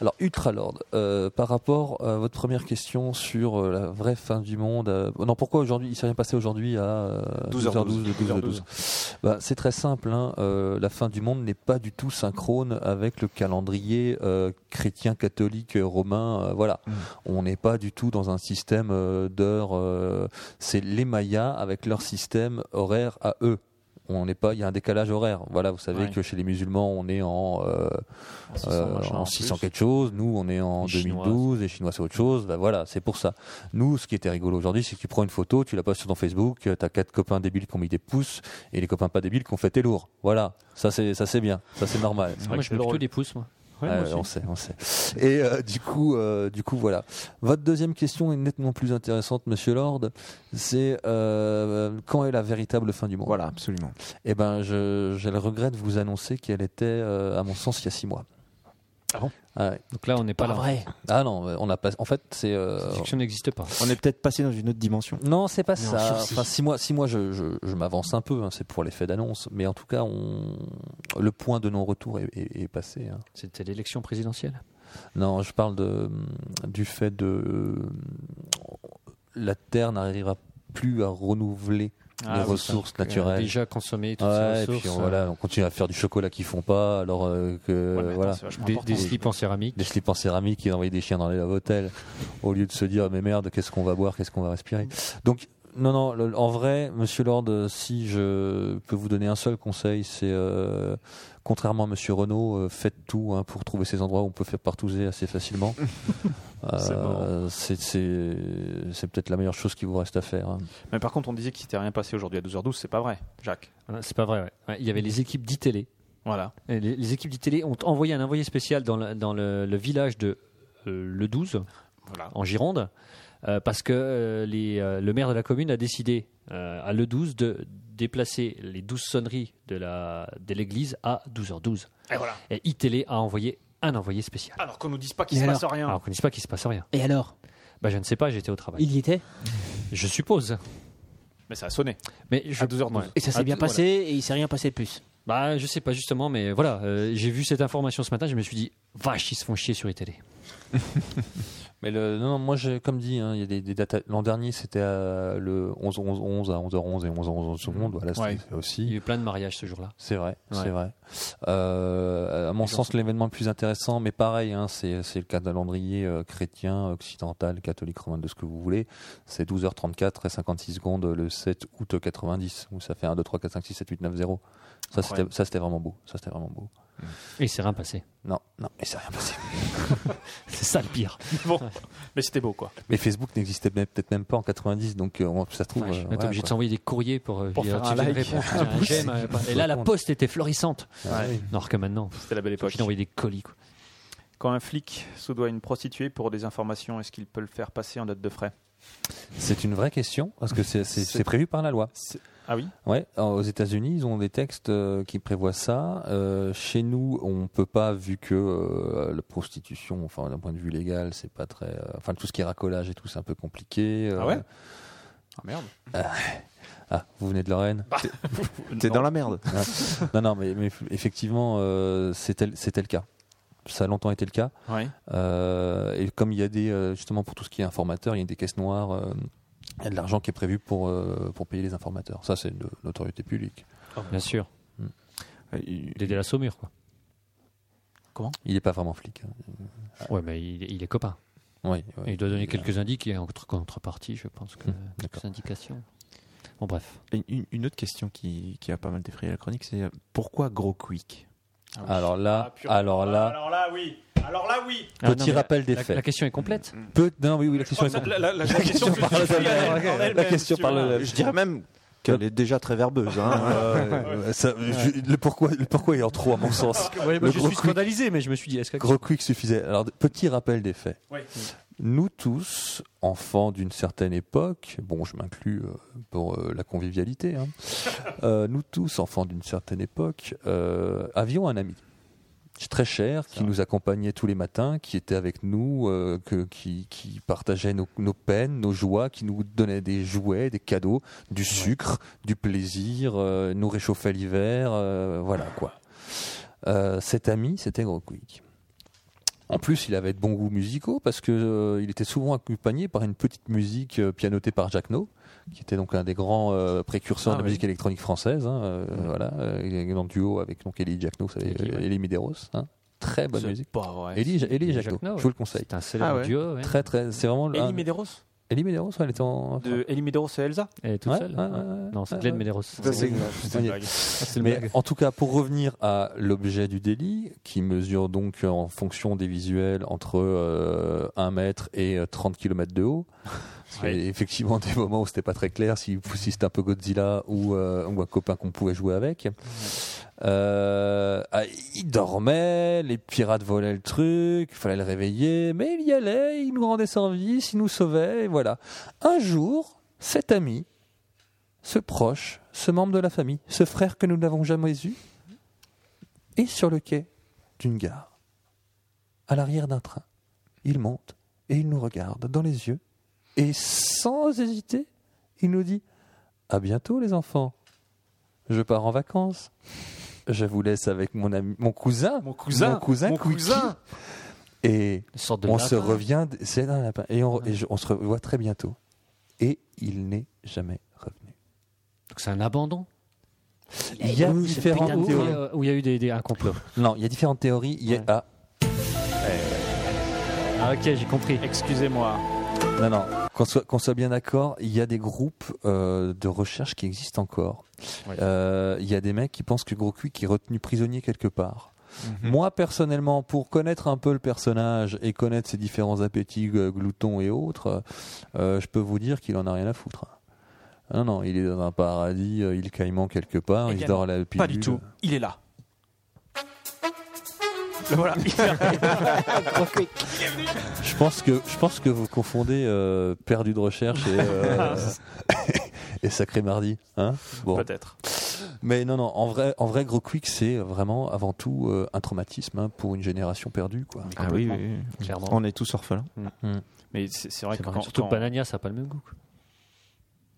Speaker 7: Alors, Ultralord, euh, par rapport à votre première question sur euh, la vraie fin du monde, euh, non, pourquoi aujourd'hui, il s'est rien passé aujourd'hui à euh,
Speaker 4: 12h12,
Speaker 7: 12h12, 12h12 bah, C'est très simple, hein, euh, la fin du monde n'est pas du tout synchrone avec le calendrier euh, chrétien, catholique, euh, romain, euh, voilà. On n'est pas du tout dans un système euh, d'heures, euh, c'est les Mayas avec leur système horaire à eux. On n'est pas, il y a un décalage horaire. Voilà, vous savez
Speaker 9: Ouais.
Speaker 7: que chez les musulmans, on est en euh, euh, en 600
Speaker 9: quelques
Speaker 7: quelque chose, nous on est en
Speaker 5: Les Chinois,
Speaker 7: 2012, les Chinois c'est autre chose, bah voilà, c'est pour ça. Nous, ce qui était rigolo aujourd'hui, c'est que tu prends une photo, tu la postes sur ton Facebook, euh, t'as quatre copains débiles qui ont mis des pouces et les copains pas débiles qui ont fait tes lourds. Voilà, ça c'est ça c'est bien, ça c'est normal.
Speaker 5: Moi, je mets plutôt des pouces, moi.
Speaker 7: Ouais,
Speaker 9: euh,
Speaker 7: on sait, on sait. Et euh, du coup, euh, du coup, voilà. Votre deuxième question est nettement plus intéressante, Monsieur Lord. C'est euh, quand est la véritable fin du monde
Speaker 4: Voilà, absolument.
Speaker 7: Eh ben, je- j'ai le regret de vous annoncer qu'elle était, euh, à mon sens, il y a six mois. Ah, ouais.
Speaker 5: Donc là, on n'est pas,
Speaker 6: Pas
Speaker 5: là.
Speaker 6: vrai.
Speaker 7: Ah non, on a pas. En fait, c'est. euh,
Speaker 5: Cette fiction n'existe pas.
Speaker 4: On est peut-être passé dans une autre dimension.
Speaker 7: Non, c'est pas
Speaker 6: Non,
Speaker 7: ça.
Speaker 6: sursis.
Speaker 7: Enfin, si moi, si moi, je, je- je m'avance un peu. hein, c'est pour l'effet d'annonce. Mais en tout cas, on... le point de non-retour est, est- est passé. hein.
Speaker 5: C'était l'élection présidentielle.
Speaker 7: Non, je parle de, mm, du fait de euh, la Terre n'arrivera plus à renouveler
Speaker 5: Ah,
Speaker 7: les ressources naturelles.
Speaker 5: Euh, Déjà consommé toutes
Speaker 7: Ouais,
Speaker 5: ces
Speaker 7: et puis on,
Speaker 5: ressources. euh.
Speaker 7: voilà, on continue à faire du chocolat qu'ils font pas, alors euh, que voilà,
Speaker 5: Des, des slips en céramique.
Speaker 7: des slips en céramique qui envoyaient des chiens dans les hôtels, au lieu de se dire mais merde, qu'est-ce qu'on va boire, qu'est-ce qu'on va respirer. Donc non, non, le- en vrai, Monsieur Lord, euh, si je peux vous donner un seul conseil, c'est euh, contrairement à Monsieur Renault, euh, faites tout hein, pour trouver ces endroits où on peut faire partouser assez facilement. Euh, C'est c'est- c'est peut-être la meilleure chose qui vous reste à faire. hein.
Speaker 9: Mais par contre, on disait qu'il s'était rien passé aujourd'hui à 12h12, c'est pas vrai, Jacques.
Speaker 5: Voilà, C'est pas vrai, ouais. Ouais, Il y avait les équipes d'ITélé.
Speaker 9: Voilà.
Speaker 5: Et Les, les équipes d'ITélé ont envoyé un envoyé spécial dans le, dans le- le village de euh, Le 12,
Speaker 9: Voilà.
Speaker 5: en Gironde, euh, parce que euh, les, euh, le maire de la commune a décidé euh, à Le 12 de déplacer les 12 sonneries de la- de l'église à 12h12.
Speaker 9: Et voilà.
Speaker 5: Et ITélé E a envoyé un envoyé spécial.
Speaker 9: Alors qu'on nous dise pas qu'il
Speaker 6: Et
Speaker 9: se
Speaker 6: alors
Speaker 9: passe rien.
Speaker 5: Alors qu'on ne dise pas qu'il se passe rien.
Speaker 6: Et alors
Speaker 5: Bah, je ne sais pas, j'étais au travail.
Speaker 6: Il y était
Speaker 5: Je suppose.
Speaker 9: Mais ça a sonné.
Speaker 5: Mais je,
Speaker 9: À 12h12.
Speaker 5: Ouais.
Speaker 6: Et ça
Speaker 5: Ah,
Speaker 6: s'est bien
Speaker 5: tout-
Speaker 6: passé et il s'est rien passé de plus.
Speaker 5: Bah, je sais pas justement, mais voilà, euh, j'ai vu cette information ce matin, je me suis dit, vache, ils se font chier sur ITélé.
Speaker 7: Mais le, non, non, moi, j'ai- comme dit, hein, il y a des, des dates. L'an dernier, c'était à le 11 11 11 à 11h11 et 11h11 secondes. Voilà, c'était
Speaker 9: Ouais.
Speaker 7: fait
Speaker 5: Il y a
Speaker 7: aussi.
Speaker 5: eu plein de mariages ce jour-là.
Speaker 7: C'est vrai,
Speaker 5: Ouais.
Speaker 7: c'est vrai. Euh, à mon sens, l'événement le plus intéressant, mais pareil, hein, c'est c'est le calendrier euh, chrétien, occidental, catholique, romain, de ce que vous voulez. C'est 12h34 et 56 secondes le 7 août 90, où ça fait 1, 2, 3, 4, 5, 6, 7, 8, 9, 0. Ça, c'était ça, c'était vraiment beau. Ça, c'était vraiment beau.
Speaker 5: Et c'est rien passé.
Speaker 7: Non, non, mais c'est rien passé.
Speaker 5: C'est ça le pire.
Speaker 9: Mais c'était beau, quoi.
Speaker 7: Mais Facebook n'existait même- peut-être même pas en 90, donc euh, on- ça se trouve.
Speaker 5: Vache,
Speaker 7: euh,
Speaker 5: là,
Speaker 7: voilà,
Speaker 5: t'es obligé de
Speaker 7: quoi.
Speaker 5: s'envoyer des courriers pour, euh,
Speaker 9: Pour
Speaker 5: dire,
Speaker 9: faire
Speaker 5: tu
Speaker 9: un
Speaker 5: veux une
Speaker 9: like.
Speaker 5: réponse, tu veux un j'aime, euh, pas- Et là, la poste était florissante.
Speaker 7: Ah oui.
Speaker 5: Alors que maintenant,
Speaker 9: C'était la belle époque.
Speaker 5: j'ai envoyé des colis. quoi.
Speaker 9: Quand un flic soudoie une prostituée pour des informations, est-ce qu'il peut le faire passer en note de frais
Speaker 7: C'est une vraie question, parce que c'est- c'est c'est prévu par la loi.
Speaker 9: Ah oui
Speaker 7: Ouais, euh, aux États-Unis, ils ont des textes euh, qui prévoient ça. Euh, chez nous, on peut pas, vu que euh, la prostitution, enfin d'un point de vue légal, c'est pas très. euh, enfin, tout ce qui est racolage et tout, c'est un peu compliqué. euh.
Speaker 9: Ah ouais Ah merde.
Speaker 7: Ah, vous venez de Lorraine
Speaker 9: Bah.
Speaker 4: T'es dans la merde.
Speaker 7: Non, non, mais, mais effectivement, euh, c'était c'était le cas. Ça a longtemps été le cas.
Speaker 9: Ouais.
Speaker 7: Euh, et comme il y a des, euh, justement, pour tout ce qui est informateur, il y a des caisses noires, euh, il y a de l'argent qui est prévu pour, euh, pour payer les informateurs. Ça, c'est de notoriété publique.
Speaker 5: Bien sûr.
Speaker 7: Il
Speaker 5: Il est de la saumure, quoi.
Speaker 7: n'est pas vraiment flic. hein.
Speaker 5: Ouais, mais il, il est copain.
Speaker 7: Oui, oui.
Speaker 5: Il doit donner
Speaker 7: Il a-
Speaker 5: quelques indices et en contre- contrepartie, je pense, que,
Speaker 7: Hmm,
Speaker 5: quelques
Speaker 7: d'accord.
Speaker 5: indications. Bon, bref.
Speaker 4: Et Une, une autre question qui, qui a pas mal défrayé la chronique, c'est euh, pourquoi gros quick
Speaker 7: Alors là, alors là,
Speaker 9: Alors là, oui. Alors là, oui.
Speaker 5: Ah, non,
Speaker 7: petit
Speaker 5: mais la-
Speaker 7: rappel des
Speaker 5: La, la
Speaker 7: faits.
Speaker 5: question est complète.
Speaker 7: Peu- Non, oui, oui, la question est
Speaker 9: La,
Speaker 7: simple.
Speaker 9: la- la question se
Speaker 7: parle
Speaker 9: suffit
Speaker 7: d'elle-même.
Speaker 9: à elle- en elle-même,
Speaker 7: La question
Speaker 9: si tu
Speaker 7: parle
Speaker 9: veux.
Speaker 7: d'elle-même.
Speaker 4: Je dirais même qu'elle est déjà très verbeuse. hein.
Speaker 7: Euh, ça- je- Le pourquoi, le pourquoi est en trop à mon sens. moi,
Speaker 5: je
Speaker 7: Le je gros
Speaker 5: suis
Speaker 7: suis quick.
Speaker 5: scandalisé, mais je me suis dit, est-ce que.
Speaker 7: Gros quick suffisait. Alors d- petit rappel des faits.
Speaker 9: Ouais.
Speaker 7: Nous tous, enfants d'une certaine époque, bon, je m'inclus euh, pour euh, la convivialité. hein. Euh, nous tous, enfants d'une certaine époque, euh, avions un ami très cher qui nous accompagnait tous les matins, qui était avec nous, euh, que, qui, qui partageait nos, nos peines, nos joies, qui nous donnait des jouets, des cadeaux, du sucre, du plaisir, euh, nous réchauffait l'hiver, euh, voilà quoi. Euh, cet ami, c'était Gros Quick. En plus, il avait de bons goûts musicaux parce que euh, il était souvent accompagné par une petite musique euh, pianotée par Jacques No, qui était donc un des grands euh, précurseurs
Speaker 5: Ah
Speaker 7: de la musique électronique française. hein, euh, Voilà, euh, il est en duo avec donc Elie Jack No,
Speaker 5: Elie, ouais.
Speaker 7: Elie Medeiros. hein. Très bonne musique.
Speaker 9: Pas vrai.
Speaker 7: Elie, Elie Jack No,
Speaker 5: Jacques No,
Speaker 7: je vous le conseille.
Speaker 5: C'est un célèbre
Speaker 4: Ah ouais.
Speaker 5: duo, ouais.
Speaker 7: Très très, c'est vraiment le-
Speaker 9: Elie
Speaker 7: un-
Speaker 9: Medeiros
Speaker 7: Elie Medeiros, ouais, elle était en.
Speaker 9: de Elie Medeiros et Elsa
Speaker 5: Elle est toute
Speaker 7: Ouais,
Speaker 5: seule.
Speaker 7: ouais, ouais,
Speaker 5: ouais.
Speaker 7: ouais.
Speaker 5: Non, c'est
Speaker 7: Ouais,
Speaker 5: Glenn
Speaker 7: ouais.
Speaker 5: Medeiros.
Speaker 4: c'est-
Speaker 7: On y est. Mais en tout cas, pour revenir à l'objet du délit, qui mesure donc euh, en fonction des visuels entre euh, 1 mètre et euh, 30 km de haut, parce qu'il y avait effectivement des moments où c'était pas très clair si, si c'était un peu Godzilla ou, euh, ou un copain qu'on pouvait jouer avec. Euh, ah, il dormait, les pirates volaient le truc, il fallait le réveiller, mais il y allait, il nous rendait service, il nous sauvait, et voilà. Un jour, cet ami ce proche, ce membre de la famille, ce frère que nous n'avons jamais eu, est sur le quai d'une gare. à l'arrière d'un train. Il monte et il nous regarde dans les yeux. Et sans hésiter, il nous dit À bientôt, les enfants. Je pars en vacances. Je vous laisse avec mon ami, mon cousin.
Speaker 9: Mon cousin,
Speaker 7: Mon cousin.
Speaker 9: mon
Speaker 7: Quickie.
Speaker 9: cousin.
Speaker 7: Et
Speaker 5: Une sorte de
Speaker 7: on se
Speaker 5: lapin.
Speaker 7: revient, c'est un lapin. Et, on, et je- on se revoit très bientôt. Et il n'est jamais revenu.
Speaker 5: Donc c'est un abandon.
Speaker 7: Il y a
Speaker 6: Ouh, ce
Speaker 7: différentes
Speaker 6: putain de
Speaker 5: Où
Speaker 7: théories.
Speaker 5: euh, où il y a eu des, des- un complot.
Speaker 7: Non, il y a différentes théories. Il y a,
Speaker 5: Ouais.
Speaker 7: ah,
Speaker 5: Ah, ok, j'ai compris.
Speaker 9: Excusez-moi.
Speaker 7: Non, non. Qu'on soit, qu'on soit bien d'accord, il y a des groupes euh, de recherche qui existent encore.
Speaker 5: Ouais.
Speaker 7: Euh, Il y a des mecs qui pensent que Gros Quick est retenu prisonnier quelque part. Moi, personnellement, pour connaître un peu le personnage et connaître ses différents appétits euh, gloutons et autres, euh, je peux vous dire qu'il en a rien à foutre. Non, non, il est dans un paradis, euh, il caïman quelque part, il dort à la
Speaker 9: Pas
Speaker 7: pilule.
Speaker 9: du tout. Il est là. Le voilà.
Speaker 7: Je pense que, je pense que vous confondez euh, perdu de recherche et, euh, et sacré mardi. Hein bon.
Speaker 9: Peut-être.
Speaker 7: Mais non, non, en vrai, en vrai Gros Quick, c'est vraiment avant tout euh, un traumatisme hein, pour une génération perdue. Quoi.
Speaker 4: Ah oui, oui, oui.
Speaker 5: Clairement.
Speaker 4: On est tous orphelins.
Speaker 9: Mais c'est c'est vrai
Speaker 5: C'est
Speaker 9: que
Speaker 5: vrai,
Speaker 9: quand.
Speaker 5: surtout
Speaker 9: quand-
Speaker 5: Banania, ça n'a pas le même goût. quoi.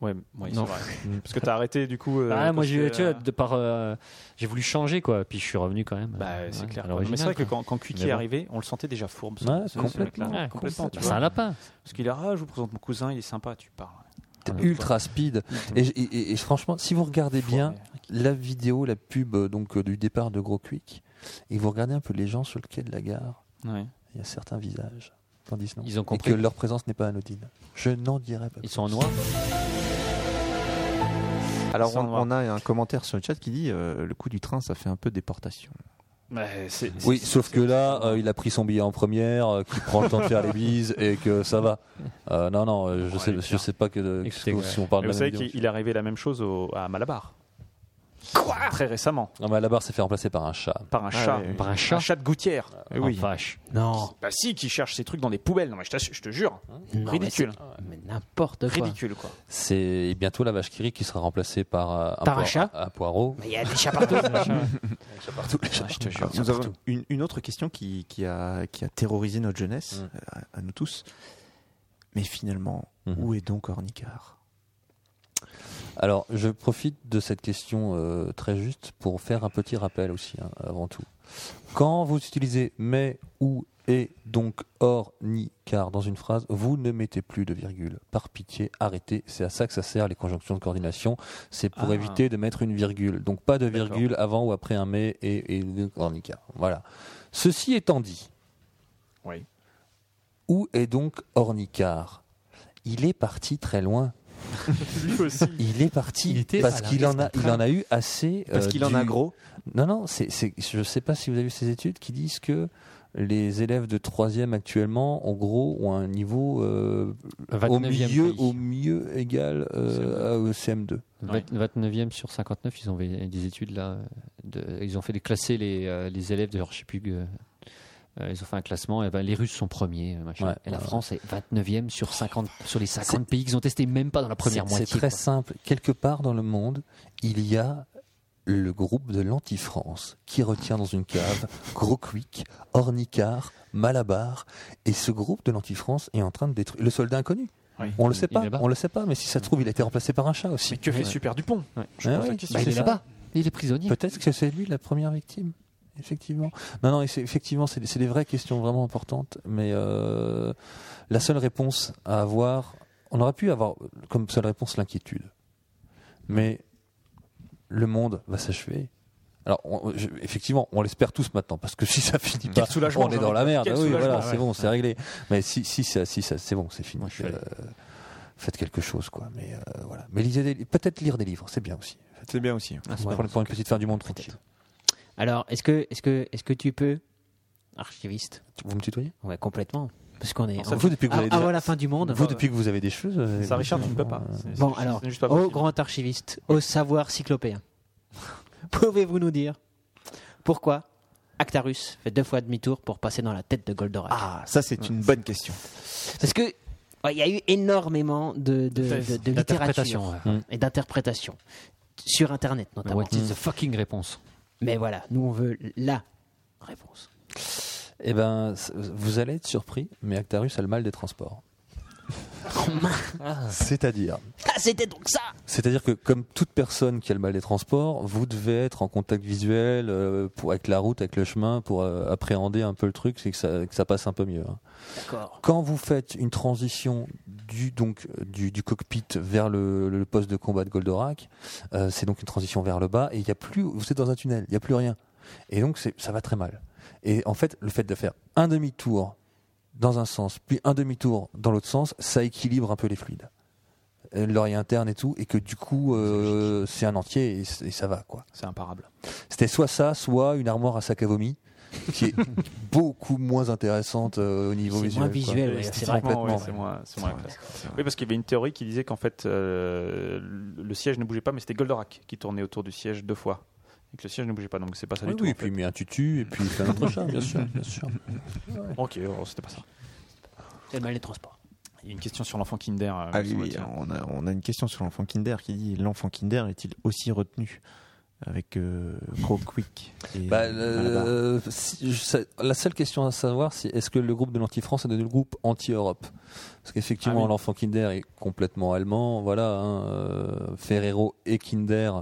Speaker 9: Ouais, ouais, c'est
Speaker 4: Non.
Speaker 9: vrai. Mm, Parce que t'as arrêté du coup. euh,
Speaker 5: Ah, moi,
Speaker 9: quand
Speaker 5: j'ai eu-
Speaker 9: c'était,
Speaker 5: tu vois,
Speaker 9: euh,
Speaker 5: de par, euh, j'ai voulu changer, quoi. Puis je suis revenu quand même. euh,
Speaker 9: Bah, c'est
Speaker 5: Ouais,
Speaker 9: clair. quoi.
Speaker 5: à
Speaker 9: Mais
Speaker 5: l'original,
Speaker 9: c'est vrai que
Speaker 5: quoi.
Speaker 9: quand, quand Quick
Speaker 5: Mais
Speaker 9: est
Speaker 5: bon.
Speaker 9: arrivé, on le sentait déjà fourbe. ce-
Speaker 7: Ouais,
Speaker 9: ce- ce
Speaker 7: complètement.
Speaker 9: mec-là.
Speaker 5: Ouais,
Speaker 9: complètement. tu
Speaker 5: bah, c'est un
Speaker 9: vois.
Speaker 5: lapin.
Speaker 9: Parce qu'il a ah, je vous présente mon cousin, il est sympa, tu parles.
Speaker 5: Ouais.
Speaker 7: Ultra speed. Et, j- et- et- et franchement, si vous regardez bien la vidéo, la pub euh, donc, euh, du départ de Gros Quick, et vous regardez un peu les gens sur le quai de la gare,
Speaker 9: Ouais.
Speaker 7: il y a certains visages. Tandis non.
Speaker 5: Ils ont
Speaker 7: Et
Speaker 5: compris.
Speaker 7: que leur présence n'est pas anodine. Je n'en dirai pas.
Speaker 5: Ils
Speaker 7: plus.
Speaker 5: sont en noir.
Speaker 4: Alors,
Speaker 9: Sans
Speaker 4: on,
Speaker 9: noir.
Speaker 4: on a un commentaire sur le chat qui dit euh, le coup du train, ça fait un peu déportation.
Speaker 9: Mais c'est- c'est-
Speaker 7: Oui, sauf que là, euh, il a pris son billet en première, euh, qu'il prend le temps de faire les bises et que ça va. Euh, non, non, euh, je
Speaker 9: Ouais,
Speaker 7: sais,
Speaker 9: bien
Speaker 7: je
Speaker 9: sûr.
Speaker 7: sais pas que de-
Speaker 5: Écoutez,
Speaker 7: que-
Speaker 5: ouais.
Speaker 7: si on parle
Speaker 9: Mais
Speaker 7: de
Speaker 9: vous
Speaker 7: la
Speaker 9: savez
Speaker 7: même vidéo.
Speaker 9: qu'il il est arrivé la même chose au- à Malabar. Quoi Très récemment,
Speaker 7: Non, mais à la barre s'est fait remplacer par un chat.
Speaker 9: par un
Speaker 4: Ah,
Speaker 9: chat.
Speaker 4: ouais, ouais.
Speaker 5: Par un
Speaker 9: Un
Speaker 5: chat.
Speaker 9: chat de gouttière.
Speaker 4: Eh oui.
Speaker 5: Oh, vache.
Speaker 6: Non.
Speaker 9: Ah, Bah si, qui cherche ses trucs dans des poubelles. Non mais je, t'assure- je te jure.
Speaker 6: Non,
Speaker 9: Ridicule.
Speaker 6: Mais, c'est- mais n'importe quoi.
Speaker 9: Ridicule quoi.
Speaker 7: C'est bientôt la vache qui rit qui sera remplacée par euh, un,
Speaker 6: Par un
Speaker 7: poi-
Speaker 6: chat
Speaker 7: un poireau.
Speaker 6: Mais il y a des chats partout.
Speaker 7: Un chat partout, les chats partout.
Speaker 4: Nous avons une, une autre question qui, qui a, qui a terrorisé notre jeunesse,
Speaker 7: Mm.
Speaker 4: euh, à- à nous tous. Mais finalement,
Speaker 7: Mhm.
Speaker 4: où est donc Ornicard
Speaker 7: Alors, je profite de cette question euh, très juste pour faire un petit rappel aussi, hein, avant tout. Quand vous utilisez mais, ou, et, donc, or, ni, car dans une phrase, vous ne mettez plus de virgule. Par pitié, arrêtez. C'est à ça que ça sert les conjonctions de coordination. C'est pour
Speaker 9: Ah.
Speaker 7: éviter de mettre une virgule. Donc, pas de virgule avant ou après un mais et, et donc, or, ni, car. Voilà. Ceci étant dit,
Speaker 9: Oui.
Speaker 7: où est donc Ornicard Il est parti très loin.
Speaker 9: Lui aussi.
Speaker 7: Il est parti
Speaker 5: Il était
Speaker 7: parce
Speaker 5: à la
Speaker 7: qu'il
Speaker 5: reste
Speaker 7: en a,
Speaker 5: d'un
Speaker 7: il en a eu assez.
Speaker 4: Parce
Speaker 7: euh,
Speaker 4: qu'il en a
Speaker 7: du-
Speaker 4: gros.
Speaker 7: Non, non. c'est- c'est- je ne sais pas si vous avez vu ces études qui disent que les élèves de troisième actuellement, en gros, ont un niveau euh, au
Speaker 5: 29e
Speaker 7: milieu,
Speaker 5: pays.
Speaker 7: au mieux égal euh, à- au CM2.
Speaker 9: Ouais.
Speaker 5: 29e sur 59, ils ont fait des études là. euh, de- ils ont fait des- classer les, euh, les élèves de, alors, je sais plus, euh, euh, ils ont fait un classement. Et ben, les Russes sont premiers, euh, machin.
Speaker 7: Ouais,
Speaker 5: et la
Speaker 7: ouais.
Speaker 5: France est 29e sur 50, sur les 50 pays qu'ils ont testés, même pas dans la première
Speaker 7: C'est-
Speaker 5: moitié.
Speaker 7: C'est très
Speaker 5: quoi.
Speaker 7: simple. Quelque part dans le monde, il y a le groupe de l'anti-France qui retient dans une cave Gros Quick, Ornicard, Malabar. Et ce groupe de l'anti-France est en train de détruire le soldat inconnu.
Speaker 9: Oui.
Speaker 7: On le sait
Speaker 5: Il
Speaker 7: pas,
Speaker 5: est là-bas.
Speaker 7: on le sait pas, mais si ça se trouve, il a été remplacé par un chat aussi.
Speaker 9: Mais que fait Super Dupont
Speaker 7: Ah
Speaker 9: pose la
Speaker 7: ouais,
Speaker 9: question.
Speaker 5: Bah, il
Speaker 7: c'est
Speaker 5: est
Speaker 7: ça.
Speaker 5: là-bas. Il est prisonnier.
Speaker 7: Peut-être que c'est lui la première victime. Effectivement. Non, non, et c'est- effectivement, c'est des- c'est des vraies questions vraiment importantes. Mais euh, la seule réponse à avoir, on aurait pu avoir comme seule réponse l'inquiétude. Mais le monde va s'achever. Alors, on- je- effectivement, on l'espère tous maintenant, parce que si ça finit pas,
Speaker 9: soulagement,
Speaker 7: on est
Speaker 9: j'en
Speaker 7: dans
Speaker 9: ai-
Speaker 7: la merde.
Speaker 9: quel
Speaker 7: Ah oui,
Speaker 9: soulagement,
Speaker 7: voilà,
Speaker 9: ouais.
Speaker 7: c'est bon, c'est réglé. Mais si, si, ça, si ça, c'est bon, c'est fini.
Speaker 5: Moi, je suis
Speaker 7: Euh, faites quelque chose, quoi. Mais euh, voilà. Mais lisez, des- peut-être lire des livres, c'est bien aussi.
Speaker 4: C'est bien aussi.
Speaker 7: Pour- pour une petite fin du monde tranquille.
Speaker 6: Alors, est-ce que, est-ce que, est-ce que tu peux, archiviste
Speaker 7: Vous me tutoyez
Speaker 6: Ouais, complètement. Parce qu'on est.
Speaker 7: Ça vous depuis que vous
Speaker 6: Ah,
Speaker 7: avez
Speaker 6: avant
Speaker 7: déjà-
Speaker 6: la fin du monde.
Speaker 7: vous depuis que vous avez des cheveux. euh,
Speaker 9: Ça Richard, tu ne peux pas. C'est-
Speaker 6: Bon,
Speaker 9: c'est-
Speaker 6: alors,
Speaker 9: c'est juste pas
Speaker 6: au
Speaker 9: possible.
Speaker 6: grand archiviste, au savoir cyclopéen, pouvez-vous nous dire pourquoi Actarus fait deux fois demi-tour pour passer dans la tête de Goldorak
Speaker 4: Ah, ça c'est une bonne question.
Speaker 6: Parce que ouais, il y a eu énormément de, de, de, de
Speaker 5: D'interprétation,
Speaker 6: littérature
Speaker 5: ouais.
Speaker 6: et d'interprétation sur Internet
Speaker 7: Hmm.
Speaker 6: notamment.
Speaker 5: What is the fucking réponse
Speaker 6: Mais voilà, nous on veut la réponse.
Speaker 7: Eh ben, c- vous allez être surpris, mais Actarus a le mal des transports. C'est-à-dire
Speaker 6: Ah, c'était donc ça
Speaker 7: C'est-à-dire que comme toute personne qui a le mal des transports, vous devez être en contact visuel euh, pour, avec la route, avec le chemin, pour euh, appréhender un peu le truc, c'est que ça, que ça passe un peu mieux. hein.
Speaker 6: D'accord.
Speaker 7: Quand vous faites une transition du, donc, euh, du, du cockpit vers le, le poste de combat de Goldorak, euh, c'est donc une transition vers le bas, et il y a plus, vous êtes dans un tunnel, il n'y a plus rien. Et donc c'est- ça va très mal. Et en fait, le fait de faire un demi-tour dans un sens, puis un demi-tour dans l'autre sens, ça équilibre un peu les fluides. Euh, L'oreille interne et tout, et que du coup, euh, c'est un entier et, c- et ça va, quoi.
Speaker 9: C'est imparable.
Speaker 7: C'était soit ça, soit une armoire à sac à vomi, qui est beaucoup moins intéressante euh, au niveau
Speaker 6: C'est
Speaker 7: visuel.
Speaker 6: moins
Speaker 7: quoi.
Speaker 6: visuel, ouais, c'est vrai.
Speaker 7: complètement,
Speaker 9: Ouais,
Speaker 7: ouais.
Speaker 9: c'est moins, c'est moins classe. Oui, parce qu'il y avait une théorie qui disait qu'en fait, euh, le siège ne bougeait pas, mais c'était Goldorak qui tournait autour du siège deux fois. Et que le siège ne bougeait pas, donc c'est pas ça
Speaker 7: Oui,
Speaker 9: du tout.
Speaker 7: oui,
Speaker 9: en
Speaker 7: et puis il met un tutu, et puis il fait un autre chat, bien sûr, bien sûr.
Speaker 9: fait. Ok, oh, c'était pas ça.
Speaker 6: C'est le mal des transports.
Speaker 9: Il y a une question sur l'enfant Kinder. euh,
Speaker 4: Ah
Speaker 9: me
Speaker 4: oui, oui,
Speaker 9: semble-t-il.
Speaker 4: on a, on a une question sur l'enfant Kinder qui dit l'enfant Kinder est-il aussi retenu avec euh, Crow Quick et
Speaker 7: Bah,
Speaker 4: Malabar
Speaker 7: euh, si- je sais- la seule question à savoir, c'est est-ce que le groupe de l'anti-France est devenu le groupe anti-Europe Parce qu'effectivement,
Speaker 9: Ah oui.
Speaker 7: l'enfant Kinder est complètement allemand. Voilà, hein, euh, Ferrero et Kinder,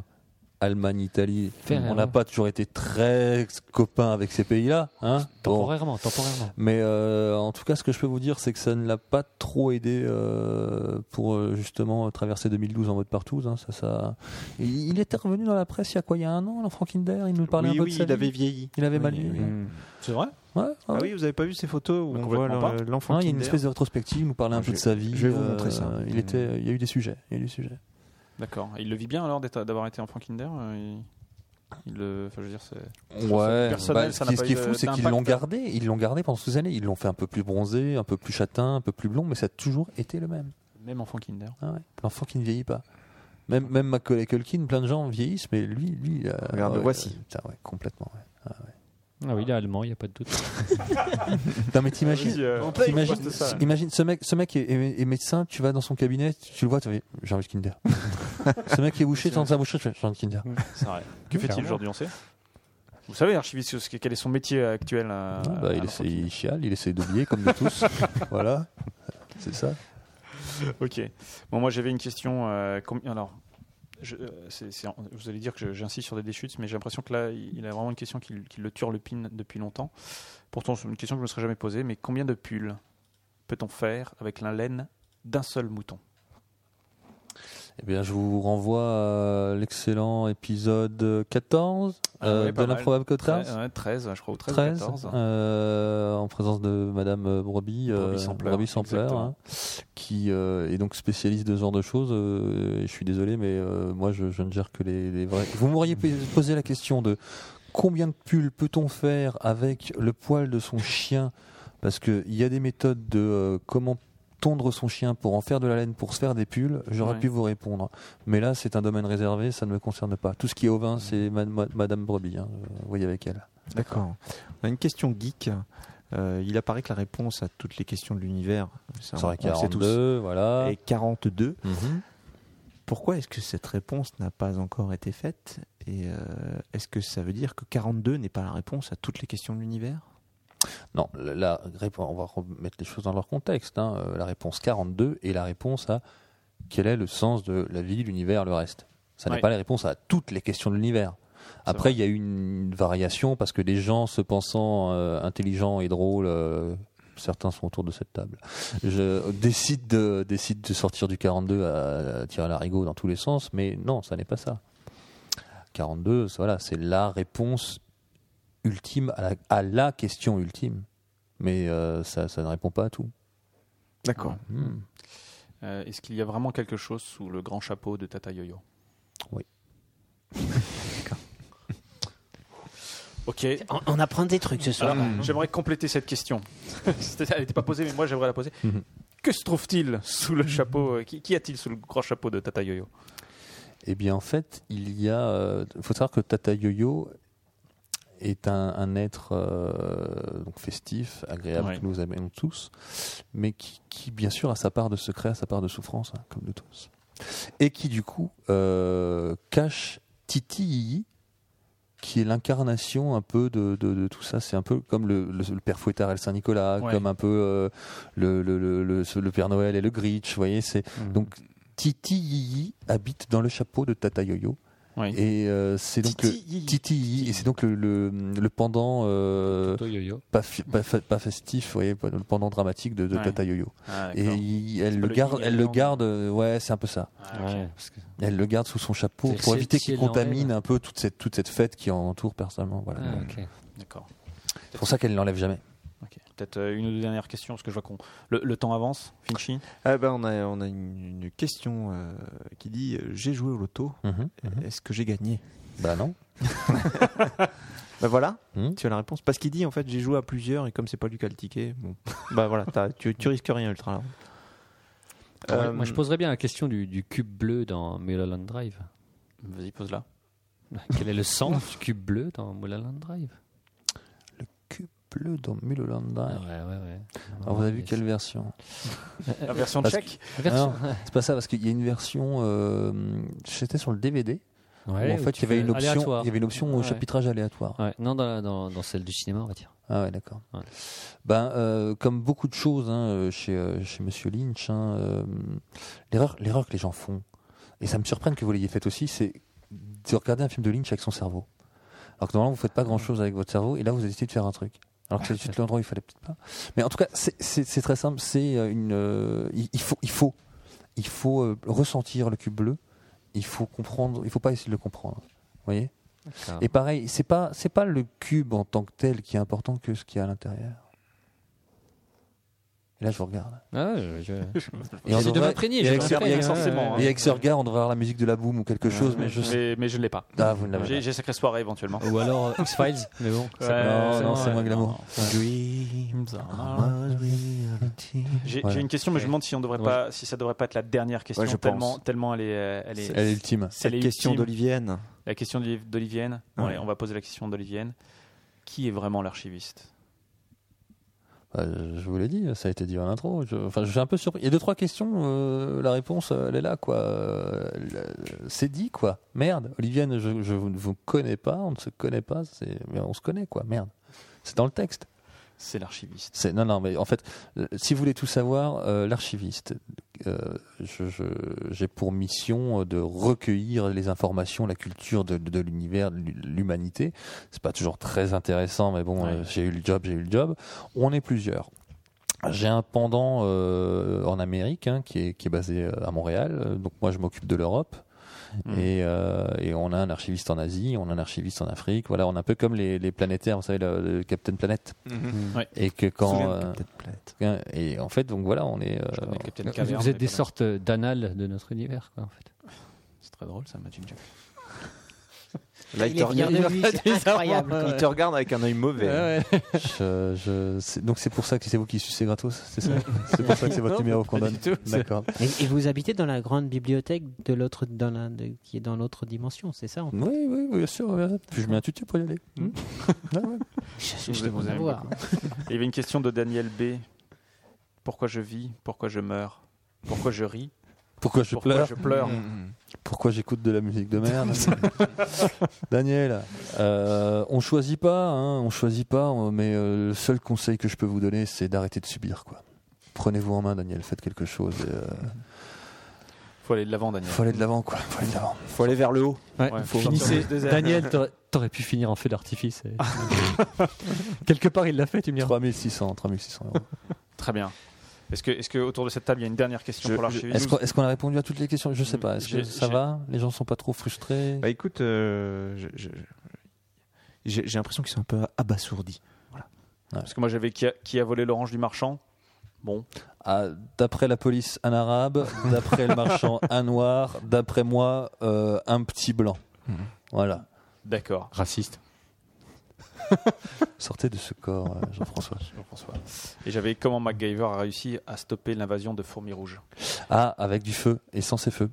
Speaker 7: Allemagne, Italie.
Speaker 5: Ferrero.
Speaker 7: On n'a pas toujours été très copains avec ces pays-là. Hein Bon.
Speaker 5: Temporairement, temporairement.
Speaker 7: Mais euh, en tout cas, ce que je peux vous dire, c'est que ça ne l'a pas trop aidé euh, pour euh, justement traverser 2012 en mode partout. hein. ça, ça... Il il était revenu dans la presse il y a quoi Il y a un an, l'enfant Kinder Il nous parlait
Speaker 4: oui,
Speaker 7: un peu
Speaker 4: oui,
Speaker 7: de sa
Speaker 4: il
Speaker 7: vie.
Speaker 4: avait vieilli.
Speaker 7: Il avait mal Mm.
Speaker 4: Oui,
Speaker 7: lu.
Speaker 4: oui.
Speaker 7: ouais.
Speaker 9: C'est vrai
Speaker 7: Ouais, ouais.
Speaker 4: Ah oui, vous avez pas vu ces photos où
Speaker 9: Bah,
Speaker 4: on voit
Speaker 9: complètement
Speaker 4: le- l'enfant
Speaker 7: Non, il y a une
Speaker 4: Kinder
Speaker 7: espèce de rétrospective, il nous parlait un
Speaker 4: Je
Speaker 7: peu de
Speaker 4: vais-
Speaker 7: sa vie. euh,
Speaker 4: je vais vous montrer ça.
Speaker 7: Il, était, il y a eu des sujets. Il y a eu des sujets.
Speaker 9: D'accord. Il le vit bien alors d'être- d'avoir été enfant Kinder euh, il... il le... Enfin, je veux dire, c'est.
Speaker 7: Ouais, bah,
Speaker 9: personnel, ça
Speaker 7: ce
Speaker 9: n'a
Speaker 7: qui, ce
Speaker 9: pas
Speaker 7: qui est
Speaker 9: eu de-
Speaker 7: fou, c'est qu'ils
Speaker 9: d'impact. hein.
Speaker 7: l'ont gardé. Ils l'ont gardé pendant ces années. Ils l'ont fait un peu plus bronzé, un peu plus châtain, un peu plus blond, mais ça a toujours été le même.
Speaker 9: Même enfant Kinder.
Speaker 7: Ah ouais. L'enfant qui ne vieillit pas. Même, même Macaulay Culkin, plein de gens vieillissent, mais lui, lui. euh,
Speaker 4: Regarde,
Speaker 7: ouais,
Speaker 4: voici.
Speaker 7: euh, putain, ouais, complètement. ouais.
Speaker 5: Ah oui, il est allemand, il n'y a pas de doute.
Speaker 7: Non, mais t'imagines.
Speaker 9: on
Speaker 7: Imagine, imagine ce mec, ce mec est, est- est médecin, tu vas dans son cabinet, tu le vois, tu fais j'ai envie de Kinder. ce mec est bouché, tu es dans sa boucherie, tu fais, j'ai envie de Kinder.
Speaker 9: C'est vrai. Que fait-il aujourd'hui, on sait Vous savez, l'archiviste, ce qu'est- quel est son métier actuel euh,
Speaker 7: Ah, bah,
Speaker 9: à
Speaker 7: il,
Speaker 9: l'enfant
Speaker 7: essaie, il chiale, il essaie d'oublier comme nous tous. voilà, c'est ça.
Speaker 9: Ok. Bon, moi j'avais une question. euh, com- Alors, je, euh, c'est- c'est- vous allez dire que je- j'insiste sur des déchutes, mais j'ai l'impression que là, il il a vraiment une question qui, qui le tue le pin depuis longtemps. Pourtant, c'est une question que je ne me serais jamais posée. Mais combien de pulls peut-on faire avec la laine d'un seul mouton
Speaker 7: Eh bien, je vous renvoie à l'excellent épisode 14
Speaker 9: Ah
Speaker 7: euh,
Speaker 9: ouais,
Speaker 7: de
Speaker 9: pas mal.
Speaker 7: l'improbable
Speaker 9: Treize,
Speaker 7: Cotard.
Speaker 9: ouais, 13, je crois, ou 13,
Speaker 7: 13,
Speaker 9: 14.
Speaker 7: euh, en présence de Madame euh, Brebis, euh,
Speaker 9: Brebis Sampleur,
Speaker 7: Brebis Sampleur,
Speaker 9: exactement.
Speaker 7: hein, qui euh, est donc spécialiste de ce genre de choses. euh, et je suis désolé, mais euh, moi, je, je ne gère que les, les vrais. Vous m'auriez p- posé la question de combien de pulls peut-on faire avec le poil de son chien Parce qu'il y a des méthodes de euh, comment tondre son chien pour en faire de la laine pour se faire des pulls, j'aurais
Speaker 9: Ouais.
Speaker 7: pu vous répondre. Mais là, c'est un domaine réservé, ça ne me concerne pas. Tout ce qui est ovin, c'est ma- ma- Madame Brebis. hein, euh, voyez avec elle.
Speaker 4: D'accord. On a une question geek. Euh, il apparaît que la réponse à toutes les questions de l'univers, ça,
Speaker 7: C'est vrai
Speaker 4: on le sait tous,
Speaker 7: 42, voilà.
Speaker 4: est 42.
Speaker 7: Mhm.
Speaker 4: Pourquoi est-ce que cette réponse n'a pas encore été faite Et euh, est-ce que ça veut dire que 42 n'est pas la réponse à toutes les questions de l'univers
Speaker 7: Non, la, la répo- on va remettre les choses dans leur contexte. hein. Euh, La réponse 42 est la réponse à quel est le sens de la vie, l'univers, le reste. Ça n'est
Speaker 9: Ouais.
Speaker 7: pas la réponse à toutes les questions de l'univers. Après, il y a eu une variation parce que des gens se pensant euh, intelligents et drôles, euh, certains sont autour de cette table, je décide de, décide de sortir du 42 à, à tirer l'arigot dans tous les sens, mais non, ça n'est pas ça. 42, c'est- voilà, c'est la réponse ultime à la, à la question ultime. Mais euh, ça, ça ne répond pas à tout.
Speaker 4: D'accord.
Speaker 7: Hmm.
Speaker 9: Euh, Est-ce qu'il y a vraiment quelque chose sous le grand chapeau de Tata Yo-Yo
Speaker 7: Oui.
Speaker 9: Ok.
Speaker 6: On, on apprend des trucs ce soir.
Speaker 9: Alors,
Speaker 5: Hmm.
Speaker 9: j'aimerais compléter cette question. C'était- Elle n'était pas posée, mais moi j'aimerais la poser.
Speaker 5: Hmm.
Speaker 9: Que se trouve-t-il sous le chapeau euh, Qui, qui a-t-il sous le grand chapeau de Tata Yo-Yo
Speaker 7: Eh bien, en fait, il y a. Il faut savoir que Tata Yo-Yo est un, un être euh, donc festif, agréable,
Speaker 9: Ouais.
Speaker 7: que nous aimons tous, mais qui, qui, bien sûr, a sa part de secret, a sa part de souffrance, hein, comme nous tous. Et qui, du coup, euh, cache, titille qui est l'incarnation un peu de, de- de tout ça. C'est un peu comme le, le- le Père Fouettard et le Saint-Nicolas,
Speaker 3: Ouais.
Speaker 7: comme un peu euh, le, le- le- le- ce- le Père Noël et le Grinch. Vous voyez, c'est donc Titi Yiyi habite dans le chapeau de Tata Yoyo.
Speaker 9: Oui.
Speaker 7: Et euh, c'est donc le
Speaker 9: Titi Yiyi.
Speaker 7: Titi Yiyi, et c'est donc le, le- le pendant euh,
Speaker 5: Toto yo-yo.
Speaker 7: pas, fi- pas fa- pas festif, vous voyez, pas- le pendant dramatique de, de
Speaker 9: Ouais.
Speaker 7: Tata Yoyo.
Speaker 9: Ah,
Speaker 7: Et
Speaker 9: d'accord.
Speaker 7: il-
Speaker 9: pas
Speaker 7: elle le
Speaker 9: le
Speaker 7: garde,
Speaker 9: yin et
Speaker 7: elle
Speaker 9: le
Speaker 7: le
Speaker 9: yang.
Speaker 7: garde, euh, ouais, c'est un peu ça.
Speaker 9: Ah,
Speaker 5: Ouais, parce que-
Speaker 7: Elle le garde sous son chapeau
Speaker 5: C'est-
Speaker 7: pour
Speaker 5: c'est-
Speaker 7: éviter
Speaker 5: si
Speaker 7: qu'il
Speaker 5: elle l'enlève.
Speaker 7: contamine un peu toute cette, toute cette fête qui en entoure personnellement. Voilà.
Speaker 5: Ah,
Speaker 7: Donc,
Speaker 5: ok.
Speaker 9: D'accord.
Speaker 7: C'est pour ça qu'elle ne l'enlève jamais.
Speaker 9: Ok. Peut-être euh, une ou deux dernières questions, parce que je vois qu'on le, le temps avance. Finchi
Speaker 4: Ah ben, on a, on a une, une question euh, qui dit euh, J'ai joué au loto, euh,
Speaker 7: Mhm.
Speaker 4: est-ce que j'ai gagné
Speaker 7: Bah non.
Speaker 4: Bah voilà,
Speaker 7: Mhm.
Speaker 4: tu as la réponse. Parce qu'il dit en fait J'ai joué à plusieurs et comme c'est pas lui qui a le ticket, bon. bah voilà, t'as- tu, tu risques rien, Ultra. là.
Speaker 5: Ouais,
Speaker 4: Euh,
Speaker 5: Moi, je poserais bien la question du, du cube bleu dans Mulholland Drive.
Speaker 9: Vas-y, pose-la.
Speaker 5: Euh, Quel est le sens du cube bleu dans Mulholland Drive
Speaker 7: Cube bleu dans Mulholland Drive.
Speaker 5: Ah ouais, ouais, ouais.
Speaker 7: Alors vous avez vu quelle version
Speaker 9: La version
Speaker 7: Parce
Speaker 9: tchèque
Speaker 5: version
Speaker 7: Ah C'est pas ça parce qu'il y a une version. euh, J'étais sur le DVD.
Speaker 5: Ouais,
Speaker 7: où en
Speaker 5: où
Speaker 7: fait, il
Speaker 5: tu
Speaker 7: y avait
Speaker 5: fais
Speaker 7: une option.
Speaker 5: aléatoire.
Speaker 7: Il y avait une option au
Speaker 5: Ouais.
Speaker 7: chapitrage aléatoire.
Speaker 5: Ouais, Non, dans, la- dans, dans celle du cinéma, on va dire.
Speaker 7: Ah ouais, d'accord.
Speaker 5: Ouais.
Speaker 7: Ben, euh, comme beaucoup de choses hein, euh, chez, euh, chez Monsieur Lynch, hein, euh, l'erreur, l'erreur que les gens font, et ça me surprend que vous l'ayez faite aussi, c'est de regarder un film de Lynch avec son cerveau. Alors que normalement, vous faites pas grand-chose avec votre cerveau, et là, vous avez décidé de faire un truc. Alors que c'est juste l'endroit où il fallait peut-être pas. Mais en tout cas, c'est, c'est- c'est très simple. C'est euh, une, euh, il, il faut, il faut, il faut euh, ressentir le cube bleu. Il faut comprendre. Il faut pas essayer de le comprendre. Vous voyez
Speaker 5: D'accord.
Speaker 7: Et pareil, c'est pas, c'est pas le cube en tant que tel qui est important que ce qu'il y a à l'intérieur. Et là, je vous regarde.
Speaker 5: Ah ouais, je-
Speaker 7: Et, on
Speaker 5: J'essaie de
Speaker 7: devrait-
Speaker 5: m'imprégner.
Speaker 7: et
Speaker 5: je hein.
Speaker 7: avec
Speaker 5: le
Speaker 7: ce-
Speaker 5: rappelle,
Speaker 7: et avec ce-
Speaker 5: ouais,
Speaker 9: forcément, hein.
Speaker 5: ouais,
Speaker 7: et avec ce regard, on devrait avoir la musique de la boum ou quelque chose, mais je sais.
Speaker 9: mais, mais je ne l'ai pas.
Speaker 7: Ah, vous ne l'avez
Speaker 9: J'ai
Speaker 7: pas.
Speaker 9: j'ai Sacré Soir éventuellement.
Speaker 5: ouais. Ou alors euh, X-Files, mais bon. ça-
Speaker 9: Ouais,
Speaker 7: non,
Speaker 9: c'est
Speaker 7: non,
Speaker 9: bon,
Speaker 7: c'est
Speaker 9: ouais.
Speaker 7: moins que l'amour.
Speaker 9: Dreams are- J'ai
Speaker 7: Voilà.
Speaker 9: j'ai une question, mais je me demande si on devrait
Speaker 5: Ouais.
Speaker 9: pas, si ça devrait pas être la dernière question,
Speaker 4: Ouais, je
Speaker 9: tellement,
Speaker 4: pense.
Speaker 9: tellement elle est, euh, elle est,
Speaker 7: Elle est ultime.
Speaker 9: elle est
Speaker 4: Cette question
Speaker 9: ultime.
Speaker 4: d'Olivienne.
Speaker 9: La question d'Oli- d'Olivienne.
Speaker 4: Ouais.
Speaker 9: Allez, on va poser la question d'Olivienne. Qui est vraiment l'archiviste
Speaker 7: Euh, je vous l'ai dit, ça a été dit en intro. Je, enfin, je suis un peu surpris. Il y a deux trois questions, euh, la réponse euh, elle est là quoi. Euh, le- c'est dit quoi. Merde, Olivienne, je, je vous- ne vous connais pas, on ne se connaît pas, c'est, mais on se connaît quoi. Merde, c'est dans le texte.
Speaker 9: C'est l'archiviste.
Speaker 7: C'est non non mais en fait, euh, si vous voulez tout savoir, euh, l'archiviste, euh, je- je- j'ai pour mission euh, de recueillir les informations, la culture de, de- de l'univers, de l'humanité. C'est pas toujours très intéressant, mais bon,
Speaker 9: Ouais.
Speaker 7: euh, j'ai eu le job, j'ai eu le job. On est plusieurs. J'ai un pendant euh, en Amérique hein, qui, est, qui est basé euh, à Montréal. Euh, Donc moi, je m'occupe de l'Europe.
Speaker 9: Mhm.
Speaker 7: Et, euh, et on a un archiviste en Asie, on a un archiviste en Afrique. Voilà, on est un peu comme les, les planétaires, vous savez, le, le Captain Planet.
Speaker 9: Hmm. Ouais.
Speaker 7: Et que quand euh,
Speaker 4: Peut-être planète.
Speaker 7: et en fait, donc voilà, on est. euh,
Speaker 9: Le Capitaine
Speaker 5: Vous-
Speaker 9: Caverne,
Speaker 5: Vous êtes des
Speaker 9: mais pas
Speaker 5: sortes euh, d'anales de notre univers, quoi, en fait.
Speaker 9: loin. C'est très drôle, ça, Mathieu. Jack.
Speaker 6: Ah,
Speaker 4: Là, il, te regarde,
Speaker 6: lui, c'est incroyable.
Speaker 4: il te regarde avec un œil mauvais.
Speaker 7: Je- je- c'est- donc c'est pour ça que c'est vous qui sucez gratos, c'est ça C'est pour ça que c'est votre numéro qu'on donne. D'accord.
Speaker 6: Et, et vous habitez dans la grande bibliothèque de l'autre, dans la, de- qui est dans l'autre dimension, c'est ça en fait
Speaker 7: Oui, oui, oui, bien sûr. ouais. Puis je mets un tutu pour y aller. Ah
Speaker 6: Je,
Speaker 9: Vous
Speaker 6: je
Speaker 9: êtes- vous
Speaker 6: demande à
Speaker 9: aimez
Speaker 6: voir.
Speaker 9: Et il y avait une question de Daniel B. Pourquoi je vis Pourquoi je meurs Pourquoi je ris
Speaker 7: Pourquoi je
Speaker 9: Pourquoi
Speaker 7: pleure
Speaker 9: je pleure
Speaker 7: Pourquoi j'écoute de la musique de merde Daniel, euh, on choisit pas, hein, on choisit pas, euh, mais euh, le seul conseil que je peux vous donner, c'est d'arrêter de subir, quoi. Prenez-vous en main, Daniel. Faites quelque chose. Il
Speaker 9: Faut aller de l'avant, Daniel.
Speaker 7: faut aller de l'avant, quoi. Faut aller de l'avant.
Speaker 4: Faut aller vers le haut.
Speaker 9: Ouais,
Speaker 5: Faut-
Speaker 9: sortir
Speaker 5: finissez.
Speaker 9: du désert.
Speaker 5: Daniel, t'aurais- t'aurais pu finir en feu d'artifice. et- Quelque part, il l'a fait, tu me diras.
Speaker 7: 3600, 3600 euros.
Speaker 9: Très bien. Est-ce que, est-ce que autour de cette table, il y a une dernière question
Speaker 4: Je-
Speaker 9: pour
Speaker 4: je-
Speaker 9: l'archiviste
Speaker 7: Est-ce qu'on est-ce qu'on a répondu à toutes les questions Je sais pas. Est-ce que
Speaker 9: J'ai-
Speaker 7: ça
Speaker 9: j'ai-
Speaker 7: va Les gens sont pas trop frustrés
Speaker 4: Bah écoute, euh, je- je- j'ai j'ai l'impression qu'ils sont un peu abasourdis.
Speaker 9: Parce que moi, j'avais qui a, qui a volé l'orange du marchand Bon,
Speaker 7: Ah, D'après la police, un arabe. D'après le marchand, un noir. D'après moi, euh, un petit blanc. Voilà.
Speaker 9: d'accord.
Speaker 5: Raciste.
Speaker 7: Sortez de ce corps, euh, Jean-François.
Speaker 9: Jean-François. Et j'avais comment MacGyver a réussi à stopper l'invasion de fourmis rouges.
Speaker 7: Ah, avec du feu et sans ses feux.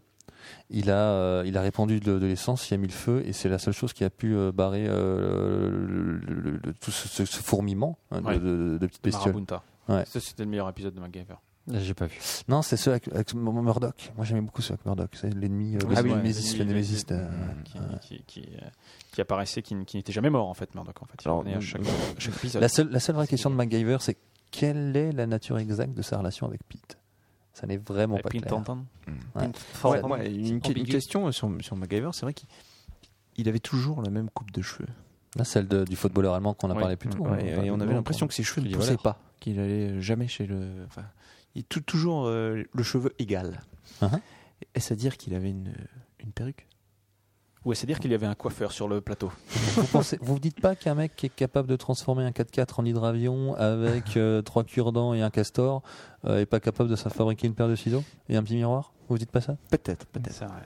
Speaker 7: Il a, euh, il a répandu de, de l'essence, il a mis le feu et c'est la seule chose qui a pu euh, barrer euh, le- le- le- tout ce, ce- ce fourmillement hein, de,
Speaker 9: Ouais.
Speaker 7: de- de petites bestioles.
Speaker 9: Marabunta.
Speaker 7: Ouais.
Speaker 9: Ça, c'était le meilleur épisode de MacGyver.
Speaker 5: J'ai pas vu.
Speaker 7: Non, c'est ceux avec, avec Murdoch. Moi, j'aimais beaucoup ceux avec Murdoch. C'est l'ennemi, euh, le
Speaker 4: Ah
Speaker 9: oui,
Speaker 7: Némésis, le
Speaker 9: l'ennemi,
Speaker 7: Némésis. de-
Speaker 9: qui, qui, qui, euh, qui apparaissait, qui, n- qui n'était jamais mort en fait, Murdoch. En fait, il
Speaker 7: Alors,
Speaker 9: revenait à chaque, à chaque épisode.
Speaker 7: La seule, la seule vraie question de MacGyver, c'est quelle est la nature exacte de sa relation avec Pete Ça n'est vraiment
Speaker 9: Et
Speaker 7: pas
Speaker 9: puis,
Speaker 7: clair.
Speaker 9: t'entends.
Speaker 4: Ouais,
Speaker 7: Ça-
Speaker 4: moi, une, que- une
Speaker 10: ambigu.
Speaker 4: question euh, sur, sur MacGyver, c'est vrai qu'il il avait toujours la même coupe de cheveux.
Speaker 7: Là, celle de- du footballeur allemand qu'on a
Speaker 4: Ouais.
Speaker 7: parlé plus tôt.
Speaker 4: Mm. Ouais, et on avait l'impression que ses cheveux ne
Speaker 7: Philippe
Speaker 4: poussaient
Speaker 7: Waller.
Speaker 4: pas, qu'il allait jamais chez le. Enfin, il est tout- toujours euh, le cheveu égal.
Speaker 7: Uh-huh.
Speaker 4: Est-ce à dire qu'il avait une, une perruque
Speaker 9: Ou à se dire qu'il y avait un coiffeur sur le plateau.
Speaker 7: Vous pensez, vous vous dites pas qu'un mec qui est capable de transformer un 4x4 en hydravion avec euh, trois cure-dents et un castor euh, est pas capable de se fabriquer une paire de ciseaux et un petit miroir Vous vous dites pas ça
Speaker 4: Peut-être, peut-être.
Speaker 9: C'est vrai.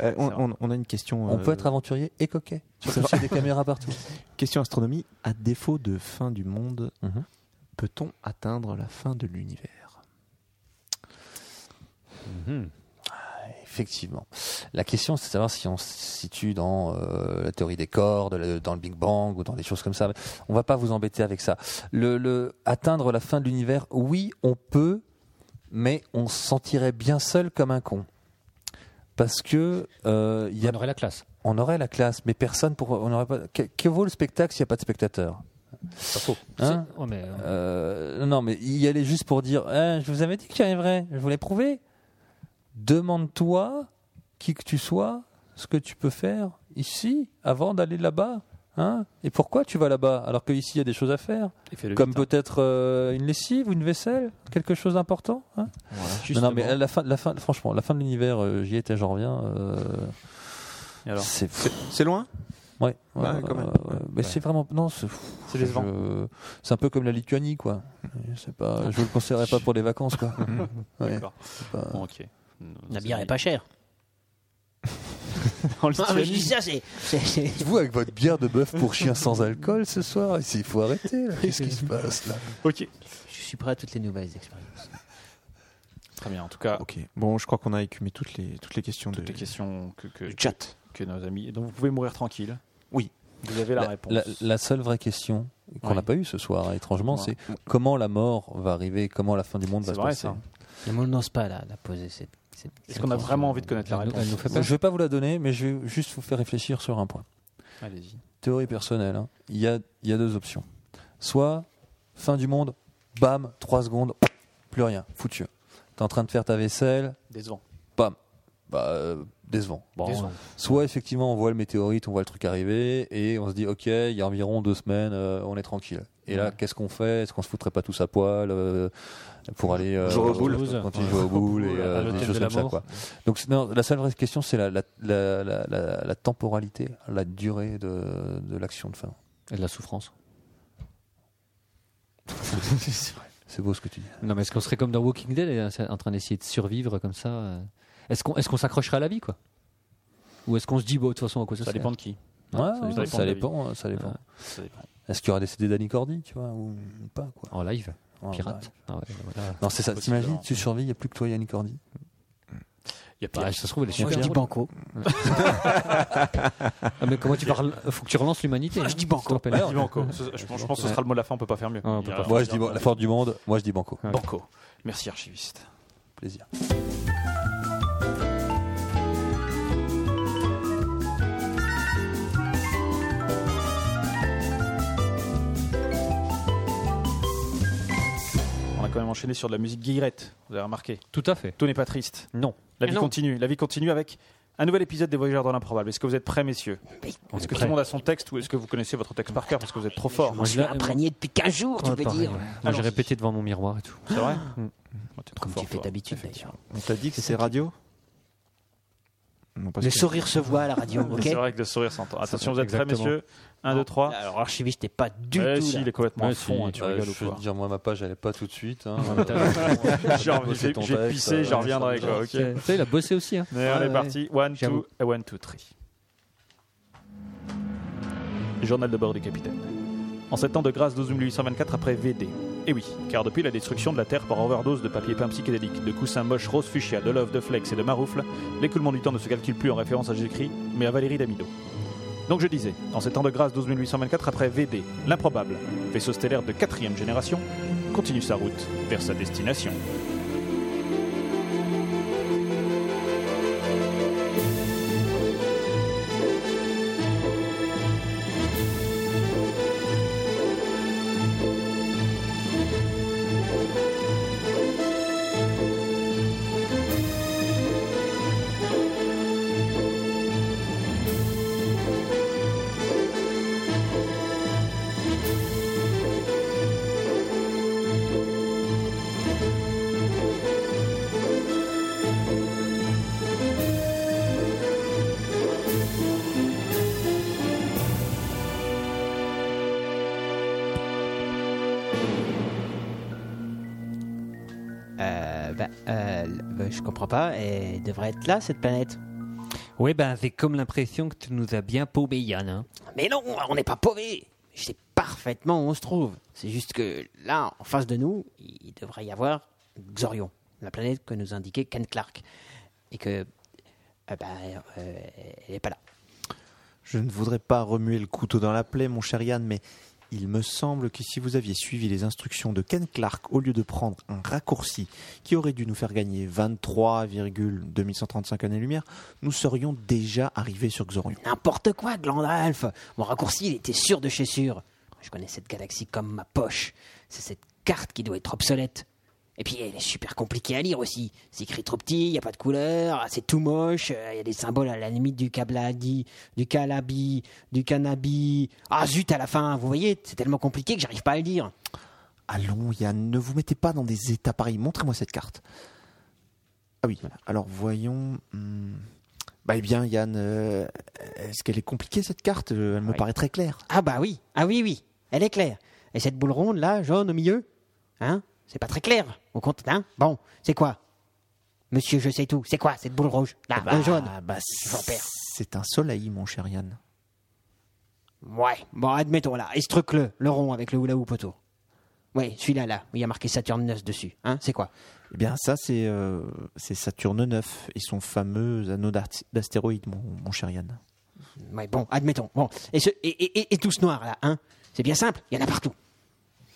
Speaker 4: Euh, on,
Speaker 9: c'est vrai.
Speaker 4: on- on a une question.
Speaker 7: On
Speaker 4: euh,
Speaker 7: peut être aventurier et coquet. Surtout s'il y a des caméras partout.
Speaker 4: Question astronomie. À défaut de fin du monde,
Speaker 7: Mhm.
Speaker 4: peut-on atteindre la fin de l'univers
Speaker 7: Effectivement. La question, c'est de savoir si on se situe dans euh, la théorie des corps, de la- dans le Big Bang ou dans des choses comme ça. On va pas vous embêter avec ça. Le, le- atteindre la fin de l'univers, oui, on peut, mais on se sentirait bien seul comme un con. Parce que euh, il y a
Speaker 5: On aurait la classe.
Speaker 7: on aurait la classe, mais personne pour. On aurait pas. Que, que vaut le spectacle s'il n'y a pas de spectateur
Speaker 5: C'est pas faux.
Speaker 7: Hein
Speaker 5: C'est- oh, mais, euh,
Speaker 7: Euh, Non, mais y aller juste pour dire Eh, Je vous avais dit que tu arriverais, je voulais prouver. Demande-toi, qui que tu sois, ce que tu peux faire ici avant d'aller là-bas. Hein Et pourquoi tu vas là-bas alors qu'ici il y a des choses à faire Comme peut-être euh, une lessive ou une vaisselle, quelque chose d'important hein non, non, mais à la fin, la fin, franchement, la fin de l'univers, euh, j'y étais, j'en reviens. euh,
Speaker 9: Et alors
Speaker 7: c'est
Speaker 4: C'est loin
Speaker 7: Ouais, ouais,
Speaker 4: Ouais, quand
Speaker 7: ouais,
Speaker 4: même.
Speaker 7: ouais. mais
Speaker 4: Ouais.
Speaker 7: c'est vraiment non, c'est
Speaker 4: C'est décevant.
Speaker 7: je- C'est un peu comme la Lituanie, quoi. C'est pas, je vous le conseillerais pas pour les vacances, quoi. Ouais.
Speaker 9: D'accord.
Speaker 7: C'est pas-
Speaker 9: Bon, ok.
Speaker 6: La bière est pas chère.
Speaker 9: En
Speaker 6: Ah, mais je dis
Speaker 9: Lituanie.
Speaker 6: ça, c'est. c'est- c'est-
Speaker 7: Vous avec votre bière de bœuf pour chien sans alcool ce soir, il faut arrêter. là. Qu'est-ce qui se passe là
Speaker 9: Ok.
Speaker 6: Je suis prêt à toutes les nouvelles expériences.
Speaker 9: Très bien. En tout cas,
Speaker 4: Ok. Bon, je crois qu'on a écumé toutes les, toutes les questions
Speaker 9: toutes
Speaker 4: de,
Speaker 9: les questions que, que,
Speaker 4: du chat.
Speaker 9: que nos amis. Donc vous pouvez mourir tranquille.
Speaker 4: Oui.
Speaker 9: Vous avez la, réponse.
Speaker 7: la- la seule vraie question qu'on
Speaker 9: Ouais.
Speaker 7: n'a pas eue ce soir, hein, étrangement,
Speaker 9: Ouais.
Speaker 7: c'est comment la mort va arriver, comment la fin du monde va
Speaker 9: C'est
Speaker 7: se
Speaker 9: vrai
Speaker 7: passer.
Speaker 9: ça.
Speaker 6: Ne me lance pas là, la poser cette. cette-
Speaker 9: Est-ce qu'on a vraiment envie de connaître la
Speaker 5: elle nous-
Speaker 9: réponse
Speaker 5: elle nous fait
Speaker 7: Je vais pas vous la donner, mais je vais juste vous faire réfléchir sur un point.
Speaker 9: Allez-y.
Speaker 7: théorie personnelle, hein, il y, a, il y a deux options. Soit fin du monde, bam, 3 secondes, plus rien, foutu. T'es en train de faire ta vaisselle,
Speaker 9: Décevant.
Speaker 7: bam, bah, euh, décevant. Bon,
Speaker 9: Décevant.
Speaker 7: Soit effectivement on voit le météorite, on voit le truc arriver et on se dit ok, il y a environ deux semaines, euh, on est tranquille. Et là, qu'est-ce qu'on fait Est-ce qu'on se foutrait pas tous à poil euh, pour aller euh,
Speaker 5: Jouer aux boules.
Speaker 7: quand ils jouent aux boules et euh,
Speaker 5: À l'hôtel
Speaker 7: des choses
Speaker 5: de
Speaker 7: comme ça
Speaker 5: l'amour.
Speaker 7: quoi. Donc c'est- non, la seule vraie question c'est la, la, la, la, la- la temporalité, la durée de, de l'action de fin.
Speaker 5: Et de la souffrance.
Speaker 7: C'est beau ce que tu dis.
Speaker 5: Non, mais est-ce qu'on serait comme dans Walking Dead, et, euh, en train d'essayer de survivre comme ça euh, Est-ce qu'on est-ce qu'on s'accrocherait à la vie, quoi Ou est-ce qu'on se dit, bon, de toute façon, à quoi ça,
Speaker 9: Ça
Speaker 5: sert
Speaker 9: dépend de qui.
Speaker 7: Ouais,
Speaker 5: ça
Speaker 7: ouais,
Speaker 9: dépend
Speaker 7: ça,
Speaker 9: de la
Speaker 7: dépend, hein, ça dépend.
Speaker 5: Ouais.
Speaker 9: Ça dépend.
Speaker 7: Est-ce qu'il y aura décédé Danny Cordy, tu vois, ou pas quoi
Speaker 5: En live,
Speaker 7: Ouais, ouais.
Speaker 5: pirate. Ah ouais, voilà.
Speaker 7: Non, c'est ça.
Speaker 9: Possible,
Speaker 7: T'imagines,
Speaker 9: alors.
Speaker 7: tu survis, il n'y a plus que toi, Yannick Cordy.
Speaker 9: Il y a
Speaker 5: Bah,
Speaker 9: pire.
Speaker 5: ça se trouve, elle est
Speaker 6: Moi,
Speaker 5: super
Speaker 6: je dis
Speaker 5: drôle.
Speaker 6: banco.
Speaker 5: Ah, mais comment tu parles Faut que tu relances l'humanité.
Speaker 6: Moi, je dis banco.
Speaker 5: hein, je te rappelle.
Speaker 9: Dis Banco. Ce- Je pense je pense que ce sera le mot de la fin. On peut pas faire mieux.
Speaker 5: Ouais, on
Speaker 9: Il
Speaker 5: peut
Speaker 9: y a-
Speaker 5: pas.
Speaker 7: Moi, je dis ban- la force du monde. Moi, je dis Banco.
Speaker 9: Banco. Merci archiviste.
Speaker 7: Plaisir.
Speaker 9: On a quand même enchaîné sur de la musique guillerette. Vous avez remarqué.
Speaker 5: Tout à fait.
Speaker 9: Tout n'est pas triste.
Speaker 5: Non.
Speaker 9: La vie
Speaker 6: non.
Speaker 9: continue. La vie continue avec un nouvel épisode des Voyageurs dans l'improbable. Est-ce que vous êtes prêts, messieurs Est-ce que tout le monde a son texte ou est-ce que vous connaissez votre texte par cœur parce que vous êtes trop fort
Speaker 6: Oh, Je suis
Speaker 5: Là,
Speaker 6: imprégné depuis 15 jours, tu
Speaker 5: Ouais,
Speaker 6: peux
Speaker 5: pareil,
Speaker 6: dire.
Speaker 5: ouais. Moi, j'ai répété devant mon miroir et tout.
Speaker 9: C'est vrai
Speaker 6: Comme tu fais d'habitude, d'ailleurs.
Speaker 4: On t'a dit que c'est radio Non, pas
Speaker 6: Le
Speaker 4: sûr.
Speaker 6: sourire se voit à la radio, ok
Speaker 9: C'est vrai que le sourire s'entend. Attention, vous êtes
Speaker 5: Exactement.
Speaker 9: prêts, messieurs 1, 2, 3.
Speaker 6: Alors, archiviste n'est pas du
Speaker 9: Eh
Speaker 6: tout.
Speaker 9: si,
Speaker 6: là.
Speaker 9: il est complètement
Speaker 5: Ouais,
Speaker 9: à fond,
Speaker 5: si,
Speaker 9: hein, tu
Speaker 7: Euh,
Speaker 9: rigoles ou
Speaker 7: je veux
Speaker 9: quoi
Speaker 7: dire, moi, ma page, elle est pas tout de suite. hein.
Speaker 9: J'ai envie-
Speaker 7: bosser
Speaker 9: J'ai
Speaker 7: ton
Speaker 9: j'ai
Speaker 7: texte,
Speaker 9: pissé,
Speaker 7: euh,
Speaker 9: je reviendrai. quoi, ok.
Speaker 5: Tu sais, il a bossé aussi. Hein.
Speaker 9: Mais on est parti. euh, 1, 2,
Speaker 5: J'avoue.
Speaker 9: 1, 2, 3. Journal de bord du capitaine. En sept ans de grâce 12 1824 après VD. Et oui, car depuis la destruction de la Terre par overdose de papier peint psychédélique, de coussins moches rose fuchsia, de love, de flex et de maroufle, l'écoulement du temps ne se calcule plus en référence à Jésus-Christ, mais à Valérie Damido. Donc je disais, en sept ans de grâce 12 1824 après VD, l'improbable, vaisseau stellaire de quatrième génération, continue sa route vers sa destination.
Speaker 6: bah, euh, bah, je comprends pas, elle devrait être là cette planète.
Speaker 7: Oui, ben c'est comme l'impression que tu nous as bien paumé, Yann. hein.
Speaker 6: Mais non, on n'est pas paumé. Je sais parfaitement où on se trouve. C'est juste que là, en face de nous, il devrait y avoir Xorion, la planète que nous indiquait Ken Clark. Et que. euh, bah, euh, elle n'est pas là.
Speaker 4: Je ne voudrais pas remuer le couteau dans la plaie, mon cher Yann, mais il me semble que si vous aviez suivi les instructions de Ken Clark au lieu de prendre un raccourci qui aurait dû nous faire gagner 23,2135 années-lumière, nous serions déjà arrivés sur Xorion.
Speaker 6: N'importe quoi, Glandalf Mon raccourci, il était sûr de chez sûr. Je connais cette galaxie comme ma poche. C'est cette carte qui doit être obsolète. Et puis, elle est super compliquée à lire aussi. C'est écrit trop petit, il n'y a pas de couleur, c'est tout moche, euh, il y a des symboles à la limite du kabladi, du calabi, du canabi. Ah zut, à la fin, vous voyez, c'est tellement compliqué que j'arrive pas à le dire.
Speaker 4: Allons, Yann, ne vous mettez pas dans des états pareils. Montrez-moi cette carte. Ah oui, voilà. Alors voyons. hmm. Bah, eh bien, Yann, euh, est-ce qu'elle est compliquée cette carte Euh, Elle me paraît très claire.
Speaker 6: Ah bah oui, ah oui, oui, elle est claire. Et cette boule ronde là, jaune au milieu, hein C'est pas très clair, au compte, hein Bon, c'est quoi Monsieur, je sais tout, c'est quoi cette boule rouge Là, un jaune
Speaker 4: Ah, bah,
Speaker 6: J'en perds.
Speaker 4: c'est un soleil, mon cher Yann.
Speaker 6: Ouais, bon, admettons là, et ce truc-le, le rond avec le hula-hoop autour. Ouais, celui-là, là, où il y a marqué Saturne 9 dessus, hein C'est quoi
Speaker 4: Eh bien, ça, c'est euh, c'est Saturne 9 et son fameux anneau d'art- d'astéroïdes, mon, mon cher Yann.
Speaker 6: Ouais, bon, admettons. Bon, et, ce, et, et- et- et tout ce noir là, hein C'est bien simple, il y en a partout.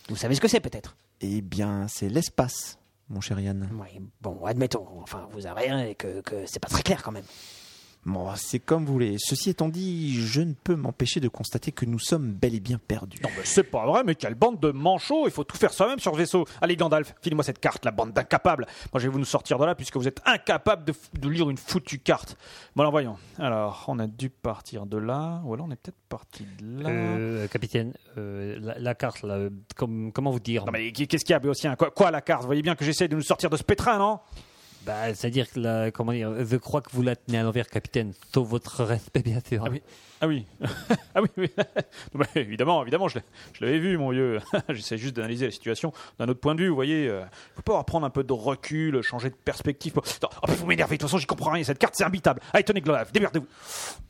Speaker 6: Vous savez ce que c'est peut-être
Speaker 4: Eh bien, c'est l'espace, mon cher Yann.
Speaker 6: Ouais, bon, admettons. Enfin, vous avez rien et que, que c'est pas très clair quand même.
Speaker 4: Bon, c'est comme vous voulez. Ceci étant dit, je ne peux m'empêcher de constater que nous sommes bel et bien perdus.
Speaker 3: Non, mais c'est pas vrai, mais quelle bande de manchots Il faut tout faire soi-même sur le vaisseau. Allez, Gandalf, file-moi cette carte, la bande d'incapables. Moi, je vais vous nous sortir de là puisque vous êtes incapables de, f- de lire une foutue carte. Bon, alors voyons. Alors, on a dû partir de là. Ou alors, on est peut-être parti de là.
Speaker 5: Euh, capitaine, euh, la, la carte, là, euh, comme- comment vous dire
Speaker 3: Non, mais qu'est-ce qu'il y a, Béotien quoi, quoi, la carte Vous voyez bien que j'essaie de nous sortir de ce pétrin, non
Speaker 5: Bah, C'est-à-dire que, la- comment dire, je crois que vous la tenez à l'envers, capitaine, sauf votre respect, bien sûr.
Speaker 3: Ah oui, ah oui, oui. Non, mais évidemment, évidemment, je l'ai- je l'avais vu, mon vieux.
Speaker 9: Ah,
Speaker 3: J'essaie juste d'analyser la situation d'un autre point de vue, vous voyez. euh, faut pas prendre un peu de recul, changer de perspective. Non, oh, mais vous m'énervez, de toute façon, j'y comprends rien. Cette carte, c'est imbitable. Allez, tenez, Glodave, démerdez-vous.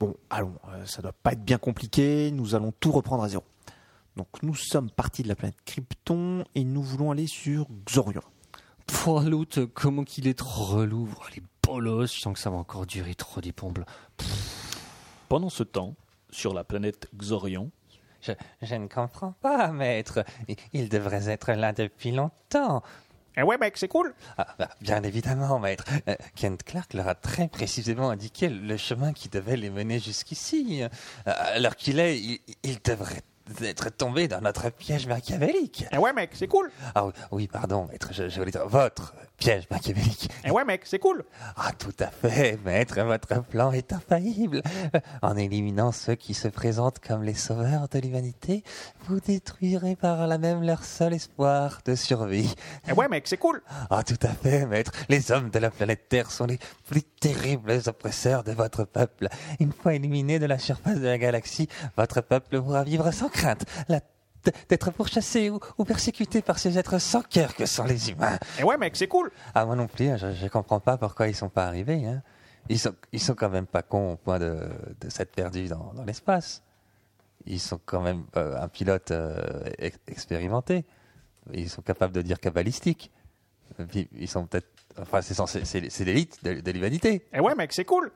Speaker 4: Bon, allons, euh, ça doit pas être bien compliqué. Nous allons tout reprendre à zéro. Donc, nous sommes partis de la planète Krypton et nous voulons aller sur Xorion.
Speaker 5: Pff, oh, l'autre, comment qu'il est trop relou. Oh, les bolos, je sens que ça va encore durer trop des pompes.
Speaker 9: Pendant ce temps, sur la planète Xorion,
Speaker 7: Je, je ne comprends pas, maître. I- Il devrait être là depuis longtemps.
Speaker 3: Eh ouais, mec, c'est cool.
Speaker 7: Ah, bah, bien évidemment, maître. Euh, Kent Clark leur a très précisément indiqué le chemin qui devait les mener jusqu'ici. Euh, alors qu'il est, il, il devrait être tombé dans notre piège machiavélique.
Speaker 3: Eh ouais, mec, c'est cool.
Speaker 7: Ah oui, oui, pardon, maître, je, je voulais dire votre piège machiavélique.
Speaker 3: Eh ouais, mec, c'est cool.
Speaker 7: Ah, tout à fait, maître, votre plan est infaillible. Euh, En éliminant ceux qui se présentent comme les sauveurs de l'humanité, vous détruirez par là même leur seul espoir de survie.
Speaker 3: Eh ouais, mec, c'est cool.
Speaker 7: Ah, tout à fait, maître, les hommes de la planète Terre sont les plus terribles oppresseurs de votre peuple. Une fois éliminés de la surface de la galaxie, votre peuple pourra vivre sans crainte. La d'être pourchassé ou, ou persécuté par ces êtres sans cœur que sont les humains.
Speaker 3: Eh ouais, mec, c'est cool.
Speaker 7: Ah, moi non plus, hein, je, je comprends pas pourquoi ils sont pas arrivés. hein. Ils, sont, ils sont quand même pas cons au point de, de s'être perdus dans, dans l'espace. Ils sont quand même euh, un pilote euh, ex- expérimenté. Ils sont capables de dire cabalistique. Et puis, Ils sont peut-être. Enfin, c'est censé- c'est c'est l'élite de, de l'humanité.
Speaker 3: Eh ouais, mec, c'est cool.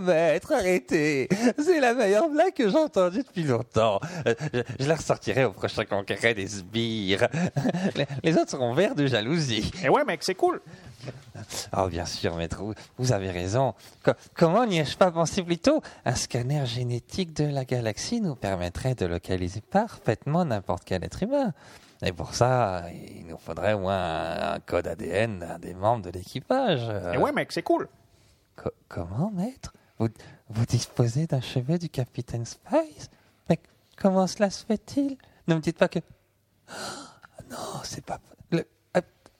Speaker 7: Maître, arrêtez C'est la meilleure blague que j'ai entendue depuis longtemps. Euh, Je, je la ressortirai au prochain congrès des sbires. Les, les autres seront verts de jalousie.
Speaker 3: Eh ouais, mec, c'est cool.
Speaker 7: Ah, bien sûr, maître, vous, vous avez raison. Co- comment n'y ai-je pas pensé plus tôt Un scanner génétique de la galaxie nous permettrait de localiser parfaitement n'importe quel être humain. Et pour ça, il nous faudrait au moins un, un code ADN d'un des membres de l'équipage.
Speaker 3: Eh ouais, mec, c'est cool.
Speaker 7: Co- comment, maître vous, vous disposez d'un cheveu du capitaine Spice Mais comment cela se fait-il Ne me dites pas que. Ah, non, c'est pas. le-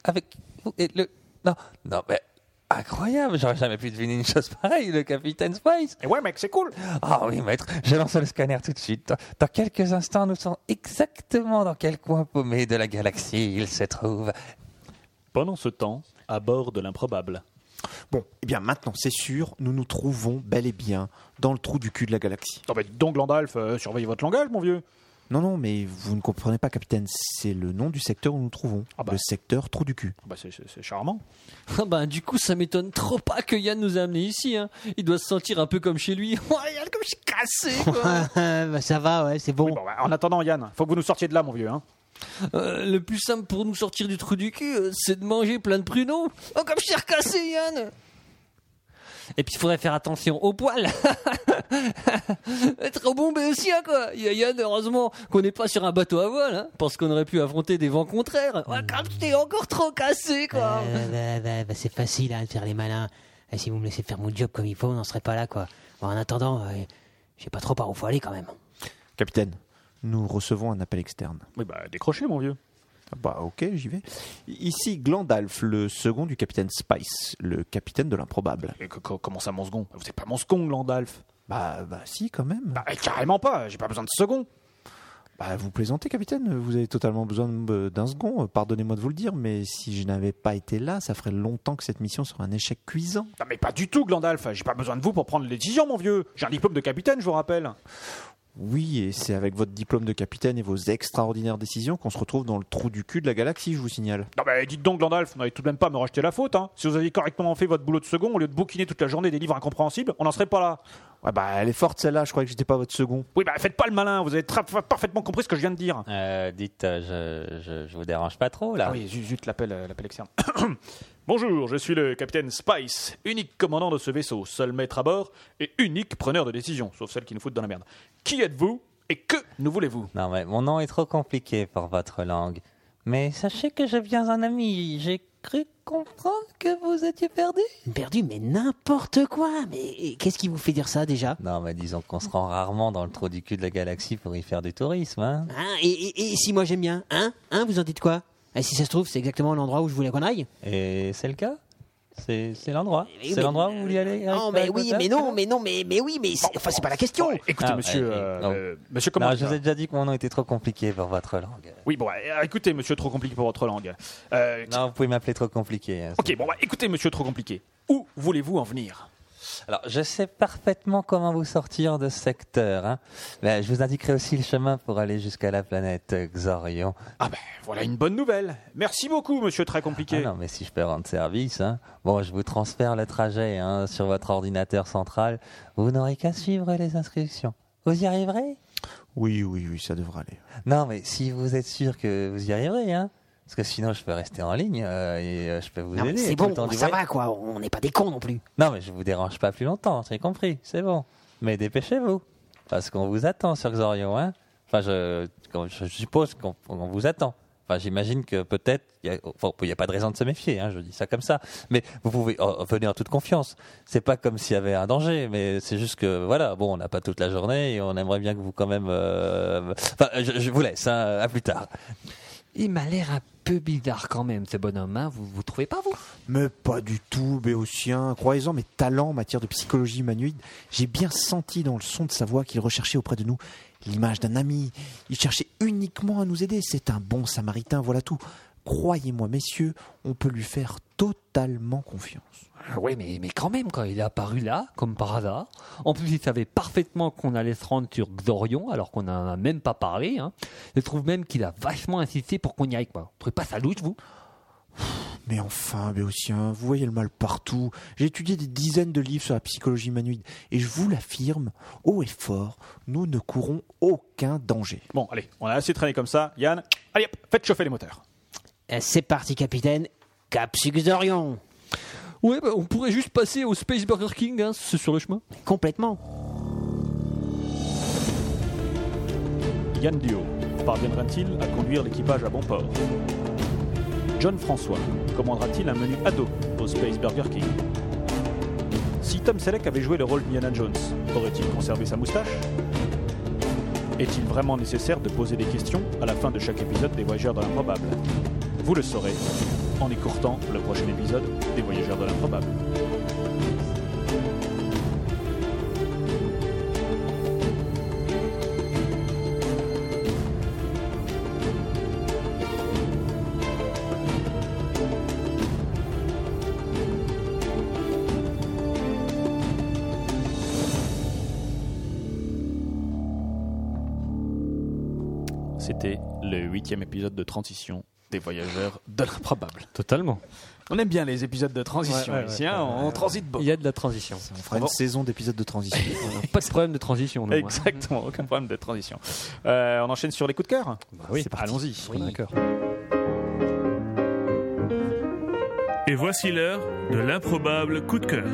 Speaker 7: avec. vous et le- non, non, mais incroyable. J'aurais jamais pu deviner une chose pareille, le Capitaine Spice.
Speaker 9: Et ouais, mec, c'est cool.
Speaker 7: Ah oui, maître, je lance le scanner tout de suite. Dans, dans quelques instants, nous saurons exactement dans quel coin paumé de la galaxie il se trouve.
Speaker 3: Pendant ce temps, à bord de l'improbable.
Speaker 4: Bon, eh bien maintenant, c'est sûr, nous nous trouvons bel et bien dans le trou du cul de la galaxie.
Speaker 9: Non, mais dis donc, Glandalf, euh, surveillez votre langage, mon vieux.
Speaker 4: Non, non, mais vous ne comprenez pas, capitaine, c'est le nom du secteur où nous nous trouvons.
Speaker 9: Ah bah.
Speaker 4: Le secteur trou du cul.
Speaker 9: Ah bah, c'est- c'est c'est charmant.
Speaker 5: Ah bah, du coup, ça m'étonne trop pas que Yann nous a amenés ici. hein. Il doit se sentir un peu comme chez lui. Ouais, Yann, comme je suis cassé. quoi.
Speaker 6: Bah, ça va, ouais, c'est bon.
Speaker 9: Bon, bah, en attendant, Yann, faut que vous nous sortiez de là, mon vieux. Hein.
Speaker 5: Euh, le plus simple pour nous sortir du trou du cul, euh, c'est de manger plein de pruneaux. Oh, comme je suis recassé, Yann Et puis, il faudrait faire attention aux poils. Être bombé aussi, hein, quoi. Il y a Yann, heureusement, qu'on n'est pas sur un bateau à voile, hein, parce qu'on aurait pu affronter des vents contraires. Euh, Ouais, comme je t'ai encore trop cassé, quoi.
Speaker 6: Euh, bah, bah, bah, c'est facile hein, de faire les malins. Et si vous me laissez faire mon job comme il faut, on n'en serait pas là, quoi. Bon, en attendant, euh, je sais pas trop par où faut aller quand même.
Speaker 4: Capitaine, nous recevons un appel externe.
Speaker 9: Oui, bah, décrochez, mon vieux.
Speaker 4: Ah Bah ok, j'y vais. Ici Glandalf, le second du capitaine Spice, le capitaine de l'improbable.
Speaker 9: Et que- que- comment ça, mon second Vous n'êtes pas mon second, Glandalf.
Speaker 4: Bah, bah si, quand même.
Speaker 9: Bah, eh, carrément pas, j'ai pas besoin de second.
Speaker 4: Bah, vous plaisantez, capitaine, vous avez totalement besoin de- euh, d'un second, pardonnez-moi de vous le dire, mais si je n'avais pas été là, ça ferait longtemps que cette mission serait un échec cuisant.
Speaker 9: Non, mais pas du tout, Glandalf. J'ai pas besoin de vous pour prendre les décisions, mon vieux. J'ai un diplôme de capitaine, je vous rappelle.
Speaker 4: Oui, et c'est avec votre diplôme de capitaine et vos extraordinaires décisions qu'on se retrouve dans le trou du cul de la galaxie, je vous signale.
Speaker 9: Non, mais dites donc, Glandalf, vous n'avez tout de même pas à me rejeter la faute. Hein. Si vous aviez correctement fait votre boulot de second, au lieu de bouquiner toute la journée des livres incompréhensibles, on n'en serait pas là.
Speaker 4: Ouais, bah elle est forte celle-là, je croyais que j'étais pas votre second.
Speaker 9: Oui, bah faites pas le malin, vous avez tra- parfaitement compris ce que je viens de dire.
Speaker 7: Euh, dites, euh, je, je, je vous dérange pas trop là.
Speaker 9: Ah oui, zut, zut, l'appel euh, l'appel externe. Bonjour, je suis le capitaine Spice, unique commandant de ce vaisseau, seul maître à bord et unique preneur de décision, sauf celle qui nous foutent dans la merde. Qui êtes-vous et que nous voulez-vous
Speaker 7: Non, mais mon nom est trop compliqué pour votre langue. Mais sachez que je viens en ami. J'ai cru comprendre que vous étiez perdu.
Speaker 6: Perdu, mais n'importe quoi Mais et qu'est-ce qui vous fait dire ça déjà
Speaker 7: Non, mais disons qu'on se rend rarement dans le trou du cul de la galaxie pour y faire du tourisme. Hein
Speaker 6: Hein, et, et- et si moi j'aime bien Hein Hein Vous en dites quoi Et si ça se trouve, c'est exactement l'endroit où je voulais qu'on aille
Speaker 7: Et c'est le cas C'est c'est l'endroit
Speaker 6: Mais-
Speaker 7: C'est
Speaker 6: mais-
Speaker 7: l'endroit où vous voulez aller
Speaker 6: Non,
Speaker 7: euh, Harry
Speaker 6: Ah, mais
Speaker 7: Potter
Speaker 6: oui, mais non, mais non, mais, mais oui, mais c'est- enfin, c'est pas la question
Speaker 9: Ouais, Écoutez,
Speaker 7: Ah,
Speaker 9: monsieur.
Speaker 7: ouais,
Speaker 9: euh,
Speaker 7: non.
Speaker 9: euh, monsieur, comment
Speaker 7: Non, je
Speaker 9: dire
Speaker 7: vous ai déjà dit que mon nom était trop compliqué pour votre langue.
Speaker 9: Oui, bon, euh, écoutez, monsieur, trop compliqué pour votre langue. Euh,
Speaker 7: Non, vous pouvez m'appeler trop compliqué. hein.
Speaker 9: Ok, bon, bah, écoutez, monsieur, trop compliqué. Où voulez-vous en venir
Speaker 7: Alors, je sais parfaitement comment vous sortir de ce secteur. hein. Mais je vous indiquerai aussi le chemin pour aller jusqu'à la planète euh, Xorion.
Speaker 9: Ah ben, voilà une bonne nouvelle. Merci beaucoup, monsieur, très compliqué.
Speaker 7: Ah non, mais si je peux rendre service, hein. bon, je vous transfère le trajet hein, sur votre ordinateur central. Vous n'aurez qu'à suivre les instructions. Vous y arriverez
Speaker 4: Oui, oui, oui, ça devrait aller.
Speaker 7: Non, mais si vous êtes sûr que vous y arriverez, hein. parce que sinon je peux rester en ligne euh, et euh, je peux vous
Speaker 6: Non, mais
Speaker 7: aider.
Speaker 6: c'est
Speaker 7: tout
Speaker 6: bon,
Speaker 7: le temps du
Speaker 6: ça va
Speaker 7: voyage.
Speaker 6: quoi, on n'est pas des cons non plus.
Speaker 7: Non, mais je vous dérange pas plus longtemps, j'ai compris, c'est bon. Mais dépêchez-vous, parce qu'on vous attend sur Xorion. Hein. Enfin, je, je suppose qu'on on vous attend. Enfin, j'imagine que peut-être, il n'y a, enfin, il y a pas de raison de se méfier, hein, je dis ça comme ça. Mais vous pouvez euh, venir en toute confiance. C'est pas comme s'il y avait un danger, mais c'est juste que, voilà, bon, on n'a pas toute la journée et on aimerait bien que vous, quand même. euh, Enfin, je, je vous laisse, hein, à plus tard.
Speaker 5: Il m'a l'air un peu bizarre quand même, ce bonhomme. hein. Vous, vous trouvez pas, vous
Speaker 4: Mais pas du tout, Béotien. Croyez-en mes talents en matière de psychologie humanoïde. J'ai bien senti dans le son de sa voix qu'il recherchait auprès de nous l'image d'un ami. Il cherchait uniquement à nous aider. C'est un bon samaritain, voilà tout. Croyez-moi, messieurs, on peut lui faire totalement confiance.
Speaker 5: Oui, mais, mais quand même, quand il est apparu là, comme par hasard. En plus, il savait parfaitement qu'on allait se rendre sur Xorion, alors qu'on n'en a même pas parlé. hein. Je trouve même qu'il a vachement insisté pour qu'on y aille. Quoi. Vous trouvez pas ça louche, vous
Speaker 4: Mais enfin, Béotien, vous voyez le mal partout. J'ai étudié des dizaines de livres sur la psychologie humanoïde et je vous l'affirme, haut et fort, nous ne courons aucun danger.
Speaker 9: Bon, allez, on a assez traîné comme ça. Yann, allez hop, faites chauffer les moteurs.
Speaker 6: Euh, C'est parti, capitaine. Cap Suxorion
Speaker 5: Ouais, bah, on pourrait juste passer au Space Burger King, hein, c'est sur le chemin.
Speaker 6: Complètement.
Speaker 3: Yann Duo parviendra-t-il à conduire l'équipage à bon port John François commandera-t-il un menu ado au Space Burger King Si Tom Selleck avait joué le rôle d'Indiana Jones, aurait-il conservé sa moustache Est-il vraiment nécessaire de poser des questions à la fin de chaque épisode des Voyageurs de l'improbable Vous le saurez
Speaker 9: en écourtant le prochain épisode des Voyageurs de l'improbable. C'était le huitième épisode de Transition des Voyageurs de l'improbable.
Speaker 5: Totalement.
Speaker 9: On aime bien les épisodes de transition
Speaker 5: Ouais, ouais,
Speaker 9: ici,
Speaker 5: ouais,
Speaker 9: hein,
Speaker 5: ouais,
Speaker 9: on
Speaker 5: ouais.
Speaker 9: transite beaucoup.
Speaker 5: Il y a de la transition.
Speaker 4: On fera une saison d'épisodes de transition.
Speaker 5: On n'a pas de problème de transition. nous, hein.
Speaker 9: Exactement, aucun problème de transition. Euh, on enchaîne sur les coups de cœur
Speaker 5: Bah oui,
Speaker 9: C'est parti. Allons-y.
Speaker 5: D'accord.
Speaker 8: Et voici l'heure de l'improbable coup de cœur.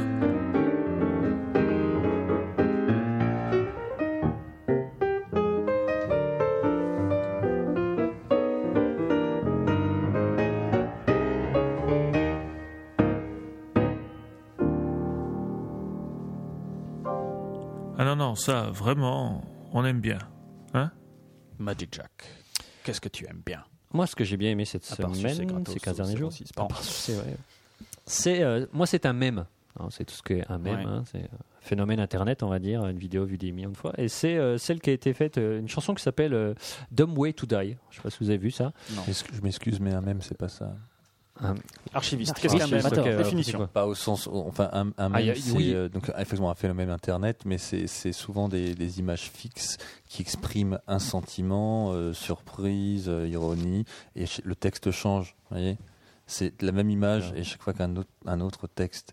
Speaker 8: Ah non, non, ça, vraiment, on aime bien. Hein
Speaker 9: Magic Jack, qu'est-ce que tu aimes bien
Speaker 5: Moi, ce que j'ai bien aimé cette
Speaker 9: À part sucer
Speaker 5: semaine,
Speaker 9: gratos
Speaker 5: ces 15
Speaker 9: sous
Speaker 5: derniers jours,
Speaker 9: 06,
Speaker 5: à
Speaker 9: pardon.
Speaker 5: part sucer, ouais. c'est euh, moi, c'est un mème. Alors, C'est tout ce qu'est un mème.
Speaker 9: Ouais.
Speaker 5: hein, c'est un phénomène internet, on va dire, une vidéo vue des millions de fois. Et c'est euh, celle qui a été faite, euh, une chanson qui s'appelle euh, Dumb Way to Die. Je sais pas si vous avez vu ça.
Speaker 7: Je m'excuse, mais un mème, c'est pas ça.
Speaker 9: Archiviste, qu'est-ce qu'un
Speaker 5: Archiviste,
Speaker 9: mème
Speaker 5: ok, euh,
Speaker 9: Définition.
Speaker 5: c'est quoi
Speaker 7: Pas au sens. Enfin, un, un
Speaker 5: Ah,
Speaker 7: mème,
Speaker 5: y a-
Speaker 7: c'est
Speaker 5: oui.
Speaker 7: euh, donc, effectivement un phénomène internet, mais c'est c'est souvent des, des images fixes qui expriment un sentiment, euh, surprise, euh, ironie, et ch- le texte change. vous voyez c'est la même image et chaque fois qu'un autre, un autre texte.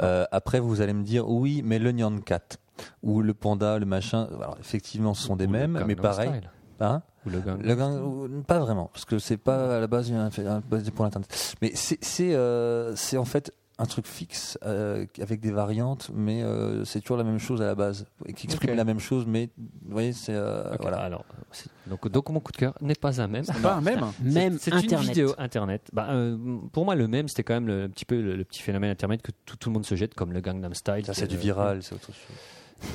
Speaker 7: Euh, après, vous allez me dire oui, mais le Nyan Cat ou le panda, le machin. Alors, effectivement, ce sont des
Speaker 5: Ou le
Speaker 7: mêmes, mais
Speaker 5: Gangnam
Speaker 7: pareil.
Speaker 5: Style.
Speaker 7: Hein
Speaker 5: Ou le gang.
Speaker 7: le gang- ou- pas vraiment, parce que c'est pas à la base un, un- basé pour l'internet. Mais c'est c'est euh, c'est en fait un truc fixe euh, avec des variantes, mais euh, c'est toujours la même chose à la base, et qui exprime la même chose, mais vous voyez, c'est euh,
Speaker 5: Ok, Ah,
Speaker 7: voilà.
Speaker 5: Alors, c'est- donc, donc mon coup de cœur n'est pas un mème.
Speaker 9: Pas un mème
Speaker 6: Même
Speaker 5: C'est
Speaker 6: Internet.
Speaker 5: une vidéo internet. Bah, euh, pour moi, le mème, c'était quand même le, un petit peu le, le petit phénomène internet que tout, tout le monde se jette, comme le Gangnam Style.
Speaker 7: Ça
Speaker 5: qui
Speaker 7: c'est
Speaker 5: est
Speaker 7: du
Speaker 5: le-
Speaker 7: viral, c'est autre chose.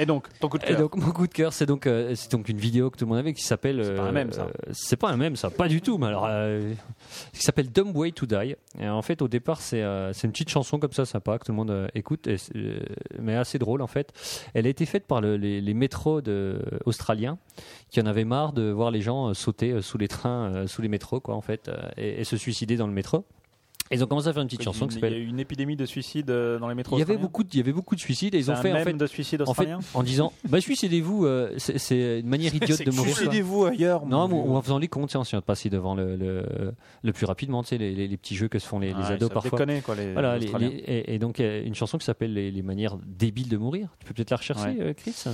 Speaker 9: Et donc, ton coup de
Speaker 5: Et
Speaker 9: cœur
Speaker 5: donc mon coup de cœur, c'est donc euh, c'est donc une vidéo que tout le monde avait qui s'appelle.
Speaker 9: C'est pas un mème, ça.
Speaker 5: euh, c'est pas un même ça, pas du tout. Mais alors, euh, qui s'appelle Dumb Way to Die. Et en fait, au départ, c'est euh, c'est une petite chanson comme ça, sympa, que tout le monde euh, écoute, et c'est, euh, mais assez drôle en fait. Elle a été faite par le- les, les métros de- australiens qui en avaient marre de voir les gens euh, sauter euh, sous les trains, euh, sous les métros quoi en fait, euh, et, et se suicider dans le métro. Et ils ont commencé à faire une petite chanson qui
Speaker 9: Il y a
Speaker 5: s'appelle.
Speaker 9: eu une épidémie de suicides euh, dans les métros.
Speaker 5: Il y avait
Speaker 9: australiens.
Speaker 5: beaucoup, de- il y avait beaucoup de suicides et ils
Speaker 9: C'est
Speaker 5: ont
Speaker 9: un
Speaker 5: fait en
Speaker 9: mème
Speaker 5: fait
Speaker 9: de suicides
Speaker 5: en fait,
Speaker 9: australiens.
Speaker 5: en disant, bah suicidez-vous, euh, c'est- c'est une manière idiote de mourir. quoi.
Speaker 4: Suicidez-vous ailleurs.
Speaker 5: Non,
Speaker 4: mon
Speaker 5: ou,
Speaker 4: vieux.
Speaker 5: ou en faisant les comptes, tu sais, en essayant de passer devant le, le, le plus rapidement, tu sais, les, les, les petits jeux que se font les, les
Speaker 9: Ah, ils
Speaker 5: ados
Speaker 9: savent
Speaker 5: parfois.
Speaker 9: déconner, quoi,
Speaker 3: euh,
Speaker 9: les,
Speaker 5: Voilà,
Speaker 9: les
Speaker 5: les-
Speaker 9: Australiens.
Speaker 5: les- et, et donc euh, une chanson qui s'appelle les, les manières débiles de mourir. Tu peux peut-être la rechercher,
Speaker 9: Ouais.
Speaker 5: euh, Chris.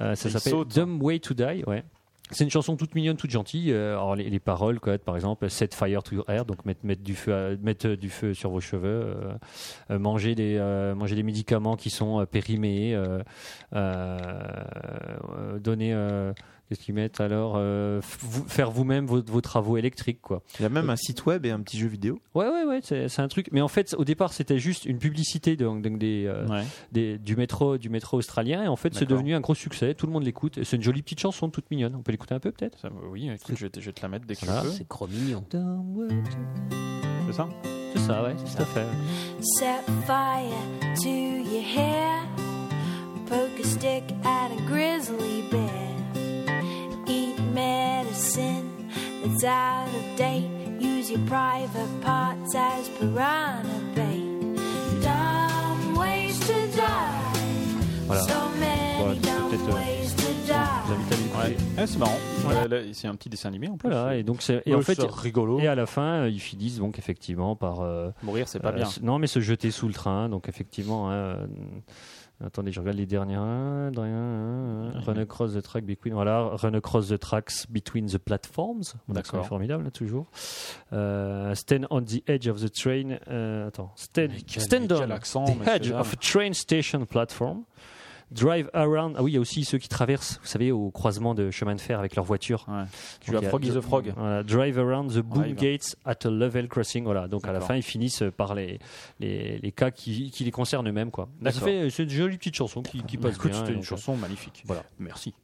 Speaker 5: Euh, ça
Speaker 9: Ils
Speaker 5: s'appelle
Speaker 9: sautent.
Speaker 5: Dumb Way to Die. Ouais. C'est une chanson toute mignonne, toute gentille. Euh, alors les, les paroles, quoi, par exemple, set fire to your hair, donc mettre, mettre du feu, à- mettre euh, du feu sur vos cheveux, euh, euh, manger des euh, manger des médicaments qui sont euh, périmés, euh, euh, euh, donner euh, qu'est-ce qu'ils mettent alors euh, f- vous- faire vous-même vos, vos travaux électriques, quoi.
Speaker 4: Il y a même un site web et un petit jeu vidéo.
Speaker 5: Ouais, ouais, ouais, c'est c'est un truc. Mais en fait, au départ, c'était juste une publicité de, donc des, euh,
Speaker 9: Ouais.
Speaker 5: des- du, métro, du métro australien. Et en fait, c'est
Speaker 9: D'accord.
Speaker 5: devenu un gros succès. Tout le monde l'écoute. Et C'est une jolie petite chanson, toute mignonne. On peut l'écouter un peu, peut-être
Speaker 9: Ça, oui, écoute, je vais, te, je vais te la mettre dès que
Speaker 5: Voilà.
Speaker 9: je
Speaker 6: C'est trop mignon.
Speaker 9: peux. C'est ça
Speaker 5: C'est ça, ouais, tout à fait.
Speaker 11: Set fire to your hair. Poke a stick at a grizzly bear. Eat medicine that's out of date. Use your private parts as piranha bait. Dumb ways to die.
Speaker 5: Voilà.
Speaker 11: So many
Speaker 5: Bon, c'est
Speaker 11: dumb
Speaker 5: peut-être, euh,
Speaker 11: ways to die.
Speaker 5: Je l'invite à l'écouter.
Speaker 9: Ouais. Eh, c'est marrant. Euh, là, c'est un petit dessin animé en plus.
Speaker 5: Voilà, et donc c'est. Et
Speaker 9: Ouais,
Speaker 5: en fait.
Speaker 9: c'est rigolo.
Speaker 5: Et à la fin, euh, ils finissent donc effectivement par. euh,
Speaker 9: Mourir, c'est pas
Speaker 5: euh,
Speaker 9: bien.
Speaker 5: se- non, mais se jeter sous le train. Donc effectivement. hein, euh, Attendez, je regarde les dernières. Hein, dernière, hein, hein. Run across the track between. Voilà, run across the tracks between the platforms. Mon accent
Speaker 9: D'accord.
Speaker 5: est formidable, là, toujours. Euh, stand on the edge of the train. euh, attends. Stand,
Speaker 9: quel-
Speaker 5: stand
Speaker 9: mais quel
Speaker 5: on
Speaker 9: accent,
Speaker 5: the
Speaker 9: mais
Speaker 5: edge
Speaker 9: c'est
Speaker 5: of a train station platform. Drive around. Ah oui, il y a aussi ceux qui traversent, vous savez, au croisement de chemin de fer avec leur voiture.
Speaker 9: Ouais. Tu
Speaker 5: Donc,
Speaker 9: as
Speaker 5: il y a
Speaker 9: Frog is a Frog.
Speaker 5: Voilà, drive around the boom
Speaker 9: Drive.
Speaker 5: gates at a level crossing. Voilà, donc à la
Speaker 9: D'accord.
Speaker 5: fin, ils finissent par les, les, les cas qui, qui les concernent eux-mêmes. Quoi. Ça
Speaker 9: D'accord.
Speaker 5: fait- C'est une jolie petite chanson qui, qui passe
Speaker 9: Écoute,
Speaker 5: bien.
Speaker 9: c'était une
Speaker 5: donc,
Speaker 9: chanson magnifique.
Speaker 5: Voilà.
Speaker 9: Merci.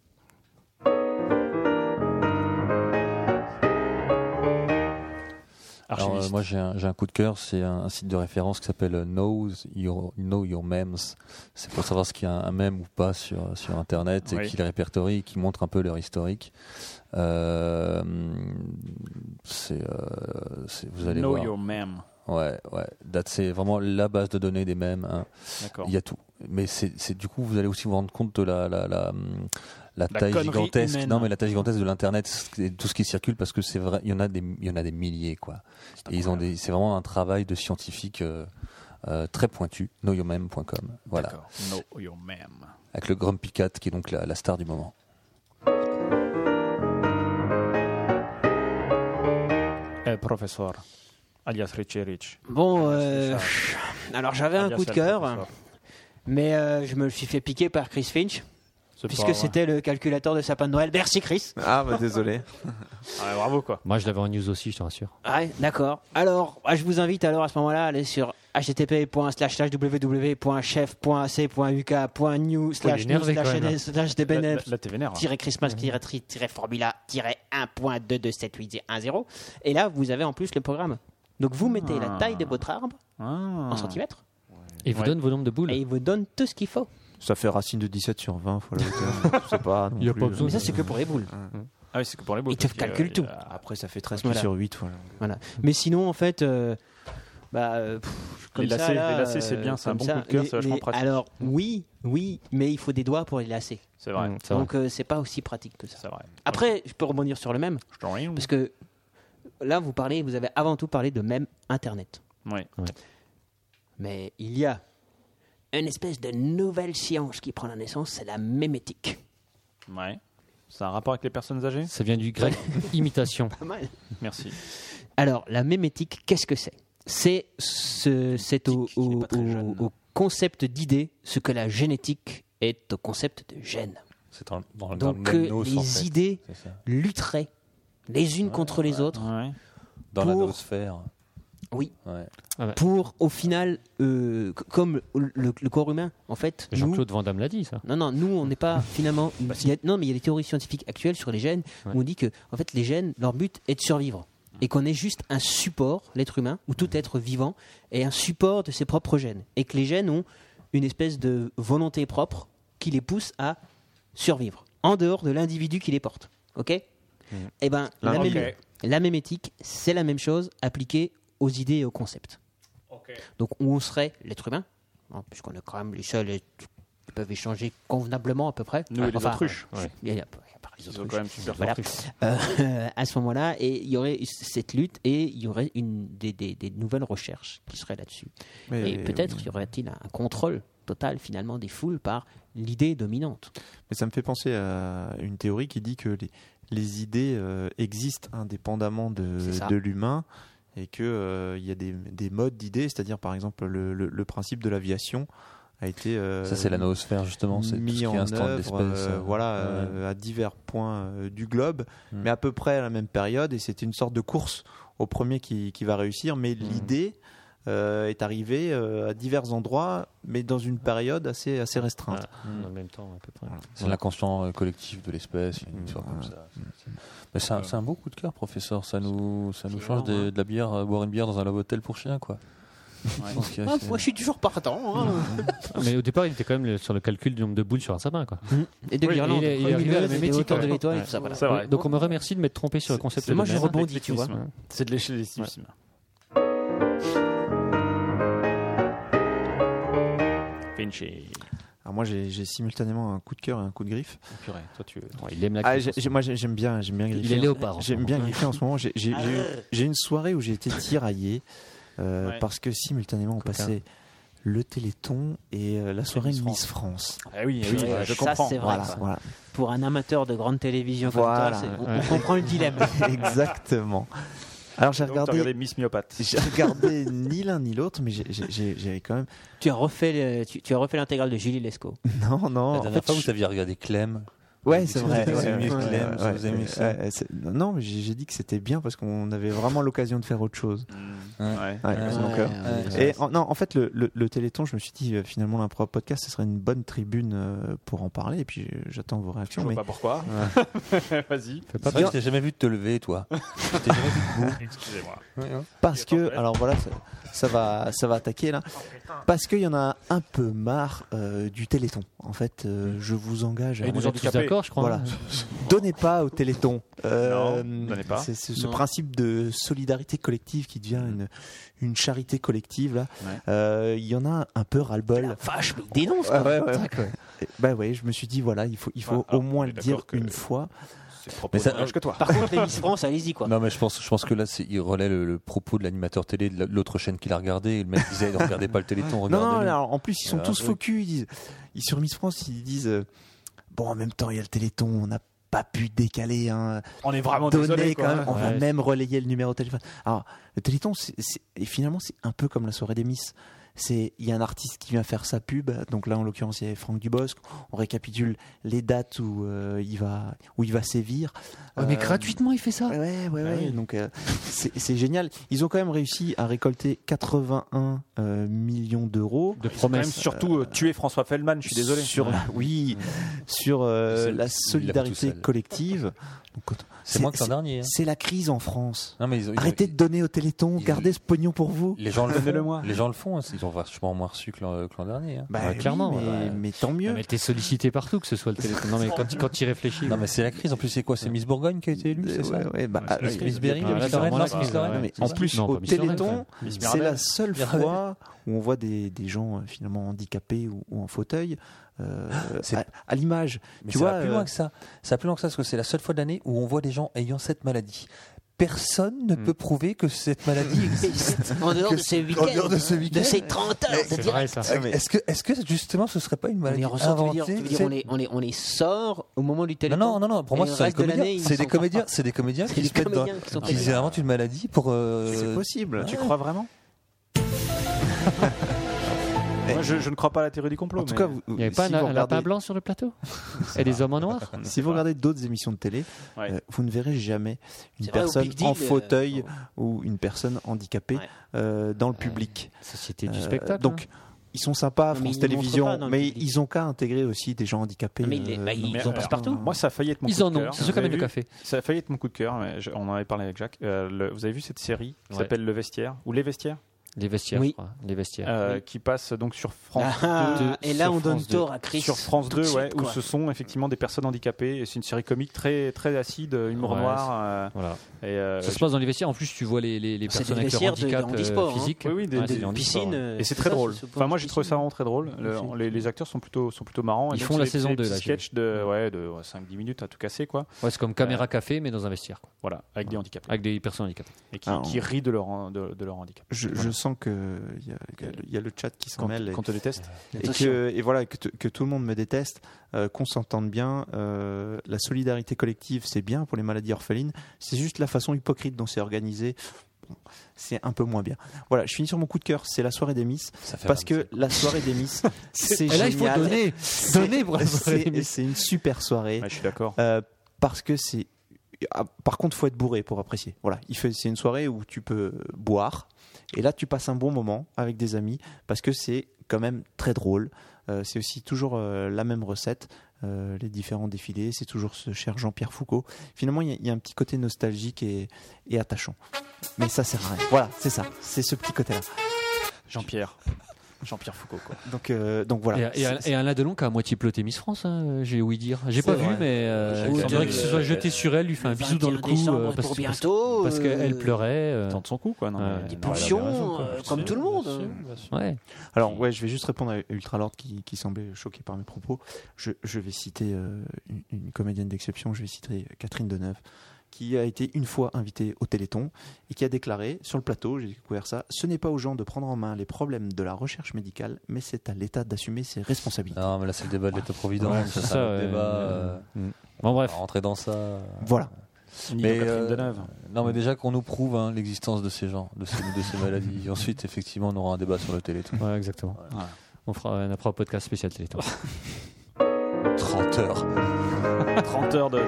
Speaker 7: Alors, euh,
Speaker 3: Archiviste.
Speaker 7: moi, j'ai un, j'ai un coup de cœur. C'est un, un site de référence qui s'appelle euh, Knows Your, Know Your Memes. C'est pour savoir ce qu'il y a un mème ou pas sur, sur Internet et
Speaker 3: Oui.
Speaker 7: qui les répertorie et qui montre un peu leur historique. Euh, c'est, euh, c'est- vous allez
Speaker 3: know
Speaker 7: voir.
Speaker 3: your meme.
Speaker 7: Ouais, ouais. Là, C'est vraiment la base de données des mèmes. hein.
Speaker 3: D'accord.
Speaker 7: Il y a tout. Mais c'est c'est- du coup, vous allez aussi vous rendre compte de la, la, la, hum, la hein. taille
Speaker 3: connerie
Speaker 7: gigantesque.
Speaker 3: humaine.
Speaker 7: Non, mais la taille gigantesque de l'internet, ce qui- tout ce qui circule, parce que c'est vrai, il y en a des, il y en a des milliers, quoi. Et ils ont des, c'est vraiment un travail de scientifique euh, euh, très pointu. knowyourmeme.com. Voilà.
Speaker 3: D'accord. Know your meme.
Speaker 7: Avec le Grumpy Cat, qui est donc la, la star du moment.
Speaker 9: Eh, professeur, alias Richie Rich.
Speaker 6: Bon, euh, alors j'avais un
Speaker 9: Alias
Speaker 6: coup de
Speaker 9: El
Speaker 6: cœur, hein.
Speaker 9: Professeur.
Speaker 6: mais euh, je me suis fait piquer par Chris Finch,
Speaker 9: C'est pas
Speaker 6: puisque
Speaker 9: vrai.
Speaker 6: c'était le calculateur de sapin de Noël. Merci Chris.
Speaker 4: Ah, bah désolé.
Speaker 9: Ah, bravo, quoi.
Speaker 5: Moi, je l'avais en news aussi, je te rassure.
Speaker 6: Ouais, d'accord. Alors, ah, je vous invite alors à ce moment-là à aller sur http://www.chef.ac.uk.new
Speaker 5: Faut
Speaker 6: slash news
Speaker 5: l'énerver quand
Speaker 6: slash
Speaker 5: même, là.
Speaker 6: ns slash
Speaker 9: Là, là,
Speaker 6: dbnf
Speaker 9: là, t'es vénère. hein.
Speaker 6: christmas-formula-1.22780 et là vous avez en plus le programme. Donc vous mettez la taille de votre arbre
Speaker 9: Ah.
Speaker 6: en centimètres
Speaker 5: Et vous
Speaker 9: Ouais.
Speaker 5: donne vos nombres de boules.
Speaker 6: et il vous donne tout ce qu'il faut.
Speaker 4: Ça fait racine de 17 sur 20 fois la hauteur. Je sais pas. hein, non
Speaker 5: Il y a
Speaker 4: plus.
Speaker 5: pas besoin
Speaker 6: Mais ça c'est que pour les boules.
Speaker 9: Ah oui, c'est que pour les boules.
Speaker 6: Ils te
Speaker 9: parce que,
Speaker 6: calculent
Speaker 9: euh,
Speaker 6: tout.
Speaker 9: ah,
Speaker 4: Après, ça fait 13
Speaker 6: Voilà.
Speaker 4: sur 8 fois.
Speaker 6: Voilà. Mais sinon en fait euh, bah euh, pff, comme
Speaker 9: Les
Speaker 6: ça,
Speaker 9: lacets,
Speaker 6: là,
Speaker 9: les lacets, c'est
Speaker 6: euh,
Speaker 9: bien, c'est un
Speaker 6: comme
Speaker 9: bon
Speaker 6: ça,
Speaker 9: coup de cœur,
Speaker 6: les-
Speaker 9: c'est vachement
Speaker 6: les-
Speaker 9: pratique.
Speaker 6: Alors oui, oui, mais il faut des doigts pour les lacer.
Speaker 9: C'est vrai.
Speaker 5: Mm, c'est vrai.
Speaker 6: Donc euh, c'est pas aussi pratique que ça.
Speaker 9: C'est vrai.
Speaker 6: Après, je peux rebondir sur le même
Speaker 9: Je t'en ris ou-
Speaker 6: parce que là vous parlez, vous avez avant tout parlé de même internet.
Speaker 9: Ouais.
Speaker 6: Mais il y a une espèce de nouvelle science qui prend la naissance, c'est la mémétique.
Speaker 9: Ouais. C'est un rapport avec les personnes âgées
Speaker 5: Ça vient du grec imitation.
Speaker 6: Pas mal.
Speaker 9: Merci.
Speaker 6: Alors, la mémétique, qu'est-ce que c'est C'est ce- c'est au,
Speaker 3: Mémétique, il est pas très
Speaker 6: au-
Speaker 3: jeune.
Speaker 6: au concept d'idée ce que la génétique est au concept de gène.
Speaker 7: C'est dans, dans, dans
Speaker 6: Donc,
Speaker 7: le
Speaker 6: euh,
Speaker 7: même nos,
Speaker 6: les
Speaker 7: en fait.
Speaker 6: idées
Speaker 7: C'est ça.
Speaker 6: lutteraient les
Speaker 3: Ah,
Speaker 6: unes contre les autres
Speaker 9: Ouais.
Speaker 7: Dans la
Speaker 6: pour-
Speaker 7: nosphère.
Speaker 6: Oui.
Speaker 7: Ouais.
Speaker 6: pour, au final, euh, c- comme le, le corps humain, en fait, nous,
Speaker 5: Jean-Claude Van Damme l'a dit, ça.
Speaker 6: Non, non, nous, on n'est pas finalement. il y a- non, mais il y a des théories scientifiques actuelles sur les gènes où on dit que, en fait, les gènes, leur but est de survivre. Mmh. Et qu'on est juste un support, l'être humain, ou
Speaker 9: Mmh.
Speaker 6: tout être vivant, est un support de ses propres gènes. Et que les gènes ont une espèce de volonté propre qui les pousse à survivre, en dehors de l'individu qui les porte. OK
Speaker 9: Mmh.
Speaker 6: Eh bien, la,
Speaker 4: Ok.
Speaker 6: mém- la mémétique, c'est la même chose appliquée aux idées et aux concepts. Donc, où on serait l'être humain, hein, puisqu'on est quand même les seuls êtres qui peuvent échanger convenablement à peu près.
Speaker 9: Nous et les
Speaker 6: Enfin,
Speaker 9: autruches.
Speaker 6: euh, Il y a, il y a pas les
Speaker 9: Ils ont
Speaker 6: autruches.
Speaker 9: quand même super
Speaker 6: Voilà. Euh, à ce moment-là, et il y aurait cette lutte et il y aurait une, des, des- des nouvelles recherches qui seraient là-dessus.
Speaker 4: Mais-
Speaker 6: Et peut-être y aurait-il un contrôle total finalement des foules par l'idée dominante.
Speaker 4: Mais ça me fait penser à une théorie qui dit que les, les idées euh, existent indépendamment
Speaker 6: C'est ça.
Speaker 4: de, de l'humain et qu'il y a des, des modes d'idées, c'est-à-dire par exemple le, le- le principe de l'aviation a été euh,
Speaker 7: Ça, c'est la noosphère, justement. C'est tout ce
Speaker 4: mis
Speaker 7: qui est
Speaker 4: en
Speaker 7: instant
Speaker 4: œuvre,
Speaker 7: d'espèce.
Speaker 4: euh, voilà,
Speaker 7: Ouais.
Speaker 4: euh, à divers points euh, du globe,
Speaker 7: Mm.
Speaker 4: mais à peu près à la même période et c'était une sorte de course au premier qui, qui va réussir, mais l'idée euh, est arrivée euh, à divers endroits, mais dans une période assez, assez restreinte.
Speaker 5: En même temps, à peu près.
Speaker 7: C'est l'inconscient euh, collectif de l'espèce, il y a une histoire comme ça. Mais c'est un, c'est un beau coup de cœur, professeur. Ça nous, ça nous change des- de, la bière, euh, boire une bière dans un labo hôtel pour chien, quoi. Je pense qu'il y a- c'est-
Speaker 6: moi, je suis toujours partant. hein.
Speaker 5: Mais au départ, il était quand même le- sur le calcul du nombre de boules sur un sapin, quoi.
Speaker 6: Et de
Speaker 5: Oui,
Speaker 6: l'Irlande.
Speaker 5: il est- il est
Speaker 6: Au
Speaker 5: arrivé
Speaker 6: milieu,
Speaker 5: à la
Speaker 6: c'était
Speaker 5: mémétique,
Speaker 6: autour de
Speaker 5: ouais.
Speaker 6: l'étoile, tout ça, voilà.
Speaker 9: C'est vrai.
Speaker 5: Donc on me remercie de m'être trompé sur le concept.
Speaker 6: c'est- moi,
Speaker 5: de
Speaker 6: je
Speaker 5: merde.
Speaker 6: rebondis, tu vois.
Speaker 9: C'est de l'échelonnisme. Pinchy.
Speaker 4: Alors moi j'ai j'ai simultanément un coup de cœur et un coup de griffe.
Speaker 9: Purée, toi tu.
Speaker 5: Ouais, il aime la
Speaker 4: Ah,
Speaker 5: culture.
Speaker 4: j'ai- j'ai- moi j'ai- j'aime bien, j'aime bien
Speaker 5: Il est
Speaker 4: griffer.
Speaker 5: léopard. en ce
Speaker 4: J'aime
Speaker 5: moment.
Speaker 4: bien griffer en ce moment. J'ai- J'ai j'ai eu- j'ai une soirée où j'ai été tiraillé euh,
Speaker 9: Ouais.
Speaker 4: parce que simultanément on passait le Téléthon et euh, la soirée
Speaker 9: Miss
Speaker 4: Miss France.
Speaker 6: Eh
Speaker 9: Ah oui, oui,
Speaker 6: Ouais,
Speaker 9: je
Speaker 6: ça,
Speaker 9: comprends.
Speaker 6: c'est vrai.
Speaker 4: Voilà,
Speaker 6: quoi.
Speaker 4: voilà.
Speaker 6: Pour un amateur de grande télévision
Speaker 4: Voilà.
Speaker 6: comme toi, c'est- on, on comprend le dilemme.
Speaker 4: Exactement. Alors j'ai
Speaker 9: Donc, t'as regardé
Speaker 4: regardé,
Speaker 9: Miss Myopathe.
Speaker 4: j'ai regardé ni l'un ni l'autre, mais j'ai- j'ai- j'ai- j'avais quand même.
Speaker 6: tu as refait le- tu, tu as refait l'intégrale de Julie Lescaut.
Speaker 4: Non, non.
Speaker 7: La
Speaker 4: en
Speaker 7: dernière
Speaker 4: fait,
Speaker 7: fois,
Speaker 4: je-
Speaker 7: vous aviez regardé Clem.
Speaker 6: Ouais, c'est vrai.
Speaker 7: Si vous
Speaker 6: ouais,
Speaker 7: aimiez
Speaker 6: ouais,
Speaker 7: Clem, si
Speaker 4: Ouais,
Speaker 7: vous aimiez
Speaker 4: ouais,
Speaker 7: ça.
Speaker 4: ouais, c'est- non, mais j'ai j'ai dit que c'était bien parce qu'on avait vraiment l'occasion de faire autre chose.
Speaker 9: Ouais.
Speaker 4: Ouais,
Speaker 7: Ah, Ouais,
Speaker 4: donc,
Speaker 6: ouais,
Speaker 4: euh,
Speaker 6: ouais,
Speaker 4: et en, non, en fait, le, le- le Téléthon, je me suis dit euh, finalement l'impro podcast, ce serait une bonne tribune euh, pour en parler. Et puis euh, j'attends vos
Speaker 9: Je
Speaker 4: réactions.
Speaker 9: vois
Speaker 4: Mais
Speaker 9: pas pourquoi. Vas-y.
Speaker 7: C'est vrai que je t'ai jamais vu te lever, toi. Je t'ai jamais vu te bouger.
Speaker 9: Excusez-moi.
Speaker 4: parce que, alors voilà, ça, ça va, ça va attaquer là.
Speaker 9: Oh,
Speaker 4: Parce qu'il y en a un peu marre euh, du Téléthon. En fait, euh, je vous engage. à-
Speaker 5: Et nous sommes tous
Speaker 9: handicapés.
Speaker 5: d'accord, je crois.
Speaker 4: Voilà. Donnez pas au Téléthon. Euh,
Speaker 9: Non, donnez pas.
Speaker 4: C'est c'est ce
Speaker 6: Non.
Speaker 4: principe de solidarité collective qui devient une, une charité collective. là. Euh, Il y en a un peu ras-le-bol.
Speaker 6: Vache, mais il dénonce
Speaker 4: Ouais,
Speaker 6: quoi.
Speaker 4: ouais, ouais. Et- Bah ouais, je me suis dit, voilà, il faut, il faut
Speaker 9: Ah, alors,
Speaker 4: au moins
Speaker 9: on est
Speaker 4: le dire
Speaker 9: d'accord que-
Speaker 4: une fois.
Speaker 9: C'est propos
Speaker 7: ça-
Speaker 9: de l'âge que toi.
Speaker 6: Par contre, les France, allez-y quoi.
Speaker 7: Non, mais je pense, je pense que là, c'est- il relaie le, le propos de l'animateur télé de la- l'autre chaîne qu'il a regardé. Et Le mec disait ne regardez pas le téléthon,
Speaker 4: Non,
Speaker 7: regardez.
Speaker 4: non, alors, en plus, ils sont
Speaker 7: Ah,
Speaker 4: tous
Speaker 7: oui.
Speaker 4: faux culs, Ils disent, ils, sur Miss France, ils disent, euh, bon, en même temps, il y a le téléthon, on n'a pas pu décaler. Hein.
Speaker 9: On est vraiment
Speaker 4: Donner
Speaker 9: désolé
Speaker 4: quand même, on va
Speaker 5: Ouais.
Speaker 4: même relayer le numéro de téléphone. Alors, le téléthon, c'est- c'est- et finalement, c'est un peu comme la soirée des Miss. C'est, il y a un artiste qui vient faire sa pub. Donc là, en l'occurrence, il y a Franck Dubosc. On récapitule les dates où, euh, il, va, où il va sévir.
Speaker 5: mais
Speaker 4: Euh,
Speaker 5: gratuitement, il fait ça.
Speaker 4: Ouais, ouais, ouais. ouais. Donc, euh, c'est c'est génial. Ils ont quand même réussi à récolter 81 euh, millions d'euros.
Speaker 5: De
Speaker 9: Quand même,
Speaker 5: promesses.
Speaker 9: surtout euh, tuer François Feldman, je suis désolé.
Speaker 4: Sur, oui, sur euh,
Speaker 7: C'est- il l'a
Speaker 4: la
Speaker 7: tout
Speaker 4: solidarité
Speaker 7: seul.
Speaker 4: collective. Donc, quand-
Speaker 7: C'est moins que l'an dernier. hein.
Speaker 4: C'est la crise en France.
Speaker 7: Non, mais ils ont- ils ont-
Speaker 4: Arrêtez de donner au Téléthon,
Speaker 7: ils-
Speaker 4: gardez ce pognon pour vous.
Speaker 7: Les gens le
Speaker 9: Donnez-le
Speaker 7: font.
Speaker 9: moi.
Speaker 7: Les gens le font. hein. Ils ont vachement moins reçu que l'an que l'an dernier. hein.
Speaker 4: Bah,
Speaker 5: Ouais,
Speaker 4: oui,
Speaker 5: clairement,
Speaker 4: mais,
Speaker 5: ouais.
Speaker 4: mais tant mieux.
Speaker 5: Non, mais t'es sollicité partout, que ce soit le téléphone. Non, mais quand, tu- quand tu y réfléchis.
Speaker 7: Non, mais c'est la crise. En plus, c'est quoi C'est Miss Bourgogne qui a été élue, c'est ça
Speaker 4: Ouais, ouais, bah,
Speaker 9: c'est la
Speaker 4: ah,
Speaker 9: crise.
Speaker 4: oui.
Speaker 7: Miss Berry,
Speaker 5: Ah, là,
Speaker 7: Miss
Speaker 5: c'est
Speaker 7: Lorraine,
Speaker 5: vraiment
Speaker 7: Lorraine,
Speaker 5: la
Speaker 7: Miss
Speaker 5: crise,
Speaker 7: Lorraine.
Speaker 5: ouais.
Speaker 4: Non, mais
Speaker 5: c'est
Speaker 4: en
Speaker 5: ça.
Speaker 4: plus,
Speaker 5: Non,
Speaker 4: au
Speaker 5: pas Miss Lorraine,
Speaker 4: Téléthon,
Speaker 5: quand même.
Speaker 4: c'est la seule fois où on voit des, des gens euh, finalement handicapés ou, ou en fauteuil euh,
Speaker 7: C'est-
Speaker 4: à, à l'image.
Speaker 7: Mais
Speaker 4: Tu
Speaker 7: ça
Speaker 4: vois,
Speaker 7: va plus
Speaker 4: euh,
Speaker 7: loin que ça. Ça va plus loin que ça parce que c'est la seule fois de l'année où on voit des gens ayant cette maladie. Personne ne
Speaker 4: Mm.
Speaker 7: peut prouver que cette maladie existe.
Speaker 6: En dehors de ces
Speaker 7: En dehors
Speaker 6: week-ends,
Speaker 7: de ce week-end.
Speaker 6: de ces 30 heures, de
Speaker 5: C'est
Speaker 6: dire,
Speaker 5: vrai, ça.
Speaker 4: ah,
Speaker 7: Est-ce que, est-ce que justement ce serait pas une
Speaker 6: on les
Speaker 7: maladie
Speaker 6: ressort, tu veux dire,
Speaker 7: inventée
Speaker 6: tu veux dire,
Speaker 7: c'est-
Speaker 6: on, les, on, les, on les sort au moment du
Speaker 7: non,
Speaker 6: téléphone.
Speaker 7: non, non, non, pour moi,
Speaker 6: Et
Speaker 7: ce
Speaker 6: le
Speaker 7: sont des
Speaker 6: reste de
Speaker 7: comédiens.
Speaker 6: l'année, ils
Speaker 7: C'est
Speaker 6: s'en
Speaker 7: des
Speaker 6: sortent
Speaker 7: comédiens,
Speaker 6: pas.
Speaker 7: c'est des comédiens
Speaker 6: C'est
Speaker 7: qui
Speaker 6: des
Speaker 7: se mettent dans,
Speaker 6: comédiens qui sont
Speaker 7: qui
Speaker 6: téléphonés.
Speaker 7: inventent une maladie pour. euh,
Speaker 4: c'est possible.
Speaker 9: Tu crois vraiment Moi, je, je ne crois pas à la théorie du complot.
Speaker 4: En tout
Speaker 9: mais-
Speaker 4: cas, vous-
Speaker 5: Il n'y avait pas
Speaker 4: si
Speaker 5: un,
Speaker 4: vous
Speaker 5: un lapin
Speaker 4: regardez,
Speaker 5: blanc sur le plateau Et des hommes en noir
Speaker 4: si vous regardez d'autres émissions de télé,
Speaker 9: Ouais.
Speaker 4: euh, vous ne verrez jamais une
Speaker 6: C'est vrai, au
Speaker 4: personne
Speaker 6: Big Deal,
Speaker 4: en
Speaker 6: euh,
Speaker 4: fauteuil
Speaker 6: oh.
Speaker 4: ou une personne handicapée
Speaker 6: Ouais.
Speaker 4: euh, dans le public.
Speaker 5: Société
Speaker 4: Euh,
Speaker 5: du spectacle.
Speaker 4: donc, ils sont sympas,
Speaker 6: Non, mais
Speaker 4: France
Speaker 6: ils ne montrent pas
Speaker 4: Télévisions,
Speaker 6: dans le
Speaker 4: mais
Speaker 6: public.
Speaker 4: ils ont qu'à intégrer aussi des gens handicapés.
Speaker 6: Non, mais ils les-
Speaker 4: euh,
Speaker 6: bah,
Speaker 4: dans-
Speaker 6: ils
Speaker 9: Mais
Speaker 6: en passent
Speaker 9: alors,
Speaker 6: partout.
Speaker 9: Moi, ça a failli être mon
Speaker 5: Ils
Speaker 9: coup
Speaker 5: en
Speaker 9: de
Speaker 5: ont,
Speaker 9: cœur.
Speaker 5: c'est ceux
Speaker 9: Vous
Speaker 5: qui amènent
Speaker 9: avez
Speaker 5: le
Speaker 9: vu
Speaker 5: café.
Speaker 9: Ça a failli être mon coup de cœur. Mais je- on en avait parlé avec Jacques. Euh, le- vous avez vu cette série qui
Speaker 5: Ouais.
Speaker 9: s'appelle Le Vestiaire ou Les Vestiaires,
Speaker 5: Les vestiaires,
Speaker 6: Oui.
Speaker 5: je crois. Les vestiaires.
Speaker 9: euh, qui passe donc sur France.
Speaker 6: Ah, et là,
Speaker 9: sur
Speaker 6: on donne
Speaker 9: France 2.
Speaker 6: tort à Chris.
Speaker 9: Sur France
Speaker 6: tout de
Speaker 9: 2, ouais,
Speaker 6: suite,
Speaker 9: où
Speaker 6: quoi.
Speaker 9: ce sont effectivement des personnes handicapées. Et C'est une série comique très, très acide, humour
Speaker 5: Ouais,
Speaker 9: noir.
Speaker 5: Voilà.
Speaker 9: euh, et, euh,
Speaker 5: Ça se passe dans les vestiaires. En plus, tu vois les, les, les
Speaker 6: C'est des
Speaker 5: personnes avec leur
Speaker 6: vestiaires de-
Speaker 5: handicap
Speaker 6: de
Speaker 5: euh,
Speaker 6: handisport, hein.
Speaker 5: physique.
Speaker 9: Oui, oui, des-
Speaker 5: c'est
Speaker 9: des
Speaker 5: handisport,
Speaker 6: piscines.
Speaker 5: ouais.
Speaker 6: euh,
Speaker 9: Et c'est
Speaker 6: tout
Speaker 9: très
Speaker 6: ça,
Speaker 9: drôle.
Speaker 6: ce sport
Speaker 9: Enfin, moi,
Speaker 6: de
Speaker 9: j'ai trouvé ça
Speaker 6: piscine.
Speaker 9: vraiment très drôle. Le-
Speaker 6: Magnifique.
Speaker 9: les, les acteurs sont plutôt, sont plutôt marrants. Et
Speaker 5: Ils
Speaker 9: donc,
Speaker 5: font
Speaker 9: c'est
Speaker 5: la
Speaker 9: des-
Speaker 5: saison
Speaker 9: des
Speaker 5: 2,
Speaker 9: petits
Speaker 5: là, j'ai
Speaker 9: sketchs de, ouais, de 5-10 minutes à tout casser, quoi.
Speaker 5: Ouais, c'est comme
Speaker 6: Euh.
Speaker 5: caméra café, mais dans un vestiaire. quoi.
Speaker 9: Voilà, avec des handicapés.
Speaker 5: Avec des personnes handicapées.
Speaker 9: Et qui,
Speaker 4: Ah,
Speaker 9: qui rient de leur, han- de, de leur handicap.
Speaker 4: Je, je sens que il y, a- il y a le- il y a le chat qui s'en
Speaker 9: Quand,
Speaker 4: mêle. et-
Speaker 9: quand on déteste.
Speaker 4: et que et voilà que, t- que tout le monde me déteste, euh, qu'on s'entende bien. euh, la solidarité collective, c'est bien pour les maladies orphelines. C'est juste la façon hypocrite dont c'est organisé. Bon, C'est un peu moins bien. Voilà, je finis sur mon coup de cœur. C'est la soirée des Miss
Speaker 7: Ça fait
Speaker 4: parce
Speaker 7: mal,
Speaker 4: que la soirée des Miss, c'est
Speaker 5: Et là, il faut
Speaker 4: génial.
Speaker 5: donner.
Speaker 4: C'est-
Speaker 5: Donner pour la soirée
Speaker 4: c'est-
Speaker 5: des Miss.
Speaker 4: C'est une super soirée.
Speaker 9: Ouais, je suis d'accord.
Speaker 4: Euh, parce que c'est. ah, Par contre, faut être bourré pour apprécier. Voilà, il fait c'est une soirée où tu peux boire et là tu passes un bon moment avec des amis parce que c'est quand même très drôle. Euh, c'est aussi toujours euh, la même recette, euh, les différents défilés. C'est toujours ce cher Jean-Pierre Foucault. Finalement, il y a- il y, a un petit côté nostalgique et, et attachant. Mais ça sert à rien. Voilà, c'est ça, c'est ce petit côté-là.
Speaker 9: Jean-Pierre. Jean-Pierre Foucault, quoi.
Speaker 4: Donc, euh, donc
Speaker 5: Et,
Speaker 4: voilà.
Speaker 5: et, un- et un Aladelon qui a à moitié piloté Miss France, hein, j'ai ouï dire. J'ai
Speaker 6: C'est
Speaker 5: pas
Speaker 6: vrai.
Speaker 5: vu, mais euh,
Speaker 6: J'ai
Speaker 5: on dirait
Speaker 6: regardé,
Speaker 5: qu'il se soit jeté sur elle, lui fait un bisou dans le
Speaker 6: 21
Speaker 5: cou.
Speaker 6: décembre
Speaker 5: euh, parce,
Speaker 6: pour
Speaker 5: parce-
Speaker 6: bientôt.
Speaker 5: parce qu'elle
Speaker 6: euh,
Speaker 5: pleurait. euh,
Speaker 9: Tente son coup, quoi. Non,
Speaker 5: Ouais.
Speaker 9: mais-
Speaker 5: Des
Speaker 9: non, elle avait
Speaker 6: Pulsion,
Speaker 9: raison, quoi.
Speaker 6: euh, comme tout le
Speaker 4: hein.
Speaker 6: monde.
Speaker 5: ouais.
Speaker 4: Alors, ouais, je vais juste répondre à Ultralord qui, qui semblait choqué par mes propos. Je, je vais citer euh, une, une comédienne d'exception, je vais citer Catherine Deneuve, qui a été une fois invitée au Téléthon et qui a déclaré sur le plateau, j'ai découvert ça, ce n'est pas aux gens de prendre en main les problèmes de la recherche médicale, mais c'est à l'État d'assumer ses responsabilités.
Speaker 7: Non, mais là, c'est le débat de l'État-providence.
Speaker 5: Ouais,
Speaker 7: ça,
Speaker 5: c'est
Speaker 7: c'est
Speaker 5: ça,
Speaker 7: un autre
Speaker 5: ouais.
Speaker 7: débat. euh,
Speaker 5: Bon,
Speaker 7: on va
Speaker 5: bref.
Speaker 7: Rentrer dans ça.
Speaker 4: Voilà.
Speaker 9: Ni
Speaker 7: Mais,
Speaker 9: Catherine
Speaker 7: euh,
Speaker 9: Deneuve.
Speaker 7: Non, mais déjà qu'on nous prouve hein, l'existence de ces gens, de ces, de ces maladies. Ensuite, effectivement, on aura un débat sur le téléthon.
Speaker 5: Ouais, exactement.
Speaker 9: Voilà.
Speaker 5: On fera on fera un podcast spécial Téléthon.
Speaker 7: 30 heures.
Speaker 9: 30 heures de, de-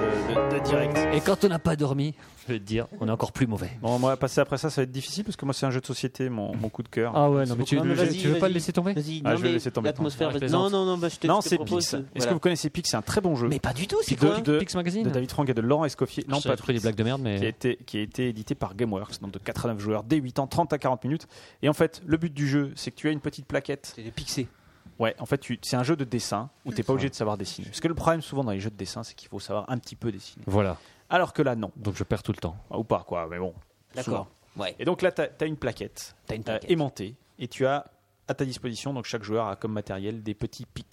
Speaker 9: de- de direct.
Speaker 5: Et quand on n'a pas dormi, je vais te dire, on est encore plus mauvais.
Speaker 9: Bon, moi, passer après ça, ça va être difficile parce que moi, c'est un jeu de société, mon, mon coup de cœur.
Speaker 5: Ah ouais, non, mais
Speaker 9: beaucoup-
Speaker 5: tu,
Speaker 6: Non, mais
Speaker 5: tu-
Speaker 6: vas-y,
Speaker 5: tu veux pas
Speaker 6: vas-y.
Speaker 5: le laisser tomber
Speaker 6: Vas-y,
Speaker 9: Ah,
Speaker 6: non,
Speaker 9: je vais
Speaker 6: mais
Speaker 9: laisser tomber,
Speaker 6: l'atmosphère.
Speaker 5: attends, je
Speaker 6: va- Non,
Speaker 5: plaisante.
Speaker 6: non, non, bah, je te,
Speaker 9: Non,
Speaker 6: je te
Speaker 9: c'est
Speaker 6: propose,
Speaker 9: Pix. Est-ce
Speaker 6: voilà.
Speaker 9: que vous connaissez Pix C'est un très bon jeu.
Speaker 6: Mais pas du tout, c'est
Speaker 9: de,
Speaker 6: quoi hein
Speaker 9: de-
Speaker 5: Pix Magazine
Speaker 9: de David Franck et de Laurent Escoffier. Non, pas
Speaker 5: pris des
Speaker 9: Pix.
Speaker 5: blagues de merde, mais.
Speaker 9: qui a, été, qui a été édité par Gameworks, donc de 89 joueurs, dès 8 ans, 30 à 40 minutes. Et en fait, le but du jeu, c'est que tu as une petite plaquette.
Speaker 6: C'est des pixés.
Speaker 9: Ouais, en fait, tu- c'est un jeu de dessin où t'es pas obligé de savoir dessiner. Parce que le problème souvent dans les jeux de dessin, c'est qu'il faut savoir un petit peu dessiner.
Speaker 5: Voilà,
Speaker 9: Alors que là, non.
Speaker 5: donc je perds tout le temps.
Speaker 9: Ou pas, quoi, mais bon.
Speaker 6: D'accord. Ouais.
Speaker 9: Et donc là, tu as, une plaquette,
Speaker 6: T'as une
Speaker 9: euh,
Speaker 6: plaquette.
Speaker 9: aimantée et tu as à ta disposition, donc chaque joueur a comme matériel des petits pics,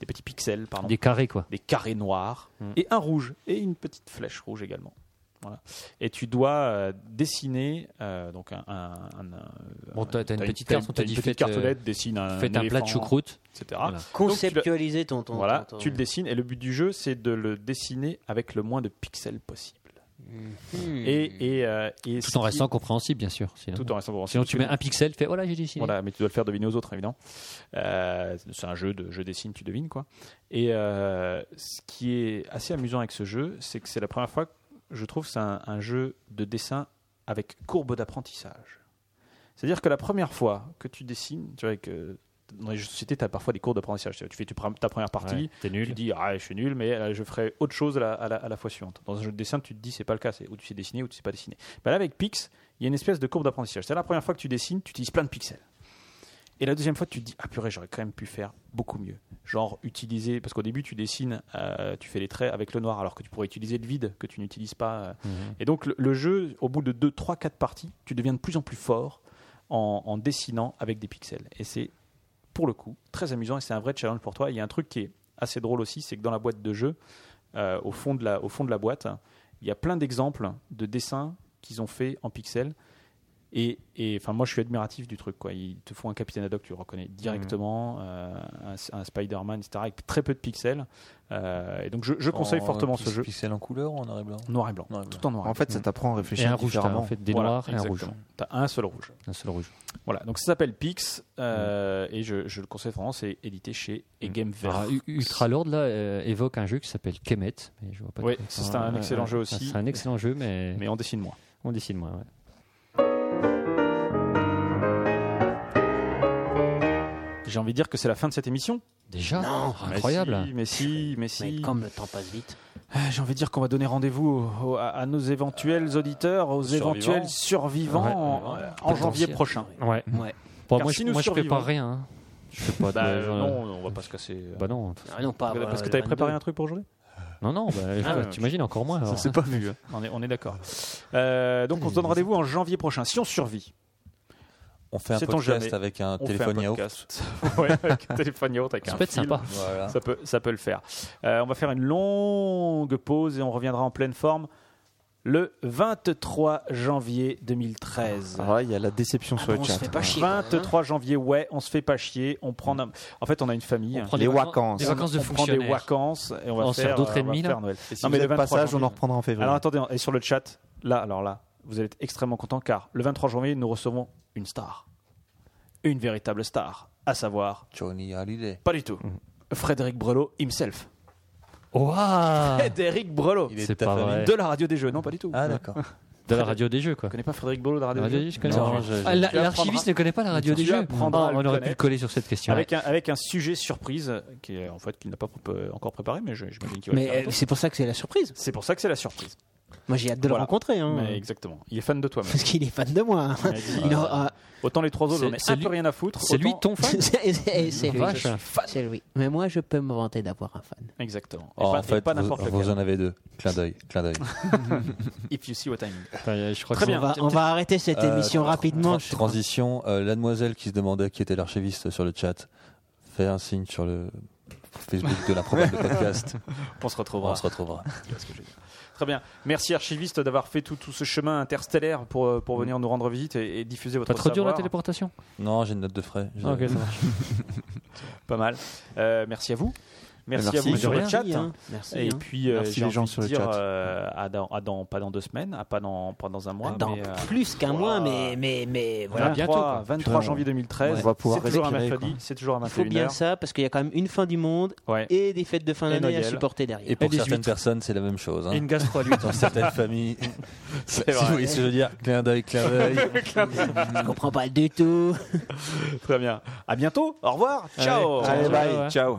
Speaker 9: des petits pixels, pardon,
Speaker 5: Des Mm. carrés, quoi.
Speaker 9: des carrés noirs et un rouge et une petite flèche rouge également. Voilà. Et tu dois euh, dessiner euh, donc un. un- un- un-
Speaker 5: Bon, t'as- t'as une
Speaker 9: t'as
Speaker 5: petite carte, on
Speaker 9: t'as
Speaker 5: te dit
Speaker 9: une petite
Speaker 5: faites, euh,
Speaker 9: cartolette, dessine un,
Speaker 5: Faites un plat de
Speaker 9: éléphant,
Speaker 5: choucroute.
Speaker 9: etc.
Speaker 5: Voilà.
Speaker 9: Donc, tu le-
Speaker 6: Conceptualiser ton, ton.
Speaker 9: voilà,
Speaker 6: ton- ton-
Speaker 9: tu le dessines et le but du jeu c'est de le dessiner avec le moins de pixels possible. Et, et, euh, et ce
Speaker 5: Mm. Tout en
Speaker 9: qui-
Speaker 5: restant compréhensible, bien sûr. Sinon,
Speaker 9: tout en restant compréhensible.
Speaker 5: sinon tu mets un pixel, tu fais voilà, j'ai dessiné.
Speaker 9: Voilà, mais tu dois le faire deviner aux autres, évidemment. Euh, c'est un jeu de je dessine, tu devines, quoi. Et euh, ce qui est assez amusant avec ce jeu, c'est que c'est la première fois que je trouve que c'est un, un jeu de dessin avec courbe d'apprentissage. C'est-à-dire que la première fois que tu dessines, tu vois, avec, euh, dans les jeux de société, tu as parfois des cours d'apprentissage. Tu vois, tu fais tu prends ta première partie,
Speaker 5: Ouais, T'es
Speaker 9: tu
Speaker 5: nul.
Speaker 9: dis ah je suis nul mais euh, je ferai autre chose à la, à la- à la fois suivante dans un jeu de dessin tu te dis c'est pas le cas c'est ou tu sais dessiner ou tu sais pas dessiner Bah là avec Pix il y a une espèce de courbe d'apprentissage c'est la première fois que tu dessines tu utilises plein de pixels et la deuxième fois tu te dis ah purée j'aurais quand même pu faire beaucoup mieux genre utiliser parce qu'au début tu dessines euh, tu fais les traits avec le noir alors que tu pourrais utiliser le vide que tu n'utilises pas euh, et donc le, le jeu, au bout de 2, 3, 4 parties, tu deviens de plus en plus fort en, en dessinant avec des pixels. Et c'est pour le coup très amusant et c'est un vrai challenge pour toi. Il y a un truc qui est assez drôle aussi, c'est que dans la boîte de jeu, euh, au, fond de la, au fond de la boîte, il y a plein d'exemples de dessins qu'ils ont fait en pixels. Et, et, enfin, moi, je suis admiratif du truc. Quoi. Ils te font un Capitaine Haddock, tu le reconnais
Speaker 5: Mhm.
Speaker 9: directement, euh, un, un Spider-Man, etc., avec très peu de pixels. Euh, et donc, je, je conseille fortement ce jeu.
Speaker 7: Oh, Pixel en couleur ou en noir et blanc
Speaker 9: Noir et blanc,
Speaker 7: Noir et blanc.
Speaker 9: tout en noir. et
Speaker 4: En fait, ça t'apprend à
Speaker 5: Et
Speaker 4: réfléchir
Speaker 5: un rouge, t'as
Speaker 4: différemment.
Speaker 5: en fait des
Speaker 9: Voilà,
Speaker 5: noirs et un rouge.
Speaker 9: exactement. T'as un seul rouge.
Speaker 5: Un seul rouge.
Speaker 9: Voilà, donc ça s'appelle Pix euh, et je, je le conseille vraiment, c'est édité chez Egame
Speaker 5: Alors, Ah, U- Ultra Lord là euh, évoque un jeu qui s'appelle Kemet. Mais je vois pas de
Speaker 9: Oui,
Speaker 5: quoi il
Speaker 9: ça,
Speaker 5: parle.
Speaker 9: c'est un
Speaker 5: Ouais,
Speaker 9: excellent
Speaker 5: ouais.
Speaker 9: jeu
Speaker 5: Ça,
Speaker 9: aussi.
Speaker 5: C'est un excellent jeu, mais,
Speaker 9: Mais on dessine moins.
Speaker 5: on décide moins. ouais.
Speaker 9: J'ai envie de dire que c'est la fin de cette émission.
Speaker 5: Déjà,
Speaker 9: Mais
Speaker 5: Ah, incroyable.
Speaker 9: si, Mais si, mais si.
Speaker 6: Mais comme le temps passe vite.
Speaker 9: Ah, J'ai envie de dire qu'on va donner rendez-vous au- au- à, à nos éventuels auditeurs, aux
Speaker 7: survivants.
Speaker 9: éventuels Euh, survivants
Speaker 5: Ouais,
Speaker 9: en,
Speaker 5: ouais.
Speaker 9: en janvier
Speaker 6: Potentiel.
Speaker 9: prochain.
Speaker 5: Ouais.
Speaker 6: Ouais.
Speaker 5: Bon,
Speaker 9: Car
Speaker 5: moi,
Speaker 9: si
Speaker 5: je,
Speaker 9: nous
Speaker 5: moi je
Speaker 9: survivons-
Speaker 5: prépare rien. hein. Je fais pas de.
Speaker 9: Bah, euh,
Speaker 5: genre-
Speaker 9: non, on va pas se casser. euh,
Speaker 5: Bah non.
Speaker 6: Ah non, pas.
Speaker 9: parce que
Speaker 6: euh,
Speaker 9: tu avais
Speaker 6: le
Speaker 9: préparé un truc pour aujourd'hui
Speaker 5: Non, non, bah,
Speaker 9: ouais.
Speaker 5: t'imagines encore moins. alors.
Speaker 4: Ça s'est pas vu. hein.
Speaker 9: on est, on est d'accord. Euh, donc on se donne rendez-vous en janvier prochain, si on survit.
Speaker 7: On fait un
Speaker 9: Sait-on
Speaker 7: podcast
Speaker 9: jamais.
Speaker 7: avec un
Speaker 9: on
Speaker 7: téléphone
Speaker 9: fait un
Speaker 7: yaourt.
Speaker 9: podcast. ouais, avec un téléphone yaourt, avec
Speaker 5: Ça
Speaker 9: un
Speaker 5: peut être
Speaker 9: fil.
Speaker 5: sympa.
Speaker 7: Voilà.
Speaker 9: Ça peut, ça peut le faire. Euh, on va faire une longue pause et on reviendra en pleine forme le 23 janvier 2013.
Speaker 4: Ah, il y a la déception sur
Speaker 6: Ah bon,
Speaker 4: le
Speaker 6: on se
Speaker 4: chat.
Speaker 6: fait pas chier. quand même, hein.
Speaker 9: 23 janvier, ouais, on se fait pas chier. On prend, un- en fait, on a une famille.
Speaker 5: On prend
Speaker 4: Les
Speaker 5: des
Speaker 4: vacances.
Speaker 5: Des vacances de
Speaker 9: on prend des
Speaker 5: fonctionnaires.
Speaker 9: vacances et on va
Speaker 5: On se
Speaker 9: faire,
Speaker 5: fait d'autres
Speaker 9: euh, on va
Speaker 5: ennemis, là
Speaker 9: faire Noël.
Speaker 4: Et si
Speaker 9: Non,
Speaker 4: vous
Speaker 9: mais le
Speaker 4: êtes
Speaker 9: 23
Speaker 4: passage, on
Speaker 9: janvier.
Speaker 4: en reprendra en février.
Speaker 9: Alors attendez, et sur le chat, là, alors là, vous allez être extrêmement content car le 23 janvier, nous recevons une star, une véritable star, à savoir,
Speaker 7: Johnny Hallyday.
Speaker 9: pas du tout,
Speaker 4: Mm-hmm.
Speaker 9: Frédéric Brelot himself.
Speaker 5: Ouah
Speaker 9: Frédéric Brelot
Speaker 7: Il est
Speaker 5: C'est
Speaker 7: de ta
Speaker 5: pas
Speaker 7: famille
Speaker 5: vrai.
Speaker 9: de la radio des jeux, non, pas du tout.
Speaker 7: Ah d'accord.
Speaker 5: De la radio des jeux, quoi.
Speaker 9: Je connais pas Frédéric Bolo de la
Speaker 5: La
Speaker 9: radio.
Speaker 5: radio des
Speaker 9: Jeux
Speaker 5: jeux, je connais.
Speaker 7: Non,
Speaker 5: pas.
Speaker 7: je- je-
Speaker 5: Ah, la-
Speaker 9: tu apprendras-
Speaker 5: L'archiviste ne connaît pas la radio
Speaker 9: Tu
Speaker 5: des jeux. Oh,
Speaker 9: apprendras à le
Speaker 5: On aurait pu le
Speaker 9: connaître.
Speaker 5: coller sur cette question.
Speaker 9: Avec un, avec un sujet surprise euh, qui est en fait qu'il n'a pas prop- encore préparé, mais je- j'imagine qu'il va le faire
Speaker 6: Mais euh,
Speaker 9: bientôt.
Speaker 6: c'est pour ça que c'est la surprise.
Speaker 9: C'est pour ça que c'est la surprise.
Speaker 6: Moi, j'ai hâte de
Speaker 9: Voilà.
Speaker 6: le rencontrer. hein.
Speaker 9: Mais exactement. Il est fan de toi. même.
Speaker 6: Parce qu'il est fan de moi. hein.
Speaker 9: Il m'a dit,
Speaker 6: Il
Speaker 9: euh,
Speaker 6: aura-
Speaker 9: Autant les trois autres,
Speaker 5: c'est-
Speaker 9: j'en ai
Speaker 5: c'est
Speaker 9: un
Speaker 5: lui-
Speaker 9: peu rien à foutre.
Speaker 5: C'est lui
Speaker 9: autant-
Speaker 5: ton fan
Speaker 6: C'est c'est- c'est lui.
Speaker 5: Vache.
Speaker 6: C'est lui. Mais moi, je peux me vanter d'avoir un fan.
Speaker 9: Exactement. Et
Speaker 7: Oh,
Speaker 9: pas,
Speaker 7: en
Speaker 9: et
Speaker 7: fait,
Speaker 9: pas
Speaker 7: vous,
Speaker 9: n'importe
Speaker 7: vous
Speaker 9: lequel.
Speaker 7: en avez deux. Clin d'œil, clin d'œil.
Speaker 9: If you see what I mean.
Speaker 5: Enfin, Je crois
Speaker 9: Très
Speaker 5: que
Speaker 9: bien.
Speaker 6: On va, on va arrêter cette
Speaker 7: Euh,
Speaker 6: émission
Speaker 7: tra-
Speaker 6: rapidement.
Speaker 7: tra- transition, euh, la demoiselle qui se demandait qui était l'archiviste sur le chat, fait un signe sur le Facebook de l'improbable podcast.
Speaker 9: On se retrouvera.
Speaker 7: On se retrouvera.
Speaker 9: Très bien. Merci archiviste d'avoir fait tout, tout ce chemin interstellaire pour, euh, pour venir nous rendre visite et, et diffuser votre
Speaker 5: Pas trop dur la
Speaker 9: savoir.
Speaker 5: téléportation
Speaker 7: Non, j'ai une note de frais. Je-
Speaker 5: Ok, ça marche.
Speaker 9: Pas mal. Euh, merci à vous. Merci,
Speaker 4: Merci.
Speaker 9: à vous
Speaker 4: De
Speaker 9: sur le
Speaker 4: rien.
Speaker 9: chat.
Speaker 6: Merci, hein. Merci,
Speaker 9: Et
Speaker 6: hein.
Speaker 9: puis, euh,
Speaker 4: Merci
Speaker 9: j'ai
Speaker 4: les
Speaker 9: envie
Speaker 4: gens
Speaker 9: de
Speaker 4: sur le
Speaker 9: dire,
Speaker 4: chat.
Speaker 9: euh, à dans, à dans- pas dans deux semaines, à pas dans, pas dans un mois.
Speaker 6: Dans
Speaker 9: mais, euh,
Speaker 6: plus qu'un
Speaker 9: voilà.
Speaker 6: mois, mais, mais, mais voilà.
Speaker 9: Voilà,
Speaker 5: bientôt,
Speaker 9: 23,
Speaker 5: quoi.
Speaker 9: 23 janvier 2013.
Speaker 4: Ouais. On va pouvoir
Speaker 9: c'est toujours un
Speaker 4: respirer,
Speaker 9: mercredi, c'est toujours à
Speaker 6: Il faut bien
Speaker 9: 21h.
Speaker 6: ça, parce qu'il y a quand même une fin du monde
Speaker 9: Ouais.
Speaker 6: et des fêtes de fin
Speaker 9: Et
Speaker 6: d'année à
Speaker 9: Noël.
Speaker 6: supporter derrière.
Speaker 7: Et pour
Speaker 5: des
Speaker 7: certaines
Speaker 5: huîtres.
Speaker 7: personnes, c'est la même chose. hein.
Speaker 5: Et une gastro à l'huître.
Speaker 7: Dans certaines familles. si
Speaker 9: vrai.
Speaker 7: vous voyez ce que je veux dire, clin d'œil, clin d'œil.
Speaker 6: Je comprends pas du tout.
Speaker 9: Très bien. À bientôt. Au revoir. Ciao.
Speaker 4: Allez, bye,
Speaker 5: ouais.
Speaker 4: ciao.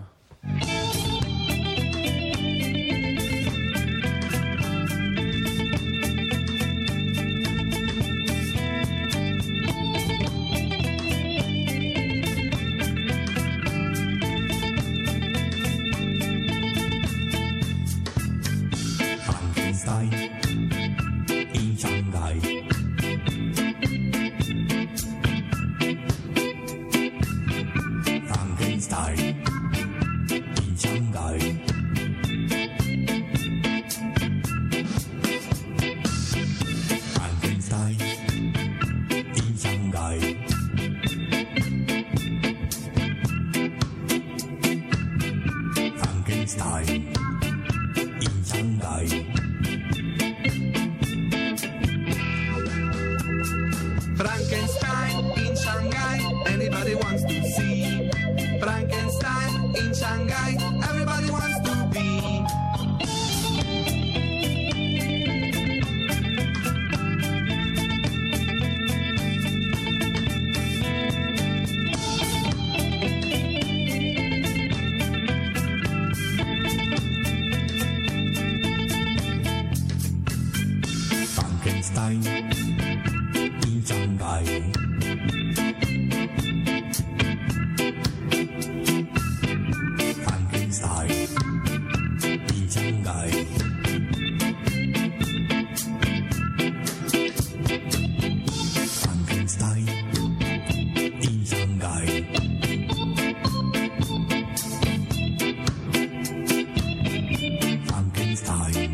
Speaker 2: Frankenstein in Shanghai. Frankenstein in Shanghai. Frankenstein in Shanghai. Frankenstein in Shanghai. Frankenstein in Shanghai, anybody wants to see. Frankenstein in Shanghai, everybody wants to be. Frankenstein in Shanghai. Frankenstein in Shanghai. Frankenstein in Shanghai. Frankenstein